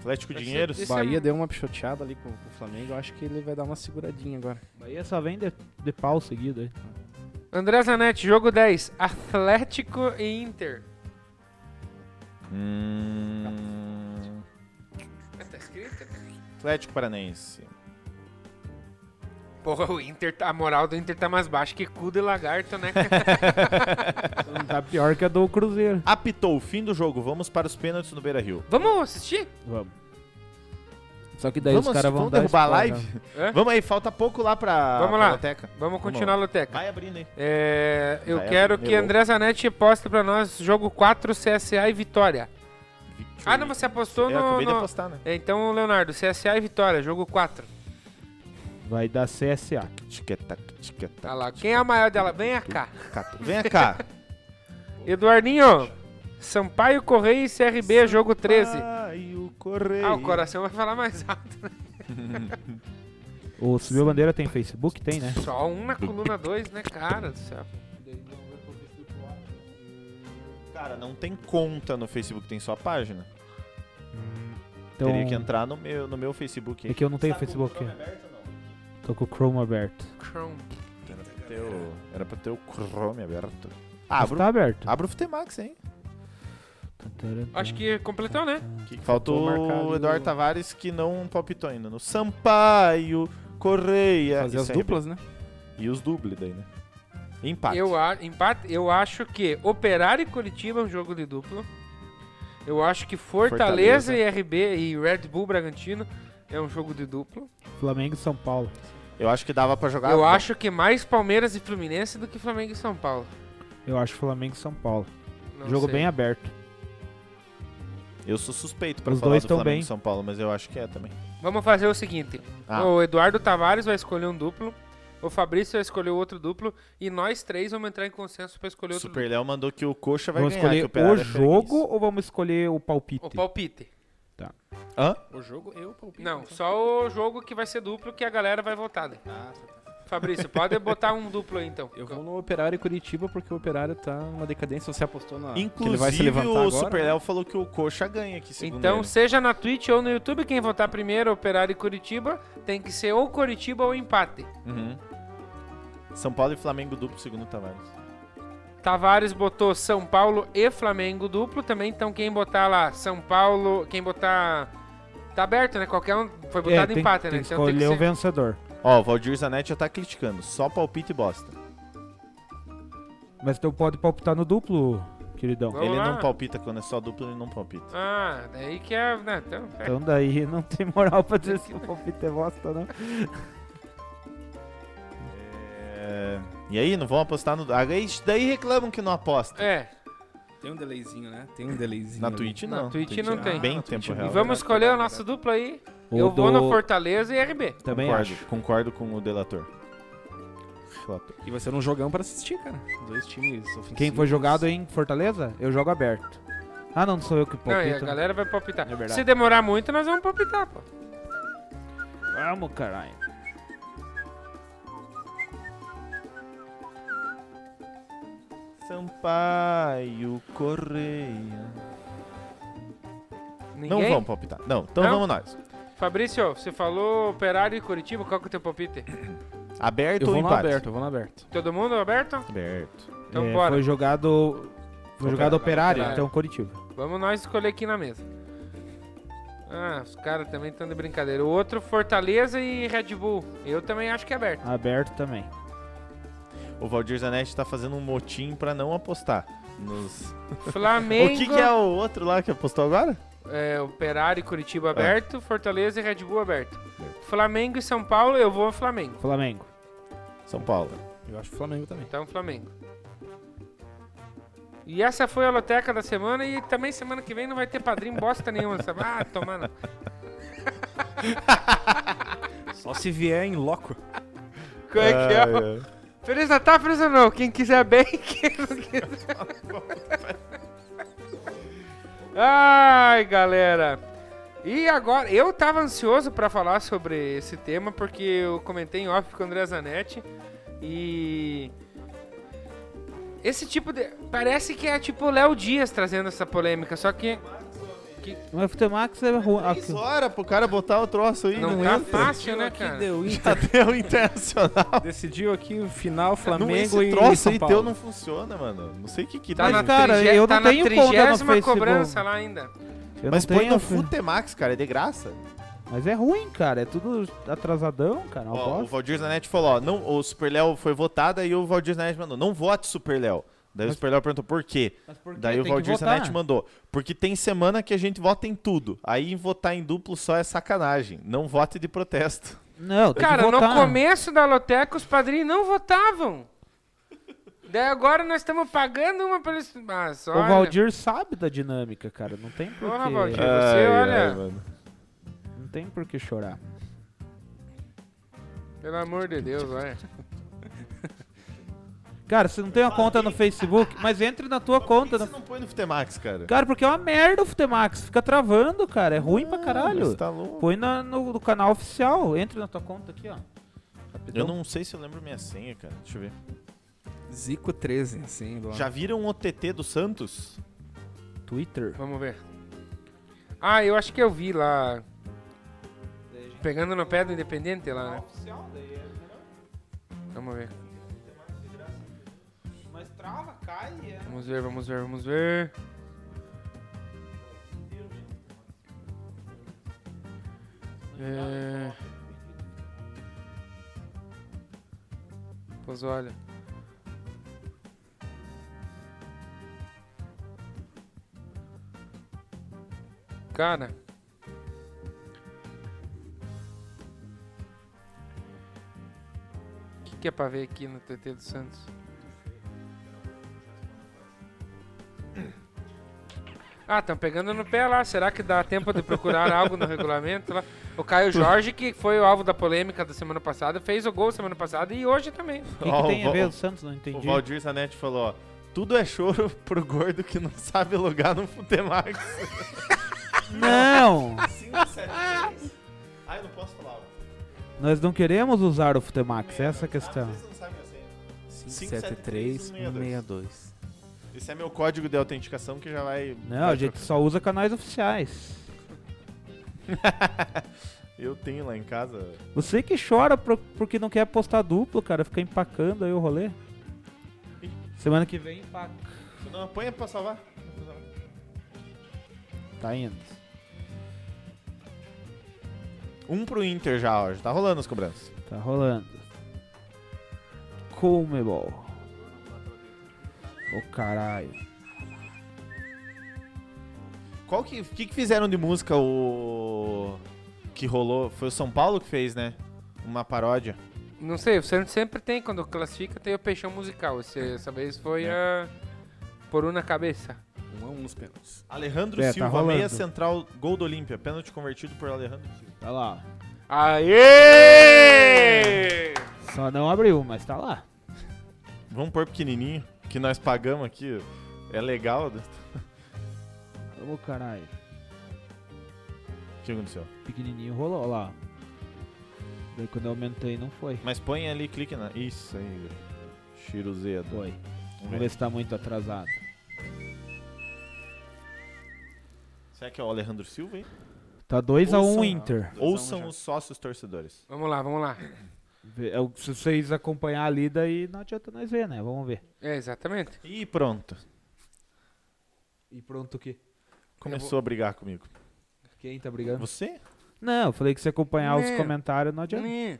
[SPEAKER 3] Atlético
[SPEAKER 2] Vai ser-
[SPEAKER 3] Dinheiros.
[SPEAKER 2] Esse
[SPEAKER 4] Bahia
[SPEAKER 2] é-
[SPEAKER 4] deu uma pichoteada ali com, com o Flamengo. Eu acho que ele vai dar uma seguradinha agora.
[SPEAKER 5] Bahia só vem de, de pau seguido aí.
[SPEAKER 2] André Zanetti, jogo 10, Atlético e Inter.
[SPEAKER 3] Hum...
[SPEAKER 2] Tá escrito?
[SPEAKER 3] Atlético Paranaense.
[SPEAKER 2] Porra, o Inter, tá- a moral do Inter tá mais baixa que cu de lagarto, né? cara?
[SPEAKER 5] Não tá pior que a do Cruzeiro.
[SPEAKER 3] Apitou o fim do jogo. Vamos para os pênaltis no Beira-Rio.
[SPEAKER 2] Vamos assistir?
[SPEAKER 5] Vamos. Só que daí
[SPEAKER 3] vamos,
[SPEAKER 5] os caras vão
[SPEAKER 3] vamos
[SPEAKER 5] dar
[SPEAKER 3] derrubar a
[SPEAKER 5] spoiler,
[SPEAKER 3] live?
[SPEAKER 5] né?
[SPEAKER 2] Hã?
[SPEAKER 3] Vamos aí, falta pouco lá pra
[SPEAKER 2] É? Vamos lá.
[SPEAKER 3] biblioteca.
[SPEAKER 2] Vamos continuar, Loteca.
[SPEAKER 3] Vai abrindo aí.
[SPEAKER 2] É, eu
[SPEAKER 3] Vai,
[SPEAKER 2] quero
[SPEAKER 3] meu
[SPEAKER 2] que
[SPEAKER 3] bom.
[SPEAKER 2] André Zanetti poste pra nós jogo 4, CSA e Vitória. Ah, não, você apostou
[SPEAKER 3] Eu
[SPEAKER 2] no...
[SPEAKER 3] acabei de
[SPEAKER 2] no...
[SPEAKER 3] apostar, né?
[SPEAKER 2] É, Então, Leonardo, CSA e Vitória, jogo 4.
[SPEAKER 5] Vai dar CSA.
[SPEAKER 3] Tic-tac, tic-tac.
[SPEAKER 2] Tá lá. Quem é a maior dela? Vem cá.
[SPEAKER 3] Cato. Vem cá.
[SPEAKER 2] Eduardinho, Sampaio Correia e CRB, jogo 13.
[SPEAKER 3] Ai, o Correio.
[SPEAKER 2] Ah, o coração vai falar mais alto.
[SPEAKER 5] O Subiu Bandeira tem Facebook? Tem, né?
[SPEAKER 2] Só um na coluna 2, né, cara do céu.
[SPEAKER 3] Cara, não tem conta no Facebook, tem só a página.
[SPEAKER 5] Então,
[SPEAKER 3] Teria que entrar no meu, no meu Facebook.
[SPEAKER 5] é que eu não tenho Facebook. Tô com o Chrome aberto.
[SPEAKER 2] Chrome.
[SPEAKER 3] Era pra ter o, era pra ter o Chrome aberto. Abra,
[SPEAKER 5] Tá aberto.
[SPEAKER 3] o- abra o Futemax, hein?
[SPEAKER 2] Acho que completou, né?
[SPEAKER 3] Faltou
[SPEAKER 4] Vou marcar ali
[SPEAKER 3] o
[SPEAKER 4] o-
[SPEAKER 3] Eduardo Tavares que não palpitou ainda. No Sampaio, Correia.
[SPEAKER 4] Fazer
[SPEAKER 3] e
[SPEAKER 4] as
[SPEAKER 3] CRB.
[SPEAKER 4] duplas, né?
[SPEAKER 3] E os dubles daí, né? Empate.
[SPEAKER 2] Eu, a- empate, eu acho que Operário e Curitiba é um jogo de duplo. Eu acho que Fortaleza,
[SPEAKER 3] Fortaleza.
[SPEAKER 2] e RB e Red Bull Bragantino é um jogo de duplo.
[SPEAKER 5] Flamengo e São Paulo.
[SPEAKER 3] Eu acho que dava pra jogar.
[SPEAKER 2] eu acho que mais Palmeiras e Fluminense do que Flamengo e São Paulo.
[SPEAKER 5] Eu acho Flamengo e São Paulo.
[SPEAKER 2] Não
[SPEAKER 5] Jogo
[SPEAKER 2] sei.
[SPEAKER 5] bem aberto.
[SPEAKER 3] Eu sou suspeito pra
[SPEAKER 5] Os
[SPEAKER 3] falar
[SPEAKER 5] dois
[SPEAKER 3] do
[SPEAKER 5] tão
[SPEAKER 3] Flamengo
[SPEAKER 5] bem.
[SPEAKER 3] e São Paulo, mas eu acho que é também.
[SPEAKER 2] Vamos fazer o seguinte.
[SPEAKER 3] Ah.
[SPEAKER 2] O Eduardo Tavares vai escolher um duplo. O Fabrício escolheu outro duplo e nós três vamos entrar em consenso pra escolher outro
[SPEAKER 3] Super Léo mandou que o Coxa vai
[SPEAKER 5] Vamos
[SPEAKER 3] ganhar. que
[SPEAKER 5] escolher
[SPEAKER 3] Operário
[SPEAKER 5] o
[SPEAKER 3] é freguês.
[SPEAKER 5] jogo ou vamos escolher o palpite?
[SPEAKER 2] duplo. O palpite.
[SPEAKER 3] Hã?
[SPEAKER 4] O jogo, eu palpito.
[SPEAKER 2] Não, só o jogo que vai ser duplo que a galera vai votar. Né? Fabrício, pode botar um duplo aí então.
[SPEAKER 4] Ah, tá. Eu vou no Operário e Curitiba porque o Operário tá numa decadência. Você apostou
[SPEAKER 5] Ah,
[SPEAKER 4] na. que ele vai se
[SPEAKER 3] Inclusive,
[SPEAKER 4] levantar
[SPEAKER 3] o
[SPEAKER 4] agora,
[SPEAKER 3] Super Léo falou que o Coxa ganha aqui, segundo
[SPEAKER 2] Então,
[SPEAKER 3] ele.
[SPEAKER 2] seja na Twitch ou no YouTube, quem votar primeiro, Operário e Curitiba, tem que ser ou Curitiba ou empate.
[SPEAKER 3] Uhum. São Paulo e Flamengo duplo, segundo Tavares.
[SPEAKER 2] Tavares botou São Paulo e Flamengo duplo também, então quem botar lá São Paulo, quem botar tá aberto, né? Qualquer um foi botado
[SPEAKER 5] É, tem,
[SPEAKER 2] empate,
[SPEAKER 5] tem
[SPEAKER 2] né?
[SPEAKER 5] que
[SPEAKER 2] Então tem
[SPEAKER 5] escolher
[SPEAKER 2] que
[SPEAKER 5] o
[SPEAKER 2] ser...
[SPEAKER 5] vencedor.
[SPEAKER 3] Ó, o Valdir Zanetti já tá criticando. Só palpite e bosta.
[SPEAKER 5] Mas tu pode palpitar no duplo, queridão.
[SPEAKER 2] Vamos
[SPEAKER 3] ele
[SPEAKER 2] lá.
[SPEAKER 3] não palpita quando é só duplo, ele não palpita.
[SPEAKER 2] Ah, daí que é, né? Então, é.
[SPEAKER 5] Então daí não tem moral pra dizer se o palpite é bosta, não.
[SPEAKER 3] É, E aí, não vão apostar no. Ah, aí- Daí reclamam que não aposta.
[SPEAKER 2] É,
[SPEAKER 5] Tá
[SPEAKER 4] Tem um delayzinho, né? Tem um delayzinho.
[SPEAKER 3] Na
[SPEAKER 4] ali.
[SPEAKER 3] Twitch
[SPEAKER 2] Na
[SPEAKER 3] não.
[SPEAKER 2] Twitch não tem.
[SPEAKER 3] Bem
[SPEAKER 4] Ah,
[SPEAKER 3] em tempo
[SPEAKER 4] Twitch não.
[SPEAKER 3] real.
[SPEAKER 2] e vamos escolher o nosso duplo aí. Eu
[SPEAKER 5] tá O
[SPEAKER 2] vou
[SPEAKER 5] do-
[SPEAKER 2] no Fortaleza e RB.
[SPEAKER 5] Também
[SPEAKER 3] concordo,
[SPEAKER 5] acho.
[SPEAKER 3] concordo com o delator. Relator.
[SPEAKER 4] E vai ser um jogão pra assistir, cara. Dois times ofensivos.
[SPEAKER 5] Quem foi jogado em Fortaleza, eu jogo aberto. Ah, não, não sou eu que
[SPEAKER 2] Não, e a
[SPEAKER 5] palpito.
[SPEAKER 2] galera vai palpitar.
[SPEAKER 5] É verdade.
[SPEAKER 2] Se demorar muito, nós vamos palpitar, pô.
[SPEAKER 5] Vamos, caralho.
[SPEAKER 3] Sampaio Correia.
[SPEAKER 2] Ninguém?
[SPEAKER 3] Não vamos palpitar. Não, então
[SPEAKER 2] Não?
[SPEAKER 3] vamos nós.
[SPEAKER 2] Fabrício, você falou Operário e Curitiba, qual que é o teu palpite?
[SPEAKER 3] Aberto
[SPEAKER 4] Eu
[SPEAKER 3] ou
[SPEAKER 4] vou no
[SPEAKER 3] empate?
[SPEAKER 4] aberto, eu vou no aberto.
[SPEAKER 2] Todo mundo aberto?
[SPEAKER 3] Aberto.
[SPEAKER 2] Então
[SPEAKER 5] É,
[SPEAKER 2] bora.
[SPEAKER 5] Foi jogado. Foi jogado operário, então Curitiba.
[SPEAKER 2] Vamos nós escolher aqui na mesa. Ah, os caras também estão de brincadeira. O outro, Fortaleza e Red Bull. Eu também acho que é aberto.
[SPEAKER 5] Aberto também.
[SPEAKER 3] O Valdir Zanetti tá fazendo um motim pra não apostar. Nos... O
[SPEAKER 2] Flamengo,
[SPEAKER 3] que, que é o outro lá que apostou agora?
[SPEAKER 2] é, Operário e Curitiba
[SPEAKER 3] Ah.
[SPEAKER 2] aberto, Fortaleza e Red Bull aberto. Flamengo e São Paulo, eu vou Flamengo.
[SPEAKER 5] Flamengo.
[SPEAKER 3] São Paulo.
[SPEAKER 4] Eu acho o Flamengo também.
[SPEAKER 2] Então, Flamengo. E essa foi a loteca da semana e também semana que vem não vai ter padrinho bosta nenhuma. sabe? Ah, tomar não.
[SPEAKER 4] Só se vier em loco.
[SPEAKER 2] Como é que é? Feliz Natal, Feliz Ano Novo. Quem quiser bem, quem não quiser. Ai, galera. E agora, eu tava ansioso pra falar sobre esse tema, porque eu comentei em off com o André Zanetti. E. Esse tipo de. Parece que é tipo o Léo Dias trazendo essa polêmica, só que
[SPEAKER 5] Mas o Futemax é ruim.
[SPEAKER 3] Três horas pro cara botar o troço aí.
[SPEAKER 2] não,
[SPEAKER 3] Não,
[SPEAKER 2] tá
[SPEAKER 5] é
[SPEAKER 3] entra.
[SPEAKER 2] fácil, né, cara?
[SPEAKER 4] deu Inter.
[SPEAKER 3] Cadê o Internacional?
[SPEAKER 4] Decidiu aqui o final
[SPEAKER 3] não, esse
[SPEAKER 4] Flamengo e
[SPEAKER 3] troço
[SPEAKER 4] São
[SPEAKER 3] aí
[SPEAKER 4] Paulo.
[SPEAKER 3] teu não funciona, mano. Não sei o que que
[SPEAKER 2] Tá
[SPEAKER 3] tem.
[SPEAKER 2] na,
[SPEAKER 5] cara,
[SPEAKER 2] trige-
[SPEAKER 5] eu
[SPEAKER 2] tá
[SPEAKER 5] não
[SPEAKER 2] na
[SPEAKER 5] tenho conta no
[SPEAKER 2] trigésima
[SPEAKER 5] Facebook.
[SPEAKER 2] cobrança lá ainda.
[SPEAKER 3] Mas põe no Futemax, cara, é de graça.
[SPEAKER 5] Mas é ruim, cara. É tudo atrasadão, cara. Uma
[SPEAKER 3] Ó, o
[SPEAKER 5] bosta.
[SPEAKER 3] Valdir Zanetti falou, ó, não, o Super Léo foi votado e o Valdir Zanetti mandou, não vote Super Léo. Daí o Super Léo perguntou por quê. Daí o Valdir Zanetti mandou, porque tem semana que a gente vota em tudo. Aí votar em duplo só é sacanagem. Não vote de protesto.
[SPEAKER 5] Não, tem
[SPEAKER 2] Cara,
[SPEAKER 5] que
[SPEAKER 2] no
[SPEAKER 5] votar.
[SPEAKER 2] começo da loteca, os padrinhos não votavam. Daí agora nós estamos pagando uma pela... Ah, só,
[SPEAKER 5] O Valdir sabe da dinâmica, cara. Não tem por
[SPEAKER 2] Porra,
[SPEAKER 5] que-
[SPEAKER 2] Valdir. Você olha-
[SPEAKER 3] mano.
[SPEAKER 5] Não tem por que chorar.
[SPEAKER 2] Pelo amor de Deus, olha.
[SPEAKER 5] Cara, você não tem uma conta no Facebook, mas entre na tua conta.
[SPEAKER 3] Por que
[SPEAKER 5] no-
[SPEAKER 3] você não põe no Futemax, cara?
[SPEAKER 5] Cara, porque é uma merda o Futemax. Fica travando, cara. É ruim pra
[SPEAKER 3] Ah,
[SPEAKER 5] caralho.
[SPEAKER 3] Você tá louco.
[SPEAKER 5] Põe na- no, no canal oficial. Entra na tua conta aqui, ó. então.
[SPEAKER 3] Eu não sei se eu lembro minha senha, cara. Deixa eu ver.
[SPEAKER 4] Zico 13, assim, do
[SPEAKER 3] Já viram o TT do Santos?
[SPEAKER 5] Twitter.
[SPEAKER 2] Vamos ver. Ah, eu acho que eu vi lá. Pegando no pé do Independente lá, né? Vamos ver.
[SPEAKER 5] Mas trava, cai e é.
[SPEAKER 2] Vamos ver, vamos ver, vamos ver. É... Pois olha. Cara. O que, que é pra ver aqui no TT do Santos? Ah, estão pegando no pé lá. Será que dá tempo de procurar algo no regulamento lá? O Caio Jorge, que foi o alvo da polêmica da semana passada, fez o gol semana passada e hoje também.
[SPEAKER 5] O que,
[SPEAKER 3] Ó,
[SPEAKER 5] que tem
[SPEAKER 3] o
[SPEAKER 5] a ver
[SPEAKER 3] Val-
[SPEAKER 5] o Santos? Não
[SPEAKER 3] O
[SPEAKER 5] entendi.
[SPEAKER 3] Valdir Zanetti falou, ó, tudo é choro pro gordo que não sabe alugar no Futemax.
[SPEAKER 5] Não! é
[SPEAKER 3] 573. Ai, Ah, não posso falar. Ah,
[SPEAKER 5] Nós não queremos usar o Futemax, essa é a questão.
[SPEAKER 3] não sabem a senha.
[SPEAKER 4] 573 162.
[SPEAKER 3] Esse é meu código de autenticação que já vai...
[SPEAKER 5] Não, a gente só usa canais oficiais.
[SPEAKER 3] Eu tenho lá em casa...
[SPEAKER 5] Você que chora pro- porque não quer apostar duplo, cara, fica empacando aí o rolê. Semana que vem empaca.
[SPEAKER 3] Não, põe pra salvar.
[SPEAKER 5] Tá indo.
[SPEAKER 3] Um pro Inter já, ó. Já tá rolando as cobranças.
[SPEAKER 5] Tá rolando. Comebol. Ô caralho.
[SPEAKER 3] Qual que... O que que fizeram de música o... Que rolou... Foi o São Paulo que fez, né? Uma paródia.
[SPEAKER 2] Não sei, o Santos sempre tem, quando classifica, tem o peixão musical. Esse, essa vez foi a. Por uma cabeça.
[SPEAKER 4] 1 a 1 nos pênaltis.
[SPEAKER 3] Alejandro
[SPEAKER 5] É, tá
[SPEAKER 3] Silva,
[SPEAKER 5] rolando.
[SPEAKER 3] meia central, gol do Olímpia. Pênalti convertido por Alejandro Silva.
[SPEAKER 5] Tá lá.
[SPEAKER 2] Aê!
[SPEAKER 5] Só não abriu, mas tá lá.
[SPEAKER 3] Vamos pôr pequenininho, que nós pagamos aqui. É legal. né?
[SPEAKER 5] Ô caralho.
[SPEAKER 3] O que aconteceu?
[SPEAKER 5] Pequenininho rolou, ó lá. Daí quando eu aumentei não foi.
[SPEAKER 3] Mas põe ali, clique na... Isso aí, Igor. Tira o Z.
[SPEAKER 5] Foi. Vamos
[SPEAKER 3] ver.
[SPEAKER 5] ver se tá muito atrasado.
[SPEAKER 3] Será que é o Alejandro Silva, hein?
[SPEAKER 5] Tá 2x1
[SPEAKER 4] Ouçam-
[SPEAKER 5] Inter.
[SPEAKER 3] Ouçam os sócios torcedores.
[SPEAKER 2] Vamos lá, vamos lá.
[SPEAKER 5] Vê- é o- Se vocês acompanhar ali, daí não adianta nós ver, né? Vamos ver.
[SPEAKER 2] É, exatamente.
[SPEAKER 3] E pronto.
[SPEAKER 5] E pronto o quê?
[SPEAKER 3] Começou a brigar comigo.
[SPEAKER 5] Quem tá brigando?
[SPEAKER 3] Você?
[SPEAKER 5] Não, eu falei que se acompanhar os
[SPEAKER 2] Meu.
[SPEAKER 5] comentários não adianta.
[SPEAKER 2] Hum.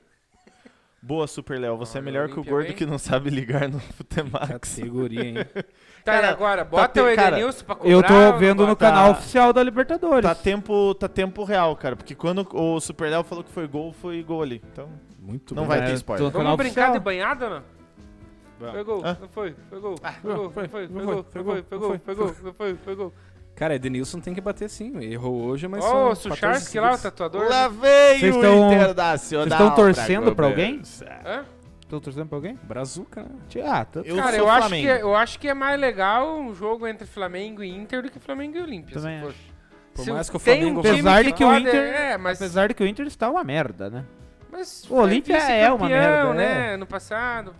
[SPEAKER 3] Boa, Super Léo. Você é
[SPEAKER 2] Olha,
[SPEAKER 3] melhor
[SPEAKER 2] o
[SPEAKER 3] que o
[SPEAKER 2] Olímpia
[SPEAKER 3] gordo
[SPEAKER 2] vem.
[SPEAKER 3] que não sabe ligar no Futemax.
[SPEAKER 4] Categoria, hein?
[SPEAKER 2] Tá,
[SPEAKER 3] Cara,
[SPEAKER 2] e agora, bota
[SPEAKER 3] te-
[SPEAKER 2] o
[SPEAKER 3] cara,
[SPEAKER 2] Edenilson pra cobrar.
[SPEAKER 5] Eu
[SPEAKER 2] ou
[SPEAKER 5] tô
[SPEAKER 2] não
[SPEAKER 5] vendo no
[SPEAKER 2] bota?
[SPEAKER 5] canal oficial da Libertadores.
[SPEAKER 3] Tá tempo, tá tempo real, cara. Porque quando o Super Léo falou que foi gol, foi gol ali. Então,
[SPEAKER 4] Muito
[SPEAKER 3] não
[SPEAKER 4] bom.
[SPEAKER 3] vai
[SPEAKER 5] bem.
[SPEAKER 3] ter
[SPEAKER 5] É,
[SPEAKER 3] spoiler.
[SPEAKER 5] tô- canal
[SPEAKER 2] Vamos brincar
[SPEAKER 5] oficial.
[SPEAKER 2] de banhada ou não? Foi gol,
[SPEAKER 3] Hã?
[SPEAKER 2] não foi, foi gol, foi
[SPEAKER 4] Ah, não,
[SPEAKER 2] gol,
[SPEAKER 4] foi,
[SPEAKER 2] não foi,
[SPEAKER 4] não
[SPEAKER 2] foi gol,
[SPEAKER 4] foi,
[SPEAKER 2] foi gol, foi gol,
[SPEAKER 4] não
[SPEAKER 2] foi gol, não foi, foi gol.
[SPEAKER 4] Cara, Edenilson tem que bater sim. Errou hoje, mas.
[SPEAKER 2] Ó, o
[SPEAKER 4] são 14
[SPEAKER 2] Sucharski lá, o
[SPEAKER 4] seguidos.
[SPEAKER 2] tatuador. né?
[SPEAKER 3] Lá veio
[SPEAKER 5] Vocês
[SPEAKER 3] o
[SPEAKER 5] tão-
[SPEAKER 3] Internacional.
[SPEAKER 5] vocês tão torcendo um pra alguém?
[SPEAKER 3] cobrança.
[SPEAKER 2] né? Hã?
[SPEAKER 5] Tô torcendo pra alguém?
[SPEAKER 4] Brazuca, né?
[SPEAKER 5] Ah, tô...
[SPEAKER 3] Eu
[SPEAKER 2] Cara,
[SPEAKER 3] sou
[SPEAKER 2] eu acho, que,
[SPEAKER 3] Flamengo.
[SPEAKER 2] eu acho que é mais legal um jogo entre Flamengo e Inter do que Flamengo e Olímpia.
[SPEAKER 5] Também
[SPEAKER 2] se for.
[SPEAKER 4] Por
[SPEAKER 2] Se
[SPEAKER 4] mais que o
[SPEAKER 2] tem
[SPEAKER 4] Flamengo
[SPEAKER 2] um time
[SPEAKER 5] Apesar de que o
[SPEAKER 2] pode-
[SPEAKER 5] Inter-
[SPEAKER 2] É, mas,
[SPEAKER 5] Apesar de que o Inter está uma merda, né?
[SPEAKER 2] mas
[SPEAKER 5] o Olímpia
[SPEAKER 2] foi
[SPEAKER 5] é uma
[SPEAKER 2] vice-campeão,
[SPEAKER 5] merda,
[SPEAKER 2] né? No passado.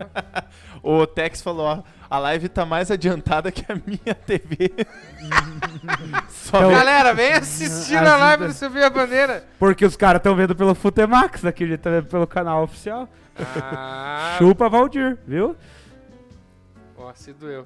[SPEAKER 3] O Tex falou, ó, a live tá mais adiantada que a minha TV. Só
[SPEAKER 5] Então-
[SPEAKER 3] vê-
[SPEAKER 2] Galera, vem assistir
[SPEAKER 5] As
[SPEAKER 2] a live do
[SPEAKER 5] Inter-
[SPEAKER 2] Subir a Bandeira.
[SPEAKER 5] Porque os caras estão vendo pelo Futemax aqui, a gente tá vendo pelo canal oficial.
[SPEAKER 2] Ah,
[SPEAKER 5] Chupa Valdir, viu?
[SPEAKER 2] ó, se doeu.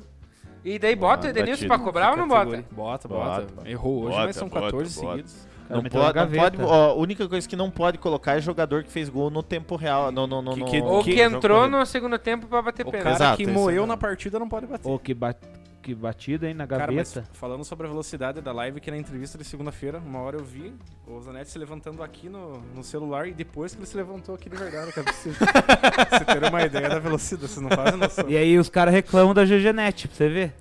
[SPEAKER 2] E daí bota o
[SPEAKER 3] Ah,
[SPEAKER 2] Edenilson
[SPEAKER 3] batido.
[SPEAKER 2] pra cobrar ou não
[SPEAKER 4] Categoria.
[SPEAKER 2] bota?
[SPEAKER 4] Bota,
[SPEAKER 3] Bota,
[SPEAKER 4] bota.
[SPEAKER 3] bota.
[SPEAKER 4] Errou hoje, mas
[SPEAKER 3] Bota,
[SPEAKER 4] são
[SPEAKER 3] bota,
[SPEAKER 4] 14
[SPEAKER 3] bota.
[SPEAKER 4] seguidos.
[SPEAKER 3] Não
[SPEAKER 5] meteu
[SPEAKER 3] pode,
[SPEAKER 5] na
[SPEAKER 3] não pode,
[SPEAKER 5] gaveta.
[SPEAKER 3] ó, a única coisa que não pode colocar é jogador que fez gol no tempo real. No, no, no,
[SPEAKER 4] Que-
[SPEAKER 3] no-
[SPEAKER 4] que-
[SPEAKER 3] no
[SPEAKER 2] Ou
[SPEAKER 3] jogo
[SPEAKER 2] que entrou
[SPEAKER 3] corrido. tá
[SPEAKER 2] no segundo tempo pra bater
[SPEAKER 4] O
[SPEAKER 2] pênalti.
[SPEAKER 4] cara
[SPEAKER 3] Exato, é
[SPEAKER 4] que
[SPEAKER 3] isso
[SPEAKER 4] moeu
[SPEAKER 3] mesmo.
[SPEAKER 4] na partida não pode bater.
[SPEAKER 5] Ô, que, ba- que batida, hein, na
[SPEAKER 4] Cara, mas
[SPEAKER 5] gaveta.
[SPEAKER 4] falando sobre a velocidade da live, que na entrevista de segunda-feira, uma hora eu vi o Zanetti se levantando aqui no, no celular e depois que ele se levantou aqui de verdade, cara. pra Você, você ter uma ideia da velocidade, você não faz noção.
[SPEAKER 5] E aí os caras reclamam da GGNet, pra você ver.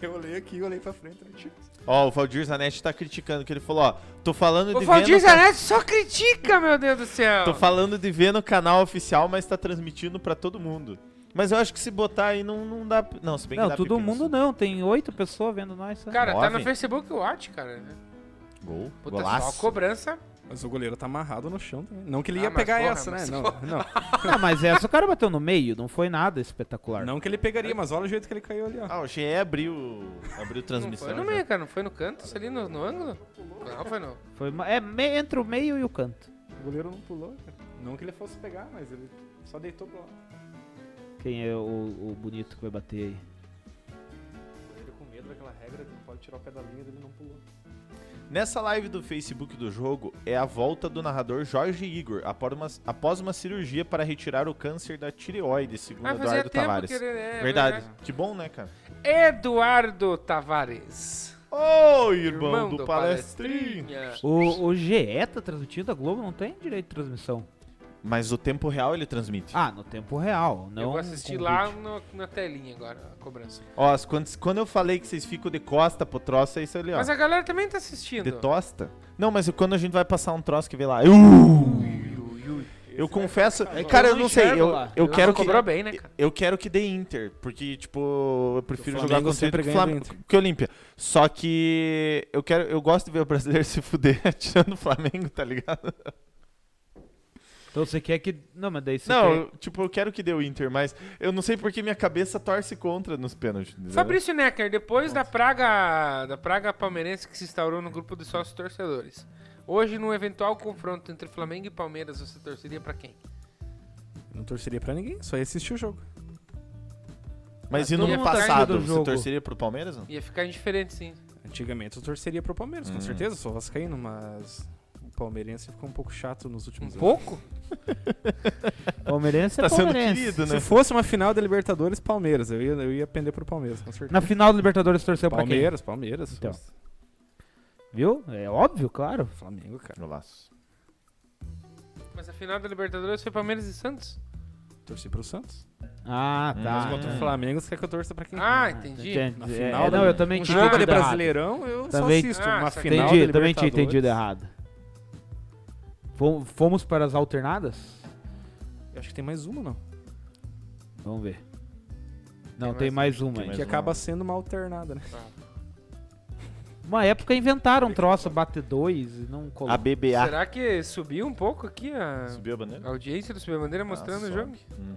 [SPEAKER 4] Eu olhei aqui, eu olhei pra frente, né, tipo...
[SPEAKER 3] Ó, o Valdir Zanetti tá criticando, que ele falou, ó, tô falando
[SPEAKER 2] O
[SPEAKER 3] de
[SPEAKER 2] Valdir
[SPEAKER 3] ver no can-
[SPEAKER 2] Zanetti só critica, meu Deus do céu.
[SPEAKER 3] Tô falando de ver no canal oficial, mas tá transmitindo pra todo mundo. Mas eu acho que se botar aí não, não dá. Não, se bem que
[SPEAKER 5] Não,
[SPEAKER 3] dá
[SPEAKER 5] todo
[SPEAKER 3] pepino.
[SPEAKER 5] mundo não, tem oito pessoas vendo nós. sabe?
[SPEAKER 2] Cara, tá
[SPEAKER 3] Nove.
[SPEAKER 2] no Facebook Watch, cara.
[SPEAKER 3] Gol.
[SPEAKER 2] Puta,
[SPEAKER 3] golaço.
[SPEAKER 2] só cobrança.
[SPEAKER 4] Mas o goleiro tá amarrado no chão também. Não que ele
[SPEAKER 2] Ah,
[SPEAKER 4] ia
[SPEAKER 2] mas
[SPEAKER 4] pegar
[SPEAKER 2] porra,
[SPEAKER 4] essa, né?
[SPEAKER 2] mas
[SPEAKER 4] Não,
[SPEAKER 2] porra.
[SPEAKER 4] não.
[SPEAKER 5] Não, Ah, mas essa o cara bateu no meio, não foi nada espetacular.
[SPEAKER 4] Não que ele pegaria, mas olha o jeito que ele caiu ali, ó.
[SPEAKER 3] Ah, o GE abriu, abriu
[SPEAKER 2] Não
[SPEAKER 3] transmissão. né?
[SPEAKER 2] foi no
[SPEAKER 3] já.
[SPEAKER 2] meio, cara. Não foi no canto, isso ali no, no ângulo. Não, foi no...
[SPEAKER 5] Foi ma- é me- entre o meio e o canto.
[SPEAKER 4] O goleiro não pulou, cara. Não que ele fosse pegar, mas ele só deitou pro lado.
[SPEAKER 5] Quem é o, o bonito que vai bater aí?
[SPEAKER 4] O goleiro com medo daquela regra, não pode tirar o pé da linha, ele não pulou.
[SPEAKER 3] Nessa live do Facebook do jogo é a volta do narrador Jorge Igor após uma, após uma cirurgia para retirar o câncer da tireoide, segundo
[SPEAKER 2] Ah, fazia
[SPEAKER 3] Eduardo
[SPEAKER 2] tempo
[SPEAKER 3] Tavares.
[SPEAKER 2] que ele- é,
[SPEAKER 3] verdade. Que bom, né, cara?
[SPEAKER 2] Eduardo Tavares.
[SPEAKER 3] Ô, irmão, do, palestrinho.
[SPEAKER 5] O, o GE tá transmitindo, a Globo não tem direito de transmissão.
[SPEAKER 3] Mas o tempo real ele transmite.
[SPEAKER 5] Ah, no tempo real. Não
[SPEAKER 2] eu vou assistir
[SPEAKER 5] com
[SPEAKER 2] lá um-
[SPEAKER 5] vídeo.
[SPEAKER 2] no- na telinha agora, a cobrança.
[SPEAKER 3] Ó, as- quando, quando eu falei que vocês ficam de costa pro troço, é isso ali, ó.
[SPEAKER 2] Mas a galera também tá assistindo.
[SPEAKER 3] De tosta? Não, mas quando a gente vai passar um troço que vê lá. Eu,
[SPEAKER 2] Ui, ui, ui.
[SPEAKER 3] eu confesso.
[SPEAKER 4] tá
[SPEAKER 5] Eu
[SPEAKER 3] Cara, eu
[SPEAKER 5] não
[SPEAKER 3] não sei.
[SPEAKER 5] enxergo
[SPEAKER 3] Eu,
[SPEAKER 5] lá.
[SPEAKER 3] eu
[SPEAKER 2] Ah,
[SPEAKER 3] quero que.
[SPEAKER 2] cobrou bem, né, cara?
[SPEAKER 3] Eu quero que dê Inter, porque, tipo, eu prefiro
[SPEAKER 4] O
[SPEAKER 3] jogar
[SPEAKER 4] Flamengo
[SPEAKER 3] contra o
[SPEAKER 4] sempre
[SPEAKER 3] Inter que,
[SPEAKER 4] ganha do
[SPEAKER 3] Flam-
[SPEAKER 4] Inter.
[SPEAKER 3] que o Olímpia. Só que eu quero, eu gosto de ver o brasileiro se fuder tirando o Flamengo, tá ligado?
[SPEAKER 5] Então você quer que. Não, mas daí você
[SPEAKER 3] não,
[SPEAKER 5] quer-
[SPEAKER 3] eu- tipo, eu quero que dê o Inter, mas eu não sei porque minha cabeça torce contra nos pênaltis. entendeu?
[SPEAKER 2] Fabrício Necker, depois da praga, da praga palmeirense que se instaurou no grupo de sócios torcedores, hoje, num eventual confronto entre Flamengo e Palmeiras, você torceria pra quem?
[SPEAKER 4] Eu Não torceria pra ninguém, só ia assistir o jogo.
[SPEAKER 3] Mas
[SPEAKER 5] Ah,
[SPEAKER 3] e no
[SPEAKER 5] todo
[SPEAKER 3] ano
[SPEAKER 5] mundo tá
[SPEAKER 3] passado,
[SPEAKER 5] indo do
[SPEAKER 3] você
[SPEAKER 5] jogo.
[SPEAKER 3] torceria pro Palmeiras? Não?
[SPEAKER 2] Ia ficar indiferente, sim.
[SPEAKER 4] Antigamente eu torceria pro Palmeiras, com
[SPEAKER 3] Hum.
[SPEAKER 4] certeza, sou vascaíno, mas o palmeirense ficou um pouco chato nos
[SPEAKER 2] Um
[SPEAKER 4] últimos anos.
[SPEAKER 2] pouco?
[SPEAKER 5] Palmeirense é
[SPEAKER 3] Tá sendo
[SPEAKER 5] palmeirense.
[SPEAKER 3] querido, né?
[SPEAKER 4] Se fosse uma final da Libertadores, Palmeiras, eu ia, eu ia pender pro Palmeiras, com certeza.
[SPEAKER 5] Na final do Libertadores torceu pra quem?
[SPEAKER 4] Palmeiras, Palmeiras.
[SPEAKER 5] Então.
[SPEAKER 4] fosse.
[SPEAKER 5] Viu? É óbvio, claro.
[SPEAKER 4] Flamengo, cara.
[SPEAKER 3] Golaço.
[SPEAKER 2] Mas a final da Libertadores foi Palmeiras e Santos?
[SPEAKER 4] Torci pro Santos.
[SPEAKER 5] Ah,
[SPEAKER 3] Hum,
[SPEAKER 5] tá.
[SPEAKER 3] mas
[SPEAKER 4] Contra o Flamengo, você quer que eu torça pra quem?
[SPEAKER 2] Ah, entendi.
[SPEAKER 4] Na
[SPEAKER 5] É,
[SPEAKER 4] final
[SPEAKER 5] é,
[SPEAKER 4] da-
[SPEAKER 5] não, eu também
[SPEAKER 4] um
[SPEAKER 5] tinha
[SPEAKER 4] jogo de
[SPEAKER 5] entendido errado.
[SPEAKER 4] Brasileirão, eu
[SPEAKER 5] Também-
[SPEAKER 4] só assisto.
[SPEAKER 2] Ah,
[SPEAKER 4] uma
[SPEAKER 2] saquei.
[SPEAKER 4] final
[SPEAKER 5] Entendi,
[SPEAKER 4] da
[SPEAKER 5] também tinha
[SPEAKER 4] Libertadores.
[SPEAKER 5] entendido errado. Fom- Fomos para as alternadas?
[SPEAKER 4] Eu acho que tem mais uma, não.
[SPEAKER 5] Vamos ver. Não,
[SPEAKER 2] Tem
[SPEAKER 5] tem mais uma
[SPEAKER 3] Tem
[SPEAKER 5] aí.
[SPEAKER 3] Mais
[SPEAKER 4] que
[SPEAKER 3] uma.
[SPEAKER 4] acaba sendo uma alternada, né?
[SPEAKER 5] Uma época inventaram troça, bater dois e não
[SPEAKER 3] A
[SPEAKER 5] colocar.
[SPEAKER 3] BBA.
[SPEAKER 2] Será que subiu um pouco aqui a
[SPEAKER 3] Subiu a bandeira?
[SPEAKER 2] a audiência do Subir a Bandeira Tá mostrando
[SPEAKER 3] Ah,
[SPEAKER 2] o jogo?
[SPEAKER 3] sobe. Uhum.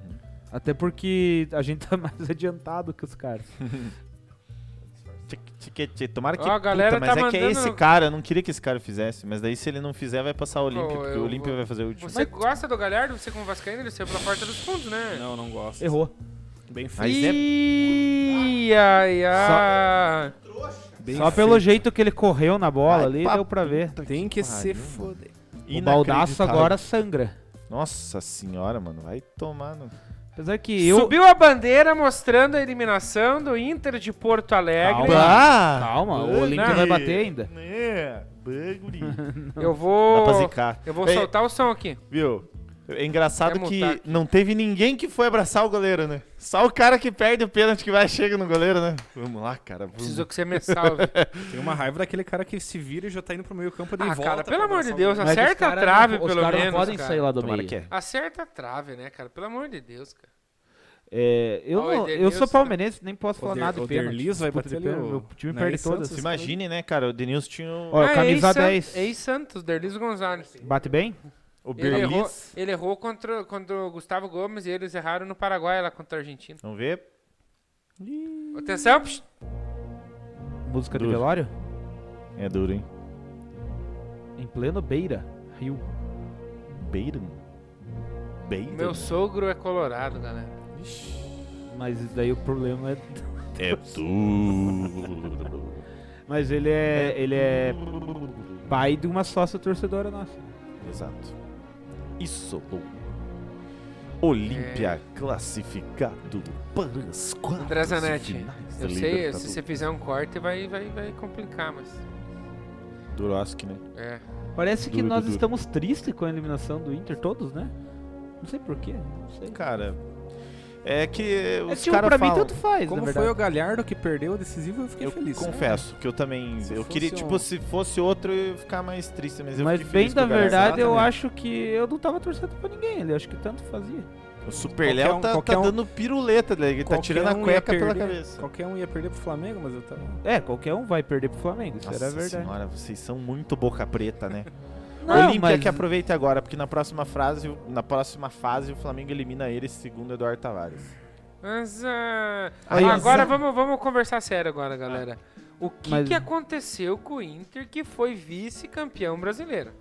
[SPEAKER 5] Até porque a gente tá mais adiantado que os caras.
[SPEAKER 3] Tchic, tchic, tchic. Tomara que.
[SPEAKER 2] Ó, a galera
[SPEAKER 3] puta,
[SPEAKER 2] tá
[SPEAKER 3] mas é que é
[SPEAKER 2] mandando-
[SPEAKER 3] esse cara, eu não queria que esse cara fizesse. Mas daí se ele não fizer, vai passar o Olímpia,
[SPEAKER 2] Pô,
[SPEAKER 3] porque
[SPEAKER 2] eu
[SPEAKER 3] o Olímpia
[SPEAKER 2] vou-
[SPEAKER 3] vai fazer o último.
[SPEAKER 2] Você gosta do Galhardo? Você como vascaíno, ele saiu pela porta dos fundos, né?
[SPEAKER 4] Não, não gosto.
[SPEAKER 5] Errou.
[SPEAKER 4] Bem feio.
[SPEAKER 3] Mas é-
[SPEAKER 2] Ih, ai, ai.
[SPEAKER 4] Bem
[SPEAKER 5] Só pelo
[SPEAKER 4] feio.
[SPEAKER 5] jeito que ele correu na bola
[SPEAKER 3] Ai,
[SPEAKER 5] ali,
[SPEAKER 3] pra
[SPEAKER 5] deu pra ver.
[SPEAKER 4] Tem que
[SPEAKER 3] pariu,
[SPEAKER 4] se
[SPEAKER 3] mano.
[SPEAKER 4] foder.
[SPEAKER 5] O baldaço
[SPEAKER 3] Inacreditável.
[SPEAKER 5] agora sangra.
[SPEAKER 3] Nossa senhora, mano. Vai tomar no.
[SPEAKER 5] Apesar que eu.
[SPEAKER 2] Subiu a bandeira mostrando a eliminação do Inter de Porto Alegre.
[SPEAKER 5] Calma.
[SPEAKER 3] Ah!
[SPEAKER 5] Calma, o Olímpia
[SPEAKER 2] Não.
[SPEAKER 5] vai bater ainda.
[SPEAKER 3] É, bagulho.
[SPEAKER 2] Eu
[SPEAKER 3] Dá pra
[SPEAKER 2] vou.
[SPEAKER 3] zicar.
[SPEAKER 2] Eu vou
[SPEAKER 3] É,
[SPEAKER 2] soltar o som aqui.
[SPEAKER 3] Viu? É engraçado
[SPEAKER 2] Quer
[SPEAKER 3] que
[SPEAKER 2] mutar aqui.
[SPEAKER 3] não teve ninguém que foi abraçar o goleiro, né? Só o cara que perde o pênalti que vai chega no goleiro, né? Vamos lá, cara. vamos.
[SPEAKER 2] Preciso que você me salve.
[SPEAKER 4] Tem uma raiva daquele cara que se vira e já tá indo pro meio campo e daí
[SPEAKER 2] Ah,
[SPEAKER 4] volta.
[SPEAKER 2] cara,
[SPEAKER 4] pra
[SPEAKER 2] pelo amor de
[SPEAKER 4] abraçar o
[SPEAKER 2] Deus,
[SPEAKER 4] goleiro.
[SPEAKER 5] um Mas os
[SPEAKER 2] acerta a
[SPEAKER 5] cara
[SPEAKER 2] trave,
[SPEAKER 5] não, os
[SPEAKER 2] pelo
[SPEAKER 5] cara
[SPEAKER 2] menos.
[SPEAKER 5] não podem
[SPEAKER 2] cara.
[SPEAKER 5] sair lá do
[SPEAKER 3] Tomara
[SPEAKER 5] meio.
[SPEAKER 3] que é.
[SPEAKER 2] Acerta a trave, né, cara? Pelo amor de Deus, cara.
[SPEAKER 5] É, eu,
[SPEAKER 2] Ó,
[SPEAKER 5] não- eu
[SPEAKER 2] o
[SPEAKER 5] sou
[SPEAKER 2] Edenilson. tá-
[SPEAKER 5] palmeirense, nem posso falar
[SPEAKER 4] Der-
[SPEAKER 5] nada de
[SPEAKER 4] o Der-
[SPEAKER 5] pênalti.
[SPEAKER 4] Liso vai
[SPEAKER 5] Disputa
[SPEAKER 4] bater
[SPEAKER 5] de pênalti,
[SPEAKER 4] o-
[SPEAKER 5] Meu time
[SPEAKER 4] na
[SPEAKER 5] perde
[SPEAKER 4] Elis
[SPEAKER 2] é
[SPEAKER 5] todas.
[SPEAKER 2] assim.
[SPEAKER 4] Santos.
[SPEAKER 3] Imagine, né, cara? O Denilson tinha o,
[SPEAKER 5] Ó,
[SPEAKER 2] Ah,
[SPEAKER 5] camisa
[SPEAKER 2] ex-San-
[SPEAKER 5] 10.
[SPEAKER 2] Ex-Santos, Derlis Gonzalez.
[SPEAKER 5] Bate bem?
[SPEAKER 3] o
[SPEAKER 2] Ele errou,
[SPEAKER 3] Berlis.
[SPEAKER 2] ele errou contra, contra o Gustavo Gomes e eles erraram no Paraguai lá contra a Argentina.
[SPEAKER 3] Vamos ver.
[SPEAKER 2] Atenção, psh,
[SPEAKER 5] Música de
[SPEAKER 3] Duro.
[SPEAKER 5] velório?
[SPEAKER 3] É duro, hein?
[SPEAKER 5] Em pleno Beira, Rio.
[SPEAKER 3] Beira? Beira?
[SPEAKER 2] meu sogro é colorado, galera.
[SPEAKER 5] Mas daí o problema é.
[SPEAKER 3] É duro.
[SPEAKER 5] Mas ele é. Ele é pai de uma sócia torcedora nossa.
[SPEAKER 3] Exato. Isso. Olímpia classificado para as quatro
[SPEAKER 2] É. André Zanetti,
[SPEAKER 3] finais
[SPEAKER 2] Eu sei,
[SPEAKER 3] da
[SPEAKER 2] se
[SPEAKER 3] Libertadores.
[SPEAKER 2] você fizer um corte vai, vai, vai complicar, mas.
[SPEAKER 3] Duroski, né?
[SPEAKER 2] É.
[SPEAKER 5] Parece que
[SPEAKER 3] Duro,
[SPEAKER 5] nós
[SPEAKER 3] duro.
[SPEAKER 5] estamos tristes com a eliminação do Inter, todos, né? Não sei porquê, não sei.
[SPEAKER 3] Cara, é que
[SPEAKER 5] É
[SPEAKER 3] os
[SPEAKER 5] tipo,
[SPEAKER 3] caras
[SPEAKER 5] pra mim
[SPEAKER 3] falam...
[SPEAKER 5] tanto né? faz,
[SPEAKER 4] Como
[SPEAKER 5] na
[SPEAKER 4] foi
[SPEAKER 5] verdade.
[SPEAKER 4] o Galhardo que perdeu o decisivo, eu fiquei
[SPEAKER 3] Eu
[SPEAKER 4] feliz.
[SPEAKER 3] confesso que eu também...
[SPEAKER 4] Se
[SPEAKER 3] eu queria,
[SPEAKER 4] fosse
[SPEAKER 3] tipo,
[SPEAKER 4] um-
[SPEAKER 3] se fosse outro, eu ia ficar mais triste, mas eu
[SPEAKER 5] Mas
[SPEAKER 3] fiquei
[SPEAKER 5] bem
[SPEAKER 3] feliz
[SPEAKER 5] da
[SPEAKER 3] com o Galhardo.
[SPEAKER 5] verdade, eu
[SPEAKER 4] Exatamente.
[SPEAKER 5] acho que eu não tava torcendo pra ninguém, ele acho que tanto fazia.
[SPEAKER 3] O Super Léo
[SPEAKER 4] Qualquer um-
[SPEAKER 3] tá,
[SPEAKER 4] qualquer
[SPEAKER 3] tá
[SPEAKER 4] um-
[SPEAKER 3] dando piruleta, né? Ele tá
[SPEAKER 4] Qualquer
[SPEAKER 3] tirando a
[SPEAKER 4] um ia
[SPEAKER 3] cueca pela
[SPEAKER 4] perder.
[SPEAKER 3] cabeça.
[SPEAKER 4] Qualquer um ia perder pro Flamengo, mas eu tava.
[SPEAKER 5] É, qualquer um vai perder pro Flamengo, isso
[SPEAKER 3] Nossa
[SPEAKER 5] era verdade.
[SPEAKER 3] senhora, vocês são muito boca preta, né?
[SPEAKER 5] Não,
[SPEAKER 3] Olímpia
[SPEAKER 5] mas-
[SPEAKER 3] que aproveita agora, porque na próxima, frase, na próxima fase o Flamengo elimina ele, segundo Eduardo Tavares.
[SPEAKER 2] Mas. ah,
[SPEAKER 3] Aí,
[SPEAKER 2] agora
[SPEAKER 3] ó.
[SPEAKER 2] vamos, vamos conversar sério agora, galera. O que,
[SPEAKER 5] Mas-
[SPEAKER 2] que aconteceu com o Inter que foi vice-campeão brasileiro?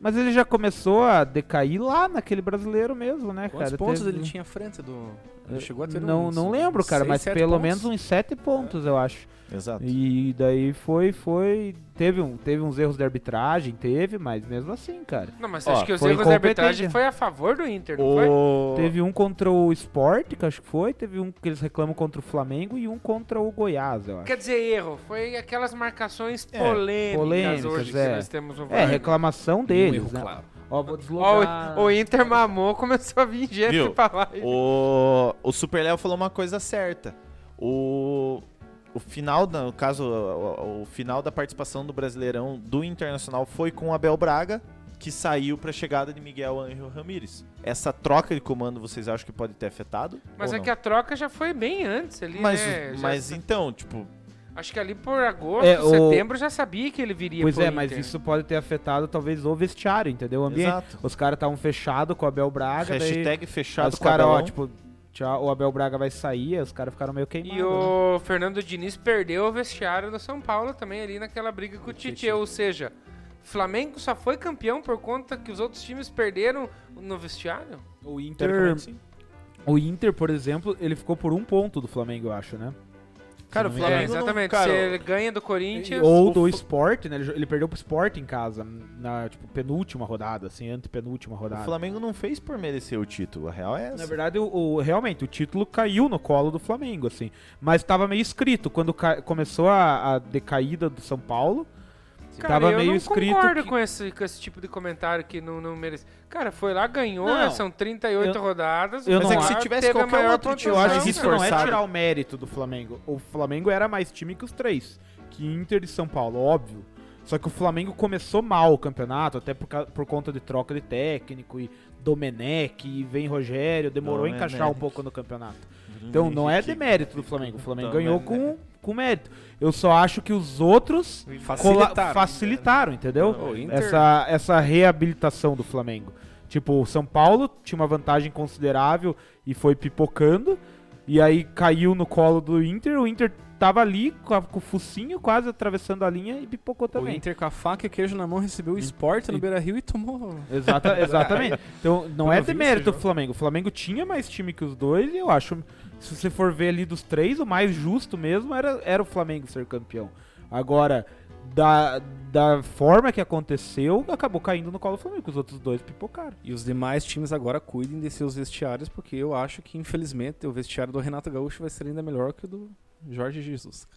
[SPEAKER 5] Mas ele já começou a decair lá naquele brasileiro mesmo, né,
[SPEAKER 4] Quantos
[SPEAKER 5] cara?
[SPEAKER 4] pontos
[SPEAKER 5] Teve-
[SPEAKER 4] ele tinha à frente do. Ele
[SPEAKER 5] Eu
[SPEAKER 4] chegou a ter
[SPEAKER 5] não,
[SPEAKER 4] uns-
[SPEAKER 5] não lembro, cara,
[SPEAKER 4] seis,
[SPEAKER 5] mas
[SPEAKER 4] sete
[SPEAKER 5] pelo
[SPEAKER 4] pontos.
[SPEAKER 5] menos um uns sete pontos, eu acho.
[SPEAKER 3] Exato.
[SPEAKER 5] E daí foi, foi. Teve, um, teve uns erros de arbitragem, teve, mas mesmo assim, cara.
[SPEAKER 2] Não, mas
[SPEAKER 3] Ó,
[SPEAKER 2] acho que os
[SPEAKER 5] foi
[SPEAKER 2] erros da arbitragem
[SPEAKER 5] incompetência.
[SPEAKER 2] foi a favor do Inter, não foi?
[SPEAKER 3] O...
[SPEAKER 5] Teve um contra o Sport, que eu acho que foi, teve um que eles reclamam contra o Flamengo e um contra o Goiás, eu acho.
[SPEAKER 2] Quer dizer, erro. Foi aquelas marcações
[SPEAKER 3] É,
[SPEAKER 2] polêmicas,
[SPEAKER 5] polêmicas,
[SPEAKER 2] hoje
[SPEAKER 5] é.
[SPEAKER 2] que nós temos no
[SPEAKER 5] É,
[SPEAKER 2] VAR.
[SPEAKER 5] reclamação
[SPEAKER 4] Um erro,
[SPEAKER 5] deles, né?
[SPEAKER 4] claro.
[SPEAKER 5] Ó, vou
[SPEAKER 2] Ó,
[SPEAKER 5] deslocar.
[SPEAKER 2] o, o Inter mamou, começou a vir gente
[SPEAKER 3] Viu?
[SPEAKER 2] pra lá. e-
[SPEAKER 3] O, o Super Léo falou uma coisa certa. O, o final, da- no caso, o, o final da participação do Brasileirão do Internacional foi com o Abel Braga, que saiu pra chegada de Miguel Ángel Ramírez. Essa troca de comando vocês acham que pode ter afetado?
[SPEAKER 2] Mas
[SPEAKER 3] ou
[SPEAKER 2] é
[SPEAKER 3] não?
[SPEAKER 2] que a troca já foi bem antes ali,
[SPEAKER 3] Mas,
[SPEAKER 2] né? Já-
[SPEAKER 3] mas então, tipo,
[SPEAKER 2] Acho que ali por agosto,
[SPEAKER 5] É, o-
[SPEAKER 2] setembro, já sabia que ele viria
[SPEAKER 5] Pois
[SPEAKER 2] pro
[SPEAKER 5] é, mas
[SPEAKER 2] Inter.
[SPEAKER 5] isso pode ter afetado talvez o vestiário, entendeu? O ambiente.
[SPEAKER 3] Exato.
[SPEAKER 5] Os caras estavam fechados com o Abel Braga. daí, tá
[SPEAKER 3] hashtag fechado
[SPEAKER 5] os
[SPEAKER 3] com o
[SPEAKER 5] caras, ó,
[SPEAKER 3] Abelão.
[SPEAKER 5] tipo, tchau, o Abel Braga vai sair, aí os caras ficaram meio queimados. né?
[SPEAKER 2] E o Fernando Diniz perdeu o vestiário do São Paulo também ali naquela briga com o Tite. Ou seja, Flamengo só foi campeão por conta que os outros times perderam no vestiário?
[SPEAKER 5] né? O Inter,
[SPEAKER 3] Teoricamente, sim.
[SPEAKER 5] o Inter, por exemplo, ele ficou por um ponto do Flamengo, eu acho, né?
[SPEAKER 3] Cara, o
[SPEAKER 5] É,
[SPEAKER 3] Flamengo
[SPEAKER 2] é, exatamente.
[SPEAKER 3] Não, cara,
[SPEAKER 2] Se ele ganha do Corinthians.
[SPEAKER 5] Ou
[SPEAKER 3] o
[SPEAKER 5] do
[SPEAKER 3] Fla-
[SPEAKER 5] Sport, né? Ele, jo- ele perdeu pro Sport em casa, na tipo, penúltima rodada, assim, antepenúltima
[SPEAKER 3] o
[SPEAKER 5] rodada.
[SPEAKER 3] Flamengo não fez por merecer o título. A real é essa.
[SPEAKER 5] Na verdade, o, o- realmente, o título caiu no colo do Flamengo, assim. Mas tava meio escrito. Quando ca- começou a, a decaída do São Paulo,
[SPEAKER 2] Cara,
[SPEAKER 5] tava
[SPEAKER 2] eu
[SPEAKER 5] meio
[SPEAKER 2] não
[SPEAKER 5] escrito
[SPEAKER 2] concordo
[SPEAKER 5] que-
[SPEAKER 2] com, esse, com esse tipo de comentário que não, não merece. Cara, foi lá, ganhou,
[SPEAKER 5] Não.
[SPEAKER 2] né? são 38 rodadas.
[SPEAKER 5] eu
[SPEAKER 2] o
[SPEAKER 5] não
[SPEAKER 2] Flamengo
[SPEAKER 5] acho.
[SPEAKER 3] Se tivesse
[SPEAKER 2] teve a
[SPEAKER 3] qualquer
[SPEAKER 2] maior
[SPEAKER 3] outro time
[SPEAKER 5] eu
[SPEAKER 2] pontuação,
[SPEAKER 5] acho
[SPEAKER 3] mais
[SPEAKER 5] que
[SPEAKER 2] cara.
[SPEAKER 5] isso não é
[SPEAKER 3] esforçado.
[SPEAKER 5] tirar o mérito do Flamengo. O Flamengo era mais time que os três. Que Inter e São Paulo, óbvio. Só que o Flamengo começou mal o campeonato, até por, ca- por conta de troca de técnico e Domenech, e vem Rogério, demorou a encaixar um
[SPEAKER 3] Domenech. Uhum.
[SPEAKER 5] pouco no campeonato. Então não é demérito do Flamengo. O Flamengo ganhou com,
[SPEAKER 3] Domenech.
[SPEAKER 5] com mérito. Eu só acho que os outros cola-
[SPEAKER 4] Facilitaram.
[SPEAKER 5] facilitaram, entendeu?
[SPEAKER 4] O Inter-
[SPEAKER 5] Essa, essa reabilitação do Flamengo. Tipo, o São Paulo tinha uma vantagem considerável e foi pipocando. E aí caiu no colo do Inter. O Inter tava ali com, a- com o focinho quase atravessando a linha e pipocou
[SPEAKER 4] O
[SPEAKER 5] também.
[SPEAKER 4] Inter com a faca e queijo na mão recebeu o Sport no Beira-Rio e tomou...
[SPEAKER 5] Exata, exatamente. Então, não
[SPEAKER 4] Eu
[SPEAKER 5] é
[SPEAKER 4] não vi esse
[SPEAKER 5] demérito
[SPEAKER 4] jogo.
[SPEAKER 5] do Flamengo. O Flamengo tinha mais time que os dois e eu acho, se você for ver ali dos três, o mais justo mesmo era, era o Flamengo ser campeão. Agora, da, da forma que aconteceu, acabou caindo no colo do Flamengo. Os outros dois pipocaram.
[SPEAKER 4] E os demais times agora cuidem de seus vestiários, porque eu acho que, infelizmente, o vestiário do Renato Gaúcho vai ser ainda melhor que o do Jorge Jesus.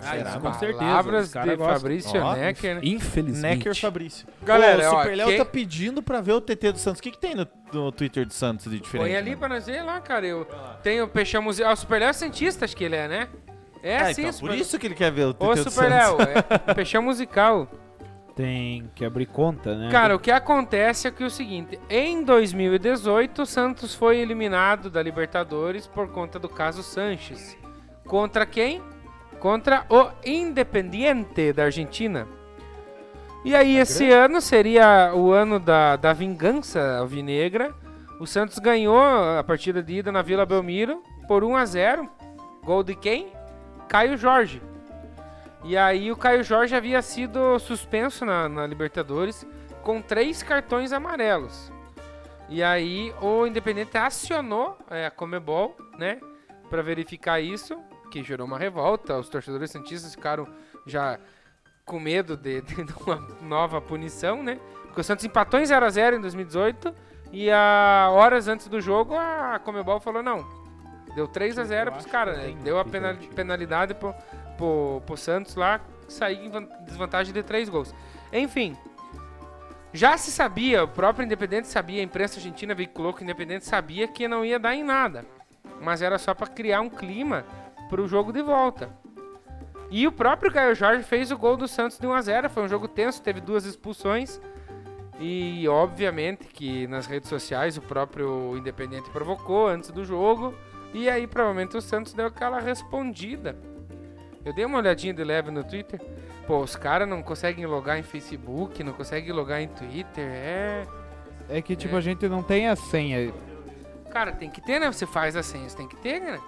[SPEAKER 2] Ah,
[SPEAKER 3] Será?
[SPEAKER 2] isso,
[SPEAKER 3] Com
[SPEAKER 5] certeza,
[SPEAKER 2] Palavras
[SPEAKER 5] os cara
[SPEAKER 2] de
[SPEAKER 5] gosta.
[SPEAKER 2] Fabrício
[SPEAKER 3] Ó,
[SPEAKER 2] Necker. né?
[SPEAKER 4] Infelizmente.
[SPEAKER 3] Necker Fabrício.
[SPEAKER 2] Galera,
[SPEAKER 3] Ô, o
[SPEAKER 2] ó,
[SPEAKER 3] Super Léo
[SPEAKER 2] quem-
[SPEAKER 3] tá pedindo pra ver o TT do Santos. O que, que tem no, no Twitter do Santos de diferente? né?
[SPEAKER 2] Põe ali pra nós ver lá, cara. Eu tenho o Peixão Museu. Ah, o Super Léo é cientista, acho que ele é, né? É,
[SPEAKER 3] Ah,
[SPEAKER 2] sim,
[SPEAKER 3] então,
[SPEAKER 2] Super-
[SPEAKER 3] por isso que ele quer ver o TT
[SPEAKER 2] Ô,
[SPEAKER 3] do
[SPEAKER 2] Super
[SPEAKER 3] Santos.
[SPEAKER 2] Léo, é Peixão Musical.
[SPEAKER 5] Tem que abrir conta, né?
[SPEAKER 2] Cara, o que acontece é que é o seguinte: em 2018, o Santos foi eliminado da Libertadores por conta do caso Sanches. Contra quem? Contra o Independiente da Argentina. E aí, esse ano seria o ano da, da vingança alvinegra. O Santos ganhou a partida de ida na Vila Belmiro por 1 a 0 Gol de quem? Caio Jorge. E aí o Caio Jorge havia sido suspenso na, na Libertadores com três cartões amarelos. E aí o Independente acionou é, a Comebol, né, para verificar isso, que gerou uma revolta. Os torcedores santistas ficaram já com medo de, de uma nova punição, né? Porque o Santos empatou em 0 a 0 em 2018 e a horas antes do jogo a Comebol falou não. Deu 3 a 0 pros caras, né? Deu a penal- penalidade pro, pro, pro Santos lá sair em van- desvantagem de 3 gols. Enfim, já se sabia, o próprio Independente sabia, a imprensa argentina veiculou que o Independente sabia que não ia dar em nada. Mas era só pra criar um clima pro jogo de volta. E o próprio Caio Jorge fez o gol do Santos de 1x0. Foi um jogo tenso, teve duas expulsões. E obviamente que nas redes sociais o próprio Independente provocou antes do jogo. E aí provavelmente o Santos deu aquela respondida. Eu dei uma olhadinha de leve no Twitter. Pô, os caras não conseguem logar em Facebook, não conseguem logar em Twitter. É.
[SPEAKER 5] É que,
[SPEAKER 2] tipo,
[SPEAKER 5] a gente não tem a senha.
[SPEAKER 2] Cara, tem que ter, né? Você faz a senha, você tem que ter, né?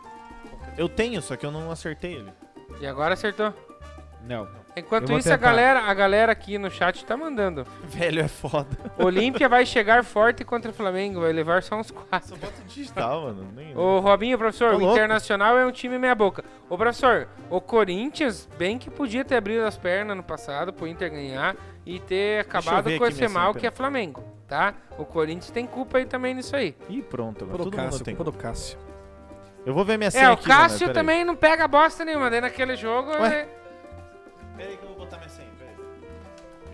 [SPEAKER 3] Eu tenho, só que eu não acertei ele.
[SPEAKER 2] E agora acertou.
[SPEAKER 5] Não. Eu
[SPEAKER 2] Enquanto
[SPEAKER 5] vou
[SPEAKER 2] isso, a
[SPEAKER 5] tentar.
[SPEAKER 2] galera, a galera aqui no chat tá mandando.
[SPEAKER 3] Velho, é foda.
[SPEAKER 2] Olímpia vai chegar forte contra o Flamengo, vai levar só uns quatro.
[SPEAKER 3] Só bota digital, mano. Nem...
[SPEAKER 2] Ô, Robinho, professor,
[SPEAKER 3] Tá
[SPEAKER 2] o
[SPEAKER 3] louco.
[SPEAKER 2] Internacional é um time meia boca. Ô, professor, o Corinthians, bem que podia ter abrido as pernas no passado pro Inter ganhar e ter acabado
[SPEAKER 3] ver
[SPEAKER 2] com
[SPEAKER 3] aqui
[SPEAKER 2] esse
[SPEAKER 3] minha
[SPEAKER 2] mal
[SPEAKER 3] senha,
[SPEAKER 2] que é Flamengo, tá? O Corinthians tem culpa aí também nisso aí.
[SPEAKER 3] Ih, pronto. Agora
[SPEAKER 4] Pô do
[SPEAKER 3] todo mundo
[SPEAKER 4] Cássio,
[SPEAKER 3] tem.
[SPEAKER 4] pô do Cássio.
[SPEAKER 3] Eu vou ver minha senha
[SPEAKER 2] é, o
[SPEAKER 3] Assim aqui, mano,
[SPEAKER 2] Cássio
[SPEAKER 3] peraí.
[SPEAKER 2] também não pega bosta nenhuma, daí naquele jogo...
[SPEAKER 3] Ué?
[SPEAKER 2] é-
[SPEAKER 3] Peraí que eu vou botar minha senha, peraí.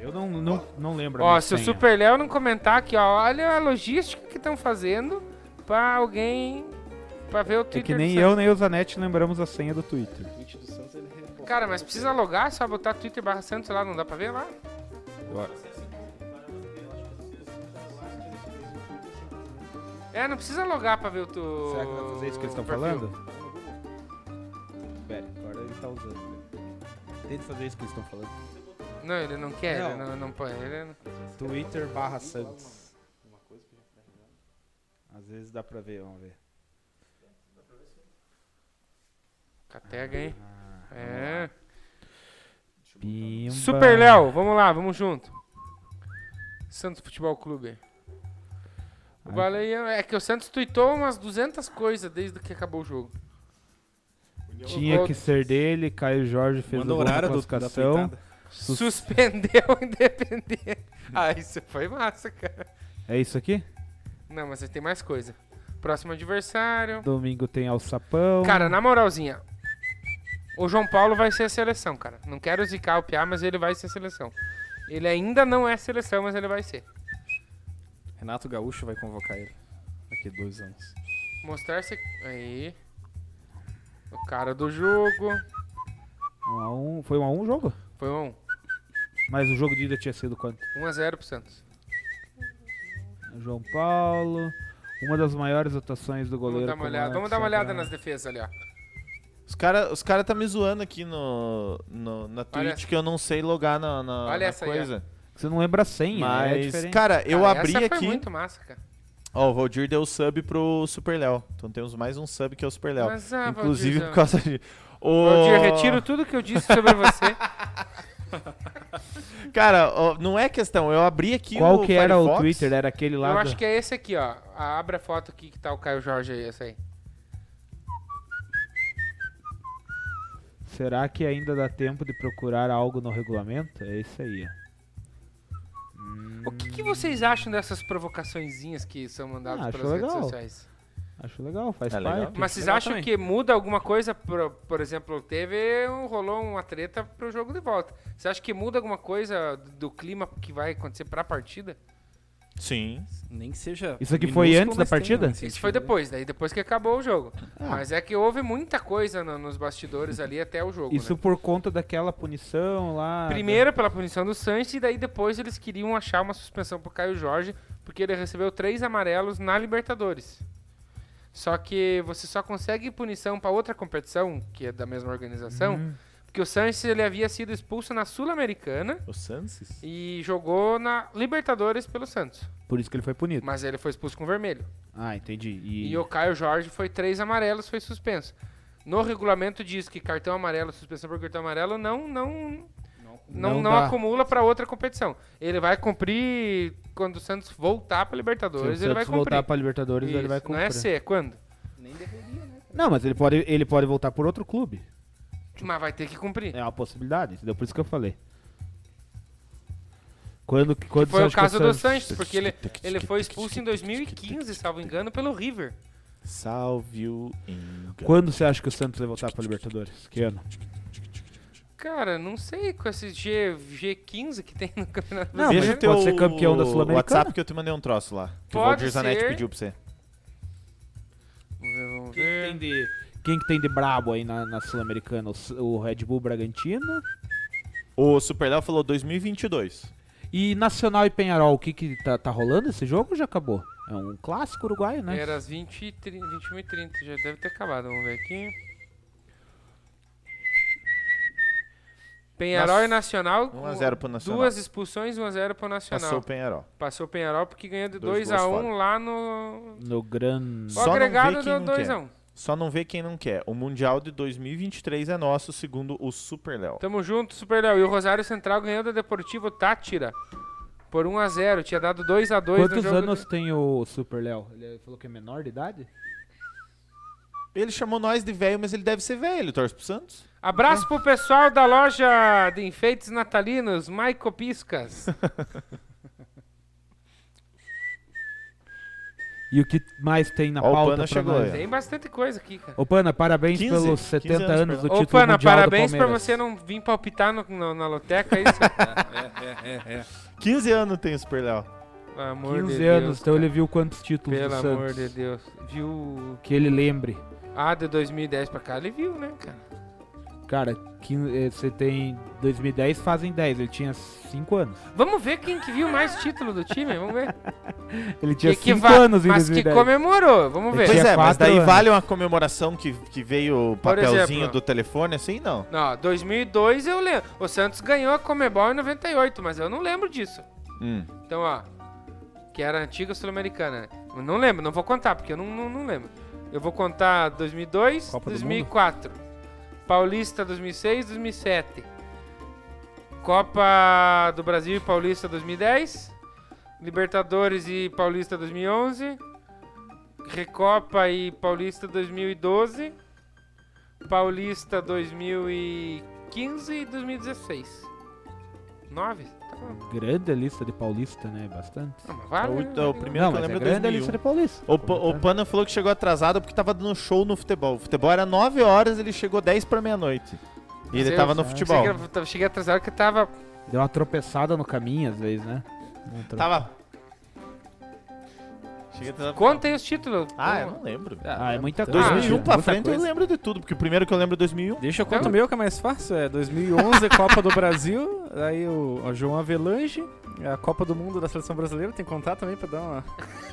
[SPEAKER 5] Eu não, não, não lembro. a
[SPEAKER 2] Ó,
[SPEAKER 5] minha
[SPEAKER 2] se o
[SPEAKER 5] senha.
[SPEAKER 2] Super Léo não comentar aqui, ó, olha a logística que estão fazendo pra alguém. pra ver o
[SPEAKER 5] É
[SPEAKER 2] Twitter.
[SPEAKER 5] que
[SPEAKER 2] do
[SPEAKER 5] nem
[SPEAKER 2] Santos.
[SPEAKER 5] eu nem o Zanetti lembramos a senha do Twitter.
[SPEAKER 2] Cara, mas precisa logar, só botar Twitter barra Santos lá, não dá pra ver lá? É, não precisa logar pra ver o tu.
[SPEAKER 5] Será que vai fazer isso que eles estão
[SPEAKER 2] o perfil.
[SPEAKER 5] falando? Velho, agora ele tá usando. Tenta fazer isso que eles estão falando.
[SPEAKER 2] Não, ele não quer,
[SPEAKER 5] Não.
[SPEAKER 2] ele não, não põe. Ele é não...
[SPEAKER 5] Twitter barra Santos. Às vezes dá pra ver, vamos ver.
[SPEAKER 2] Catega, hein? É.
[SPEAKER 5] Pimba.
[SPEAKER 2] Super Léo, vamos lá, vamos junto. Santos Futebol Clube. O
[SPEAKER 5] Ai.
[SPEAKER 2] Baleia, é que o Santos tweetou umas 200 coisas desde que acabou o jogo.
[SPEAKER 5] Tinha que ser dele, Caio Jorge fez
[SPEAKER 4] Manda
[SPEAKER 5] o
[SPEAKER 4] o
[SPEAKER 5] gol da
[SPEAKER 4] horário do, tá? da
[SPEAKER 5] classificação.
[SPEAKER 4] peitada.
[SPEAKER 5] Sus-
[SPEAKER 2] Suspendeu o Independente. Ah, isso foi massa, cara.
[SPEAKER 5] É isso aqui?
[SPEAKER 2] Não, mas aí tem mais coisa. Próximo adversário.
[SPEAKER 5] Domingo tem alçapão.
[SPEAKER 2] Cara, na moralzinha, o João Paulo vai ser a seleção, cara. Não quero zicar o Piá, mas ele vai ser a seleção. Ele ainda não é seleção, mas ele vai ser.
[SPEAKER 4] Renato Gaúcho vai convocar ele daqui a dois anos.
[SPEAKER 2] Mostrar se. Aí. O cara do jogo.
[SPEAKER 5] Um a um, foi um a um o jogo?
[SPEAKER 2] Foi um.
[SPEAKER 5] Mas o jogo de ida tinha sido quanto?
[SPEAKER 2] 1x0 pro Santos.
[SPEAKER 5] João Paulo. Uma das maiores atuações do
[SPEAKER 2] Vamos
[SPEAKER 5] goleiro.
[SPEAKER 2] dar uma
[SPEAKER 5] com
[SPEAKER 2] olhada,
[SPEAKER 5] o
[SPEAKER 2] vamos dar uma olhada
[SPEAKER 5] Santos.
[SPEAKER 2] nas defesas ali, ó.
[SPEAKER 3] Os caras os cara tá me zoando aqui no, no- na Twitch
[SPEAKER 2] essa.
[SPEAKER 3] que eu não sei logar na, na-
[SPEAKER 2] Olha
[SPEAKER 3] na
[SPEAKER 2] essa aí, ó.
[SPEAKER 3] coisa.
[SPEAKER 5] Você não lembra a senha, é
[SPEAKER 3] Mas,
[SPEAKER 5] diferente.
[SPEAKER 3] cara, eu
[SPEAKER 2] Cara,
[SPEAKER 3] abri
[SPEAKER 2] essa foi
[SPEAKER 3] aqui.
[SPEAKER 2] muito massa, cara.
[SPEAKER 3] Ó, o Valdir deu sub pro Super Léo. Então temos mais um sub que é o Super Léo.
[SPEAKER 2] Mas, ah,
[SPEAKER 3] Inclusive
[SPEAKER 2] Valdirzão.
[SPEAKER 3] por causa de. O...
[SPEAKER 2] Valdir, retiro tudo que eu disse sobre você.
[SPEAKER 3] Cara, ó, não é questão. Eu abri aqui
[SPEAKER 5] Qual
[SPEAKER 3] o
[SPEAKER 5] que era o
[SPEAKER 3] Firefox.
[SPEAKER 5] Twitter? né? Era aquele lá.
[SPEAKER 2] Eu
[SPEAKER 5] do-
[SPEAKER 2] acho que é esse aqui, ó. Ah, Abre a foto aqui que tá o Caio Jorge aí, essa aí.
[SPEAKER 5] Será que ainda dá tempo de procurar algo no regulamento? É isso aí. ó.
[SPEAKER 2] O que, que vocês acham dessas provocaçõezinhas que são mandadas
[SPEAKER 5] Ah, acho
[SPEAKER 2] pelas redes
[SPEAKER 5] legal.
[SPEAKER 2] sociais?
[SPEAKER 5] Hum, Acho legal, faz
[SPEAKER 3] É legal.
[SPEAKER 5] parte.
[SPEAKER 2] Mas vocês
[SPEAKER 4] legal
[SPEAKER 2] acham
[SPEAKER 4] também.
[SPEAKER 2] que muda alguma coisa? Por, por exemplo, teve um- rolou uma treta pro jogo de volta. Você acha que muda alguma coisa do do clima que vai acontecer pra partida?
[SPEAKER 3] Sim.
[SPEAKER 4] Nem que seja.
[SPEAKER 5] Isso aqui foi
[SPEAKER 4] minúsculo,
[SPEAKER 5] antes da
[SPEAKER 4] mas tem
[SPEAKER 5] partida?
[SPEAKER 4] um
[SPEAKER 2] Isso
[SPEAKER 4] incentivo,
[SPEAKER 2] foi
[SPEAKER 4] né?
[SPEAKER 2] depois, daí depois que acabou o jogo.
[SPEAKER 5] Ah.
[SPEAKER 2] Mas é que houve muita coisa no- nos bastidores ali até o jogo.
[SPEAKER 5] Isso
[SPEAKER 2] né?
[SPEAKER 5] por conta daquela punição lá.
[SPEAKER 2] Primeiro pela punição do Sanches e daí depois eles queriam achar uma suspensão pro Caio Jorge, porque ele recebeu três amarelos na Libertadores. Só que você só consegue punição pra outra competição, que é da mesma organização, porque o Sanches ele havia sido expulso na Sul-Americana
[SPEAKER 3] O Santos?
[SPEAKER 2] e jogou na Libertadores pelo Santos.
[SPEAKER 5] da- Por isso que ele foi punido.
[SPEAKER 2] Mas ele foi expulso com vermelho.
[SPEAKER 5] Ah, entendi.
[SPEAKER 2] E,
[SPEAKER 5] E,
[SPEAKER 2] o Caio Jorge foi três amarelos, foi suspenso. No regulamento diz que cartão amarelo, suspensão por cartão amarelo não não não,
[SPEAKER 5] Não
[SPEAKER 2] não,
[SPEAKER 5] dá.
[SPEAKER 2] acumula para outra competição. Ele vai cumprir quando o Santos voltar para
[SPEAKER 5] se o
[SPEAKER 2] Libertadores, ele
[SPEAKER 5] Santos
[SPEAKER 2] vai
[SPEAKER 5] voltar
[SPEAKER 2] cumprir.
[SPEAKER 5] pra Libertadores, ele
[SPEAKER 2] Isso,
[SPEAKER 5] vai cumprir.
[SPEAKER 2] Não é ser, é quando?
[SPEAKER 5] Não, mas ele pode, ele pode voltar por outro clube.
[SPEAKER 2] Mas vai ter que cumprir.
[SPEAKER 5] É uma possibilidade, entendeu? Por isso que eu falei. Quando, quando
[SPEAKER 2] Foi
[SPEAKER 5] você
[SPEAKER 2] o
[SPEAKER 5] acha que
[SPEAKER 2] caso do Sanches, porque ele, ele foi expulso em 2015, salvo engano, pelo River.
[SPEAKER 3] Salve o.
[SPEAKER 5] Quando você acha que o Santos vai voltar pra Libertadores? Que ano?
[SPEAKER 2] Cara, não sei com esse G, G15 que tem no Campeonato
[SPEAKER 5] Não, mas
[SPEAKER 2] Brasileiro.
[SPEAKER 3] Veja
[SPEAKER 5] é?
[SPEAKER 3] o
[SPEAKER 5] pode
[SPEAKER 3] teu
[SPEAKER 5] ser campeão da Sul-Americana.
[SPEAKER 3] WhatsApp que eu te mandei um troço lá. Que o
[SPEAKER 2] Pode
[SPEAKER 3] Valdir Zanetti
[SPEAKER 2] ser.
[SPEAKER 3] pediu pra você.
[SPEAKER 2] Vamos ver, vamos
[SPEAKER 5] Quem que tem
[SPEAKER 2] ver.
[SPEAKER 5] de, quem que tem de brabo aí na, na Sul-Americana? O, S- o Red Bull Bragantino?
[SPEAKER 3] O Super Léo falou 2022.
[SPEAKER 5] E Nacional e Penharol, o que que tá, tá rolando esse jogo ou já acabou? É um clássico uruguaio, né?
[SPEAKER 2] Era às 20 e 30, 21 e 30, já deve ter acabado. Vamos ver aqui. Penharol
[SPEAKER 3] Nas-
[SPEAKER 2] e Nacional.
[SPEAKER 3] 1 a 0 pro Nacional.
[SPEAKER 2] Duas expulsões, 1x0 pro Nacional.
[SPEAKER 3] Passou o
[SPEAKER 2] Passou,
[SPEAKER 3] Penharol.
[SPEAKER 2] o Penharol porque ganhou de
[SPEAKER 3] Dois
[SPEAKER 2] 2x1
[SPEAKER 3] gols fora.
[SPEAKER 2] lá no.
[SPEAKER 5] No Gran...
[SPEAKER 2] O
[SPEAKER 3] Só não vê
[SPEAKER 2] agregado
[SPEAKER 3] quem
[SPEAKER 2] deu
[SPEAKER 3] não quer.
[SPEAKER 2] 2x1.
[SPEAKER 3] Só não vê quem não quer. O Mundial de 2023 é nosso, segundo o Super Léo.
[SPEAKER 2] Tamo junto, Super Léo. E o Rosário Central ganhou da Deportivo Tátira por 1x0. Tinha dado 2x2 no
[SPEAKER 5] Quantos
[SPEAKER 2] é jogo.
[SPEAKER 5] anos
[SPEAKER 2] do-
[SPEAKER 5] tem o Super Léo? Ele falou que é menor de idade?
[SPEAKER 3] Ele chamou nós de velho, mas ele deve ser velho. Ele torce pro Santos.
[SPEAKER 2] Abraço pro pessoal da loja de enfeites natalinos, Maico Piscas.
[SPEAKER 5] E o que mais tem na
[SPEAKER 3] Ó, o
[SPEAKER 5] pauta
[SPEAKER 3] Pana
[SPEAKER 5] pra
[SPEAKER 3] chegou
[SPEAKER 5] nós?
[SPEAKER 3] aí, ó.
[SPEAKER 2] Tem bastante coisa aqui, cara.
[SPEAKER 5] Ô, Pana, parabéns
[SPEAKER 3] 15,
[SPEAKER 5] pelos
[SPEAKER 3] 15
[SPEAKER 5] 70
[SPEAKER 3] anos,
[SPEAKER 5] anos do
[SPEAKER 2] Ô,
[SPEAKER 5] título
[SPEAKER 2] Pana,
[SPEAKER 5] mundial
[SPEAKER 2] parabéns
[SPEAKER 5] do
[SPEAKER 2] pra
[SPEAKER 5] Palmeiras.
[SPEAKER 2] você não vir palpitar no, no- na loteca, é isso?
[SPEAKER 4] É, é. é, é.
[SPEAKER 3] 15 anos tem o Super Léo.
[SPEAKER 2] Pelo amor
[SPEAKER 5] 15
[SPEAKER 2] de Deus,
[SPEAKER 5] anos, então
[SPEAKER 2] cara.
[SPEAKER 5] ele viu quantos títulos
[SPEAKER 2] Pelo
[SPEAKER 5] do Santos.
[SPEAKER 2] amor de Deus. Viu.
[SPEAKER 5] Que ele lembre.
[SPEAKER 2] Ah, de 2010 pra cá ele viu, né, cara?
[SPEAKER 5] Cara, 15, eh, você tem 2010, fazem 10. Ele tinha 5 anos.
[SPEAKER 2] Vamos ver quem que viu mais título do time, vamos ver.
[SPEAKER 5] Ele tinha
[SPEAKER 2] Que- que
[SPEAKER 5] 5
[SPEAKER 2] va-
[SPEAKER 5] anos em
[SPEAKER 2] Mas que
[SPEAKER 5] 2010.
[SPEAKER 2] comemorou, vamos
[SPEAKER 5] Ele
[SPEAKER 2] ver.
[SPEAKER 3] Pois
[SPEAKER 5] tinha
[SPEAKER 3] é, mas
[SPEAKER 5] quatro
[SPEAKER 3] daí
[SPEAKER 5] anos.
[SPEAKER 3] vale uma comemoração que, que veio o
[SPEAKER 2] Por
[SPEAKER 3] papelzinho
[SPEAKER 2] exemplo.
[SPEAKER 3] do telefone, assim? Não.
[SPEAKER 2] Não, 2002 eu lembro. O Santos ganhou a Comebol em 98, mas eu não lembro disso.
[SPEAKER 3] Hum.
[SPEAKER 2] Então, ó, que era a antiga Sul-Americana. né? Eu Não lembro, não vou contar, porque eu não, não, não lembro. Eu vou contar 2002,
[SPEAKER 4] Copa do
[SPEAKER 2] 2004. Paulista 2006, 2007. Copa do Brasil e Paulista 2010. Libertadores e Paulista 2011. Recopa e Paulista 2012. Paulista 2015 e 2016. Nove? Tá bom.
[SPEAKER 5] Grande a lista de paulista, né? Bastante.
[SPEAKER 2] Ah, mas vale,
[SPEAKER 3] O-
[SPEAKER 2] né?
[SPEAKER 3] o primeiro
[SPEAKER 5] não,
[SPEAKER 3] que eu
[SPEAKER 5] mas
[SPEAKER 3] lembro
[SPEAKER 5] é
[SPEAKER 3] é
[SPEAKER 5] grande a
[SPEAKER 3] 2001.
[SPEAKER 5] lista de paulista.
[SPEAKER 3] O, Pa- o Pana falou que chegou atrasado porque tava dando show no futebol. O futebol era 9 horas, ele chegou 10 pra meia-noite. E ele
[SPEAKER 2] Sei,
[SPEAKER 3] tava
[SPEAKER 2] eu
[SPEAKER 3] no
[SPEAKER 5] sei.
[SPEAKER 3] futebol.
[SPEAKER 2] Cheguei, eu tava- cheguei atrasado que tava.
[SPEAKER 5] Deu uma tropeçada no caminho, às vezes, né? Um tro-
[SPEAKER 3] Tava. Cheguei atrasado.
[SPEAKER 2] Conta aí os títulos. Então,
[SPEAKER 3] Ah, eu
[SPEAKER 2] Vamos-
[SPEAKER 3] não lembro.
[SPEAKER 5] Ah, é
[SPEAKER 2] tá.
[SPEAKER 5] muita coisa.
[SPEAKER 3] 2001
[SPEAKER 4] Ah,
[SPEAKER 3] pra
[SPEAKER 4] muita
[SPEAKER 3] frente
[SPEAKER 4] coisa.
[SPEAKER 3] eu lembro de tudo, porque o primeiro que eu lembro é 2001.
[SPEAKER 4] Deixa eu
[SPEAKER 2] Então-
[SPEAKER 4] contar o meu que é mais fácil. É 2011, Copa do Brasil. Aí o, o João Avelange, é a Copa do Mundo da Seleção Brasileira. Tem que contar também pra dar uma...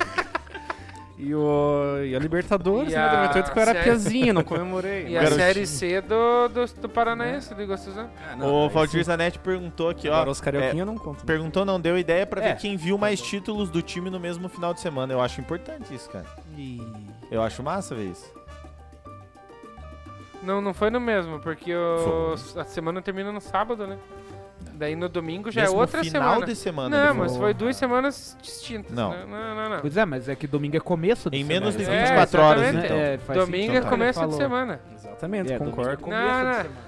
[SPEAKER 4] E, o, e a Libertadores,
[SPEAKER 2] E
[SPEAKER 4] né?
[SPEAKER 2] a-
[SPEAKER 4] 98 que eu era
[SPEAKER 2] sério?
[SPEAKER 4] piazinho, não comemorei.
[SPEAKER 2] E a
[SPEAKER 3] Garotinho.
[SPEAKER 2] série C do, do, do
[SPEAKER 3] É.
[SPEAKER 2] Paranaense, do Igor Suzano.
[SPEAKER 4] Ah,
[SPEAKER 3] o Valdir Zanetti perguntou aqui, ó. É,
[SPEAKER 4] Agora os carioquinhos eu não contam.
[SPEAKER 3] Perguntou, não deu ideia pra
[SPEAKER 5] É.
[SPEAKER 3] ver quem viu mais títulos do time no mesmo final de semana. Eu acho importante isso, cara. Eu acho massa ver isso.
[SPEAKER 2] Não, não foi no mesmo, porque o- a semana termina no sábado, né? Daí no domingo já
[SPEAKER 3] Mesmo
[SPEAKER 2] é outra
[SPEAKER 3] final
[SPEAKER 2] semana.
[SPEAKER 3] de semana.
[SPEAKER 2] Não,
[SPEAKER 3] ele falou.
[SPEAKER 2] mas foi duas semanas distintas.
[SPEAKER 3] Não.
[SPEAKER 2] né? não, não. não.
[SPEAKER 5] Pois é, mas é que domingo é começo do
[SPEAKER 3] Em menos de
[SPEAKER 2] É,
[SPEAKER 3] 24 horas,
[SPEAKER 2] exatamente.
[SPEAKER 3] então.
[SPEAKER 2] Domingo
[SPEAKER 3] sentido,
[SPEAKER 2] é
[SPEAKER 3] tá.
[SPEAKER 2] começo de semana.
[SPEAKER 4] Exatamente,
[SPEAKER 5] É,
[SPEAKER 4] concordo.
[SPEAKER 2] domingo é começo de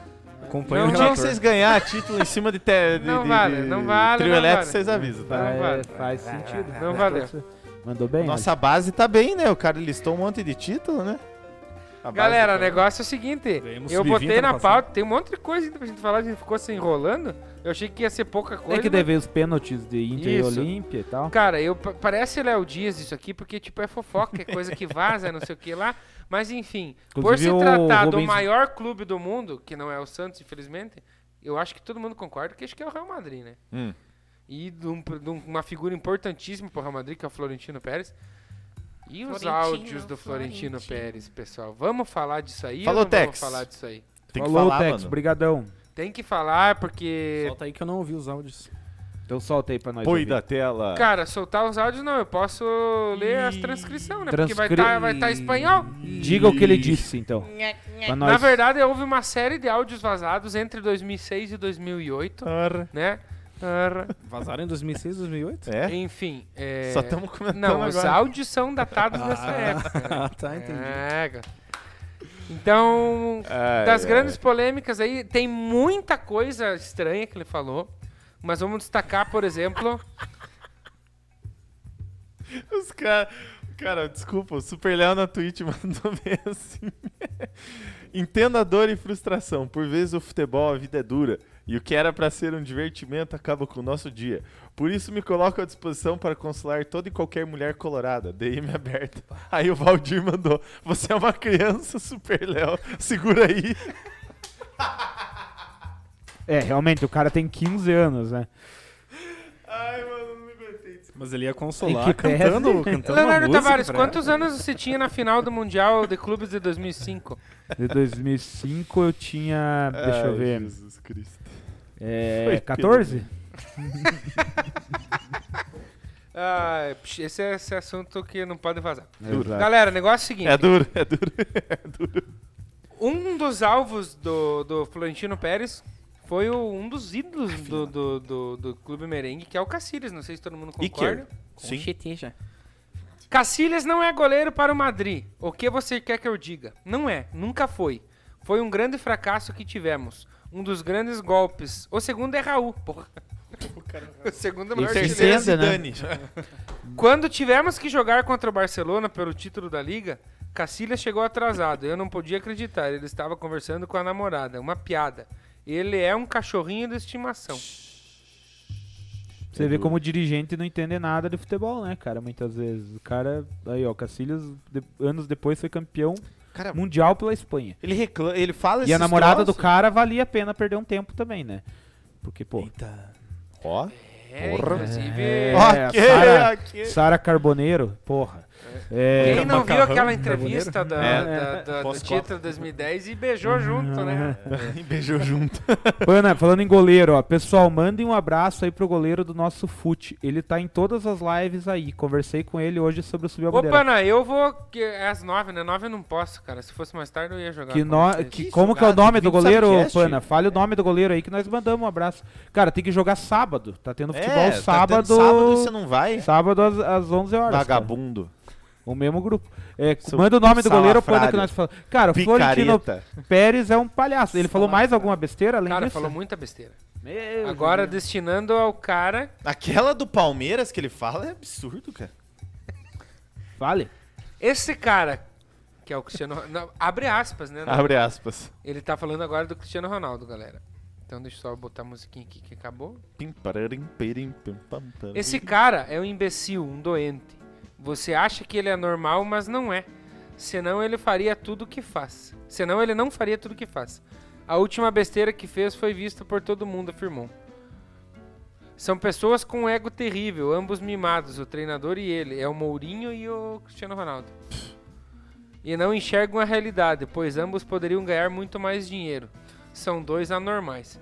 [SPEAKER 4] Acompanho
[SPEAKER 2] Não,
[SPEAKER 4] o
[SPEAKER 3] Um dia
[SPEAKER 4] relator.
[SPEAKER 3] que vocês ganhar título em cima de, te, de,
[SPEAKER 2] Não
[SPEAKER 3] de-
[SPEAKER 2] vale,
[SPEAKER 3] de
[SPEAKER 2] não vale,
[SPEAKER 3] trio
[SPEAKER 2] não
[SPEAKER 3] elétrico,
[SPEAKER 2] vale.
[SPEAKER 3] vocês avisam. tá?
[SPEAKER 2] então Não vale.
[SPEAKER 5] Faz, faz sentido.
[SPEAKER 2] Não
[SPEAKER 5] Faz
[SPEAKER 2] valeu.
[SPEAKER 5] todo sen- Mandou bem?
[SPEAKER 3] Nossa a base tá bem, né? O cara listou um monte de título, né? A base
[SPEAKER 2] Galera, o
[SPEAKER 3] tá-
[SPEAKER 2] negócio é o seguinte:
[SPEAKER 4] Ganhamos
[SPEAKER 2] eu
[SPEAKER 4] sub-20
[SPEAKER 2] botei
[SPEAKER 4] ano
[SPEAKER 2] na
[SPEAKER 4] passado.
[SPEAKER 2] pauta, tem um monte de coisa ainda pra gente falar, a gente ficou se enrolando. Eu achei que ia ser
[SPEAKER 3] É
[SPEAKER 2] pouca
[SPEAKER 5] Alex.
[SPEAKER 2] coisa.
[SPEAKER 5] Tem que
[SPEAKER 2] mas-
[SPEAKER 5] dever os pênaltis de Inter
[SPEAKER 2] Isso.
[SPEAKER 5] e Olímpia e tal.
[SPEAKER 2] Cara, eu pa- parece Léo Dias isso aqui, porque tipo é fofoca, é coisa que vaza, não sei o que lá. Mas enfim, por
[SPEAKER 5] Inclusive,
[SPEAKER 2] se
[SPEAKER 5] o
[SPEAKER 2] tratar do
[SPEAKER 5] Rubens-
[SPEAKER 2] maior clube do mundo, que não é o Santos, infelizmente, eu acho que todo mundo concorda que acho que é o Real Madrid, né?
[SPEAKER 3] Hum.
[SPEAKER 2] E de, um- de um- uma figura importantíssima pro Real Madrid, que é o Florentino Pérez. E os
[SPEAKER 6] Florentino,
[SPEAKER 2] áudios do Florentino,
[SPEAKER 6] Florentino.
[SPEAKER 2] Pérez, pessoal. Vamos falar disso aí
[SPEAKER 3] Falou,
[SPEAKER 2] ou não vamos
[SPEAKER 3] Tex.
[SPEAKER 2] falar disso aí?
[SPEAKER 3] Tem que
[SPEAKER 5] Falou,
[SPEAKER 3] falar,
[SPEAKER 5] Tex,
[SPEAKER 3] mano.
[SPEAKER 5] brigadão.
[SPEAKER 2] Tem que falar, porque
[SPEAKER 4] Solta aí que eu não ouvi os áudios.
[SPEAKER 5] Então solta aí pra nós.
[SPEAKER 1] Põe
[SPEAKER 5] ouvir.
[SPEAKER 1] da
[SPEAKER 3] Ah.
[SPEAKER 1] tela.
[SPEAKER 2] Cara, soltar os áudios não, eu posso ler as transcrições, né? Porque vai
[SPEAKER 5] Transcri-
[SPEAKER 2] estar tá, vai tá em espanhol.
[SPEAKER 5] Diga o que ele disse, então. Pra nós.
[SPEAKER 2] Na verdade, houve uma série de áudios vazados entre 2006 e 2008,
[SPEAKER 3] Ora.
[SPEAKER 2] né? Arra.
[SPEAKER 4] Vazaram em 2006, 2008?
[SPEAKER 3] É?
[SPEAKER 2] Enfim, é...
[SPEAKER 3] Só estamos comentando
[SPEAKER 2] Não,
[SPEAKER 3] agora.
[SPEAKER 2] os áudios são datados dessa época.
[SPEAKER 4] Ah, tá, entendi.
[SPEAKER 2] É, cara. Então,
[SPEAKER 3] Ai,
[SPEAKER 2] das
[SPEAKER 3] ai,
[SPEAKER 2] grandes polêmicas aí, tem muita coisa estranha que ele falou, mas vamos destacar, por exemplo...
[SPEAKER 3] Os cara... cara, desculpa, o Super Léo na Twitch mandou bem assim. Entenda a dor e frustração. Por vezes o futebol, a vida é dura. E o que era pra ser um divertimento acaba com o nosso dia. Por isso me coloco à disposição para consolar toda e qualquer mulher colorada. DM aberta. Aí o Valdir mandou: Você é uma criança, Super Léo. Segura aí.
[SPEAKER 5] É, realmente, o cara tem 15 anos, né?
[SPEAKER 3] Ai, mano, não me aguentei.
[SPEAKER 4] Mas ele ia
[SPEAKER 5] Em
[SPEAKER 4] consolar
[SPEAKER 5] que pese?
[SPEAKER 4] cantando, cantando uma
[SPEAKER 2] Leonardo
[SPEAKER 4] música
[SPEAKER 2] Tavares,
[SPEAKER 4] pra
[SPEAKER 2] quantos anos você tinha na final do Mundial de Clubes de 2005?
[SPEAKER 5] De 2005 eu tinha. Deixa eu
[SPEAKER 3] Ai,
[SPEAKER 5] ver.
[SPEAKER 3] Jesus Cristo.
[SPEAKER 5] É,
[SPEAKER 3] Foi
[SPEAKER 5] 14?
[SPEAKER 2] Ah, psh, esse é esse assunto que não pode vazar.
[SPEAKER 1] Exato.
[SPEAKER 2] Galera, negócio é o seguinte.
[SPEAKER 3] É duro, é duro. É duro.
[SPEAKER 2] Um dos alvos do, do Florentino Pérez foi o- um dos ídolos do, do, do, do clube merengue, que é o Cacilhas. Não sei se todo mundo concorda.
[SPEAKER 3] Iker. Sim.
[SPEAKER 2] Cacilhas não é goleiro para o Madrid. O que você quer que eu diga? Não é, nunca foi. Foi um grande fracasso que tivemos. Um dos grandes golpes. O segundo é Raul, porra. O segundo é o
[SPEAKER 5] E
[SPEAKER 2] maior
[SPEAKER 5] terceiro
[SPEAKER 2] artilheiro.
[SPEAKER 5] Entenda, né?
[SPEAKER 3] Zidane.
[SPEAKER 2] Quando tivemos que jogar contra o Barcelona pelo título da Liga, Cacilhas chegou atrasado. Eu não podia acreditar. Ele estava conversando com a namorada. Uma piada. Ele é um cachorrinho de estimação.
[SPEAKER 5] Você vê como o dirigente não entende nada de futebol, né, cara? Muitas vezes. O cara, aí, ó, Cacilhas, de- anos depois, foi campeão
[SPEAKER 3] Cara,
[SPEAKER 5] mundial pela Espanha.
[SPEAKER 3] ele reclama, ele fala
[SPEAKER 5] E a
[SPEAKER 3] esses
[SPEAKER 5] namorada do
[SPEAKER 3] troços.
[SPEAKER 5] cara valia a pena perder um tempo também, né? Porque, pô.
[SPEAKER 3] Eita. Ó.
[SPEAKER 2] É,
[SPEAKER 3] Porra.
[SPEAKER 2] inclusive.
[SPEAKER 5] É, a
[SPEAKER 3] ok,
[SPEAKER 5] Sara-
[SPEAKER 3] ok.
[SPEAKER 5] Sara Carboneiro, porra. É,
[SPEAKER 2] Quem não viu
[SPEAKER 4] Macarrão,
[SPEAKER 2] aquela entrevista da,
[SPEAKER 3] É.
[SPEAKER 2] da- da- do
[SPEAKER 3] Pós-Copa.
[SPEAKER 2] título 2010 e
[SPEAKER 5] Uhum.
[SPEAKER 2] beijou junto, né?
[SPEAKER 3] Beijou junto.
[SPEAKER 5] Pana, falando em goleiro, ó. Pessoal, mandem um abraço aí pro goleiro do nosso fute. Ele tá em todas as lives aí. Conversei com ele hoje sobre o Subir a
[SPEAKER 2] Ô,
[SPEAKER 5] Bandeira.
[SPEAKER 2] Pana, eu vou. que- É às nove, né? Nove eu não posso, cara. Se fosse mais tarde eu ia jogar.
[SPEAKER 5] Que
[SPEAKER 2] com
[SPEAKER 5] nó-
[SPEAKER 2] vocês.
[SPEAKER 5] que- como que é o nome do
[SPEAKER 3] Vinte
[SPEAKER 5] goleiro,
[SPEAKER 3] Subcast? É.
[SPEAKER 5] Pana? Fale o nome do goleiro aí que nós mandamos um abraço. Cara, tem que jogar sábado. Tá tendo futebol
[SPEAKER 3] É, tá tendo
[SPEAKER 5] sábado.
[SPEAKER 3] sábado É, e você não vai?
[SPEAKER 5] Sábado às, às 11 horas. cara.
[SPEAKER 3] Vagabundo.
[SPEAKER 5] O mesmo grupo. É,
[SPEAKER 3] Seu
[SPEAKER 5] manda o nome do goleiro, Pana,
[SPEAKER 3] salafrário.
[SPEAKER 5] que nós falamos. Cara, o Florentino
[SPEAKER 3] Picareta.
[SPEAKER 5] Pérez é um palhaço. Ele falou mais alguma besteira além
[SPEAKER 2] Cara,
[SPEAKER 5] disso?
[SPEAKER 2] falou muita besteira.
[SPEAKER 5] Meu
[SPEAKER 2] Agora,
[SPEAKER 5] Deus.
[SPEAKER 2] destinando ao cara.
[SPEAKER 3] Aquela do Palmeiras que ele fala é absurdo, cara.
[SPEAKER 5] Fale.
[SPEAKER 2] Esse cara, que é o Cristiano. não, abre aspas, né?
[SPEAKER 3] Abre aspas.
[SPEAKER 2] Ele tá falando agora do Cristiano Ronaldo, galera. Então deixa eu só botar a musiquinha aqui que acabou.
[SPEAKER 3] Pim, pararim, perim, pim, pam, pam.
[SPEAKER 2] Esse cara é um imbecil, um doente. Você acha que ele é normal, mas não é. Senão ele faria tudo o que faz. Senão ele não faria tudo o que faz. A última besteira que fez foi vista por todo mundo, afirmou. São pessoas com um ego terrível, ambos mimados, o treinador e ele. É o Mourinho e o Cristiano Ronaldo. E não enxergam a realidade, pois ambos poderiam ganhar muito mais dinheiro. São dois anormais.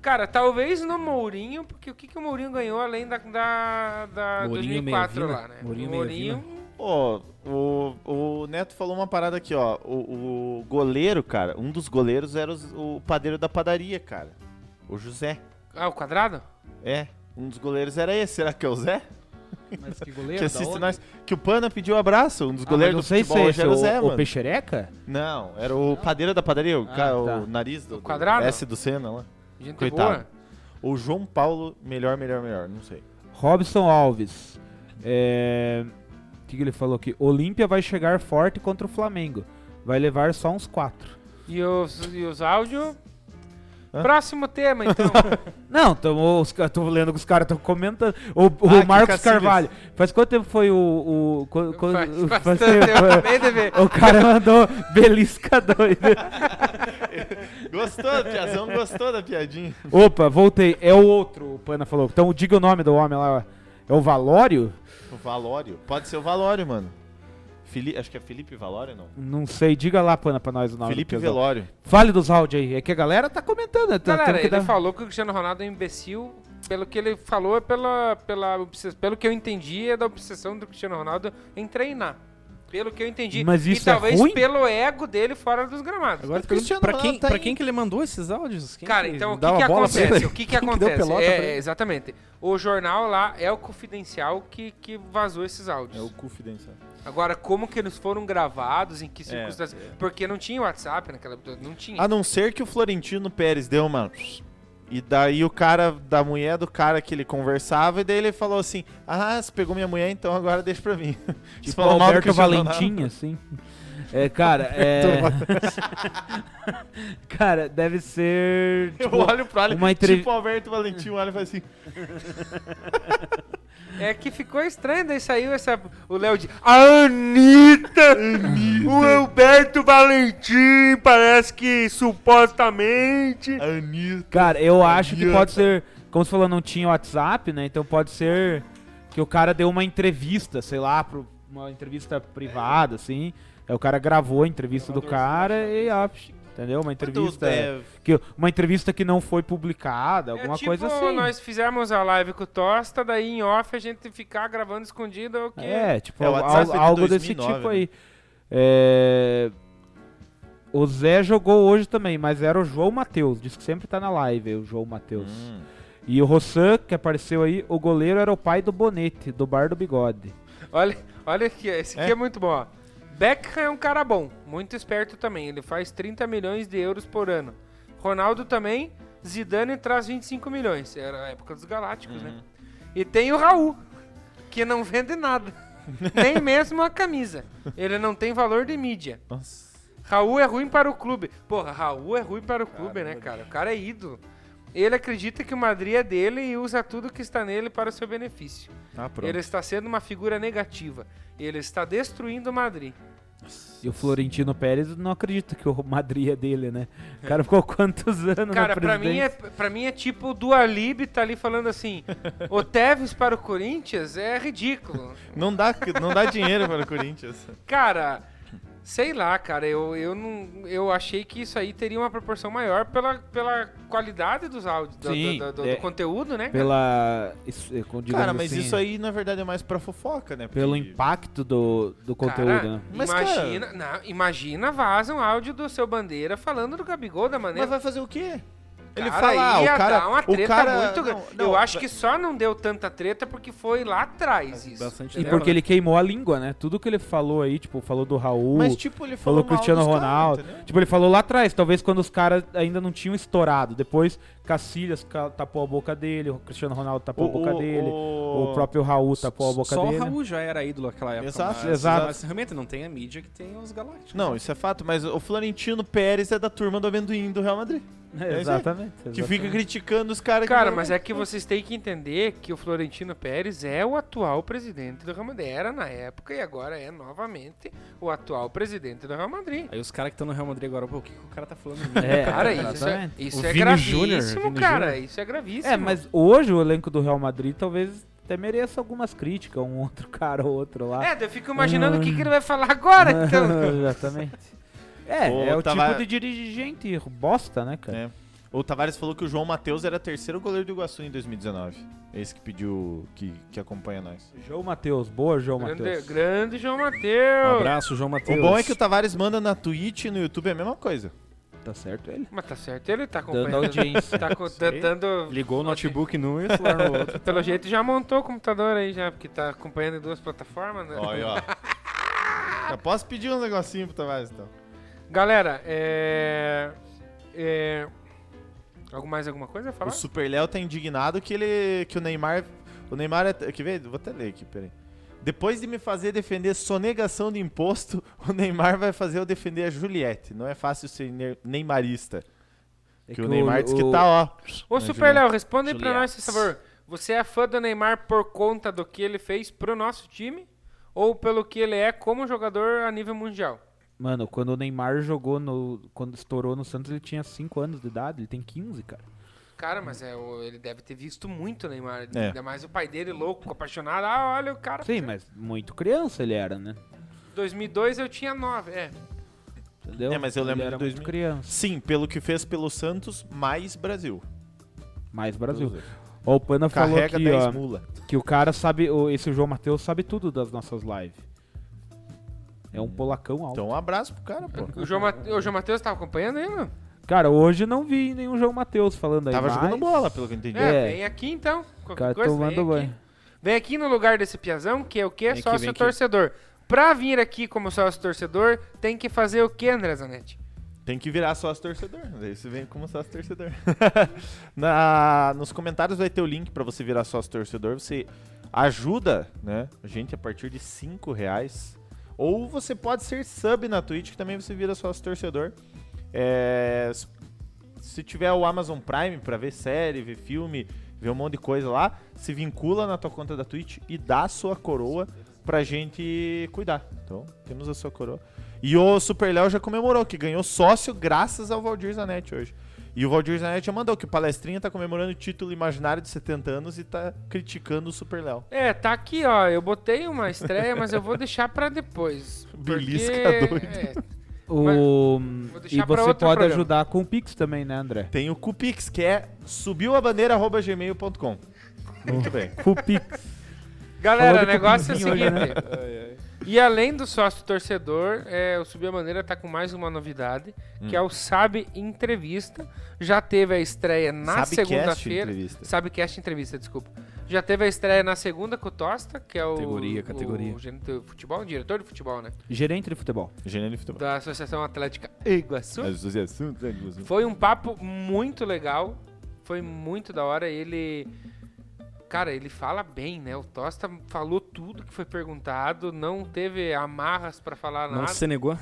[SPEAKER 2] Cara, talvez no Mourinho, porque o que, que o Mourinho ganhou além da, da, da
[SPEAKER 4] Mourinho
[SPEAKER 2] 2004
[SPEAKER 4] meia-vila.
[SPEAKER 2] lá, né?
[SPEAKER 4] Mourinho
[SPEAKER 2] o Mourinho
[SPEAKER 3] Ó, o, o Neto falou uma parada aqui, ó. O, o goleiro, cara, um dos goleiros era os- o padeiro da padaria, cara. O José.
[SPEAKER 2] Ah, o quadrado?
[SPEAKER 3] É, um dos goleiros era esse. Será que é o Zé?
[SPEAKER 4] Mas que
[SPEAKER 3] Que
[SPEAKER 4] goleiro?
[SPEAKER 3] assiste nós. Que o Pana pediu abraço. Um dos
[SPEAKER 5] Ah,
[SPEAKER 3] goleiros
[SPEAKER 5] mas não sei
[SPEAKER 3] do futebol
[SPEAKER 5] se é
[SPEAKER 3] hoje
[SPEAKER 5] esse,
[SPEAKER 3] era o
[SPEAKER 5] o,
[SPEAKER 3] Zé,
[SPEAKER 5] o
[SPEAKER 3] mano.
[SPEAKER 5] Peixereca?
[SPEAKER 3] Não, era o padeiro da padaria, o,
[SPEAKER 5] Ah,
[SPEAKER 3] cara, o
[SPEAKER 5] tá.
[SPEAKER 3] nariz do,
[SPEAKER 2] O quadrado?
[SPEAKER 3] do S do Senna lá.
[SPEAKER 2] Gente
[SPEAKER 3] Coitado.
[SPEAKER 2] boa.
[SPEAKER 3] Ou João Paulo, melhor, melhor, melhor, não sei.
[SPEAKER 5] Robson Alves. É... O que, que ele falou aqui? Olímpia vai chegar forte contra o Flamengo. Vai levar só uns quatro.
[SPEAKER 2] E os, e os áudios?
[SPEAKER 3] Hã?
[SPEAKER 2] Próximo tema, então.
[SPEAKER 5] Não, tamo, os, ca- tô lendo que os caras estão comentando. O, o
[SPEAKER 3] Ah, que
[SPEAKER 5] Marcos
[SPEAKER 3] Cacilhas.
[SPEAKER 5] Carvalho. Faz quanto tempo foi o. o co- co-
[SPEAKER 2] Faz
[SPEAKER 5] o- faz
[SPEAKER 2] bastante tempo,
[SPEAKER 5] tempo, é.
[SPEAKER 2] acabei de ver.
[SPEAKER 5] o cara mandou belisca doida.
[SPEAKER 3] Gostou da piadinha? Gostou da piadinha?
[SPEAKER 5] Opa, voltei. É o outro, o Pana falou. Então diga o nome do homem lá. ó. É o Valório?
[SPEAKER 3] O Valório. Pode ser o Valório, mano. Fili acho que é Felipe Valório, não.
[SPEAKER 5] Não sei, diga lá, Pana, pra nós o nome.
[SPEAKER 3] Felipe
[SPEAKER 5] do pessoal.
[SPEAKER 3] Velório.
[SPEAKER 5] Fale dos áudios aí. É que a galera tá comentando. né? Tá-
[SPEAKER 2] Galera,
[SPEAKER 5] temos que
[SPEAKER 2] ele
[SPEAKER 5] dar-
[SPEAKER 2] falou que o Cristiano Ronaldo é um imbecil. Pelo que ele falou, é pela, pela, obses- pelo que eu entendi, é da obsessão do Cristiano Ronaldo em treinar. Pelo que eu entendi.
[SPEAKER 5] Mas
[SPEAKER 2] e
[SPEAKER 5] isso é
[SPEAKER 2] talvez
[SPEAKER 5] ruim?
[SPEAKER 2] pelo ego dele fora dos gramados.
[SPEAKER 4] Agora eu
[SPEAKER 3] Cristiano
[SPEAKER 4] pergunto, pra
[SPEAKER 3] Ronaldo
[SPEAKER 4] quem,
[SPEAKER 3] tá
[SPEAKER 4] pra
[SPEAKER 3] aí.
[SPEAKER 4] quem que ele mandou esses áudios? Quem
[SPEAKER 2] Cara, então o que,
[SPEAKER 4] dava
[SPEAKER 2] que
[SPEAKER 4] bola pra
[SPEAKER 2] acontece?
[SPEAKER 4] ele?
[SPEAKER 2] O que, que
[SPEAKER 4] Quem deu
[SPEAKER 2] acontece?
[SPEAKER 4] pelota
[SPEAKER 2] É,
[SPEAKER 4] pra
[SPEAKER 2] é,
[SPEAKER 4] ele?
[SPEAKER 2] exatamente. O jornal lá é o confidencial que, que vazou esses áudios.
[SPEAKER 3] É o confidencial.
[SPEAKER 2] Agora, como que eles foram gravados, em que circunstâncias?
[SPEAKER 3] é.
[SPEAKER 2] Porque não tinha WhatsApp naquela época, não tinha.
[SPEAKER 4] Ah.
[SPEAKER 3] A não ser que o Florentino Pérez deu uma. E daí o cara, da mulher do cara que ele conversava, e daí ele falou assim: Ah, você pegou minha mulher, então agora deixa pra mim. Você
[SPEAKER 5] Tipo
[SPEAKER 3] falou mal do
[SPEAKER 5] Alberto
[SPEAKER 3] Cristiano Ronaldo.
[SPEAKER 5] Valentim, assim. É, cara, é... cara, deve ser...
[SPEAKER 3] Eu
[SPEAKER 5] tipo,
[SPEAKER 3] olho pro Alho,
[SPEAKER 5] uma entrev-
[SPEAKER 3] tipo o Alberto Valentim, o Alho faz assim.
[SPEAKER 2] É que ficou estranho, daí saiu essa. O Léo de. A Anitta! O Alberto Valentim! Parece que supostamente.
[SPEAKER 3] Anitta.
[SPEAKER 5] Cara, eu acho que
[SPEAKER 3] Adianta.
[SPEAKER 5] pode ser... Como você falou, não tinha WhatsApp, né? Então pode ser que o cara deu uma entrevista, sei lá, pro... uma entrevista privada, assim. Aí o cara gravou a entrevista do cara e... ó, entendeu? Uma entrevista...
[SPEAKER 3] é.
[SPEAKER 5] Que, uma entrevista que não foi publicada, alguma
[SPEAKER 2] é tipo
[SPEAKER 5] coisa assim.
[SPEAKER 2] nós fizemos a live com o Tosta, daí em off a gente ficar gravando escondido é o quê?
[SPEAKER 5] É, tipo,
[SPEAKER 3] É, o
[SPEAKER 5] al-
[SPEAKER 3] WhatsApp
[SPEAKER 5] algo,
[SPEAKER 3] de
[SPEAKER 5] desse
[SPEAKER 3] 2009,
[SPEAKER 5] tipo
[SPEAKER 3] né?
[SPEAKER 5] aí. É, O Zé jogou hoje também, mas era o João Matheus. Diz que sempre tá na live, o João Matheus.
[SPEAKER 3] Hum.
[SPEAKER 5] E o Rossan, que apareceu aí, o goleiro era o pai do Bonete, do Bar do Bigode.
[SPEAKER 2] Olha, olha aqui, ó, esse aqui é.
[SPEAKER 3] É.
[SPEAKER 2] muito bom, ó. Beckham é um cara bom, muito esperto também. Ele faz 30 milhões de euros por ano. Ronaldo também, Zidane traz 25 milhões. Era a época dos Galácticos, né?
[SPEAKER 5] Uhum.
[SPEAKER 2] E tem o Raul, que não vende nada. Nem mesmo a camisa. Ele não tem valor de mídia.
[SPEAKER 3] Nossa.
[SPEAKER 2] Raul é ruim para o clube. Porra, Raul é ruim para o clube, né, cara? O cara é ídolo. Ele acredita que o Madrid é dele e usa tudo que está nele para o seu benefício.
[SPEAKER 5] Tá
[SPEAKER 3] Ah, pronto.
[SPEAKER 2] Ele está sendo uma figura negativa. Ele está destruindo o Madrid.
[SPEAKER 5] E o Florentino Pérez não acredita que o Madrid é dele, né? O cara ficou quantos anos
[SPEAKER 2] Cara,
[SPEAKER 5] na
[SPEAKER 2] pra mim, é,
[SPEAKER 5] presidência?
[SPEAKER 2] pra mim é tipo o Dualib tá ali falando assim: o Tevez para o Corinthians é ridículo.
[SPEAKER 3] Não dá, não dá dinheiro para o Corinthians.
[SPEAKER 2] Cara, sei lá, cara, eu, eu, não, eu achei que isso aí teria uma proporção maior pela, pela qualidade dos áudios, do,
[SPEAKER 5] Sim,
[SPEAKER 2] do- do- do
[SPEAKER 5] é.
[SPEAKER 2] conteúdo, né? cara?
[SPEAKER 5] Pela. isso, é, com- digamos
[SPEAKER 3] Cara, mas
[SPEAKER 5] assim,
[SPEAKER 3] isso aí na verdade é mais pra fofoca, né?
[SPEAKER 5] Pelo
[SPEAKER 3] Porque-
[SPEAKER 5] impacto do, do conteúdo,
[SPEAKER 2] Cara,
[SPEAKER 5] né?
[SPEAKER 3] Mas, cara-
[SPEAKER 2] imagina, não, imagina vaza um áudio do seu Bandeira falando do Gabigol da
[SPEAKER 3] Mas
[SPEAKER 2] maneira.
[SPEAKER 3] vai fazer o quê? Ele
[SPEAKER 2] Cara,
[SPEAKER 3] fala, ah, o
[SPEAKER 2] ia
[SPEAKER 3] cara,
[SPEAKER 2] dar uma treta
[SPEAKER 3] o cara
[SPEAKER 2] muito grande.
[SPEAKER 3] não,
[SPEAKER 2] eu
[SPEAKER 3] não,
[SPEAKER 2] acho que só não deu tanta treta porque foi lá atrás isso.
[SPEAKER 4] bastante
[SPEAKER 5] E
[SPEAKER 2] entendeu?
[SPEAKER 5] porque ele queimou a língua, né? Tudo que ele falou aí, tipo, falou do Raul,
[SPEAKER 3] Mas tipo, ele
[SPEAKER 5] falou
[SPEAKER 3] falou mal
[SPEAKER 5] Cristiano
[SPEAKER 3] dos caras,
[SPEAKER 5] Ronaldo.
[SPEAKER 3] entendeu?
[SPEAKER 5] tipo, ele falou lá atrás, talvez quando os caras ainda não tinham estourado. Depois, Cacilhas ca- tapou a boca dele, o Cristiano Ronaldo tapou um a boca dele, o... próprio Raul tapou a boca
[SPEAKER 4] Só
[SPEAKER 5] dele. né?
[SPEAKER 4] o Raul já era ídolo naquela época.
[SPEAKER 3] Exato,
[SPEAKER 4] mas,
[SPEAKER 5] exato.
[SPEAKER 4] Mas realmente não tem a mídia que tem os Galácticos.
[SPEAKER 3] Não, isso é fato, mas o Florentino Pérez é da turma do amendoim do Real Madrid.
[SPEAKER 5] É, exatamente.
[SPEAKER 3] né? Que fica criticando os caras
[SPEAKER 2] Cara,
[SPEAKER 3] que
[SPEAKER 2] mas é que vocês têm que entender que o Florentino Pérez é o atual presidente do Real Madrid. Era na época e agora é novamente o atual presidente do Real Madrid.
[SPEAKER 4] Aí os caras que estão no Real Madrid agora, pô, o que, que o cara tá falando?
[SPEAKER 5] É,
[SPEAKER 2] Cara, isso é,
[SPEAKER 5] exatamente.
[SPEAKER 2] isso
[SPEAKER 4] O
[SPEAKER 2] é
[SPEAKER 4] Vini
[SPEAKER 2] gravíssimo,
[SPEAKER 4] Júnior, Vini
[SPEAKER 2] cara.
[SPEAKER 4] Júnior.
[SPEAKER 2] Isso é gravíssimo.
[SPEAKER 5] É, mas hoje o elenco do Real Madrid talvez até mereça algumas críticas, um outro cara ou outro lá.
[SPEAKER 2] É, eu fico imaginando o que, que ele vai falar agora, então.
[SPEAKER 5] Exatamente. É,
[SPEAKER 3] Ô,
[SPEAKER 5] é o
[SPEAKER 3] Tava-
[SPEAKER 5] tipo de dirigente bosta, né, cara?
[SPEAKER 3] É. O Tavares falou que o João Matheus era terceiro goleiro do Iguaçu em 2019. Esse que pediu, que, que acompanha nós.
[SPEAKER 5] João Matheus, boa João
[SPEAKER 2] grande,
[SPEAKER 5] Matheus.
[SPEAKER 2] grande João
[SPEAKER 4] Um
[SPEAKER 2] Mateus.
[SPEAKER 4] abraço, João Matheus.
[SPEAKER 3] O bom é que o Tavares manda na Twitch e no YouTube é a mesma coisa.
[SPEAKER 5] Tá certo ele.
[SPEAKER 2] Mas tá certo, ele tá acompanhando.
[SPEAKER 5] Dando audiência.
[SPEAKER 2] Tá co-
[SPEAKER 4] Sei.
[SPEAKER 2] dando...
[SPEAKER 4] Ligou o notebook num e o celular no outro.
[SPEAKER 2] Pelo jeito já montou o computador aí já, porque tá acompanhando em duas plataformas, né?
[SPEAKER 3] Olha, ó. Já posso pedir um negocinho pro Tavares, então.
[SPEAKER 2] Tá Galera, é. é algo mais alguma coisa a falar?
[SPEAKER 3] O Super Léo tá indignado que ele. que o Neymar. O Neymar é. Quer ver? Vou até ler aqui, peraí. Depois de me fazer defender sonegação de imposto, o Neymar vai fazer eu defender a Juliette. Não é fácil ser ne- neymarista.
[SPEAKER 5] É
[SPEAKER 3] que, o Neymar diz que tá, ó.
[SPEAKER 2] Ô, Super Léo, responde aí pra nós,
[SPEAKER 4] Juliette.
[SPEAKER 2] por favor. Você é fã do Neymar por conta do que ele fez pro nosso time? Ou pelo que ele é como jogador a nível mundial?
[SPEAKER 5] Mano, quando o Neymar jogou no. Quando estourou no Santos, ele tinha 5 anos de idade, ele tem 15, cara.
[SPEAKER 2] Cara, mas é, o- ele deve ter visto muito o Neymar.
[SPEAKER 3] É.
[SPEAKER 2] Ainda mais o pai dele louco, apaixonado. Ah, olha o cara.
[SPEAKER 5] Sim, mas muito criança ele era, né?
[SPEAKER 2] 2002 eu tinha 9, é.
[SPEAKER 5] Entendeu?
[SPEAKER 3] É, mas eu lembro
[SPEAKER 5] ele era
[SPEAKER 3] de
[SPEAKER 5] muito
[SPEAKER 3] 2000.
[SPEAKER 5] criança.
[SPEAKER 3] Sim, pelo que fez pelo Santos, mais Brasil.
[SPEAKER 5] Mais Brasil. Ó, o Pana falou
[SPEAKER 3] Carrega
[SPEAKER 5] aqui,
[SPEAKER 3] 10
[SPEAKER 5] ó,
[SPEAKER 3] mula.
[SPEAKER 5] que o cara sabe. o- Esse João Matheus sabe tudo das nossas lives. É um polacão alto.
[SPEAKER 3] Então um abraço pro cara, pô.
[SPEAKER 2] O João, Mate- o João Matheus tava acompanhando aí, não?
[SPEAKER 5] Cara, hoje não vi nenhum João Matheus falando aí.
[SPEAKER 3] Tava
[SPEAKER 5] mas-
[SPEAKER 3] jogando bola, pelo que eu entendi.
[SPEAKER 2] É,
[SPEAKER 5] É.
[SPEAKER 2] vem aqui então.
[SPEAKER 5] O
[SPEAKER 2] Qualquer
[SPEAKER 5] cara
[SPEAKER 2] coisa, vem
[SPEAKER 5] tomando
[SPEAKER 2] aqui.
[SPEAKER 5] banho.
[SPEAKER 2] Vem aqui no lugar desse piazão, que é o quê?
[SPEAKER 3] Vem aqui, vem
[SPEAKER 2] sócio
[SPEAKER 3] aqui.
[SPEAKER 2] torcedor. Pra vir aqui como sócio torcedor, tem que fazer o quê, André Zanetti?
[SPEAKER 3] Tem que virar sócio torcedor. Daí você vem como sócio torcedor. Na- nos comentários vai ter o link pra você virar sócio torcedor. Você ajuda, né? A gente a partir de 5 reais. Ou você pode ser sub na Twitch, que também você vira sócio torcedor. É, s- se tiver o Amazon Prime pra ver série, ver filme, ver um monte de coisa lá, se vincula na tua conta da Twitch e dá a sua coroa pra gente cuidar. Então, temos a sua coroa. E o Super Léo já comemorou que ganhou sócio graças ao Valdir Zanetti hoje. E o Valdir Zanetti já mandou que o Palestrinha tá comemorando o título imaginário de 70 anos e tá criticando o Super Léo.
[SPEAKER 2] É, tá aqui, ó. Eu botei uma estreia, mas eu vou deixar pra depois. porque-
[SPEAKER 3] Belisca doido.
[SPEAKER 2] é,
[SPEAKER 5] O... hum,
[SPEAKER 2] Vou deixar
[SPEAKER 5] E
[SPEAKER 2] pra
[SPEAKER 5] você pode
[SPEAKER 2] outro programa.
[SPEAKER 5] ajudar com o Pix também, né, André?
[SPEAKER 3] Tem o Cupix, que é subiuabandeira.gmail.com. Muito bem.
[SPEAKER 5] Com o Pix.
[SPEAKER 2] Galera, o
[SPEAKER 5] Falou de
[SPEAKER 2] negócio é o seguinte.
[SPEAKER 5] cupinzinho hoje,
[SPEAKER 2] E além do sócio torcedor, é, o Subir a Bandeira tá com mais uma novidade, que é o Sabe Entrevista. Já teve a estreia na
[SPEAKER 3] Sabecast
[SPEAKER 2] segunda-feira.
[SPEAKER 3] Entrevista.
[SPEAKER 2] Sabecast Entrevista, desculpa. Já teve a estreia na segunda com o Tosta, que é o.
[SPEAKER 4] Categoria, categoria.
[SPEAKER 2] O gerente de futebol, o diretor de futebol, né?
[SPEAKER 5] Gerente de futebol.
[SPEAKER 3] Gênio de futebol.
[SPEAKER 2] Da Associação Atlética Iguaçu.
[SPEAKER 5] Tá.
[SPEAKER 1] Associação
[SPEAKER 3] né,
[SPEAKER 1] da Iguaçu.
[SPEAKER 2] Foi um papo muito legal. Foi muito da hora. Ele. Cara, ele fala bem, né? O Tosta falou tudo que foi perguntado, não teve amarras pra falar
[SPEAKER 4] Não
[SPEAKER 2] nada.
[SPEAKER 4] se negou.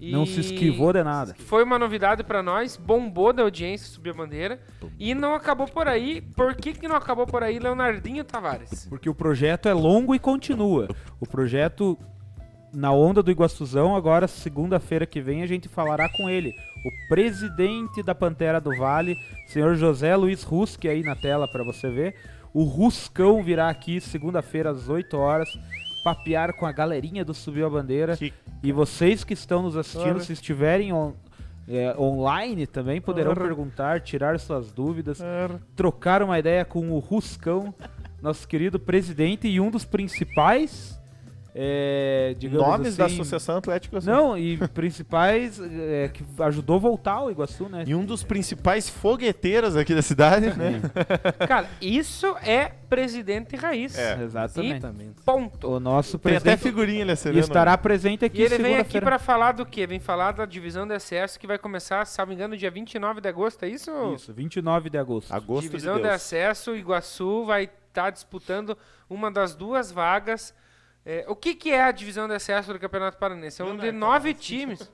[SPEAKER 5] Não se esquivou de nada.
[SPEAKER 2] Foi uma novidade pra nós, bombou da audiência subir a bandeira. E não acabou por aí. Por que, que não acabou por aí, Leonardinho Tavares?
[SPEAKER 5] Porque o projeto é longo e continua. O projeto na onda do Iguaçuzão, agora segunda-feira que vem a gente falará com ele, o presidente da Pantera do Vale, senhor José Luiz Ruski aí na tela para você ver. O Ruscão virá aqui segunda-feira às 8 horas papear com a galerinha do Subiu a Bandeira.
[SPEAKER 3] Que-
[SPEAKER 5] E vocês que estão nos assistindo,
[SPEAKER 2] Ora.
[SPEAKER 5] se estiverem on- é, online também, poderão
[SPEAKER 2] Ora.
[SPEAKER 5] perguntar, tirar suas dúvidas trocar uma ideia com o Ruscão, nosso querido presidente e um dos principais, é, digamos
[SPEAKER 3] Nomes da
[SPEAKER 5] assim-
[SPEAKER 3] Associação Atlética do Sul.
[SPEAKER 5] Não, e principais é, que ajudou voltar o Iguaçu, né?
[SPEAKER 3] E um dos principais fogueteiros aqui da cidade, né?
[SPEAKER 2] Cara, isso é presidente raiz.
[SPEAKER 3] É.
[SPEAKER 5] Exatamente.
[SPEAKER 4] Exatamente.
[SPEAKER 2] Ponto.
[SPEAKER 5] O nosso
[SPEAKER 3] Tem até né?
[SPEAKER 5] presidente
[SPEAKER 3] figurinha ali
[SPEAKER 5] e
[SPEAKER 3] acenando.
[SPEAKER 5] estará presente aqui
[SPEAKER 2] E ele vem aqui
[SPEAKER 5] segunda-feira.
[SPEAKER 2] pra falar do quê? Vem falar da divisão do acesso que vai começar, salvo engano, dia 29 de agosto, é isso?
[SPEAKER 5] Isso, 29 de agosto.
[SPEAKER 3] Agosto de
[SPEAKER 2] divisão
[SPEAKER 3] Deus.
[SPEAKER 2] de, acesso, Iguaçu vai estar disputando uma das duas vagas. É, o que, que é a divisão de acesso do Campeonato Paranense? É um de nove times.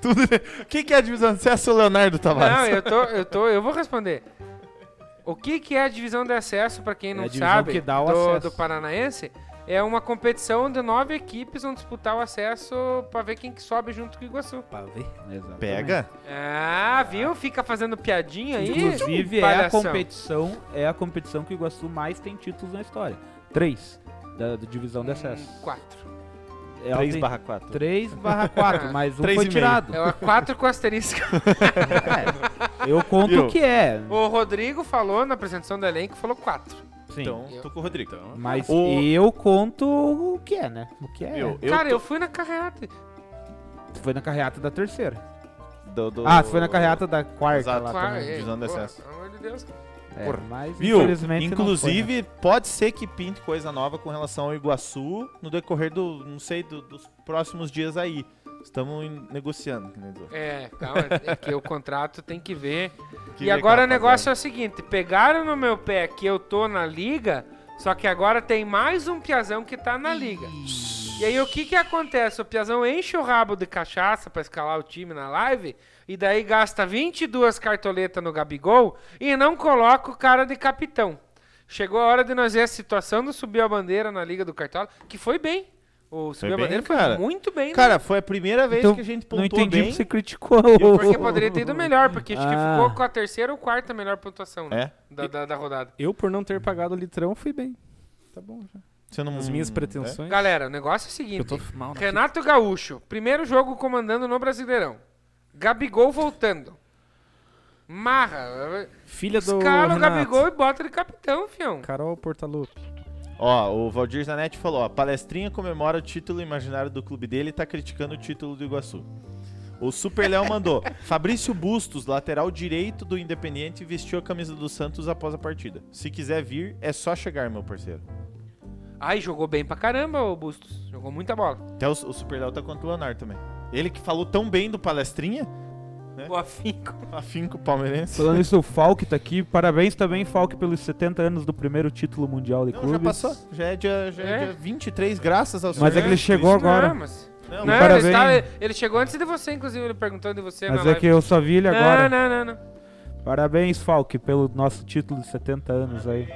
[SPEAKER 3] Tudo... O que, que é a divisão de acesso, Leonardo Tavares?
[SPEAKER 2] Não, eu tô, eu tô, eu vou responder. O que, que é a divisão de acesso, para quem
[SPEAKER 5] É
[SPEAKER 2] não
[SPEAKER 5] a divisão
[SPEAKER 2] sabe,
[SPEAKER 5] que dá o
[SPEAKER 2] do,
[SPEAKER 5] acesso.
[SPEAKER 2] do Paranaense? É uma competição de nove equipes vão disputar o acesso para ver quem que sobe junto com o Iguaçu.
[SPEAKER 4] Pra ver.
[SPEAKER 5] Exatamente.
[SPEAKER 3] Pega.
[SPEAKER 2] Ah, viu? Fica fazendo piadinha aí.
[SPEAKER 5] Inclusive, é a,
[SPEAKER 2] Palhação.
[SPEAKER 5] competição, é a competição que o Iguaçu mais tem títulos na história. Três da, da divisão de acesso.
[SPEAKER 2] Hum, Quatro.
[SPEAKER 5] É a
[SPEAKER 3] 3
[SPEAKER 5] alter-
[SPEAKER 3] barra 4.
[SPEAKER 5] 3 barra 4, mas um
[SPEAKER 3] Três
[SPEAKER 5] foi
[SPEAKER 3] e meio.
[SPEAKER 5] tirado.
[SPEAKER 2] É uma quatro com asterisco.
[SPEAKER 5] Eu conto
[SPEAKER 3] Viu?
[SPEAKER 5] o que é.
[SPEAKER 2] O Rodrigo falou na apresentação do elenco, falou quatro.
[SPEAKER 5] Sim.
[SPEAKER 3] Então, tô com o Rodrigo.
[SPEAKER 5] mas
[SPEAKER 3] O-
[SPEAKER 5] eu conto o que é, né? O que é.
[SPEAKER 3] Meu, eu
[SPEAKER 2] Cara,
[SPEAKER 3] tô- Ah,
[SPEAKER 2] eu fui na carreata.
[SPEAKER 5] Foi na carreata da terceira.
[SPEAKER 3] do- do-
[SPEAKER 5] Ah, foi na carreata da quarta
[SPEAKER 3] Exato.
[SPEAKER 5] lá
[SPEAKER 2] Claro,
[SPEAKER 5] também.
[SPEAKER 2] é,
[SPEAKER 3] tá, né? divisão do
[SPEAKER 2] porra,
[SPEAKER 3] acesso.
[SPEAKER 2] Pelo amor de Deus.
[SPEAKER 5] É,
[SPEAKER 3] Porra.
[SPEAKER 5] mas
[SPEAKER 3] Viu?
[SPEAKER 5] infelizmente não foi, né?
[SPEAKER 3] Inclusive, pode ser que pinte coisa nova com relação ao Iguaçu no decorrer do, não sei, do- dos próximos dias aí. Estamos em- negociando. que nem diz o outro.
[SPEAKER 2] É, calma, é que o contrato tem que ver.
[SPEAKER 3] Que
[SPEAKER 2] e
[SPEAKER 3] legal,
[SPEAKER 2] agora o
[SPEAKER 3] rapaziada.
[SPEAKER 2] negócio é o seguinte: pegaram no meu pé que eu tô na liga, só que agora tem mais um Piazão que tá na liga. E aí o que que acontece? O Piazão enche o rabo de cachaça pra escalar o time na live, e daí gasta 22 cartoletas no Gabigol e não coloca o cara de capitão. Chegou a hora de nós ver a situação do Subiu a Bandeira na Liga do Cartola, que foi bem. O Subiu a
[SPEAKER 3] bem,
[SPEAKER 2] Bandeira
[SPEAKER 3] cara.
[SPEAKER 2] foi muito bem. né?
[SPEAKER 3] Cara, foi a primeira vez
[SPEAKER 5] Então,
[SPEAKER 3] que a gente
[SPEAKER 5] Não
[SPEAKER 3] pontuou
[SPEAKER 5] entendi
[SPEAKER 3] bem.
[SPEAKER 5] porque você criticou.
[SPEAKER 2] Porque poderia ter ido melhor, porque acho que
[SPEAKER 5] Ah.
[SPEAKER 2] ficou com a terceira ou quarta melhor pontuação né?
[SPEAKER 3] É?
[SPEAKER 2] da, da, da rodada.
[SPEAKER 4] Eu, por não ter pagado o litrão, fui bem. Tá bom já.
[SPEAKER 3] Você não...
[SPEAKER 4] As minhas
[SPEAKER 3] é?
[SPEAKER 4] pretensões.
[SPEAKER 2] Galera, o negócio é o
[SPEAKER 4] Eu
[SPEAKER 2] seguinte:
[SPEAKER 4] tô mal na
[SPEAKER 2] Renato Gaúcho, primeiro jogo comandando no Brasileirão. Gabigol voltando. Marra.
[SPEAKER 5] É
[SPEAKER 4] Filha do
[SPEAKER 2] Escala o
[SPEAKER 4] Renato.
[SPEAKER 2] Gabigol e bota de capitão, fião.
[SPEAKER 4] Carol Portalupe.
[SPEAKER 3] Então, Ó, o Valdir Zanetti falou, ó, palestrinha comemora o título imaginário do clube dele e tá criticando o título do Iguaçu. O Super Léo mandou, Fabrício Bustos, lateral direito do Independiente, vestiu a camisa do Santos após a partida. Se quiser vir, é só chegar, meu parceiro.
[SPEAKER 2] Ai, jogou bem pra caramba o Bustos. Jogou muita bola.
[SPEAKER 3] Até o, o Super Léo tá contra o Leonardo também. Ele que falou tão bem do palestrinha, É.
[SPEAKER 2] O afinco.
[SPEAKER 3] afinco palmeirense.
[SPEAKER 5] Falando isso, o Falk tá aqui. Parabéns também, Falk, pelos 70 anos do primeiro título mundial de
[SPEAKER 3] Não,
[SPEAKER 5] clubes.
[SPEAKER 3] já passou. Já é dia, já é
[SPEAKER 2] É?
[SPEAKER 3] dia 23, graças ao
[SPEAKER 5] Mas é que ele chegou agora.
[SPEAKER 2] Não, mas...
[SPEAKER 3] Não,
[SPEAKER 2] Não,
[SPEAKER 5] parabéns.
[SPEAKER 2] ele, estava- ele chegou antes de você, inclusive. Ele perguntou de você na
[SPEAKER 5] Mas é
[SPEAKER 2] live.
[SPEAKER 5] que eu só vi ele
[SPEAKER 2] Não,
[SPEAKER 5] agora.
[SPEAKER 2] não, não, não.
[SPEAKER 5] Parabéns, Falk, pelo nosso título de 70 anos aí.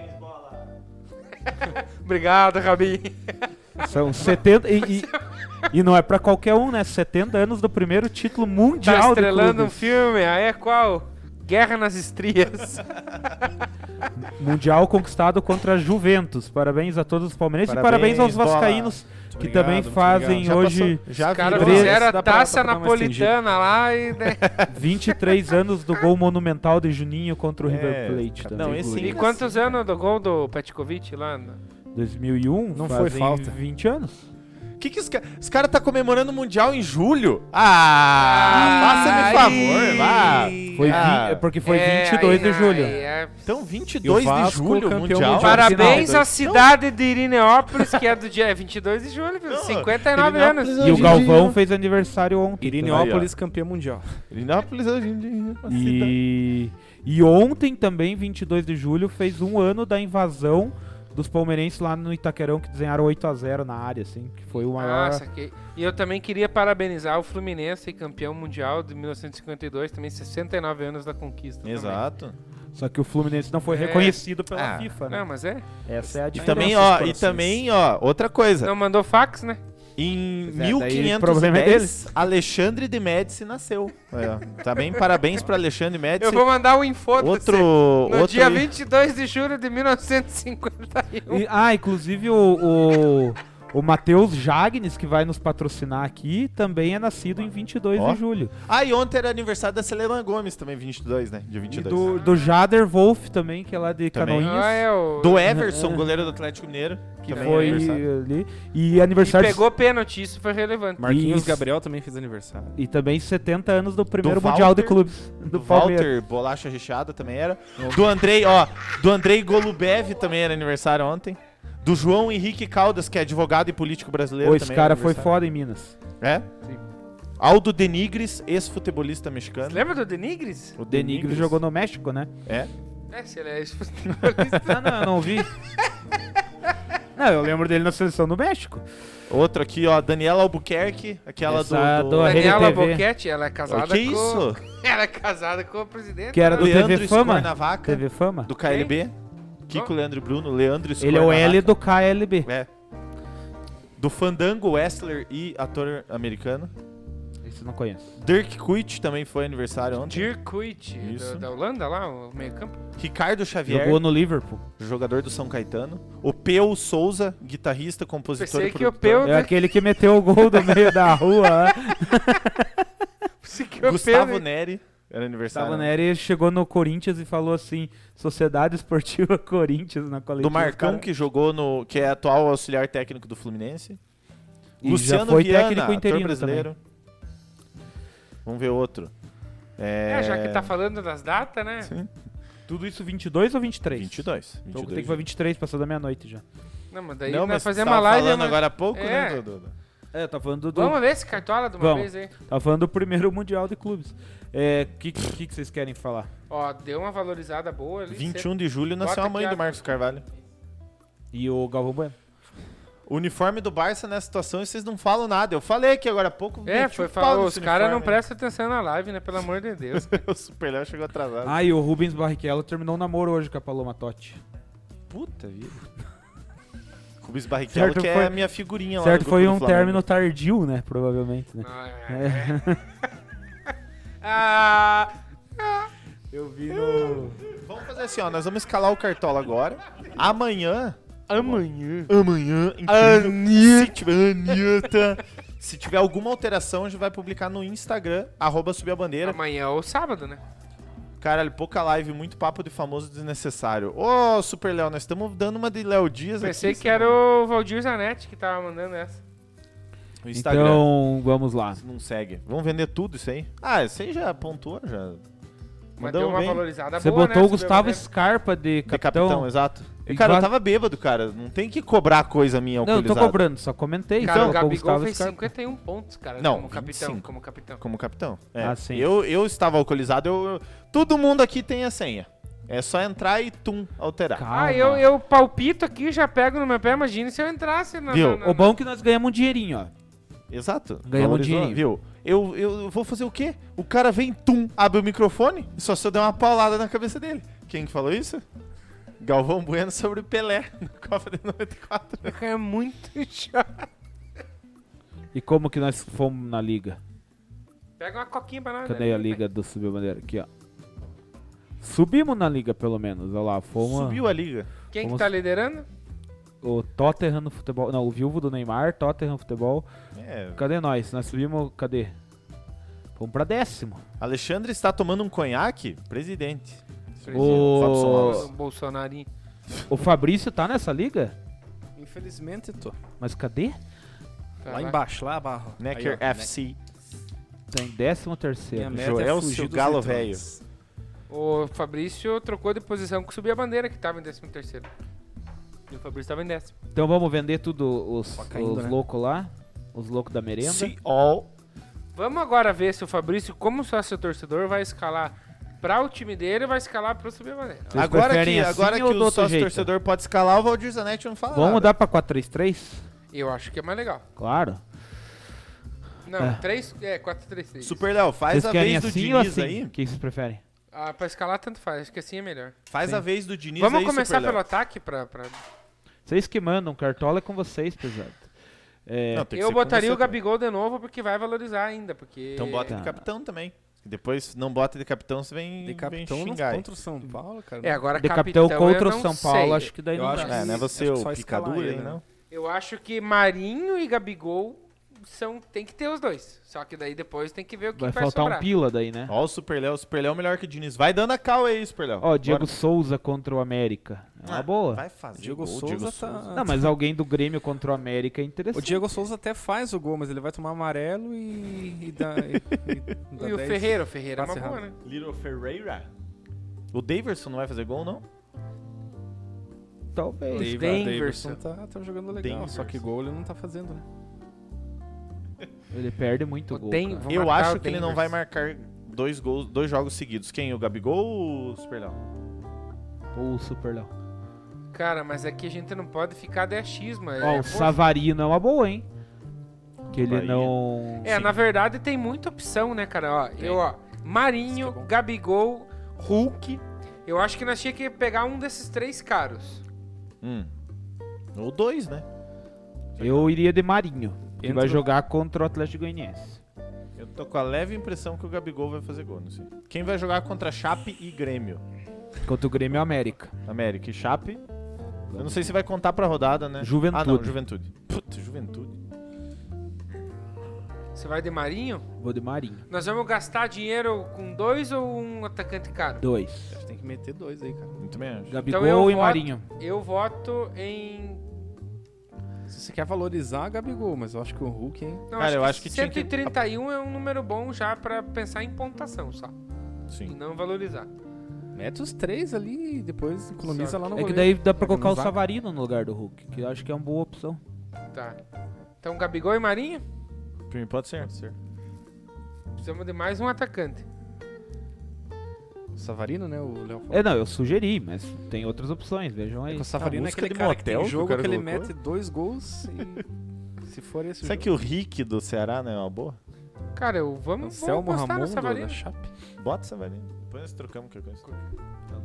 [SPEAKER 2] Obrigado, Rabi.
[SPEAKER 5] São 70. E, e- e não é pra qualquer um, né? 70 anos do primeiro título mundial
[SPEAKER 2] Tá
[SPEAKER 5] do
[SPEAKER 2] estrelando um
[SPEAKER 5] clube.
[SPEAKER 2] filme, aí é qual? Guerra nas Estrias.
[SPEAKER 5] Mundial conquistado contra a Juventus. Parabéns a todos os palmeirenses
[SPEAKER 3] Parabéns,
[SPEAKER 5] e parabéns aos
[SPEAKER 3] bola.
[SPEAKER 5] vascaínos que
[SPEAKER 4] obrigado,
[SPEAKER 5] também
[SPEAKER 4] muito
[SPEAKER 5] fazem
[SPEAKER 4] obrigado.
[SPEAKER 3] Já
[SPEAKER 5] hoje
[SPEAKER 3] passou. Já
[SPEAKER 2] Os caras
[SPEAKER 5] virou.
[SPEAKER 2] fizeram
[SPEAKER 4] Dá
[SPEAKER 2] a
[SPEAKER 4] pra-
[SPEAKER 2] taça
[SPEAKER 4] dá pra dar uma
[SPEAKER 2] napolitana lá e, né,
[SPEAKER 5] 23 anos do gol monumental de Juninho contra o
[SPEAKER 3] É,
[SPEAKER 5] River Plate.
[SPEAKER 3] cara,
[SPEAKER 5] Também.
[SPEAKER 3] não, esse-
[SPEAKER 2] E quantos anos do gol do Petkovic lá? no-
[SPEAKER 5] 2001
[SPEAKER 4] Não
[SPEAKER 5] fazem
[SPEAKER 4] foi falta.
[SPEAKER 5] 20 anos.
[SPEAKER 3] Que que os ca- os caras tá comemorando o Mundial em julho? Ah, faça-me
[SPEAKER 2] ai.
[SPEAKER 3] favor, vá.
[SPEAKER 5] Foi
[SPEAKER 3] Ah.
[SPEAKER 5] vi- é porque foi
[SPEAKER 2] É,
[SPEAKER 5] 22
[SPEAKER 2] aí,
[SPEAKER 5] de julho.
[SPEAKER 2] aí, é.
[SPEAKER 3] Então,
[SPEAKER 4] E o
[SPEAKER 3] 22 de
[SPEAKER 4] Vasco,
[SPEAKER 3] julho,
[SPEAKER 4] campeão
[SPEAKER 3] Mundial.
[SPEAKER 4] mundial.
[SPEAKER 2] Parabéns
[SPEAKER 4] Final,
[SPEAKER 2] à cidade de Irineópolis, que é do dia é 22 de julho, viu?
[SPEAKER 3] Não,
[SPEAKER 2] 59 anos.
[SPEAKER 3] Irineópolis
[SPEAKER 5] E é o
[SPEAKER 3] Hoje em
[SPEAKER 5] Galvão
[SPEAKER 3] dia-
[SPEAKER 5] fez aniversário ontem.
[SPEAKER 4] Irineópolis, campeã mundial.
[SPEAKER 3] Irinápolis hoje em dia é uma cidade.
[SPEAKER 5] E, e ontem também, 22 de julho, fez um ano da invasão dos palmeirenses lá no Itaquerão que desenharam 8 a 0 na área, assim, que foi o maior.
[SPEAKER 2] Ah, saquei. E eu também queria parabenizar o Fluminense, campeão mundial de 1952, também 69 anos da conquista. também.
[SPEAKER 3] Exato.
[SPEAKER 5] Só que o Fluminense não foi
[SPEAKER 2] É.
[SPEAKER 5] reconhecido pela
[SPEAKER 3] Ah.
[SPEAKER 5] FIFA, né?
[SPEAKER 2] Não, mas é.
[SPEAKER 5] Essa é a
[SPEAKER 3] E
[SPEAKER 5] diferença.
[SPEAKER 3] também, ó, e
[SPEAKER 5] Francisco.
[SPEAKER 3] também, ó, outra coisa.
[SPEAKER 2] Não mandou fax, né?
[SPEAKER 3] Em
[SPEAKER 5] Pois é, daí o
[SPEAKER 3] 1510,
[SPEAKER 5] problema é deles.
[SPEAKER 3] Alexandre de Médici nasceu. Aí, ó. Também parabéns para Alexandre É de Médici.
[SPEAKER 2] Eu vou mandar um info
[SPEAKER 3] outro,
[SPEAKER 2] No
[SPEAKER 3] outro
[SPEAKER 2] dia
[SPEAKER 3] aí.
[SPEAKER 2] 22 de julho de 1951.
[SPEAKER 5] E- ah, inclusive o, o, o Matheus Jagnes, que vai nos patrocinar aqui, também é nascido em 22
[SPEAKER 3] Ó.
[SPEAKER 5] de julho.
[SPEAKER 3] Ah, e ontem era aniversário da Selena Gomes também, 22, né? Dia
[SPEAKER 5] E
[SPEAKER 3] 22.
[SPEAKER 5] do, do Jader Wolf também, que é lá de
[SPEAKER 3] Também.
[SPEAKER 5] Canoinhas.
[SPEAKER 2] Ah, é, o...
[SPEAKER 3] Do Everson, goleiro do Atlético Mineiro, que
[SPEAKER 5] Que
[SPEAKER 3] também é
[SPEAKER 5] foi
[SPEAKER 3] aniversário.
[SPEAKER 5] ali. E
[SPEAKER 2] E
[SPEAKER 5] aniversário.
[SPEAKER 2] pegou pênalti, isso foi relevante.
[SPEAKER 4] Marquinhos
[SPEAKER 5] Isso.
[SPEAKER 4] Gabriel também fez aniversário.
[SPEAKER 5] E também 70 anos do primeiro
[SPEAKER 3] Do
[SPEAKER 5] Mundial
[SPEAKER 3] Walter-
[SPEAKER 5] de Clubes do,
[SPEAKER 3] Do
[SPEAKER 5] Palmeiras.
[SPEAKER 3] Walter, bolacha recheada também era. Do Andrei, ó, do Andrei Golubev também era aniversário ontem. Do João Henrique Caldas, que é advogado e político brasileiro
[SPEAKER 5] Pô, esse
[SPEAKER 3] também
[SPEAKER 5] cara
[SPEAKER 3] era
[SPEAKER 5] foi
[SPEAKER 3] aniversário.
[SPEAKER 5] foda em Minas.
[SPEAKER 3] É? Aldo Denigres, ex-futebolista mexicano.
[SPEAKER 2] Lembra do é Denigris?
[SPEAKER 3] O
[SPEAKER 5] Denigre jogou no México, né?
[SPEAKER 3] É.
[SPEAKER 2] É, se ele é isso.
[SPEAKER 5] Ah, não, eu não vi. não, eu lembro dele na seleção do México.
[SPEAKER 3] Outro aqui, ó, Daniela Albuquerque, aquela do,
[SPEAKER 5] Essa é
[SPEAKER 3] do...
[SPEAKER 5] do- Rede
[SPEAKER 2] Daniela
[SPEAKER 5] TV.
[SPEAKER 2] Boquete, ela é casada
[SPEAKER 3] Que
[SPEAKER 2] com...
[SPEAKER 3] isso?
[SPEAKER 2] Ela é casada com o presidente.
[SPEAKER 5] Que era
[SPEAKER 2] né?
[SPEAKER 5] do TV Fama.
[SPEAKER 3] Scornavaca,
[SPEAKER 5] TV Fama.
[SPEAKER 3] do KLB. Kiko, Leandro e Bruno, Leandro
[SPEAKER 5] Ele é o L do KLB.
[SPEAKER 3] É. Do Fandango, Wessler e ator americano.
[SPEAKER 5] Esse eu não conheço.
[SPEAKER 3] Dirk Kuyt também foi aniversário ontem.
[SPEAKER 2] Dirkuit,
[SPEAKER 3] Isso.
[SPEAKER 2] da, da Holanda lá, o meio campo.
[SPEAKER 3] Ricardo Xavier,
[SPEAKER 5] Jogou no Liverpool.
[SPEAKER 3] jogador do São Caetano. O Peu Souza, guitarrista, compositor
[SPEAKER 2] Pensei
[SPEAKER 3] e
[SPEAKER 2] que o
[SPEAKER 3] produtor.
[SPEAKER 2] Peu...
[SPEAKER 5] É aquele que meteu o gol do meio da rua. né?
[SPEAKER 2] Pensei que é o
[SPEAKER 3] Gustavo
[SPEAKER 2] Peu-
[SPEAKER 3] Neri, era aniversário.
[SPEAKER 5] Gustavo Neri chegou no Corinthians e falou assim: Sociedade Esportiva Corinthians na coletiva.
[SPEAKER 3] Do Marcão,
[SPEAKER 5] cara.
[SPEAKER 3] que jogou no... Que é atual auxiliar técnico do Fluminense.
[SPEAKER 5] E já
[SPEAKER 3] Luciano
[SPEAKER 5] foi
[SPEAKER 3] Viana,
[SPEAKER 5] técnico
[SPEAKER 3] ator
[SPEAKER 5] interino
[SPEAKER 3] brasileiro. Vamos ver outro. É,
[SPEAKER 2] É, já que tá falando das datas, né?
[SPEAKER 3] Sim.
[SPEAKER 5] Tudo isso 22 ou 23?
[SPEAKER 3] 22. 22.
[SPEAKER 5] Então, Tem que foi 23, passou da meia-noite já.
[SPEAKER 2] Não, mas daí
[SPEAKER 3] Não,
[SPEAKER 2] nós
[SPEAKER 3] mas fazer
[SPEAKER 2] fazemos uma live...
[SPEAKER 3] falando
[SPEAKER 2] né?
[SPEAKER 3] agora há pouco,
[SPEAKER 2] É.
[SPEAKER 3] né, Dudu?
[SPEAKER 5] É, tá falando do.
[SPEAKER 2] Vamos ver esse cartola de uma
[SPEAKER 5] Vamos.
[SPEAKER 2] vez aí.
[SPEAKER 5] Tá falando do primeiro Mundial de Clubes. É, o que, que, que vocês querem falar?
[SPEAKER 2] Ó, deu uma valorizada boa ali.
[SPEAKER 3] 21 de julho nasceu
[SPEAKER 2] Bota
[SPEAKER 3] a mãe
[SPEAKER 2] aqui
[SPEAKER 3] do
[SPEAKER 2] a-
[SPEAKER 3] Marcos Carvalho.
[SPEAKER 5] E o Galvão Bueno?
[SPEAKER 3] O uniforme do Barça nessa situação, e vocês não falam nada. Eu falei aqui agora há pouco.
[SPEAKER 2] É,
[SPEAKER 3] meti
[SPEAKER 2] foi
[SPEAKER 3] o um pau
[SPEAKER 2] falar.
[SPEAKER 3] nesse
[SPEAKER 2] Os caras não
[SPEAKER 3] uniforme.
[SPEAKER 2] prestam atenção na live, né? Pelo amor de Deus.
[SPEAKER 3] o Super Léo chegou atrasado.
[SPEAKER 5] Ah, e o Rubens Barrichello terminou o namoro hoje com a Paloma Totti.
[SPEAKER 3] puta vida. Rubens Barrichello,
[SPEAKER 5] Certo,
[SPEAKER 3] que é
[SPEAKER 5] foi-
[SPEAKER 3] a minha figurinha lá.
[SPEAKER 5] certo,
[SPEAKER 3] no grupo
[SPEAKER 5] foi
[SPEAKER 3] do
[SPEAKER 5] um
[SPEAKER 3] Flamengo.
[SPEAKER 5] término tardio, né? Provavelmente, né?
[SPEAKER 2] Ah, é. ah,
[SPEAKER 5] Eu vi no.
[SPEAKER 3] Vamos fazer assim, ó. Nós vamos escalar o Cartola agora. Amanhã... Amanhã. Amanhã. Anitta. Se tiver, Anitta. Se tiver alguma alteração, a gente vai publicar no Instagram, arroba subir a bandeira.
[SPEAKER 2] amanhã ou sábado, né?
[SPEAKER 3] Caralho, pouca live, muito papo de famoso desnecessário. Ô, Super Léo, nós estamos dando uma de Léo Dias
[SPEAKER 2] Pensei
[SPEAKER 3] aqui.
[SPEAKER 2] que era o Valdir Zanetti que tava mandando essa.
[SPEAKER 3] O Instagram
[SPEAKER 5] Então, vamos lá.
[SPEAKER 3] não segue. Vão vender tudo isso aí. Ah, isso aí já pontua, já.
[SPEAKER 2] Mas
[SPEAKER 3] Mandou
[SPEAKER 2] deu uma
[SPEAKER 3] bem.
[SPEAKER 2] valorizada
[SPEAKER 5] Você
[SPEAKER 2] boa, né?
[SPEAKER 5] botou o
[SPEAKER 2] sobre
[SPEAKER 5] Gustavo
[SPEAKER 2] a bandeira.
[SPEAKER 5] Scarpa de
[SPEAKER 3] De
[SPEAKER 5] capitão.
[SPEAKER 3] capitão, exato.
[SPEAKER 5] Então- E
[SPEAKER 3] cara, eu
[SPEAKER 5] va-
[SPEAKER 3] tava bêbado, cara. Não tem que cobrar coisa minha
[SPEAKER 5] Não, eu tô
[SPEAKER 3] alcoolizada.
[SPEAKER 5] cobrando, só comentei.
[SPEAKER 2] Cara,
[SPEAKER 5] Você
[SPEAKER 2] o
[SPEAKER 5] colocou
[SPEAKER 2] Gabigol
[SPEAKER 5] Gustavo
[SPEAKER 2] fez
[SPEAKER 5] Scarpa.
[SPEAKER 2] 51 pontos, cara.
[SPEAKER 3] Não,
[SPEAKER 2] como capitão.
[SPEAKER 3] 25.
[SPEAKER 2] Como capitão.
[SPEAKER 3] Como capitão. É.
[SPEAKER 5] Ah, sim.
[SPEAKER 3] Eu, eu estava alcoolizado. Eu, eu- Todo mundo aqui tem a senha. É só entrar e tum, alterar.
[SPEAKER 5] Calma.
[SPEAKER 2] Ah, eu, eu palpito aqui, já pego no meu pé. Imagina se eu entrasse na.
[SPEAKER 3] Viu?
[SPEAKER 2] na- na-
[SPEAKER 5] O bom é que nós ganhamos um dinheirinho, ó.
[SPEAKER 3] Exato.
[SPEAKER 5] Ganhamos
[SPEAKER 3] Valorizou,
[SPEAKER 5] um dinheirinho.
[SPEAKER 3] Viu? Eu, eu vou fazer o quê? O cara vem, tum, abre o microfone, só se eu der uma paulada na cabeça dele. Quem que falou isso? Galvão Bueno sobre o Pelé na Copa de 94.
[SPEAKER 2] É muito chato.
[SPEAKER 5] E como que nós fomos na liga?
[SPEAKER 2] Pega uma coquinha pra nós.
[SPEAKER 5] Cadê
[SPEAKER 2] né?
[SPEAKER 5] a liga do Subir Bandeira? Aqui, ó. Subimos na liga, pelo menos. Olha lá, fomos.
[SPEAKER 3] Subiu a liga.
[SPEAKER 2] Quem que
[SPEAKER 5] Vamos-
[SPEAKER 2] tá liderando?
[SPEAKER 5] O Tottenham no futebol. Não, o viúvo do Neymar, Tottenham no futebol.
[SPEAKER 3] É.
[SPEAKER 5] Cadê nós? Nós subimos. Cadê? Vamos pra décimo.
[SPEAKER 3] Alexandre está tomando um conhaque? Presidente.
[SPEAKER 5] O-
[SPEAKER 3] Fábio Soares.
[SPEAKER 2] O Bolsonarinho.
[SPEAKER 5] O Fabrício tá nessa liga?
[SPEAKER 4] Infelizmente tô.
[SPEAKER 5] Mas cadê?
[SPEAKER 2] Tá
[SPEAKER 4] lá embaixo, lá abaixo.
[SPEAKER 3] Necker FC.
[SPEAKER 5] Tá em décimo
[SPEAKER 4] Minha
[SPEAKER 5] terceiro.
[SPEAKER 4] meta
[SPEAKER 3] Joelcio
[SPEAKER 4] é fugir dos
[SPEAKER 3] Galo
[SPEAKER 4] retornos.
[SPEAKER 2] O Fabrício trocou de posição que subiu a bandeira, que tava em 13º. E o Fabrício tava em décimo.
[SPEAKER 5] Então vamos vender tudo os,
[SPEAKER 4] Tá caindo,
[SPEAKER 5] os
[SPEAKER 4] né?
[SPEAKER 5] loucos lá. Os loucos da merenda.
[SPEAKER 3] CO.
[SPEAKER 2] Vamos agora ver se o Fabrício, como sócio torcedor, vai escalar Pra o time dele, vai escalar pro Maneira.
[SPEAKER 5] Vocês
[SPEAKER 3] agora que,
[SPEAKER 5] preferem assim
[SPEAKER 3] agora que
[SPEAKER 5] ou do
[SPEAKER 3] o
[SPEAKER 5] outro
[SPEAKER 3] sócio
[SPEAKER 5] jeito?
[SPEAKER 3] torcedor pode escalar, o Valdir Zanetti não fala
[SPEAKER 5] Vamos
[SPEAKER 3] nada.
[SPEAKER 5] mudar pra 4-3-3?
[SPEAKER 2] Eu acho que é mais legal.
[SPEAKER 5] Claro.
[SPEAKER 2] Não, 3, é, 4, 3, 3.
[SPEAKER 3] Super Léo, faz
[SPEAKER 5] Vocês
[SPEAKER 3] a
[SPEAKER 5] querem
[SPEAKER 3] vez do
[SPEAKER 5] assim
[SPEAKER 3] Diniz
[SPEAKER 5] ou assim?
[SPEAKER 3] aí.
[SPEAKER 5] O que vocês preferem?
[SPEAKER 2] Ah, pra escalar, tanto faz. Acho que assim é melhor.
[SPEAKER 3] Faz a vez do Diniz
[SPEAKER 2] Vamos
[SPEAKER 3] aí,
[SPEAKER 2] começar
[SPEAKER 3] Super Léo.
[SPEAKER 2] pelo ataque? Pra, pra...
[SPEAKER 5] Vocês que mandam, cartola é com vocês, pesado. É,
[SPEAKER 3] Não, tem que
[SPEAKER 2] Eu
[SPEAKER 3] ser com
[SPEAKER 2] botaria
[SPEAKER 3] você
[SPEAKER 2] o
[SPEAKER 3] também.
[SPEAKER 2] Gabigol de novo, porque vai valorizar ainda. Porque...
[SPEAKER 3] Então bota
[SPEAKER 5] Tá.
[SPEAKER 3] de capitão também. Depois não bota de capitão, você vem,
[SPEAKER 4] De
[SPEAKER 3] vem
[SPEAKER 4] capitão não-
[SPEAKER 3] xingar. aí.
[SPEAKER 4] contra o São Paulo, cara.
[SPEAKER 2] É, agora
[SPEAKER 5] de
[SPEAKER 2] capitão,
[SPEAKER 5] capitão contra
[SPEAKER 2] eu
[SPEAKER 5] o
[SPEAKER 2] não
[SPEAKER 5] São Paulo,
[SPEAKER 2] sei.
[SPEAKER 5] acho que daí
[SPEAKER 4] Eu
[SPEAKER 5] não
[SPEAKER 4] acho
[SPEAKER 5] dá.
[SPEAKER 4] que-
[SPEAKER 3] É, não é você
[SPEAKER 4] Acho que
[SPEAKER 3] o
[SPEAKER 4] só escalar
[SPEAKER 3] picadura
[SPEAKER 4] ele,
[SPEAKER 3] aí,
[SPEAKER 4] né?
[SPEAKER 3] não?
[SPEAKER 2] Eu acho que Marinho e Gabigol são, tem que ter os dois. Só que daí depois tem que ver o que
[SPEAKER 5] Vai
[SPEAKER 2] vai,
[SPEAKER 5] faltar
[SPEAKER 2] sobrar.
[SPEAKER 5] um pila daí, né?
[SPEAKER 3] Ó o Super Léo, o Super Léo é melhor que o Diniz. Vai dando a cal aí, Super Léo.
[SPEAKER 5] Ó, Diego
[SPEAKER 3] Bora.
[SPEAKER 5] Souza contra o América. É uma
[SPEAKER 3] Ah,
[SPEAKER 5] boa.
[SPEAKER 3] Vai fazer
[SPEAKER 4] Diego
[SPEAKER 3] gol,
[SPEAKER 4] Souza
[SPEAKER 3] Diego
[SPEAKER 4] tá-
[SPEAKER 3] Souza.
[SPEAKER 5] Não, mas alguém do Grêmio contra o América é
[SPEAKER 4] O
[SPEAKER 5] interessante.
[SPEAKER 4] Diego Souza até faz o gol, mas ele vai tomar amarelo e, e dá. E, e dá
[SPEAKER 2] E o
[SPEAKER 4] 10.
[SPEAKER 2] Ferreira, o Ferreira é uma
[SPEAKER 4] Passe
[SPEAKER 2] boa, né?
[SPEAKER 4] errado.
[SPEAKER 3] Little Ferreira. O Daverson não vai fazer gol, não?
[SPEAKER 4] O
[SPEAKER 5] Talvez.
[SPEAKER 4] Dave-
[SPEAKER 2] Denverson.
[SPEAKER 4] o Daverson tá, tá jogando legal, só que
[SPEAKER 3] Denverson.
[SPEAKER 4] gol ele não tá fazendo, né?
[SPEAKER 5] Ele perde muito
[SPEAKER 2] O
[SPEAKER 5] gol.
[SPEAKER 2] Den-
[SPEAKER 5] cara.
[SPEAKER 2] Vou
[SPEAKER 3] Eu
[SPEAKER 2] marcar
[SPEAKER 3] acho
[SPEAKER 2] o
[SPEAKER 3] que ele não
[SPEAKER 2] Denverson.
[SPEAKER 3] vai marcar dois gols, dois jogos seguidos. Quem? O Gabigol ou o Super Léo?
[SPEAKER 5] Ou o Super Léo.
[SPEAKER 2] Cara, mas aqui a gente não pode ficar de achismo. é,
[SPEAKER 5] Ó,
[SPEAKER 2] pô,
[SPEAKER 5] o Savarino é uma boa, hein? Que ele
[SPEAKER 3] Bahia.
[SPEAKER 5] não.
[SPEAKER 2] é, na verdade tem muita opção, né, cara? Ó, eu, ó, Marinho,
[SPEAKER 4] Isso que é bom.
[SPEAKER 2] Gabigol, Hulk. Eu acho que nós tinha que pegar um desses três caros.
[SPEAKER 3] Hum. Ou dois, né?
[SPEAKER 5] Eu iria de Marinho, que
[SPEAKER 4] Entra-
[SPEAKER 5] vai jogar contra o Atlético Goianiense.
[SPEAKER 3] Eu tô com a leve impressão que o Gabigol vai fazer gol, não sei. Quem vai jogar contra Chape e Grêmio?
[SPEAKER 5] Contra o Grêmio e o América.
[SPEAKER 3] América e Chape. Eu não sei se vai contar pra rodada, né?
[SPEAKER 5] Juventude.
[SPEAKER 3] Ah, não, Juventude. Puta, Juventude.
[SPEAKER 2] Você vai de Marinho?
[SPEAKER 5] Vou de Marinho.
[SPEAKER 2] Nós vamos gastar dinheiro com dois ou um atacante caro? Então
[SPEAKER 5] Dois.
[SPEAKER 4] Acho que tem que meter dois aí, cara.
[SPEAKER 3] Muito bem, acho.
[SPEAKER 5] Gabigol
[SPEAKER 2] eu
[SPEAKER 5] e
[SPEAKER 2] voto-
[SPEAKER 5] Marinho.
[SPEAKER 2] Eu voto em.
[SPEAKER 4] Se você quer valorizar, Gabigol, mas eu acho que o Hulk, hein?
[SPEAKER 2] Não,
[SPEAKER 3] Cara, eu acho que tinha que-
[SPEAKER 2] 131 é um número bom já pra pensar em pontuação só. E
[SPEAKER 3] Sim.
[SPEAKER 2] não valorizar.
[SPEAKER 4] Mete os três ali e depois economiza
[SPEAKER 2] Só
[SPEAKER 4] lá no
[SPEAKER 5] É que
[SPEAKER 4] goleiro.
[SPEAKER 5] daí dá pra
[SPEAKER 4] Ele não
[SPEAKER 5] colocar o
[SPEAKER 4] vai-
[SPEAKER 5] Savarino no lugar do Hulk, que eu acho que é uma boa opção.
[SPEAKER 2] Tá. Então, Gabigol e Marinho?
[SPEAKER 3] Pra mim pode ser. Pode ser.
[SPEAKER 2] Precisamos de mais um atacante.
[SPEAKER 4] O Savarino, né? O Léo falou.
[SPEAKER 5] É, não, eu sugeri, mas tem outras opções, vejam
[SPEAKER 4] É
[SPEAKER 5] aí.
[SPEAKER 4] que o Savarino
[SPEAKER 3] a
[SPEAKER 4] é
[SPEAKER 3] música
[SPEAKER 4] aquele
[SPEAKER 3] de
[SPEAKER 4] cara que
[SPEAKER 3] motel
[SPEAKER 4] tem
[SPEAKER 3] que o
[SPEAKER 4] jogo que,
[SPEAKER 3] cara
[SPEAKER 4] ele
[SPEAKER 3] colocou.
[SPEAKER 4] mete dois gols e... Se for esse
[SPEAKER 3] Será
[SPEAKER 4] jogo...
[SPEAKER 3] que o Rick do Ceará não é uma boa?
[SPEAKER 2] Cara, eu vamos, vamos
[SPEAKER 4] Anselmo
[SPEAKER 2] postar no
[SPEAKER 4] Ramon do-
[SPEAKER 2] Savarino.
[SPEAKER 4] da
[SPEAKER 3] né?
[SPEAKER 4] Chape.
[SPEAKER 3] Bota essa varinha. Depois nós trocamos qualquer coisa.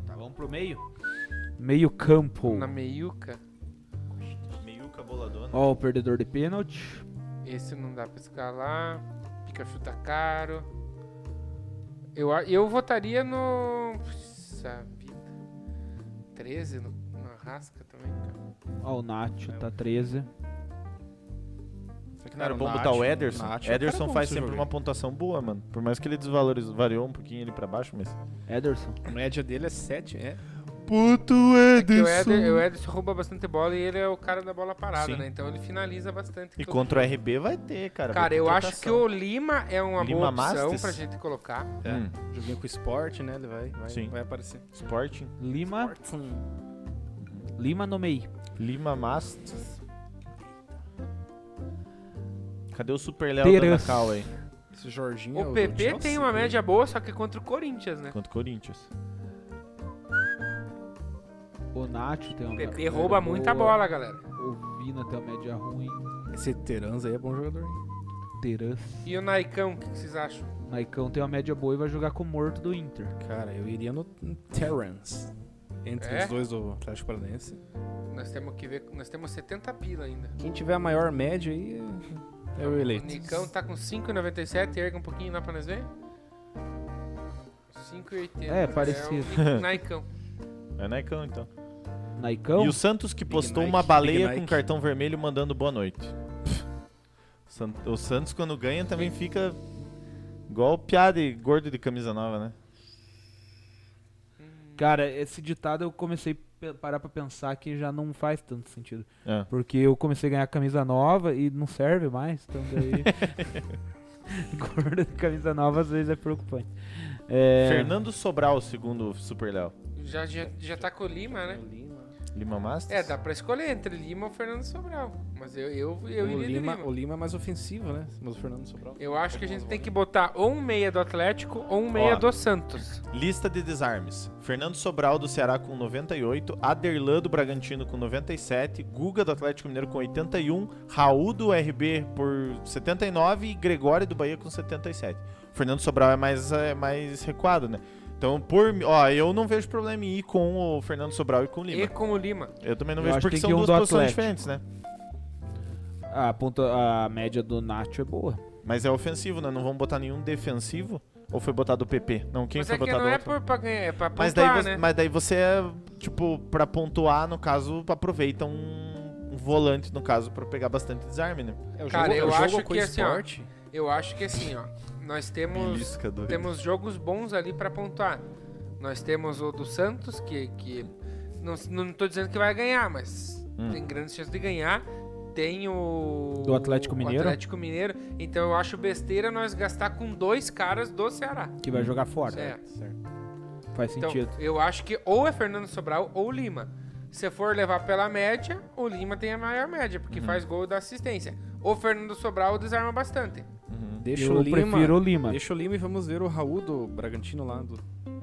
[SPEAKER 5] Tá, vamos pro meio? Meio campo.
[SPEAKER 2] Na meiuca.
[SPEAKER 3] Meiuca boladona.
[SPEAKER 5] Ó, o perdedor de pênalti.
[SPEAKER 2] Esse não dá pra escalar. Pikachu tá caro. Eu, a- eu votaria no. Puxa vida. 13 no, no Arrasca também, cara.
[SPEAKER 5] Ó, o Nacho tá 13.
[SPEAKER 4] Será que
[SPEAKER 3] Não era bom botar o Ederson. Ederson faz sempre uma pontuação boa, mano. Por mais que ele desvalorizou, variou um pouquinho ele pra baixo, mas.
[SPEAKER 5] Ederson.
[SPEAKER 4] A média dele é 7, é.
[SPEAKER 3] Puto
[SPEAKER 2] Porque É o, Eder, o Ederson rouba bastante bola e ele é o cara da bola parada,
[SPEAKER 3] Sim.
[SPEAKER 2] né? Então ele finaliza bastante.
[SPEAKER 3] E
[SPEAKER 2] todo
[SPEAKER 3] contra o RB vai ter, cara. vai
[SPEAKER 2] Cara,
[SPEAKER 3] ter
[SPEAKER 2] eu acho que
[SPEAKER 3] trocação.
[SPEAKER 2] o Lima é uma
[SPEAKER 3] Lima
[SPEAKER 2] boa opção
[SPEAKER 3] Mastes?
[SPEAKER 2] pra gente colocar.
[SPEAKER 3] Hum,
[SPEAKER 4] É,
[SPEAKER 2] É.
[SPEAKER 4] Joguinho com o esporte, né? Ele vai, vai,
[SPEAKER 3] Sim.
[SPEAKER 4] vai aparecer.
[SPEAKER 3] Sporting.
[SPEAKER 5] Lima. Lima no meio.
[SPEAKER 3] Lima Mastes. Cadê o Super Léo
[SPEAKER 5] Terans.
[SPEAKER 3] dando cal aí?
[SPEAKER 4] Esse Jorginho. é
[SPEAKER 2] O
[SPEAKER 4] do
[SPEAKER 2] PP tem
[SPEAKER 4] Chelsea,
[SPEAKER 2] uma
[SPEAKER 4] né?
[SPEAKER 2] média boa, só que contra o Corinthians, né?
[SPEAKER 3] Contra o Corinthians.
[SPEAKER 5] O Nacho tem
[SPEAKER 2] O
[SPEAKER 5] uma
[SPEAKER 2] PP
[SPEAKER 5] média boa.
[SPEAKER 2] rouba muita bola, galera.
[SPEAKER 5] O Vina tem uma média ruim.
[SPEAKER 4] Esse Teranza aí é bom jogador. hein?
[SPEAKER 5] Terans.
[SPEAKER 2] E o Naicão, o que que vocês acham?
[SPEAKER 5] Maicão tem uma média boa e vai jogar com o morto do Inter.
[SPEAKER 4] Cara, eu iria no Terence. Entre
[SPEAKER 2] É?
[SPEAKER 4] os dois do Atlético Paranaense.
[SPEAKER 2] Nós temos que ver, nós temos 70 pila ainda.
[SPEAKER 4] Quem tiver a maior média aí é- é o
[SPEAKER 2] O
[SPEAKER 4] eleito.
[SPEAKER 2] Nicão tá com 5,97, erga um pouquinho lá pra nós ver. 5,80.
[SPEAKER 5] É, parecido.
[SPEAKER 2] É o Naicão.
[SPEAKER 3] É Naicão, então.
[SPEAKER 5] Naicão?
[SPEAKER 3] E o Santos que postou
[SPEAKER 4] Nike,
[SPEAKER 3] uma baleia
[SPEAKER 4] Big Nike.
[SPEAKER 3] com cartão vermelho mandando boa noite. San- O Santos, quando ganha, também fica igual piada e gordo de camisa nova, né?
[SPEAKER 5] Cara, esse ditado eu comecei a pe- parar pra pensar que já não faz tanto sentido.
[SPEAKER 3] É.
[SPEAKER 5] Porque eu comecei a ganhar camisa nova e não serve mais, então daí... Gordo de camisa nova às vezes é preocupante. É...
[SPEAKER 3] Fernando Sobral, segundo o Super Léo.
[SPEAKER 4] É
[SPEAKER 2] Já, já, já tá com o Lima, né?
[SPEAKER 3] Lima Masters?
[SPEAKER 2] É, dá pra escolher entre Lima ou Fernando Sobral. Mas eu, eu, eu
[SPEAKER 4] o,
[SPEAKER 2] iria
[SPEAKER 4] Lima,
[SPEAKER 2] de
[SPEAKER 4] o
[SPEAKER 2] Lima.
[SPEAKER 4] Lima é mais ofensivo, né? Mas o Fernando Sobral.
[SPEAKER 2] Eu acho que a gente tem que botar ou um meia do Atlético ou um meia
[SPEAKER 3] Ó.
[SPEAKER 2] do Santos.
[SPEAKER 3] Lista de desarmes. Fernando Sobral do Ceará com 98, Aderlan do Bragantino com 97, Guga do Atlético Mineiro com 81, Raul do RB por 79 e Gregório do Bahia com 77. Fernando Sobral é mais, é, mais recuado, né? Então, por, mim- ó, eu não vejo problema em ir com o Fernando Sobral e com o
[SPEAKER 2] E
[SPEAKER 3] Lima.
[SPEAKER 2] com o Lima.
[SPEAKER 3] Eu também não
[SPEAKER 5] Eu
[SPEAKER 3] vejo,
[SPEAKER 5] acho
[SPEAKER 3] porque
[SPEAKER 5] que
[SPEAKER 3] são
[SPEAKER 5] tem que ir um
[SPEAKER 3] duas
[SPEAKER 5] do
[SPEAKER 3] posições
[SPEAKER 5] Atlético.
[SPEAKER 3] diferentes, né?
[SPEAKER 5] A, ponta, a média do Nacho é boa.
[SPEAKER 3] Mas é ofensivo, né? Não vamos botar nenhum defensivo? Ou foi botado o PP? Não, quem
[SPEAKER 2] mas
[SPEAKER 3] foi
[SPEAKER 2] é que
[SPEAKER 3] botado
[SPEAKER 2] não é
[SPEAKER 3] outro?
[SPEAKER 2] por, pra ganhar, é pra pontuar,
[SPEAKER 3] Mas daí, você,
[SPEAKER 2] né?
[SPEAKER 3] mas daí você, tipo, pra pontuar, no caso, aproveita um, um volante, no caso, pra pegar bastante desarme, né?
[SPEAKER 4] É o
[SPEAKER 2] Cara, eu
[SPEAKER 4] é o
[SPEAKER 2] acho
[SPEAKER 4] com
[SPEAKER 2] que, assim, ó,
[SPEAKER 4] esporte.
[SPEAKER 2] Eu acho que assim, ó. Nós temos...
[SPEAKER 1] Belisca doido.
[SPEAKER 2] temos jogos bons ali pra pontuar. Nós temos o do Santos, que, que não, não tô dizendo que vai ganhar, mas
[SPEAKER 3] Hum.
[SPEAKER 2] tem grandes chances de ganhar. Tem o.
[SPEAKER 5] Do Atlético
[SPEAKER 2] o
[SPEAKER 5] Mineiro?
[SPEAKER 2] Atlético Mineiro. Então eu acho besteira nós gastar com dois caras do Ceará.
[SPEAKER 5] Que
[SPEAKER 4] Uhum.
[SPEAKER 5] vai jogar fora.
[SPEAKER 2] É.
[SPEAKER 5] Faz
[SPEAKER 2] Então,
[SPEAKER 5] sentido.
[SPEAKER 2] eu acho que ou é Fernando Sobral ou Lima. Se for levar pela média, o Lima tem a maior média, porque
[SPEAKER 5] Uhum.
[SPEAKER 2] faz gol e dá assistência. O Fernando Sobral desarma bastante.
[SPEAKER 4] Deixa
[SPEAKER 5] eu
[SPEAKER 4] Hum. o Lima.
[SPEAKER 5] prefiro o Lima.
[SPEAKER 4] Deixa o Lima e vamos ver o Raul do Bragantino lá. Do,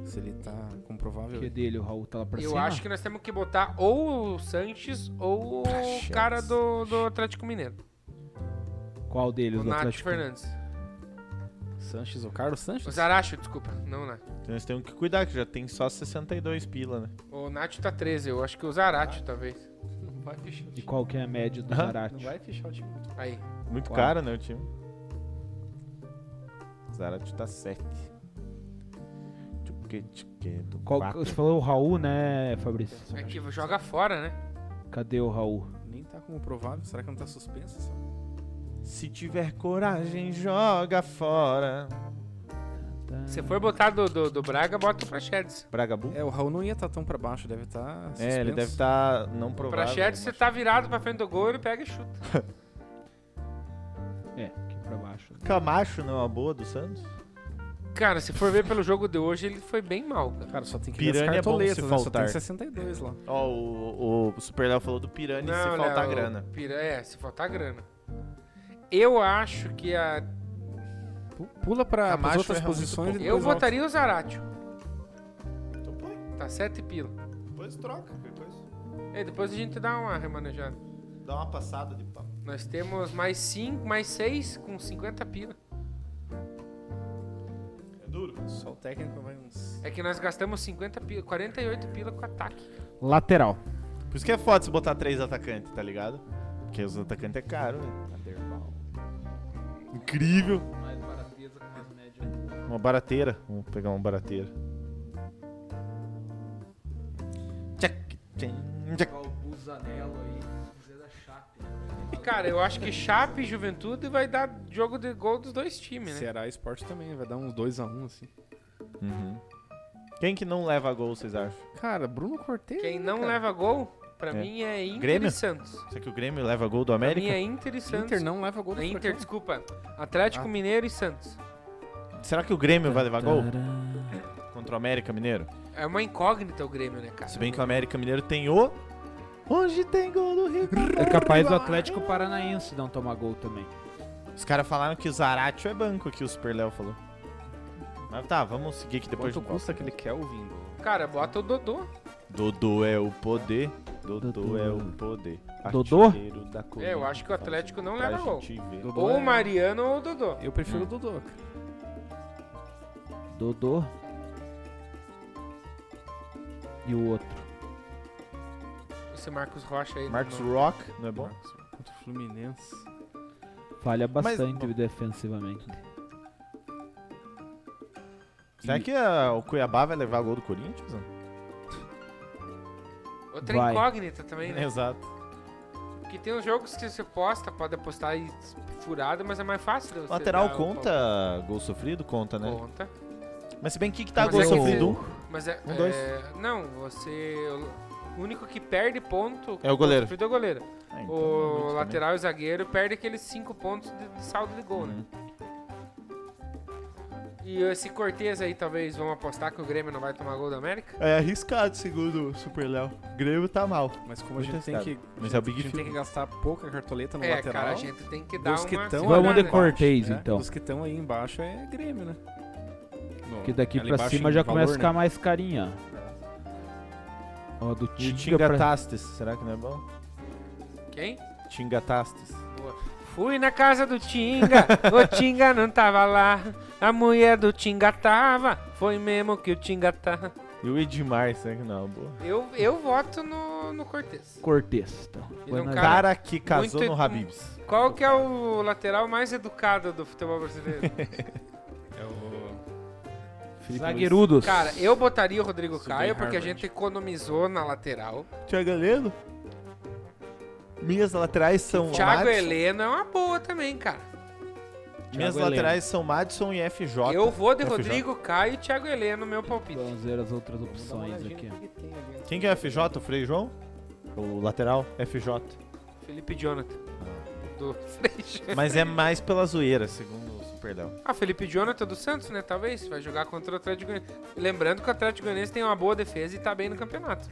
[SPEAKER 4] se ele tá com provável.
[SPEAKER 5] Que dele, o Raul tá lá pra
[SPEAKER 2] Eu
[SPEAKER 5] cima.
[SPEAKER 2] acho que nós temos que botar ou o Sanches ou o cara do, do Atlético Mineiro.
[SPEAKER 5] Qual deles?
[SPEAKER 2] é O
[SPEAKER 5] do
[SPEAKER 2] Nath
[SPEAKER 5] Atlético?
[SPEAKER 2] Fernandes.
[SPEAKER 4] Sanches, o Carlos Sanches?
[SPEAKER 2] O Zaracho, desculpa. Não, né? Nath.
[SPEAKER 3] Então eles têm que cuidar, que já tem só 62 pila, né?
[SPEAKER 2] O Nath tá 13, eu acho que o Zaracho, talvez.
[SPEAKER 4] Não vai fechar o
[SPEAKER 5] E
[SPEAKER 4] time.
[SPEAKER 5] qual que é a média do Zarate?
[SPEAKER 4] Não vai fechar o time.
[SPEAKER 2] Aí.
[SPEAKER 3] Muito
[SPEAKER 5] Uau.
[SPEAKER 3] caro, né, o time? Zarat tá 7. Tchuque, tchuque, do
[SPEAKER 5] Qual-
[SPEAKER 3] quatro.
[SPEAKER 5] você falou o Raul, né, Fabrício?
[SPEAKER 2] É que joga fora, né?
[SPEAKER 5] Cadê o Raul?
[SPEAKER 4] Nem tá como provável. Será que não tá suspensa? essa-
[SPEAKER 3] Se tiver coragem, joga fora.
[SPEAKER 5] Tá
[SPEAKER 2] Se for botar do, do, do Braga, bota o Prachedes.
[SPEAKER 3] Bragabu?
[SPEAKER 4] É, o Raul não ia estar tão pra baixo, deve estar. Tá
[SPEAKER 3] É, ele
[SPEAKER 4] suspenso.
[SPEAKER 3] deve estar não
[SPEAKER 2] O
[SPEAKER 3] provável. né?
[SPEAKER 2] Prachedes, você tá virado pra frente do gol, ele pega e chuta.
[SPEAKER 5] É, aqui pra baixo.
[SPEAKER 3] Camacho não é uma boa do Santos?
[SPEAKER 2] Cara, se for ver pelo jogo de hoje, ele foi bem mal, cara.
[SPEAKER 4] Cara, só tem que
[SPEAKER 3] Piranha
[SPEAKER 4] ver
[SPEAKER 3] é
[SPEAKER 4] as
[SPEAKER 3] bom se
[SPEAKER 4] cartoletas, né? Só
[SPEAKER 3] faltar.
[SPEAKER 4] tem 62 lá.
[SPEAKER 3] Ó, o, o Super Léo falou do Pirani se faltar
[SPEAKER 2] Léo,
[SPEAKER 3] grana.
[SPEAKER 2] Pira, é, se faltar grana. Eu acho que a.
[SPEAKER 4] Pu- Pula pra as
[SPEAKER 3] Camacho
[SPEAKER 4] outras
[SPEAKER 3] erra muito
[SPEAKER 4] posições
[SPEAKER 3] pouco.
[SPEAKER 4] e
[SPEAKER 2] é Eu
[SPEAKER 4] depois volta.
[SPEAKER 2] votaria o Zaratio.
[SPEAKER 3] Então põe,
[SPEAKER 2] Tá 7 pila.
[SPEAKER 3] depois troca, depois
[SPEAKER 2] É, depois a gente dá uma remanejada.
[SPEAKER 3] dá uma passada de papo.
[SPEAKER 2] Nós temos mais 5, mais 6 com 50 pila.
[SPEAKER 3] É duro.
[SPEAKER 4] Só o técnico vai uns.
[SPEAKER 2] É que nós gastamos 50 pila, 48 pila com ataque.
[SPEAKER 5] Lateral.
[SPEAKER 3] Por isso que é foda se botar três atacantes, tá ligado? Porque os atacantes é caro, velho. Incrível. Uma barateira. Vamos pegar uma barateira. Tchac, tchan, tchac.
[SPEAKER 2] E, cara, eu acho que Chape e Juventude vai dar jogo de gol dos dois times, né?
[SPEAKER 4] Ceará Esporte também, vai dar uns 2x1, assim.
[SPEAKER 3] Uhum. Quem que não leva gol, vocês acham?
[SPEAKER 4] Cara, Bruno Cortez.
[SPEAKER 2] Quem
[SPEAKER 4] né,
[SPEAKER 2] não é
[SPEAKER 4] cara?
[SPEAKER 2] leva gol, pra
[SPEAKER 3] É.
[SPEAKER 2] mim é Inter
[SPEAKER 3] Grêmio?
[SPEAKER 2] e Santos.
[SPEAKER 3] Será que o Grêmio leva gol do
[SPEAKER 2] Pra
[SPEAKER 3] América?
[SPEAKER 2] mim é Inter e Santos.
[SPEAKER 4] Inter não leva gol do
[SPEAKER 2] É Inter,
[SPEAKER 4] Furacão.
[SPEAKER 2] desculpa. Atlético
[SPEAKER 4] Ah.
[SPEAKER 2] Mineiro e Santos.
[SPEAKER 3] Será que o Grêmio vai levar gol? Contra o América Mineiro?
[SPEAKER 2] É uma incógnita o Grêmio, né, cara?
[SPEAKER 3] Se bem que o América Mineiro tem o. Hoje tem gol do Ricardo.
[SPEAKER 5] É capaz do Atlético Paranaense não tomar gol também.
[SPEAKER 3] Os caras falaram que o Zaratio é banco aqui, o Super Léo falou. Mas tá, vamos seguir aqui depois
[SPEAKER 4] Quanto
[SPEAKER 3] do
[SPEAKER 4] custa aquele Kelvin? do-
[SPEAKER 2] Cara, bota o Dodô.
[SPEAKER 3] Dodô é o poder. Dodô,
[SPEAKER 5] Dodô.
[SPEAKER 3] é o poder.
[SPEAKER 5] Dodô?
[SPEAKER 3] Artilheiro da Copa.
[SPEAKER 2] É, eu acho que o Atlético não leva gol.
[SPEAKER 4] Dodô
[SPEAKER 2] Ou
[SPEAKER 4] é- Hum.
[SPEAKER 2] o Mariano ou o Dodô.
[SPEAKER 4] Eu prefiro o Dodô, cara.
[SPEAKER 5] Dodô. E o outro.
[SPEAKER 2] Esse Marcos Rocha aí. né,
[SPEAKER 3] Marcos
[SPEAKER 2] não-
[SPEAKER 3] Rock, não é bom?
[SPEAKER 4] Contra o Fluminense.
[SPEAKER 5] Falha
[SPEAKER 3] Mas-
[SPEAKER 5] bastante defensivamente.
[SPEAKER 3] Será que ah, o Cuiabá vai levar gol do Corinthians? não?
[SPEAKER 2] Outra
[SPEAKER 5] Vai.
[SPEAKER 2] incógnita também, né?
[SPEAKER 3] Exato.
[SPEAKER 2] Porque tem uns jogos que você posta, pode apostar aí furado, mas é mais fácil. de Você dar
[SPEAKER 3] Lateral
[SPEAKER 2] o
[SPEAKER 3] conta gol sofrido? Conta,
[SPEAKER 2] palpite.
[SPEAKER 3] né?
[SPEAKER 2] um Conta.
[SPEAKER 3] Mas se bem que que tá
[SPEAKER 2] Mas
[SPEAKER 3] gol
[SPEAKER 2] é que-
[SPEAKER 3] sofrido?
[SPEAKER 2] Mas é.
[SPEAKER 3] Um,
[SPEAKER 2] é,
[SPEAKER 3] dois.
[SPEAKER 2] Não, você. O único que perde ponto.
[SPEAKER 3] É o goleiro.
[SPEAKER 2] sofrido é o goleiro.
[SPEAKER 3] Ah, então não é muito
[SPEAKER 2] O
[SPEAKER 3] também.
[SPEAKER 2] lateral e o
[SPEAKER 3] Uhum.
[SPEAKER 2] zagueiro perde aqueles 5 pontos de, de saldo de gol, né? E esse Cortez aí, talvez, vamos apostar que o Grêmio não vai tomar gol da América?
[SPEAKER 3] É arriscado, segundo o Super Léo. Grêmio tá mal.
[SPEAKER 4] Mas como a gente tem
[SPEAKER 3] arriscado.
[SPEAKER 4] que,
[SPEAKER 3] Mas
[SPEAKER 4] a
[SPEAKER 3] é o
[SPEAKER 4] gente,
[SPEAKER 3] Big
[SPEAKER 4] a gente tem
[SPEAKER 3] Field.
[SPEAKER 4] que gastar pouca cartoleta no
[SPEAKER 2] é,
[SPEAKER 4] lateral.
[SPEAKER 2] cara, a gente tem que dar
[SPEAKER 4] dos
[SPEAKER 2] uma...
[SPEAKER 4] que tão
[SPEAKER 2] segurada,
[SPEAKER 5] Vamos de
[SPEAKER 2] né?
[SPEAKER 5] Cortez,
[SPEAKER 4] né?
[SPEAKER 5] então.
[SPEAKER 4] Dos que estão aí embaixo é Grêmio, né? No-
[SPEAKER 5] Que daqui
[SPEAKER 4] ali
[SPEAKER 5] pra
[SPEAKER 4] embaixo
[SPEAKER 5] cima
[SPEAKER 4] em
[SPEAKER 2] um
[SPEAKER 5] já
[SPEAKER 4] valor,
[SPEAKER 5] começa a
[SPEAKER 4] né?
[SPEAKER 5] ficar mais carinha. Ó, do
[SPEAKER 3] E o
[SPEAKER 5] Tinga tá pra...
[SPEAKER 3] Tingatastes, será que não é bom?
[SPEAKER 2] Quem?
[SPEAKER 3] Tingatastes.
[SPEAKER 2] Fui na casa do Tinga, o Tinga não tava lá. A mulher do Tinga tava, foi mesmo que o Tinga tá. tava.
[SPEAKER 3] E o Edmar, será que não é uma boa?
[SPEAKER 2] Eu, eu voto no, no Cortez.
[SPEAKER 5] Cortez. Então.
[SPEAKER 2] Ele é um
[SPEAKER 5] Buenas-
[SPEAKER 2] Cara,
[SPEAKER 3] Cara que casou
[SPEAKER 2] muito-
[SPEAKER 3] no Habibs.
[SPEAKER 2] Qual que é o lateral mais educado do futebol brasileiro?
[SPEAKER 4] É o...
[SPEAKER 3] Felipe Luiz.
[SPEAKER 5] Zagueirudos.
[SPEAKER 2] Cara, eu botaria o Rodrigo
[SPEAKER 4] Isso
[SPEAKER 2] Caio
[SPEAKER 4] bem
[SPEAKER 2] porque a
[SPEAKER 4] Harvard.
[SPEAKER 2] gente economizou na lateral.
[SPEAKER 3] Thiago Heleno? Minhas laterais são
[SPEAKER 2] Thiago
[SPEAKER 3] Madison-
[SPEAKER 2] Heleno é uma boa também, cara.
[SPEAKER 3] Minhas
[SPEAKER 5] Thiago
[SPEAKER 3] laterais são Madison e FJ.
[SPEAKER 2] Eu vou de
[SPEAKER 3] FJ.
[SPEAKER 2] Rodrigo Caio e Thiago Heleno, meu palpite.
[SPEAKER 5] Vamos ver as outras opções aqui.
[SPEAKER 3] Quem que é FJ? O Frei João? O lateral? FJ.
[SPEAKER 2] Felipe Jonathan.
[SPEAKER 4] Ah.
[SPEAKER 2] Do Freixo.
[SPEAKER 3] Mas é mais pela zoeira, segundo o Super Léo.
[SPEAKER 2] Ah, Felipe Jonathan do Santos, né? Talvez. Vai jogar contra o Atlético Goianiense. Lembrando que o Atlético Goianiense tem uma boa defesa e tá bem no campeonato.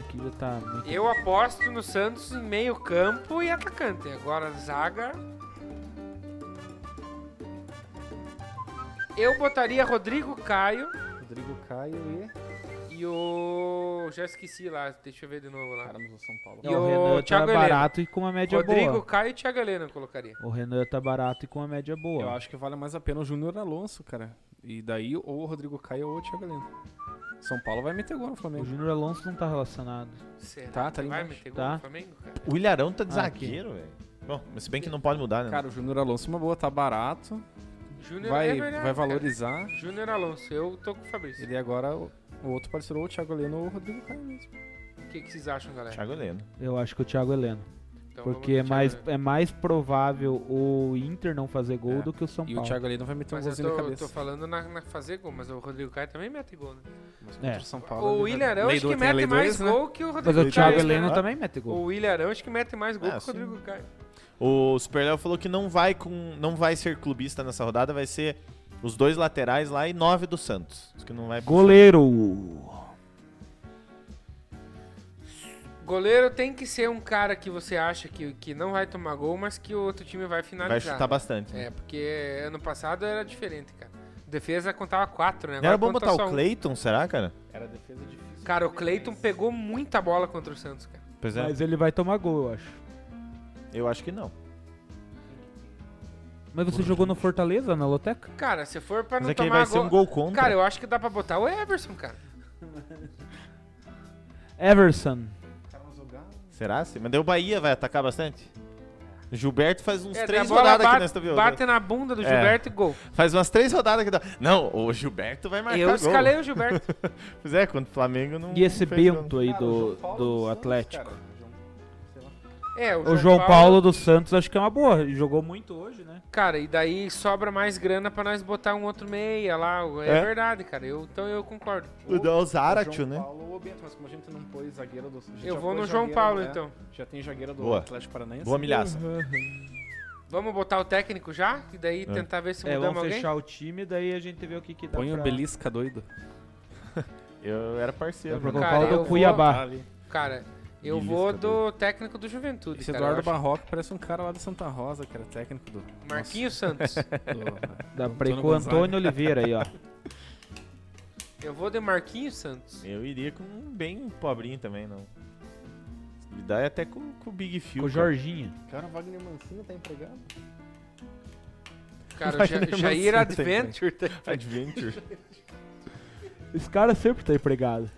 [SPEAKER 5] Aqui já tá muito...
[SPEAKER 2] Eu aposto no Santos em meio campo e atacante. Agora zaga. Eu botaria Rodrigo Caio
[SPEAKER 4] Rodrigo Caio e...
[SPEAKER 2] e o. Já esqueci lá, deixa eu ver de novo lá.
[SPEAKER 4] Caramba, o São Paulo.
[SPEAKER 2] E
[SPEAKER 5] Não,
[SPEAKER 2] o
[SPEAKER 5] Renan
[SPEAKER 2] Thiago
[SPEAKER 5] tá
[SPEAKER 2] Heleno.
[SPEAKER 5] barato e com uma média
[SPEAKER 2] Rodrigo
[SPEAKER 5] boa.
[SPEAKER 2] Caio e Thiago Helena eu colocaria.
[SPEAKER 5] O Renan tá barato e com uma média
[SPEAKER 4] Eu
[SPEAKER 5] boa.
[SPEAKER 4] acho que vale mais a pena o Júnior Alonso, cara. E daí ou o Rodrigo Caio ou o Thiago Heleno. São Paulo vai meter gol no
[SPEAKER 5] O
[SPEAKER 4] Flamengo.
[SPEAKER 5] Júnior Alonso não tá relacionado.
[SPEAKER 2] Será
[SPEAKER 4] Tá, tá
[SPEAKER 2] que
[SPEAKER 4] ali
[SPEAKER 2] vai
[SPEAKER 4] embaixo.
[SPEAKER 2] meter gol
[SPEAKER 5] Tá.
[SPEAKER 2] no Flamengo, cara?
[SPEAKER 3] O Ilharão tá de
[SPEAKER 5] Ah, aqui.
[SPEAKER 3] zagueiro, velho. Bom, mas se bem que não pode mudar, né?
[SPEAKER 4] Cara, o Júnior Alonso é uma boa, tá barato.
[SPEAKER 2] Júnior
[SPEAKER 4] Vai,
[SPEAKER 2] é verdade,
[SPEAKER 4] vai
[SPEAKER 2] cara.
[SPEAKER 4] valorizar.
[SPEAKER 2] Júnior Alonso, eu tô com o Fabrício.
[SPEAKER 4] E daí agora o, o outro parceiro, ou o Thiago Heleno ou o Rodrigo Caio mesmo.
[SPEAKER 2] O que, que vocês acham, galera?
[SPEAKER 3] Thiago Heleno.
[SPEAKER 5] Eu acho que o Thiago Heleno.
[SPEAKER 2] Então vamos
[SPEAKER 5] Porque é
[SPEAKER 2] no Thiago
[SPEAKER 5] mais,
[SPEAKER 2] Heleno.
[SPEAKER 5] é mais provável o Inter não fazer gol
[SPEAKER 4] É.
[SPEAKER 5] do que o São
[SPEAKER 4] E o
[SPEAKER 5] Paulo.
[SPEAKER 4] Thiago Heleno vai meter um
[SPEAKER 2] Mas
[SPEAKER 4] golzinho
[SPEAKER 2] eu
[SPEAKER 4] na
[SPEAKER 2] tô,
[SPEAKER 4] cabeça.
[SPEAKER 2] tô falando na, na fazer gol, mas o Rodrigo Caio também mete gol, né?
[SPEAKER 4] Mas
[SPEAKER 5] É.
[SPEAKER 4] contra o São Paulo.
[SPEAKER 2] o
[SPEAKER 4] ele vai-
[SPEAKER 2] Willian Arão
[SPEAKER 4] Lei
[SPEAKER 2] acho
[SPEAKER 4] do-
[SPEAKER 2] que
[SPEAKER 4] tem a
[SPEAKER 2] mete
[SPEAKER 4] Lei
[SPEAKER 2] mais
[SPEAKER 4] 2, né?
[SPEAKER 2] gol que o Rodrigo
[SPEAKER 5] Mas o Thiago
[SPEAKER 2] Caio.
[SPEAKER 5] Heleno
[SPEAKER 2] né?
[SPEAKER 5] também mete gol.
[SPEAKER 2] O Willian Arão acho que mete mais gol
[SPEAKER 3] Ah,
[SPEAKER 2] que o
[SPEAKER 3] sim.
[SPEAKER 2] Rodrigo Caio.
[SPEAKER 3] O Super Léo falou que não vai, com, não vai ser clubista nessa rodada, vai ser os dois laterais lá e nove do Santos. Diz Que não vai
[SPEAKER 5] Goleiro.
[SPEAKER 2] Goleiro tem que ser um cara que você acha que, que não vai tomar gol, mas que o outro time vai
[SPEAKER 3] vai
[SPEAKER 2] finalizar.
[SPEAKER 3] chutar bastante. né?
[SPEAKER 2] É, porque ano passado era diferente, cara. Defesa contava quatro, né?
[SPEAKER 3] Não era
[SPEAKER 2] Agora
[SPEAKER 3] bom
[SPEAKER 2] conta
[SPEAKER 3] botar
[SPEAKER 2] só
[SPEAKER 3] o
[SPEAKER 2] um.
[SPEAKER 3] Cleiton, será, cara?
[SPEAKER 4] Era defesa difícil.
[SPEAKER 2] Cara, o Cleiton pegou muita bola contra o Santos, cara.
[SPEAKER 3] Pois é,
[SPEAKER 5] Mas ele vai tomar gol, eu acho.
[SPEAKER 3] eu acho que não.
[SPEAKER 5] Mas você jogou no Fortaleza, na Loteca?
[SPEAKER 2] Cara, se for pra
[SPEAKER 3] Mas
[SPEAKER 2] não
[SPEAKER 3] é que aí
[SPEAKER 2] tomar
[SPEAKER 3] vai ser um gol contra.
[SPEAKER 2] Cara, eu acho que dá pra botar o Everson, cara.
[SPEAKER 5] Everson.
[SPEAKER 3] Será? sim? Mas daí o Bahia vai atacar bastante? Gilberto faz uns
[SPEAKER 2] É, daí a
[SPEAKER 3] três
[SPEAKER 2] bola
[SPEAKER 3] rodadas aqui
[SPEAKER 2] bate-
[SPEAKER 3] nessa viu?
[SPEAKER 2] Bate na bunda do
[SPEAKER 3] É.
[SPEAKER 2] Gilberto e gol.
[SPEAKER 3] Faz umas três rodadas que dá. Não, o Gilberto vai marcar
[SPEAKER 2] Eu
[SPEAKER 3] gol.
[SPEAKER 2] escalei o Gilberto.
[SPEAKER 3] Pois é, quando o Flamengo não
[SPEAKER 5] E esse
[SPEAKER 3] fez gol.
[SPEAKER 5] Bento aí do, do Atlético.
[SPEAKER 2] É, o João,
[SPEAKER 5] O João Paulo do Santos acho que é uma boa. Ele jogou muito hoje, né?
[SPEAKER 2] Cara, e daí sobra mais grana pra nós botar um outro meia lá. É,
[SPEAKER 3] É.
[SPEAKER 2] verdade, cara. Eu, então eu concordo.
[SPEAKER 3] O Del Zaratio, né?
[SPEAKER 4] Paulo ou o Bento, mas como a gente não pôs zagueiro do... a gente
[SPEAKER 5] é
[SPEAKER 2] Eu
[SPEAKER 5] um
[SPEAKER 4] já
[SPEAKER 2] vou
[SPEAKER 4] pôs
[SPEAKER 2] no João
[SPEAKER 4] zagueiro,
[SPEAKER 2] Paulo,
[SPEAKER 4] né?
[SPEAKER 2] então.
[SPEAKER 4] Já tem zagueiro do
[SPEAKER 3] Boa.
[SPEAKER 4] Atlético Paranaense.
[SPEAKER 3] Boa milhaça.
[SPEAKER 2] Vamos botar o técnico já? E daí tentar ver se
[SPEAKER 5] É,
[SPEAKER 2] mudamos
[SPEAKER 5] vamos
[SPEAKER 2] alguém?
[SPEAKER 5] fechar o time, daí a gente vê o que, que dá
[SPEAKER 4] Põe
[SPEAKER 3] um
[SPEAKER 4] o
[SPEAKER 5] pra...
[SPEAKER 4] Belisca doido.
[SPEAKER 3] Eu era
[SPEAKER 5] Dá
[SPEAKER 3] parceiro.
[SPEAKER 5] pra
[SPEAKER 3] né?
[SPEAKER 5] colocar o
[SPEAKER 2] Cara, eu
[SPEAKER 5] do
[SPEAKER 2] vou-
[SPEAKER 4] Tá
[SPEAKER 5] Cuiabá.
[SPEAKER 4] ali.
[SPEAKER 2] Cara, eu
[SPEAKER 3] Belisca,
[SPEAKER 2] vou do
[SPEAKER 3] doido.
[SPEAKER 2] técnico do Juventude,
[SPEAKER 4] Esse
[SPEAKER 2] cara. eu acho.
[SPEAKER 4] Eduardo Barroco parece um cara lá de Santa Rosa, cara, técnico do.
[SPEAKER 2] Marquinhos Santos.
[SPEAKER 3] Ah,
[SPEAKER 4] do-
[SPEAKER 5] Dá
[SPEAKER 4] do
[SPEAKER 5] pra ir
[SPEAKER 4] Antônio
[SPEAKER 5] com o
[SPEAKER 4] Gonzaga.
[SPEAKER 5] Antônio Oliveira aí, ó.
[SPEAKER 2] Eu vou de Marquinhos Santos.
[SPEAKER 3] Eu iria com um bem pobrinho também, não. Me dá até com, com o Big Phil.
[SPEAKER 5] com o
[SPEAKER 3] cara.
[SPEAKER 5] Jorginho.
[SPEAKER 4] Cara, o Wagner Mancini tá empregado.
[SPEAKER 2] Cara, o
[SPEAKER 3] Vai
[SPEAKER 2] Ja-
[SPEAKER 3] no
[SPEAKER 2] Jair
[SPEAKER 3] Mancini, tem
[SPEAKER 2] Adventure.
[SPEAKER 3] Adventure.
[SPEAKER 5] Esse cara sempre tá empregado.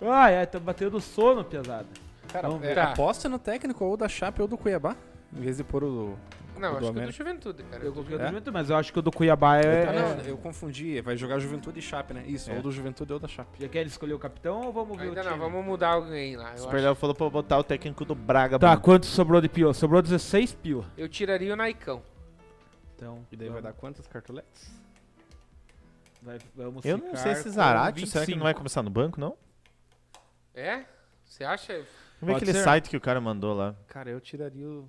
[SPEAKER 5] Ai, ai, tá batendo sono, pesada.
[SPEAKER 4] Cara,
[SPEAKER 5] Vamos
[SPEAKER 4] é,
[SPEAKER 2] ver.
[SPEAKER 4] aposta no técnico ou da Chape ou do Cuiabá, em vez de pôr o.
[SPEAKER 2] Não,
[SPEAKER 4] do
[SPEAKER 2] acho que o do
[SPEAKER 4] América.
[SPEAKER 2] Juventude, cara.
[SPEAKER 5] Eu coloquei o do
[SPEAKER 4] É?
[SPEAKER 5] Juventude, mas eu acho que o do Cuiabá é.
[SPEAKER 4] ah, não,
[SPEAKER 5] é-
[SPEAKER 4] eu confundi. Vai jogar Juventude e Chape, né? Isso,
[SPEAKER 3] É.
[SPEAKER 4] ou do Juventude ou da Chape.
[SPEAKER 5] Já quer escolher o capitão ou vamos ver o
[SPEAKER 2] Ainda
[SPEAKER 5] time?
[SPEAKER 2] não, vamos mudar alguém lá.
[SPEAKER 3] O
[SPEAKER 2] Eu,
[SPEAKER 3] Super
[SPEAKER 2] acho.
[SPEAKER 3] Léo falou pra botar o técnico do Braga.
[SPEAKER 5] Tá,
[SPEAKER 3] Bruno.
[SPEAKER 5] quanto sobrou de pio? Sobrou 16 pio.
[SPEAKER 2] eu tiraria o Naicão.
[SPEAKER 5] Então,
[SPEAKER 4] E daí vai
[SPEAKER 5] vamos-
[SPEAKER 4] dar quantas cartoletas?
[SPEAKER 5] vai- vamos
[SPEAKER 3] Eu não sei
[SPEAKER 5] ficar
[SPEAKER 3] se
[SPEAKER 5] com
[SPEAKER 3] Zaratio, será que não vai
[SPEAKER 5] 25.
[SPEAKER 3] começar no banco, não?
[SPEAKER 2] É? Você acha?
[SPEAKER 3] Vamos ver
[SPEAKER 5] Pode
[SPEAKER 3] é aquele
[SPEAKER 5] ser.
[SPEAKER 3] site que o cara mandou lá.
[SPEAKER 4] Cara, eu tiraria o.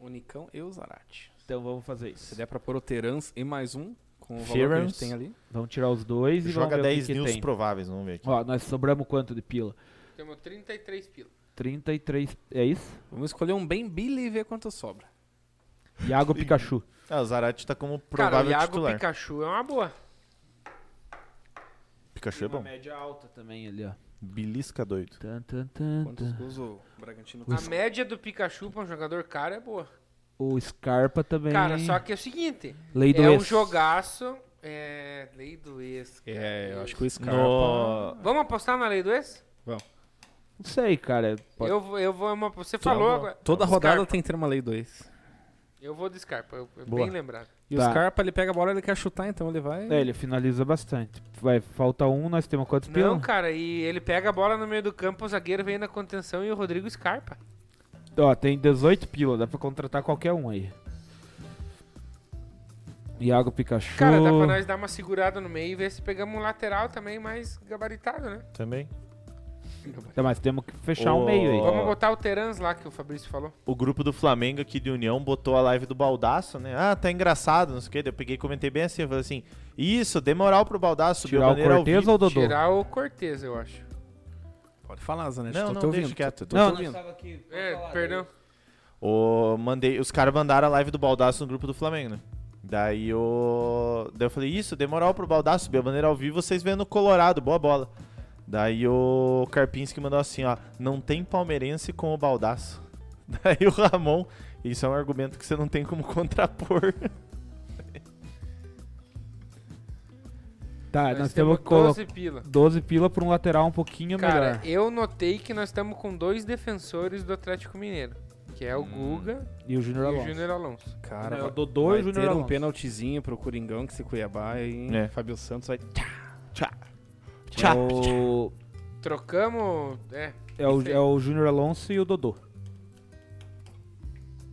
[SPEAKER 4] O Nicão e o Zarate.
[SPEAKER 5] Então vamos fazer isso.
[SPEAKER 4] Se der pra pôr o Terans e mais um, com o valor que a gente
[SPEAKER 3] Ferrans.
[SPEAKER 4] tem ali.
[SPEAKER 5] Vamos tirar os dois e
[SPEAKER 3] Joga
[SPEAKER 5] vamos ver
[SPEAKER 3] 10
[SPEAKER 5] o que, que
[SPEAKER 3] news
[SPEAKER 5] tem.
[SPEAKER 3] prováveis, vamos ver aqui.
[SPEAKER 5] Ó, nós sobramos quanto de pila?
[SPEAKER 2] Temos 33 pila.
[SPEAKER 5] 33, é isso?
[SPEAKER 4] Vamos escolher um bem Billy e ver quanto sobra.
[SPEAKER 5] Iago Pikachu.
[SPEAKER 3] Ah, o Zarate tá como
[SPEAKER 2] Cara, o
[SPEAKER 3] provável
[SPEAKER 2] Iago
[SPEAKER 3] titular.
[SPEAKER 2] Pikachu é uma boa.
[SPEAKER 3] Pikachu é bom.
[SPEAKER 5] média alta também ali, ó.
[SPEAKER 3] Belisca doido.
[SPEAKER 5] Tan, tan, tan,
[SPEAKER 4] Quantos
[SPEAKER 5] tan.
[SPEAKER 4] gols o Bragantino Ah,
[SPEAKER 2] A média do Pikachu pra um jogador caro é boa.
[SPEAKER 5] O Scarpa também.
[SPEAKER 2] Cara, só que é o seguinte:
[SPEAKER 5] Lei do
[SPEAKER 2] é um
[SPEAKER 5] ex.
[SPEAKER 2] jogaço. É. Lei do ex. cara.
[SPEAKER 4] É, eu acho que o Scarpa.
[SPEAKER 3] No...
[SPEAKER 2] Vamos apostar na lei do ex?
[SPEAKER 5] Não sei, cara. Pode-
[SPEAKER 2] Eu, vou- eu vou. é uma- Você falou agora.
[SPEAKER 4] Toda
[SPEAKER 2] Scarpa.
[SPEAKER 4] rodada tem que ter uma lei 2.
[SPEAKER 2] Eu vou de Scarpa, eu, eu
[SPEAKER 3] Boa.
[SPEAKER 2] bem lembrado.
[SPEAKER 4] E
[SPEAKER 5] Tá.
[SPEAKER 4] o Scarpa, ele pega a bola, ele quer chutar, então ele vai.
[SPEAKER 5] É, ele finaliza bastante. Vai, falta um, nós temos quantos pila?
[SPEAKER 2] Não, cara, e ele pega a bola no meio do campo, o zagueiro vem na contenção e o Rodrigo Scarpa.
[SPEAKER 5] Ó, tem 18 pila, dá pra contratar qualquer um aí. Iago Pikachu.
[SPEAKER 2] Cara, dá pra nós dar uma segurada no meio e ver se pegamos um lateral também mais gabaritado, né?
[SPEAKER 3] Também.
[SPEAKER 5] Tá, mas temos que fechar
[SPEAKER 3] Ô,
[SPEAKER 5] um meio aí.
[SPEAKER 2] Vamos botar o Terans lá que o Fabrício falou.
[SPEAKER 3] O grupo do Flamengo aqui de União botou a live do Baldaço, né? Ah, tá engraçado, não sei o quê. Daí Eu peguei e comentei bem assim, eu falei assim, isso, dê moral pro Baldaço, subiu a
[SPEAKER 5] Tirar o
[SPEAKER 3] bandeira ao
[SPEAKER 5] Cortez
[SPEAKER 3] vivo.
[SPEAKER 5] ou o Dodô?
[SPEAKER 2] Tirar o Cortez, eu acho.
[SPEAKER 4] Pode falar, Zanetti.
[SPEAKER 3] Não,
[SPEAKER 4] tô
[SPEAKER 3] não,
[SPEAKER 4] te ouvindo.
[SPEAKER 3] deixa quieto.
[SPEAKER 4] Tô, tô
[SPEAKER 5] Não,
[SPEAKER 4] te ouvindo.
[SPEAKER 2] É, perdão.
[SPEAKER 3] Ô, mandei, os caras mandaram a live do Baldaço no grupo do Flamengo, né? Daí o. Daí eu falei, isso, dê moral pro Baldaço, subiu a bandeira ao vivo, vocês vendo no Colorado, boa bola. Daí o Karpinski mandou assim, ó, não tem palmeirense com o Baldaço. Daí o Ramon, isso é um argumento que você não tem como contrapor.
[SPEAKER 5] Tá,
[SPEAKER 2] Nós
[SPEAKER 5] nós, temos que colocar
[SPEAKER 2] 12 pila.
[SPEAKER 5] 12 pila pra um lateral um pouquinho
[SPEAKER 2] Cara,
[SPEAKER 5] melhor.
[SPEAKER 2] eu notei que nós estamos com dois defensores do Atlético Mineiro, que é o Guga
[SPEAKER 5] E o Júnior
[SPEAKER 2] e o
[SPEAKER 5] Alonso.
[SPEAKER 2] Júnior Alonso.
[SPEAKER 5] Não,
[SPEAKER 4] Cara, vai-
[SPEAKER 5] É o Dodô e o
[SPEAKER 4] vai
[SPEAKER 5] Júnior
[SPEAKER 4] ter um
[SPEAKER 5] Alonso.
[SPEAKER 4] penaltizinho pro Coringão que se Cuiabá e
[SPEAKER 3] É.
[SPEAKER 4] Fábio Santos vai...
[SPEAKER 3] Tchau.
[SPEAKER 5] É
[SPEAKER 3] Tchau.
[SPEAKER 5] o,
[SPEAKER 2] Trocamos, é,
[SPEAKER 5] é o, é o Júnior Alonso e o Dodô.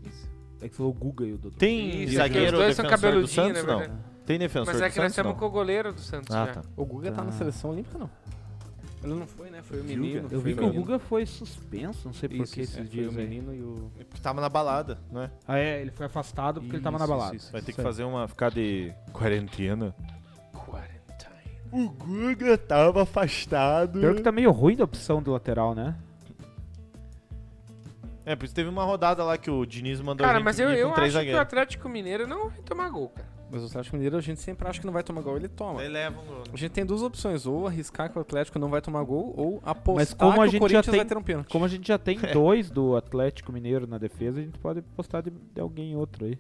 [SPEAKER 2] isso.
[SPEAKER 5] É que falou o Guga e o Dodô.
[SPEAKER 3] Tem
[SPEAKER 2] Isso,
[SPEAKER 3] zagueiro
[SPEAKER 2] porque os dois são
[SPEAKER 3] defensor do
[SPEAKER 2] cabeludinhos,
[SPEAKER 3] Santos?
[SPEAKER 2] na
[SPEAKER 3] Não.
[SPEAKER 2] verdade.
[SPEAKER 3] Tem defensor
[SPEAKER 2] Mas é que
[SPEAKER 3] do
[SPEAKER 2] nós
[SPEAKER 3] Santos?
[SPEAKER 2] estamos com o goleiro do Santos né?
[SPEAKER 3] não. Ah,
[SPEAKER 2] já.
[SPEAKER 3] tá.
[SPEAKER 4] O Guga tá na seleção olímpica, não. Ele não foi, né? Foi o menino.
[SPEAKER 5] Eu
[SPEAKER 4] foi
[SPEAKER 5] vi que o
[SPEAKER 4] menino.
[SPEAKER 5] Guga foi suspenso, não sei por
[SPEAKER 4] Isso,
[SPEAKER 5] que
[SPEAKER 4] isso, é,
[SPEAKER 5] esses
[SPEAKER 4] foi o
[SPEAKER 5] dias. aí.
[SPEAKER 4] menino e o...
[SPEAKER 3] É Porque tava na balada, não é?
[SPEAKER 5] Ah, é, ele foi afastado porque ele tava na
[SPEAKER 4] Isso,
[SPEAKER 5] balada.
[SPEAKER 4] isso, isso.
[SPEAKER 3] Vai ter que fazer uma. ficar de quarentena. O Guga tava afastado.
[SPEAKER 5] Pior que tá meio ruim da opção do lateral, né?
[SPEAKER 3] É, por isso teve uma rodada lá que o Diniz mandou a
[SPEAKER 2] Cara,
[SPEAKER 3] gente
[SPEAKER 2] mas eu,
[SPEAKER 3] ir
[SPEAKER 2] eu
[SPEAKER 3] com
[SPEAKER 2] acho
[SPEAKER 3] três
[SPEAKER 2] que o
[SPEAKER 3] zagueiros.
[SPEAKER 2] Atlético Mineiro não vai tomar gol, cara.
[SPEAKER 4] Mas o Atlético Mineiro a gente sempre acha que não vai tomar gol, É, ele toma.
[SPEAKER 3] Daí leva um gol, né?
[SPEAKER 4] A gente tem duas opções, ou arriscar que o Atlético não vai tomar gol, ou apostar
[SPEAKER 5] Mas como
[SPEAKER 4] que
[SPEAKER 5] a
[SPEAKER 4] o
[SPEAKER 5] gente já
[SPEAKER 4] Corinthians
[SPEAKER 5] tem-
[SPEAKER 4] vai ter um pênalti.
[SPEAKER 5] Como a gente já tem dois do Atlético Mineiro na defesa, a gente pode postar de, de alguém outro aí.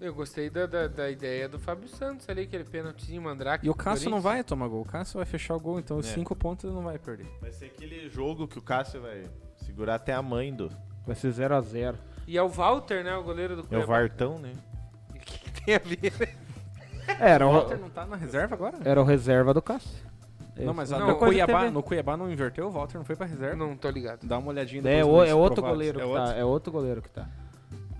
[SPEAKER 2] Eu gostei da, da, da ideia do Fábio Santos ali, aquele pênaltizinho mandrake.
[SPEAKER 4] E o
[SPEAKER 2] do
[SPEAKER 4] Cássio não
[SPEAKER 2] Corinthians.
[SPEAKER 4] vai tomar gol, o Cássio vai fechar o gol, então os
[SPEAKER 3] É.
[SPEAKER 4] cinco pontos ele não vai perder.
[SPEAKER 3] Vai ser aquele jogo que o Cássio vai segurar até a mãe do.
[SPEAKER 5] Vai ser 0x0.
[SPEAKER 2] E é o Walter, né, o goleiro do
[SPEAKER 3] É o
[SPEAKER 2] Cuiabá.
[SPEAKER 3] Vartão, né?
[SPEAKER 2] O que, que tem a ver?
[SPEAKER 5] É, Era, um-
[SPEAKER 4] O
[SPEAKER 5] o-
[SPEAKER 4] Walter não tá na reserva agora?
[SPEAKER 5] era o reserva do Cássio.
[SPEAKER 4] Não, mas
[SPEAKER 5] a
[SPEAKER 4] a-
[SPEAKER 2] Não,
[SPEAKER 4] no,
[SPEAKER 5] é, coisa
[SPEAKER 4] Cuiabá,
[SPEAKER 5] teve-
[SPEAKER 4] no Cuiabá não inverteu, o Walter não foi pra reserva.
[SPEAKER 2] Não tô ligado.
[SPEAKER 4] Dá uma olhadinha
[SPEAKER 5] É,
[SPEAKER 4] depois
[SPEAKER 5] o-
[SPEAKER 4] nos
[SPEAKER 5] é outro
[SPEAKER 4] prováveis.
[SPEAKER 5] goleiro
[SPEAKER 4] É
[SPEAKER 5] que
[SPEAKER 4] outro.
[SPEAKER 5] tá. É outro goleiro que tá.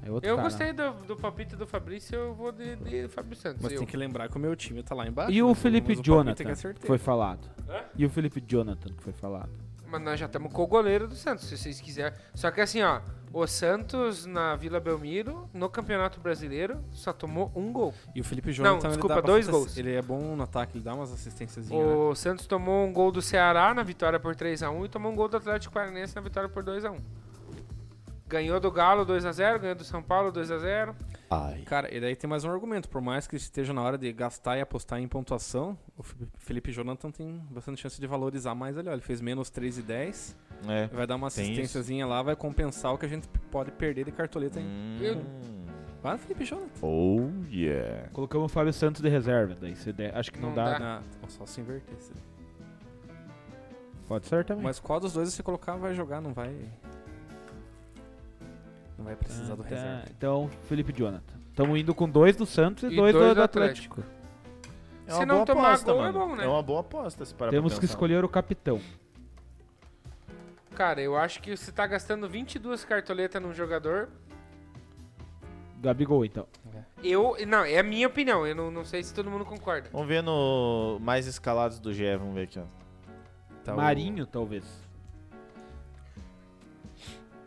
[SPEAKER 5] É outro
[SPEAKER 2] Eu
[SPEAKER 5] cara.
[SPEAKER 2] gostei do, do palpite do Fabrício, eu vou de, de Fábio Santos.
[SPEAKER 4] Mas
[SPEAKER 2] eu.
[SPEAKER 4] tem que lembrar que o meu time tá lá embaixo.
[SPEAKER 5] E o
[SPEAKER 4] mas
[SPEAKER 5] Felipe
[SPEAKER 4] mas o palpite
[SPEAKER 5] Jonathan
[SPEAKER 4] tem que é
[SPEAKER 5] que
[SPEAKER 4] acertar.
[SPEAKER 5] foi falado.
[SPEAKER 2] Hã?
[SPEAKER 5] E o Felipe Jonathan que foi falado.
[SPEAKER 2] Mas nós já estamos com o goleiro do Santos, se vocês quiserem. Só que assim, ó, o Santos na Vila Belmiro, no Campeonato Brasileiro, só tomou um gol.
[SPEAKER 4] E o Felipe Jonathan. ele
[SPEAKER 2] desculpa,
[SPEAKER 4] dá
[SPEAKER 2] dois
[SPEAKER 4] bastante-
[SPEAKER 2] gols.
[SPEAKER 4] Ele é bom no ataque, ele dá umas assistências. né?
[SPEAKER 2] O Santos tomou um gol do Ceará na vitória por 3x1 e tomou um gol do Atlético Paranense na vitória por 2x1. Ganhou do Galo 2x0, ganhou do São Paulo 2x0.
[SPEAKER 3] Ai.
[SPEAKER 4] Cara, e daí tem mais um argumento. Por mais que esteja na hora de gastar e apostar em pontuação, o Fe- Felipe Jonathan tem bastante chance de valorizar mais ali. Ó. Ele fez menos 3 e 10.
[SPEAKER 3] É.
[SPEAKER 4] Vai dar uma
[SPEAKER 3] Tem
[SPEAKER 4] assistênciazinha lá, vai compensar o que a gente pode perder de cartoleta. hein?
[SPEAKER 3] Uhum. Hum.
[SPEAKER 4] Vai, Felipe Jonathan.
[SPEAKER 3] Oh yeah.
[SPEAKER 5] Colocamos o Fábio Santos de reserva, daí se der. Acho que não,
[SPEAKER 2] Não
[SPEAKER 5] dá. né?
[SPEAKER 2] dá.
[SPEAKER 4] Na- ó, Ah, tá, só se inverter. se-
[SPEAKER 5] Pode ser também.
[SPEAKER 4] Mas qual dos dois você colocar vai jogar, não vai. Não vai
[SPEAKER 3] Ah,
[SPEAKER 4] precisar do
[SPEAKER 5] Tá,
[SPEAKER 4] reserva.
[SPEAKER 5] Então, Felipe Jonathan. Estamos indo com dois do Santos e,
[SPEAKER 2] E
[SPEAKER 5] dois,
[SPEAKER 2] dois
[SPEAKER 5] do,
[SPEAKER 2] do
[SPEAKER 5] do Atlético.
[SPEAKER 3] É
[SPEAKER 2] Se
[SPEAKER 3] uma
[SPEAKER 2] não
[SPEAKER 3] boa
[SPEAKER 2] tomar
[SPEAKER 3] aposta,
[SPEAKER 2] gol, é
[SPEAKER 3] mano.
[SPEAKER 2] bom, né?
[SPEAKER 3] É uma boa aposta se parar pra
[SPEAKER 5] Temos que
[SPEAKER 3] pensar.
[SPEAKER 5] escolher o capitão.
[SPEAKER 2] Cara, eu acho que você tá gastando 22 cartoletas num jogador.
[SPEAKER 5] Gabigol, então.
[SPEAKER 2] Eu. Não, é a minha opinião. Eu não, não sei se todo mundo concorda.
[SPEAKER 3] Vamos ver no mais escalados do GE, vamos ver aqui, ó.
[SPEAKER 4] Tá o-
[SPEAKER 5] Marinho, talvez.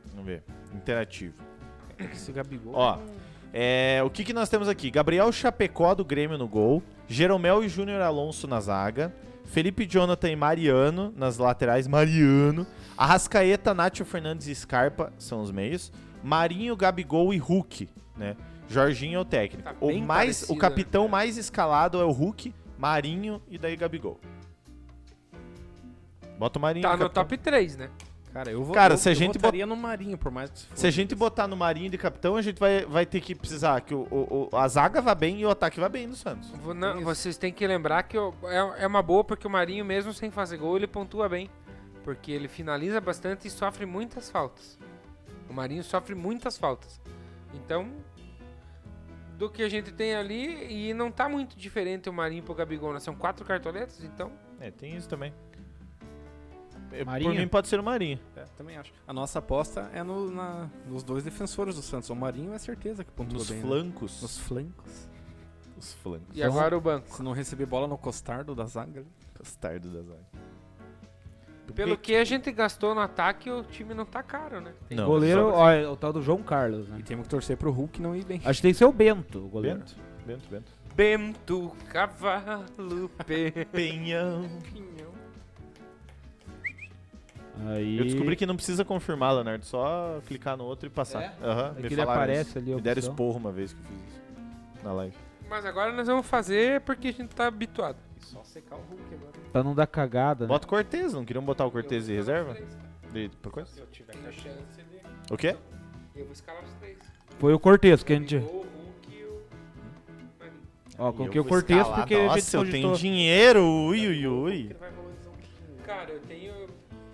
[SPEAKER 3] Vamos ver. Interativo.
[SPEAKER 4] Esse Gabigol.
[SPEAKER 3] Ó, é, o que, que nós temos aqui? Gabriel Chapecó do Grêmio no gol, Jeromel e Júnior Alonso na zaga, Felipe Jonathan e Mariano nas laterais, Mariano, Arrascaeta, Nacho Fernandes e Scarpa são os meios, Marinho, Gabigol e Hulk, né? Jorginho é o técnico.
[SPEAKER 2] Tá
[SPEAKER 3] o,
[SPEAKER 2] bem
[SPEAKER 3] mais, o
[SPEAKER 2] parecido, né?
[SPEAKER 3] capitão mais escalado é o Hulk, Marinho e daí Gabigol. Bota o Marinho.
[SPEAKER 2] Tá no
[SPEAKER 3] capitão.
[SPEAKER 2] top 3, né?
[SPEAKER 4] Cara, eu vou.
[SPEAKER 3] Cara,
[SPEAKER 4] eu,
[SPEAKER 3] se a
[SPEAKER 4] eu
[SPEAKER 3] gente bot-
[SPEAKER 4] votaria no Marinho, por mais que se
[SPEAKER 3] Se a gente botar no Marinho de capitão, a gente vai, vai ter que precisar que o, o- o- a zaga vá bem e o ataque vá bem do Santos.
[SPEAKER 2] Vou- não,
[SPEAKER 4] Isso.
[SPEAKER 2] vocês têm que lembrar que eu- é, é uma boa porque o Marinho, mesmo sem fazer gol, ele pontua bem. Porque ele finaliza bastante e sofre muitas faltas. O Marinho sofre muitas faltas. Então, do que a gente tem ali, e não tá muito diferente o Marinho pro Gabigol, né? São quatro cartoletas, então.
[SPEAKER 3] É, tem isso também. É,
[SPEAKER 5] Marinho?
[SPEAKER 3] Por mim pode ser o Marinho.
[SPEAKER 4] É, também acho. A nossa aposta é no- na- nos dois defensores do Santos. O Marinho é certeza que pontua
[SPEAKER 3] Nos
[SPEAKER 4] bem. né?
[SPEAKER 3] flancos.
[SPEAKER 4] Nos flancos.
[SPEAKER 3] Os flancos.
[SPEAKER 2] E agora o banco.
[SPEAKER 4] Se não receber bola no costardo da zaga. ali.
[SPEAKER 3] Bastardo da zaga.
[SPEAKER 2] Pelo que a gente gastou no ataque, o time não tá caro, né?
[SPEAKER 3] Não,
[SPEAKER 5] goleiro,
[SPEAKER 3] só-
[SPEAKER 5] ó, é o tal do João Carlos, né?
[SPEAKER 4] E temos que torcer pro Hulk não ir bem.
[SPEAKER 5] Acho que tem que ser o Bento, o goleiro.
[SPEAKER 3] Bento, Bento, Bento.
[SPEAKER 2] Bento Cavalo Pe-
[SPEAKER 3] Penhão.
[SPEAKER 5] Aí...
[SPEAKER 3] Eu descobri que não precisa confirmar, Leonardo. Só clicar no outro e passar.
[SPEAKER 5] É?
[SPEAKER 3] Aham,
[SPEAKER 5] É
[SPEAKER 3] me
[SPEAKER 5] que ele
[SPEAKER 3] falaram
[SPEAKER 5] aparece
[SPEAKER 3] isso.
[SPEAKER 5] ali, a
[SPEAKER 3] Me deram
[SPEAKER 5] opção.
[SPEAKER 3] esporro uma vez que eu fiz isso. Na live.
[SPEAKER 2] Mas agora nós vamos fazer porque a gente tá habituado.
[SPEAKER 4] Só secar o Hulk agora.
[SPEAKER 5] Pra não dar cagada, né?
[SPEAKER 3] Bota o Cortez, não queriam botar o Cortez de reserva? De, por coisa?
[SPEAKER 2] Se eu tiver a chance, ele-
[SPEAKER 3] O quê?
[SPEAKER 2] eu vou escalar os três.
[SPEAKER 5] Foi o Cortez que a gente...
[SPEAKER 2] Gabigol, Hulk e o Marinho.
[SPEAKER 5] Ó, coloquei
[SPEAKER 3] Eu
[SPEAKER 5] o
[SPEAKER 3] vou
[SPEAKER 5] Cortez
[SPEAKER 3] escalar.
[SPEAKER 5] porque a gente
[SPEAKER 3] Nossa, eu tenho
[SPEAKER 5] cogitou.
[SPEAKER 3] dinheiro. Ui, ui, ui.
[SPEAKER 4] vai valorizar um pouquinho.
[SPEAKER 2] Cara, eu tenho.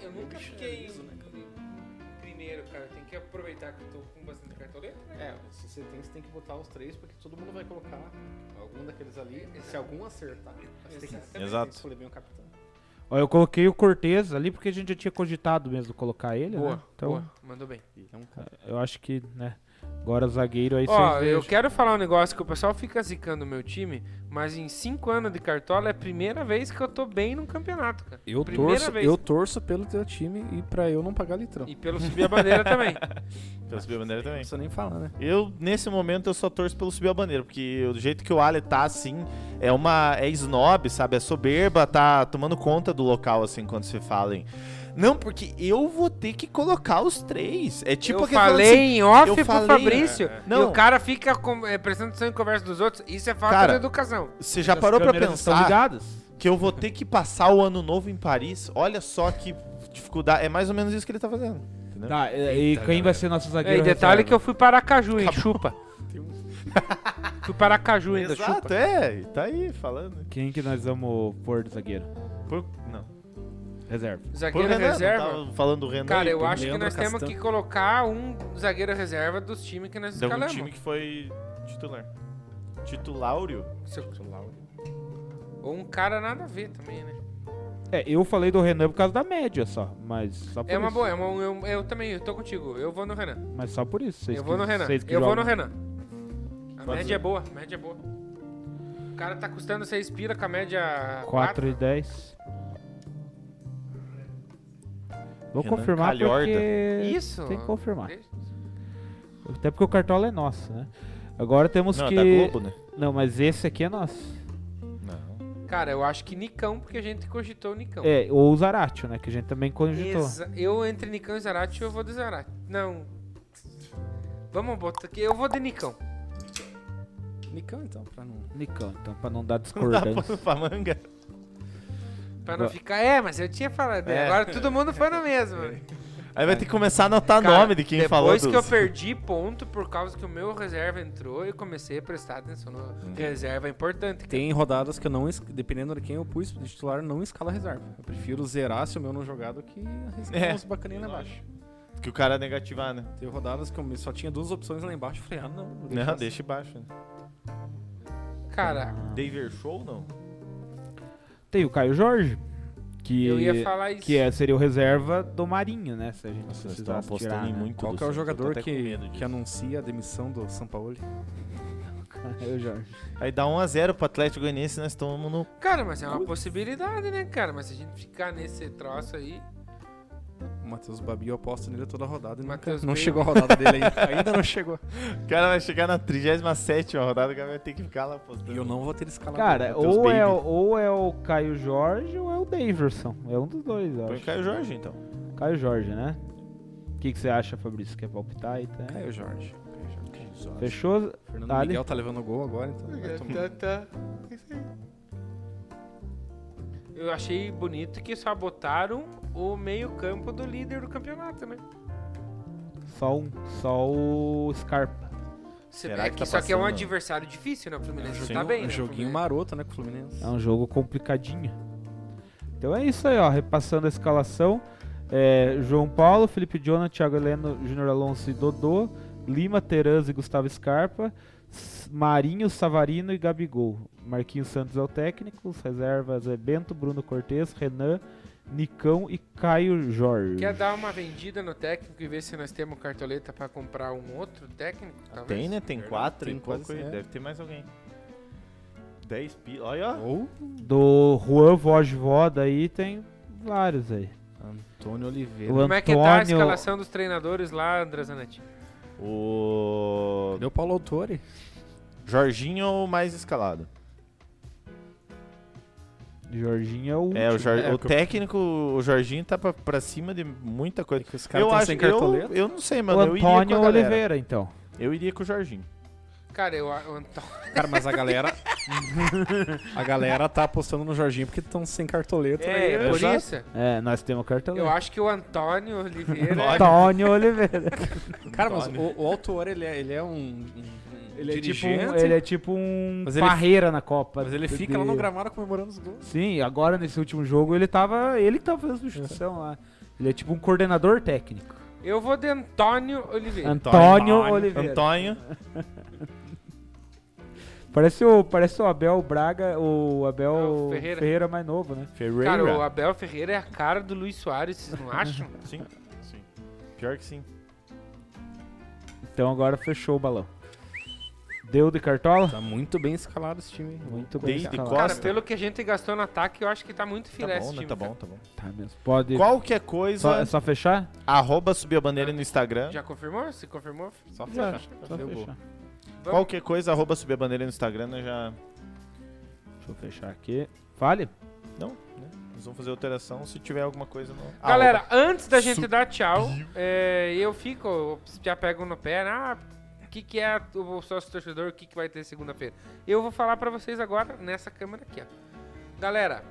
[SPEAKER 2] Eu nunca fiquei em primeiro, cara. Eu tenho que aproveitar que eu tô com bastante cartoleta, né?
[SPEAKER 4] É, se você tem, você tem que botar os três, porque todo mundo vai colocar algum daqueles ali. Se algum acertar, você tem que
[SPEAKER 2] Exatamente.
[SPEAKER 3] Exato.
[SPEAKER 4] escolher bem o capitão.
[SPEAKER 5] Ó, eu coloquei o Cortez ali porque a gente já tinha cogitado mesmo colocar ele,
[SPEAKER 2] Boa,
[SPEAKER 5] né? Então,
[SPEAKER 2] boa. Mandou bem.
[SPEAKER 4] É um cara.
[SPEAKER 5] eu acho que, né? Agora zagueiro aí
[SPEAKER 2] Ó,
[SPEAKER 5] vocês
[SPEAKER 2] eu
[SPEAKER 5] vejam.
[SPEAKER 2] quero falar um negócio que o pessoal fica zicando o meu time, mas em cinco anos de cartola é a primeira vez que eu tô bem no campeonato, cara.
[SPEAKER 4] Eu
[SPEAKER 2] primeira
[SPEAKER 4] torço,
[SPEAKER 2] vez.
[SPEAKER 4] eu torço pelo teu time e pra eu não pagar litrão.
[SPEAKER 2] E pelo subir a bandeira também.
[SPEAKER 3] Pelo subir a bandeira
[SPEAKER 4] Não
[SPEAKER 3] também.
[SPEAKER 4] precisa nem falar, né?
[SPEAKER 3] Eu, nesse momento, eu só torço pelo subir a bandeira, porque do jeito que o Ali tá, assim, é uma. é snob, sabe? É soberba, tá tomando conta do local, assim, quando se fala em. Não, porque eu vou ter que colocar os três. É tipo
[SPEAKER 2] eu
[SPEAKER 3] aquele falando
[SPEAKER 2] falei
[SPEAKER 3] assim,
[SPEAKER 2] em off
[SPEAKER 3] eu
[SPEAKER 2] pro
[SPEAKER 3] falei-
[SPEAKER 2] Fabrício.
[SPEAKER 3] É, é.
[SPEAKER 2] E
[SPEAKER 3] Não.
[SPEAKER 2] o cara fica com, é, prestando atenção em conversa dos outros. Isso é falta
[SPEAKER 3] Cara,
[SPEAKER 2] de educação.
[SPEAKER 3] Você já
[SPEAKER 5] As
[SPEAKER 3] parou pra
[SPEAKER 5] câmeras estão
[SPEAKER 3] pensar
[SPEAKER 5] ligadas?
[SPEAKER 3] que eu vou ter que passar o ano novo em Paris? Olha só que dificuldade. É mais ou menos isso que ele tá fazendo. entendeu?
[SPEAKER 5] Tá, e, e quem vai ser nosso
[SPEAKER 2] É, e
[SPEAKER 5] zagueiro?
[SPEAKER 2] Né? detalhe
[SPEAKER 5] reserva?
[SPEAKER 2] que eu fui para Aracaju, hein? Chupa. fui para Aracaju ainda,
[SPEAKER 3] um- Exato,
[SPEAKER 2] chupa.
[SPEAKER 3] é. e Tá aí falando.
[SPEAKER 5] Quem que nós vamos pôr de zagueiro?
[SPEAKER 3] Por, não.
[SPEAKER 5] Reserva.
[SPEAKER 3] Por
[SPEAKER 2] Zagueiro
[SPEAKER 3] Renan, não
[SPEAKER 2] Tá reserva.
[SPEAKER 3] tava falando do Renan.
[SPEAKER 2] Cara,
[SPEAKER 3] e
[SPEAKER 2] eu
[SPEAKER 3] por-
[SPEAKER 2] acho que
[SPEAKER 4] Leandro
[SPEAKER 2] nós temos
[SPEAKER 4] Castan.
[SPEAKER 2] que colocar um zagueiro reserva dos times que nós
[SPEAKER 3] Deu um
[SPEAKER 2] escalamos.
[SPEAKER 3] time que foi titular. Tituláurio?
[SPEAKER 2] Se eu- Ou um cara nada a ver também, né?
[SPEAKER 5] É, eu falei do Renan por causa da média só, mas só por
[SPEAKER 2] É uma
[SPEAKER 5] isso.
[SPEAKER 2] boa, é uma, eu, eu também, eu tô contigo. Eu vou no Renan.
[SPEAKER 5] Mas só por isso. vocês
[SPEAKER 2] eu vou
[SPEAKER 5] que-
[SPEAKER 2] no Renan.
[SPEAKER 5] vocês que
[SPEAKER 2] Eu vou no
[SPEAKER 5] jogam.
[SPEAKER 2] Renan. A
[SPEAKER 3] Pode
[SPEAKER 2] média
[SPEAKER 3] ser.
[SPEAKER 2] é boa, a média é boa. O cara tá custando 6 pila com a média 4.
[SPEAKER 5] 4 e 10. Vou
[SPEAKER 3] Renan
[SPEAKER 5] confirmar
[SPEAKER 3] Calhorda.
[SPEAKER 5] porque...
[SPEAKER 2] Isso.
[SPEAKER 5] é Tem que confirmar.
[SPEAKER 2] Deixa-
[SPEAKER 5] Até porque o cartola é nosso, né? Agora temos
[SPEAKER 3] Não,
[SPEAKER 5] que...
[SPEAKER 3] da Globo, né?
[SPEAKER 5] Não, mas esse aqui é nosso.
[SPEAKER 3] Não.
[SPEAKER 2] Cara, eu acho que Nicão, porque a gente cogitou o Nicão.
[SPEAKER 5] É, ou o Zaratio, né? Que a gente também cogitou.
[SPEAKER 2] Exa- eu entre Nicão e Zarate, eu vou de Zarate. Não. Vamos botar aqui. Eu vou de Nicão.
[SPEAKER 4] Nicão, então, pra não.
[SPEAKER 5] Nicão, então, pra não dar
[SPEAKER 3] Dá
[SPEAKER 5] discordância.
[SPEAKER 3] pra- pra manga.
[SPEAKER 2] Pra não
[SPEAKER 5] Boa.
[SPEAKER 2] ficar. É, mas eu tinha falado. né?
[SPEAKER 3] É.
[SPEAKER 2] Agora todo mundo foi na mesma.
[SPEAKER 3] Aí vai ter que começar a anotar
[SPEAKER 2] Cara,
[SPEAKER 3] nome de quem falou.
[SPEAKER 2] Depois que eu
[SPEAKER 3] dos-
[SPEAKER 2] perdi ponto por causa que o meu reserva entrou, eu comecei a prestar atenção no reserva é importante.
[SPEAKER 4] Tem rodadas que eu não. es- Dependendo de quem eu pus, de titular não escala reserva. Eu prefiro zerar se o meu não jogar do que arriscar
[SPEAKER 3] É,
[SPEAKER 4] uns bacaninhas lá
[SPEAKER 3] eu
[SPEAKER 4] embaixo.
[SPEAKER 3] Que o cara negativar, né?
[SPEAKER 4] Tem rodadas que eu me- só tinha duas opções lá embaixo. Eu falei, ah, não. vou deixar
[SPEAKER 3] Não,
[SPEAKER 4] assim.
[SPEAKER 3] deixa embaixo. Né?
[SPEAKER 2] Cara,
[SPEAKER 3] Daver Show, não?
[SPEAKER 5] Tem o Caio Jorge, que,
[SPEAKER 2] eu ia falar isso.
[SPEAKER 5] que é, seria o reserva do Marinho, né? Se a gente precisasse tirar, né?
[SPEAKER 4] Qual
[SPEAKER 3] assim.
[SPEAKER 4] que é o jogador que, que
[SPEAKER 3] não...
[SPEAKER 4] anuncia a demissão do São Paulo?
[SPEAKER 5] Caio Jorge.
[SPEAKER 3] Aí dá 1x0 pro Atlético Goianiense, nós estamos no...
[SPEAKER 2] Cara, mas é uma possibilidade, né, cara? Mas se a gente ficar nesse troço aí.
[SPEAKER 4] O Matheus Babi, eu aposto nele toda rodada. e nunca-
[SPEAKER 2] Matheus
[SPEAKER 4] não
[SPEAKER 2] Bale.
[SPEAKER 4] chegou a rodada dele ainda. ainda não chegou.
[SPEAKER 3] O cara vai chegar na 37 rodada, o cara vai ter que ficar lá postando.
[SPEAKER 4] E eu não vou ter escalado.
[SPEAKER 5] Cara,
[SPEAKER 3] Matheus
[SPEAKER 5] ou é,
[SPEAKER 3] Baby.
[SPEAKER 5] o- ou é o Caio Jorge ou é o Daverson. É um dos dois, eu
[SPEAKER 3] Põe
[SPEAKER 5] acho.
[SPEAKER 3] o Caio Jorge, então.
[SPEAKER 5] Caio Jorge, né? O que, que você acha, Fabrício? Quer palpitar aí? Tá?
[SPEAKER 4] Caio É, Jorge. Caio Jorge. Caio Jorge.
[SPEAKER 5] Fechou?
[SPEAKER 4] Fernando
[SPEAKER 5] Dale.
[SPEAKER 4] Miguel tá levando gol agora, então. vai tomar.
[SPEAKER 2] Eu achei bonito que só botaram o meio-campo do líder do campeonato, né?
[SPEAKER 5] Só um. Só o Scarpa.
[SPEAKER 3] Será
[SPEAKER 2] é
[SPEAKER 3] que
[SPEAKER 2] que
[SPEAKER 3] tá
[SPEAKER 2] só que é um
[SPEAKER 3] passando?
[SPEAKER 2] adversário difícil, né? O Fluminense não
[SPEAKER 4] Joguinho,
[SPEAKER 2] tá bem, né?
[SPEAKER 4] joguinho
[SPEAKER 2] O Fluminense-
[SPEAKER 4] maroto, né, com o Fluminense.
[SPEAKER 5] É um jogo complicadinho. Então é isso aí, ó. Repassando a escalação. É, João Paulo, Felipe Jonathan, Thiago Heleno, Júnior Alonso e Dodô. Lima, Teranzi e Gustavo Scarpa. S- Marinho, Savarino e Gabigol. Marquinhos Santos é o técnico. Os reservas é Bento, Bruno Cortes, Renan, Nicão e Caio Jorge.
[SPEAKER 2] Quer dar uma vendida no técnico e ver se nós temos cartoleta pra comprar um outro técnico? talvez?
[SPEAKER 3] Tem, né? Tem quatro
[SPEAKER 4] Tem
[SPEAKER 3] e pouco.
[SPEAKER 4] quase,
[SPEAKER 3] aí.
[SPEAKER 4] é.
[SPEAKER 3] Deve ter mais alguém. 10 pila. Olha, ó.
[SPEAKER 4] Ou
[SPEAKER 5] Do Juan Vojvoda aí tem vários aí.
[SPEAKER 4] Antônio Oliveira.
[SPEAKER 5] O
[SPEAKER 2] Como é que tá a
[SPEAKER 5] Antônio-
[SPEAKER 2] escalação dos treinadores lá, André Zanetti?
[SPEAKER 3] O
[SPEAKER 4] Deu Paulo Autori.
[SPEAKER 3] Jorginho é mais escalado.
[SPEAKER 5] Jorginho é o.
[SPEAKER 3] É, o, Jor-
[SPEAKER 4] É,
[SPEAKER 3] o
[SPEAKER 4] que eu-
[SPEAKER 3] técnico, o Jorginho tá pra, pra cima de muita coisa.
[SPEAKER 4] Que os caras
[SPEAKER 3] Eu
[SPEAKER 4] tão
[SPEAKER 3] acho
[SPEAKER 4] sem
[SPEAKER 3] eu,
[SPEAKER 4] cartoleta.
[SPEAKER 3] eu não sei,
[SPEAKER 5] o
[SPEAKER 3] mano. Eu iria com
[SPEAKER 5] Antônio
[SPEAKER 3] a galera.
[SPEAKER 5] Oliveira, então.
[SPEAKER 3] Eu iria com o Jorginho.
[SPEAKER 2] Cara, eu, a- o Antônio-
[SPEAKER 4] Cara, mas a galera. a galera tá apostando no Jorginho porque estão sem cartoleta.
[SPEAKER 2] É,
[SPEAKER 4] né?
[SPEAKER 2] por
[SPEAKER 4] Exato.
[SPEAKER 2] isso.
[SPEAKER 5] É, nós temos cartão.
[SPEAKER 2] Eu acho que o Antônio Oliveira.
[SPEAKER 5] Antônio Oliveira.
[SPEAKER 4] Cara, mas o, o autor, ele é, ele é um. um- um
[SPEAKER 5] Ele é, tipo um,
[SPEAKER 4] dirigente,
[SPEAKER 5] ele é tipo um
[SPEAKER 4] Mas ele-
[SPEAKER 5] parreira na Copa.
[SPEAKER 4] Mas ele
[SPEAKER 5] de-
[SPEAKER 4] fica lá no gramado comemorando os gols.
[SPEAKER 5] Sim, agora nesse último jogo ele tava. Ele que tava fazendo substituição lá. Ele é tipo um coordenador técnico.
[SPEAKER 2] Eu vou de Antônio Oliveira.
[SPEAKER 5] Antônio,
[SPEAKER 4] Antônio.
[SPEAKER 5] Oliveira.
[SPEAKER 3] Antônio.
[SPEAKER 5] Parece, o, parece o Abel Braga, o Abel
[SPEAKER 2] Não, o
[SPEAKER 5] Ferreira.
[SPEAKER 2] Ferreira.
[SPEAKER 5] mais novo, né?
[SPEAKER 3] Ferreira.
[SPEAKER 2] Cara, o Abel Ferreira é a cara do Luiz Soares, vocês não acham?
[SPEAKER 3] Sim, sim. Pior que sim.
[SPEAKER 5] Então agora fechou o balão. Deu de cartola?
[SPEAKER 4] Tá muito bem escalado esse time.
[SPEAKER 5] Muito bem. tá
[SPEAKER 3] Desde
[SPEAKER 5] escalado.
[SPEAKER 3] Costa.
[SPEAKER 2] Cara, pelo que a gente gastou no ataque, eu acho que tá muito filé
[SPEAKER 3] Tá
[SPEAKER 2] esse
[SPEAKER 3] bom, né?
[SPEAKER 2] time,
[SPEAKER 3] Tá
[SPEAKER 2] cara.
[SPEAKER 3] bom, tá bom.
[SPEAKER 5] Tá mesmo. Pode.
[SPEAKER 3] Qualquer coisa,
[SPEAKER 5] Só, é só fechar?
[SPEAKER 3] arroba subir a bandeira no Instagram.
[SPEAKER 2] Já confirmou? Se confirmou?
[SPEAKER 4] Só
[SPEAKER 5] Já,
[SPEAKER 4] fechar.
[SPEAKER 5] só
[SPEAKER 4] Deu gol.
[SPEAKER 5] fechar.
[SPEAKER 2] Vamos.
[SPEAKER 3] Qualquer coisa, arroba subir a bandeira no Instagram, nós já...
[SPEAKER 5] Deixa eu fechar aqui. Fale.
[SPEAKER 3] Não, né? Nós vamos fazer alteração se tiver alguma coisa no...
[SPEAKER 2] Ah, Galera, antes da gente dar tchau, é, eu fico, eu já pego no pé, né? ah, o que, que é o sócio torcedor, o que, que vai ter segunda-feira? Eu vou falar pra vocês agora nessa câmera aqui, ó. Galera,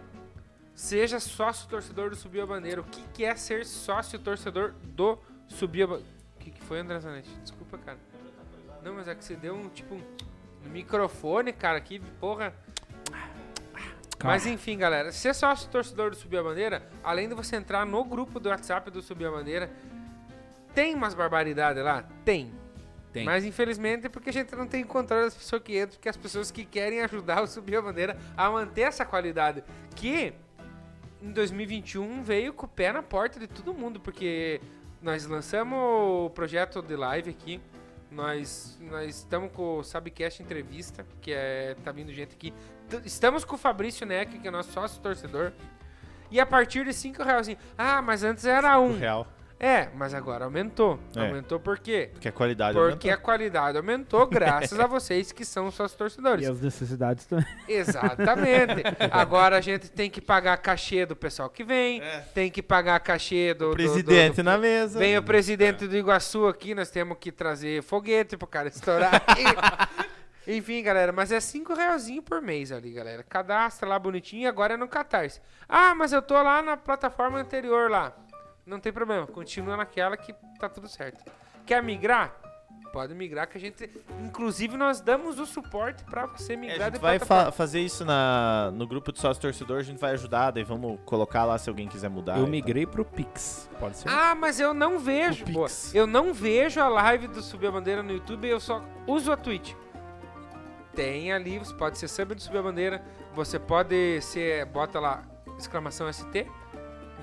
[SPEAKER 2] seja sócio torcedor do Subiu a Bandeira. O que, que é ser sócio torcedor do Subiu a Bandeira? O que, que foi, André Zanetti? Desculpa, cara. Não, mas é que você deu um, tipo, um microfone, cara, que porra. Mas enfim, galera, ser sócio torcedor do Subir a Bandeira, além de você entrar no grupo do WhatsApp do Subir a Bandeira, tem umas barbaridades lá? Tem.
[SPEAKER 4] Tem.
[SPEAKER 2] Mas infelizmente é porque a gente não tem controle das pessoas que entram, é porque as pessoas que querem ajudar o Subir a Bandeira a manter essa qualidade. Que em 2021 veio com o pé na porta de todo mundo, porque nós lançamos o projeto de live aqui. Nós nós estamos com o Sabcast Entrevista, que é tá vindo gente aqui. T- Estamos com o Fabrício Neck, que é nosso sócio torcedor. E a partir de 5 reais, assim, ah, mas antes era
[SPEAKER 3] O
[SPEAKER 2] um.
[SPEAKER 3] real.
[SPEAKER 2] É, mas agora aumentou.
[SPEAKER 3] É.
[SPEAKER 2] Aumentou por quê?
[SPEAKER 3] Porque a é qualidade
[SPEAKER 2] Porque
[SPEAKER 3] aumentou. É.
[SPEAKER 2] a qualidade aumentou graças a vocês que são sócios torcedores.
[SPEAKER 5] E as necessidades também.
[SPEAKER 2] Exatamente. Agora a gente tem que pagar cachê do pessoal que vem, tem que pagar cachê do. do- do-
[SPEAKER 3] É. Presidente
[SPEAKER 2] do-
[SPEAKER 3] na mesa. É,
[SPEAKER 2] Vem o presidente do Iguaçu aqui, nós temos que trazer foguete pro cara estourar. Enfim, galera, mas é 5 realzinho por mês ali, galera. Cadastra lá bonitinho e agora é no Catarse. Ah, mas eu tô lá na plataforma anterior lá. Não tem problema, continua naquela que tá tudo certo. Quer migrar? Pode migrar que a gente... Inclusive, nós damos o suporte pra você
[SPEAKER 3] É,
[SPEAKER 2] migrar
[SPEAKER 3] a
[SPEAKER 2] de
[SPEAKER 3] gente vai
[SPEAKER 2] plataforma.
[SPEAKER 3] fa- fazer isso na, no grupo de sócio torcedor, a gente vai ajudar, daí vamos colocar lá se alguém quiser mudar. então. e
[SPEAKER 4] Eu
[SPEAKER 3] tal.
[SPEAKER 4] migrei pro Pix. Pode ser?
[SPEAKER 2] Ah, mas eu não vejo.
[SPEAKER 4] O
[SPEAKER 2] pô.
[SPEAKER 4] Pix.
[SPEAKER 2] eu não vejo a live do Subir a Bandeira no YouTube, eu só uso a Twitch. Tem ali, você pode ser sub do Subir a Bandeira, você pode ser. Bota lá, exclamação ST,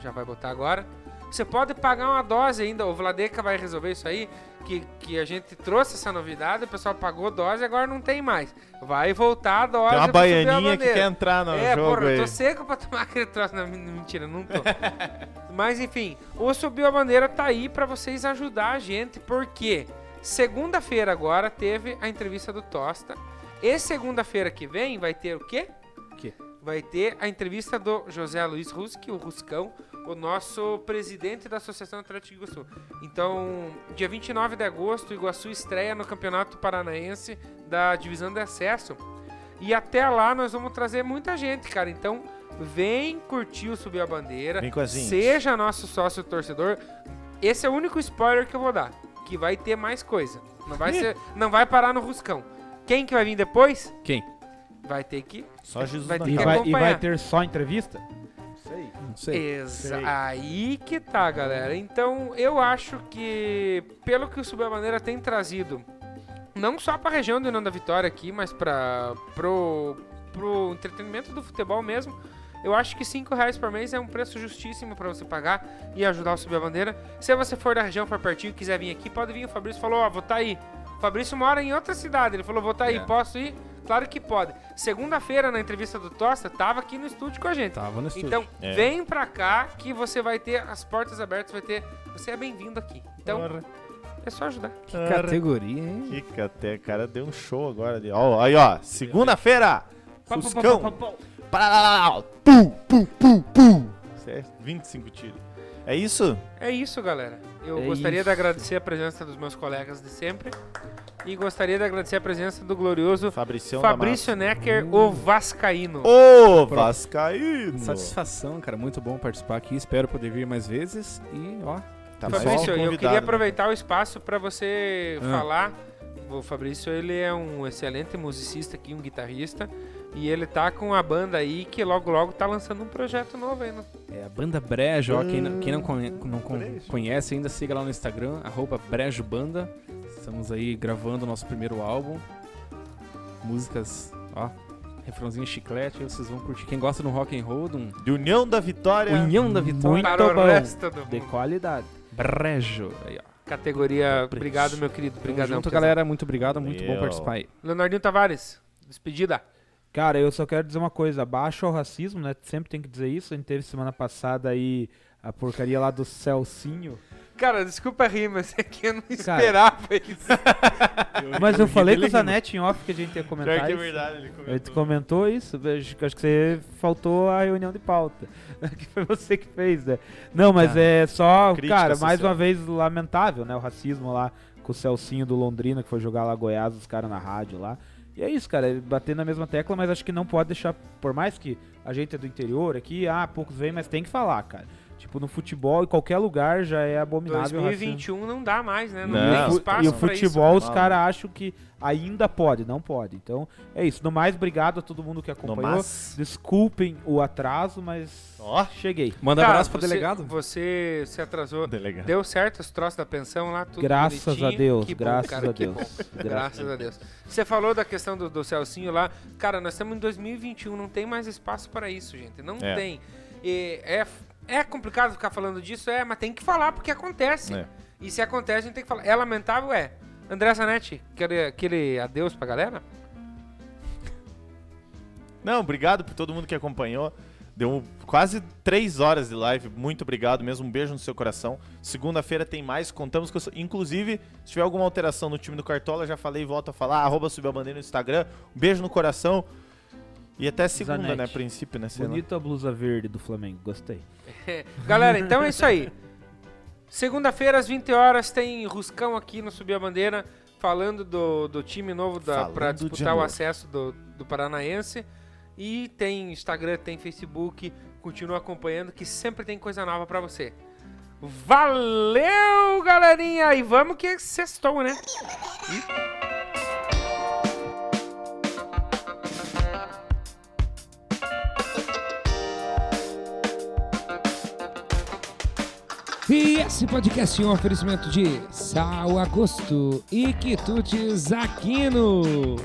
[SPEAKER 2] já vai botar agora. Você pode pagar uma dose ainda. O Vladeca vai resolver isso aí. Que, que a gente trouxe essa novidade, o pessoal pagou dose e agora não tem mais. Vai voltar a dose.
[SPEAKER 3] Tem uma
[SPEAKER 2] pra subir a
[SPEAKER 3] baianinha que
[SPEAKER 2] bandeira.
[SPEAKER 3] quer entrar no
[SPEAKER 2] é,
[SPEAKER 3] jogo
[SPEAKER 2] porra, eu tô
[SPEAKER 3] aí.
[SPEAKER 2] seco pra tomar aquele troço. Não, men- mentira, não tô. Mas enfim, o Subiu a Bandeira tá aí pra vocês ajudar a gente, porque segunda-feira agora teve a entrevista do Tosta. E segunda-feira que vem vai ter o quê?
[SPEAKER 4] Quê?
[SPEAKER 2] Vai ter a entrevista do José Luiz Ruski, o Ruscão, o nosso presidente da Associação Atlética de Iguaçu. Então, dia 29 de agosto, Iguaçu estreia no Campeonato Paranaense da Divisão de Acesso. E até lá nós vamos trazer muita gente, cara. Então, vem curtir o Subir a Bandeira.
[SPEAKER 3] Vem com a gente.
[SPEAKER 2] Seja nosso sócio torcedor. Esse é o único spoiler que eu vou dar. Que vai ter mais coisa. Não vai, ser, não vai parar no Ruscão. Quem que vai vir depois?
[SPEAKER 4] Quem?
[SPEAKER 2] Vai ter que.
[SPEAKER 3] Só Jesus
[SPEAKER 2] Vai
[SPEAKER 3] na
[SPEAKER 2] ter
[SPEAKER 5] E
[SPEAKER 2] que
[SPEAKER 3] causa.
[SPEAKER 5] vai, e
[SPEAKER 2] acompanhar.
[SPEAKER 5] vai ter só entrevista? Sei.
[SPEAKER 4] Não sei.
[SPEAKER 2] Exa aí que tá, galera. Então, eu acho que, pelo que o Subir a Bandeira tem trazido, não só pra região do Irã da Vitória aqui, mas pra, pro, pro entretenimento do futebol mesmo, eu acho que 5 reais por mês é um preço justíssimo pra você pagar e ajudar o Subir a Bandeira. Se você for da região, for pertinho e quiser vir aqui, pode vir. O Fabrício falou, ó, vou tá aí. O Fabrício mora em outra cidade. Ele falou, vou tá aí,
[SPEAKER 4] É.
[SPEAKER 2] posso ir? Claro que pode. Segunda-feira, na entrevista do Tosta, tava aqui no estúdio com a gente.
[SPEAKER 4] Tava no estúdio.
[SPEAKER 2] Então,
[SPEAKER 3] É.
[SPEAKER 2] vem pra cá que você vai ter as portas abertas, vai ter. Você é bem-vindo aqui. Então,
[SPEAKER 3] Porra,
[SPEAKER 2] é só ajudar.
[SPEAKER 3] porra.
[SPEAKER 4] categoria, hein?
[SPEAKER 3] Fica até, cara, deu um show agora ali. Ó, aí, ó, segunda-feira, Fuscão. Pararau, Pum, pum, pum, pum. Certo? 25 tiros. É isso?
[SPEAKER 2] É isso, galera. Eu
[SPEAKER 4] É
[SPEAKER 2] gostaria de
[SPEAKER 4] isso.
[SPEAKER 2] agradecer a presença dos meus colegas de sempre. E gostaria de agradecer a presença do glorioso
[SPEAKER 3] Fabricião
[SPEAKER 2] Fabrício Necker, o Vascaíno.
[SPEAKER 3] da Massa. Ô, Vascaíno.
[SPEAKER 4] Satisfação, cara. Muito bom participar aqui. Espero poder vir mais vezes. E, ó,
[SPEAKER 3] Tá mais
[SPEAKER 2] Fabrício,
[SPEAKER 3] um
[SPEAKER 2] eu
[SPEAKER 3] convidado,
[SPEAKER 2] queria
[SPEAKER 3] né?
[SPEAKER 2] aproveitar o espaço para você
[SPEAKER 4] Ah.
[SPEAKER 2] falar. O Fabrício, ele é um excelente musicista aqui, um guitarrista. E ele tá com a banda aí que logo, logo tá lançando um projeto novo aí, né?
[SPEAKER 4] É a banda Brejo, ó, quem não, quem não conhe- não con-
[SPEAKER 1] Brejo.
[SPEAKER 4] conhece ainda, siga lá no Instagram, arroba Brejo Banda. Estamos aí gravando o nosso primeiro álbum. Músicas, ó, refrãozinho chiclete, aí vocês vão curtir. Quem gosta do rock and roll, de um
[SPEAKER 3] De União da Vitória.
[SPEAKER 4] União da Vitória,
[SPEAKER 5] Muito
[SPEAKER 2] para o
[SPEAKER 5] bom.
[SPEAKER 2] resto do
[SPEAKER 5] De
[SPEAKER 2] mundo.
[SPEAKER 5] qualidade.
[SPEAKER 4] Brejo. Aí, ó. Tamo
[SPEAKER 2] Categoria. Obrigado, meu querido. Obrigado,
[SPEAKER 4] junto, galera. Muito obrigado, muito bom
[SPEAKER 3] Eu.
[SPEAKER 4] participar aí.
[SPEAKER 2] Leonardinho Tavares, despedida.
[SPEAKER 5] Cara, eu só quero dizer uma coisa, baixa o racismo, né? Sempre tem que dizer isso. A gente teve semana passada aí a porcaria lá do Celcinho.
[SPEAKER 2] Cara, desculpa rir, mas é que eu não
[SPEAKER 5] Cara.
[SPEAKER 2] esperava isso.
[SPEAKER 5] Mas eu falei com o
[SPEAKER 3] dele
[SPEAKER 5] Zanetti em off que a gente ia
[SPEAKER 3] Pior
[SPEAKER 2] tá
[SPEAKER 5] comentar
[SPEAKER 3] que é
[SPEAKER 5] isso.
[SPEAKER 3] verdade, ele
[SPEAKER 5] A gente
[SPEAKER 3] comentou.
[SPEAKER 5] comentou isso, acho que acho que você faltou a reunião de pauta. Que foi você que fez, né? Não, mas
[SPEAKER 4] Tá.
[SPEAKER 5] é só,
[SPEAKER 3] Crítica
[SPEAKER 5] cara, mais
[SPEAKER 3] social.
[SPEAKER 5] uma vez lamentável, né? O racismo lá com o Celcinho do Londrina, que foi jogar lá Goiás, os caras na rádio lá. E é isso, cara, bater na mesma tecla, mas acho que não pode deixar, por mais que a gente é do interior aqui, ah, poucos vêm, mas tem que falar, cara. Tipo, no futebol, em qualquer lugar, já é abominável o racismo.
[SPEAKER 2] 2021 não dá mais, né? Não,
[SPEAKER 3] Não.
[SPEAKER 5] E o
[SPEAKER 2] tem
[SPEAKER 5] fu-
[SPEAKER 2] espaço
[SPEAKER 5] e o
[SPEAKER 2] pra
[SPEAKER 5] futebol, os
[SPEAKER 3] Maluco.
[SPEAKER 5] caras acham que ainda pode, não pode. Então, é isso. No mais, obrigado a todo mundo que
[SPEAKER 3] No
[SPEAKER 5] acompanhou.
[SPEAKER 3] mas.
[SPEAKER 5] Desculpem o atraso, mas
[SPEAKER 3] Ó,
[SPEAKER 5] cheguei.
[SPEAKER 4] Manda
[SPEAKER 2] Cara,
[SPEAKER 4] abraço pro
[SPEAKER 2] Tá, você-
[SPEAKER 4] delegado.
[SPEAKER 2] Você se atrasou.
[SPEAKER 3] delegado.
[SPEAKER 2] Deu certo os troços da pensão lá, tudo
[SPEAKER 5] graças a
[SPEAKER 2] bonitinho.
[SPEAKER 5] Deus,
[SPEAKER 2] Que bom,
[SPEAKER 5] graças
[SPEAKER 2] cara,
[SPEAKER 5] a
[SPEAKER 2] que
[SPEAKER 5] Deus.
[SPEAKER 2] bom.
[SPEAKER 5] Graças.
[SPEAKER 2] Graças a Deus. Você falou da questão do, do Celcinho lá. Cara, nós estamos em 2021, não tem mais espaço para isso, gente. Não
[SPEAKER 3] É.
[SPEAKER 2] tem. E é, é complicado ficar falando disso, é, mas tem que falar porque acontece.
[SPEAKER 3] É.
[SPEAKER 2] E se acontece, a gente tem que falar. É lamentável, é. André Zanetti, aquele, aquele adeus pra galera?
[SPEAKER 3] Não, obrigado por todo mundo que acompanhou. Deu quase três horas de live. Muito obrigado mesmo. Um beijo no seu coração. Segunda-feira tem mais. Contamos com. a sua- Inclusive, se tiver alguma alteração no time do Cartola, já falei, volto a falar. Arroba subir a bandeira no Instagram. Um beijo no coração. E até segunda,
[SPEAKER 5] Zanetti.
[SPEAKER 3] né? a princípio, né? Sei lá.
[SPEAKER 5] Bonita a blusa verde do Flamengo, gostei.
[SPEAKER 2] Galera, então é isso aí. Segunda-feira, às 20 horas, tem Ruscão aqui no Subir a Bandeira, falando do, do time novo da, pra
[SPEAKER 3] Falando de
[SPEAKER 2] disputar o
[SPEAKER 3] amor.
[SPEAKER 2] acesso do, do Paranaense. E tem Instagram, tem Facebook. Continua acompanhando que sempre tem coisa nova pra você. Valeu, galerinha! E vamos que sextou, né?
[SPEAKER 6] E esse podcast é um oferecimento de Sal Agosto e Quitutes Aquino.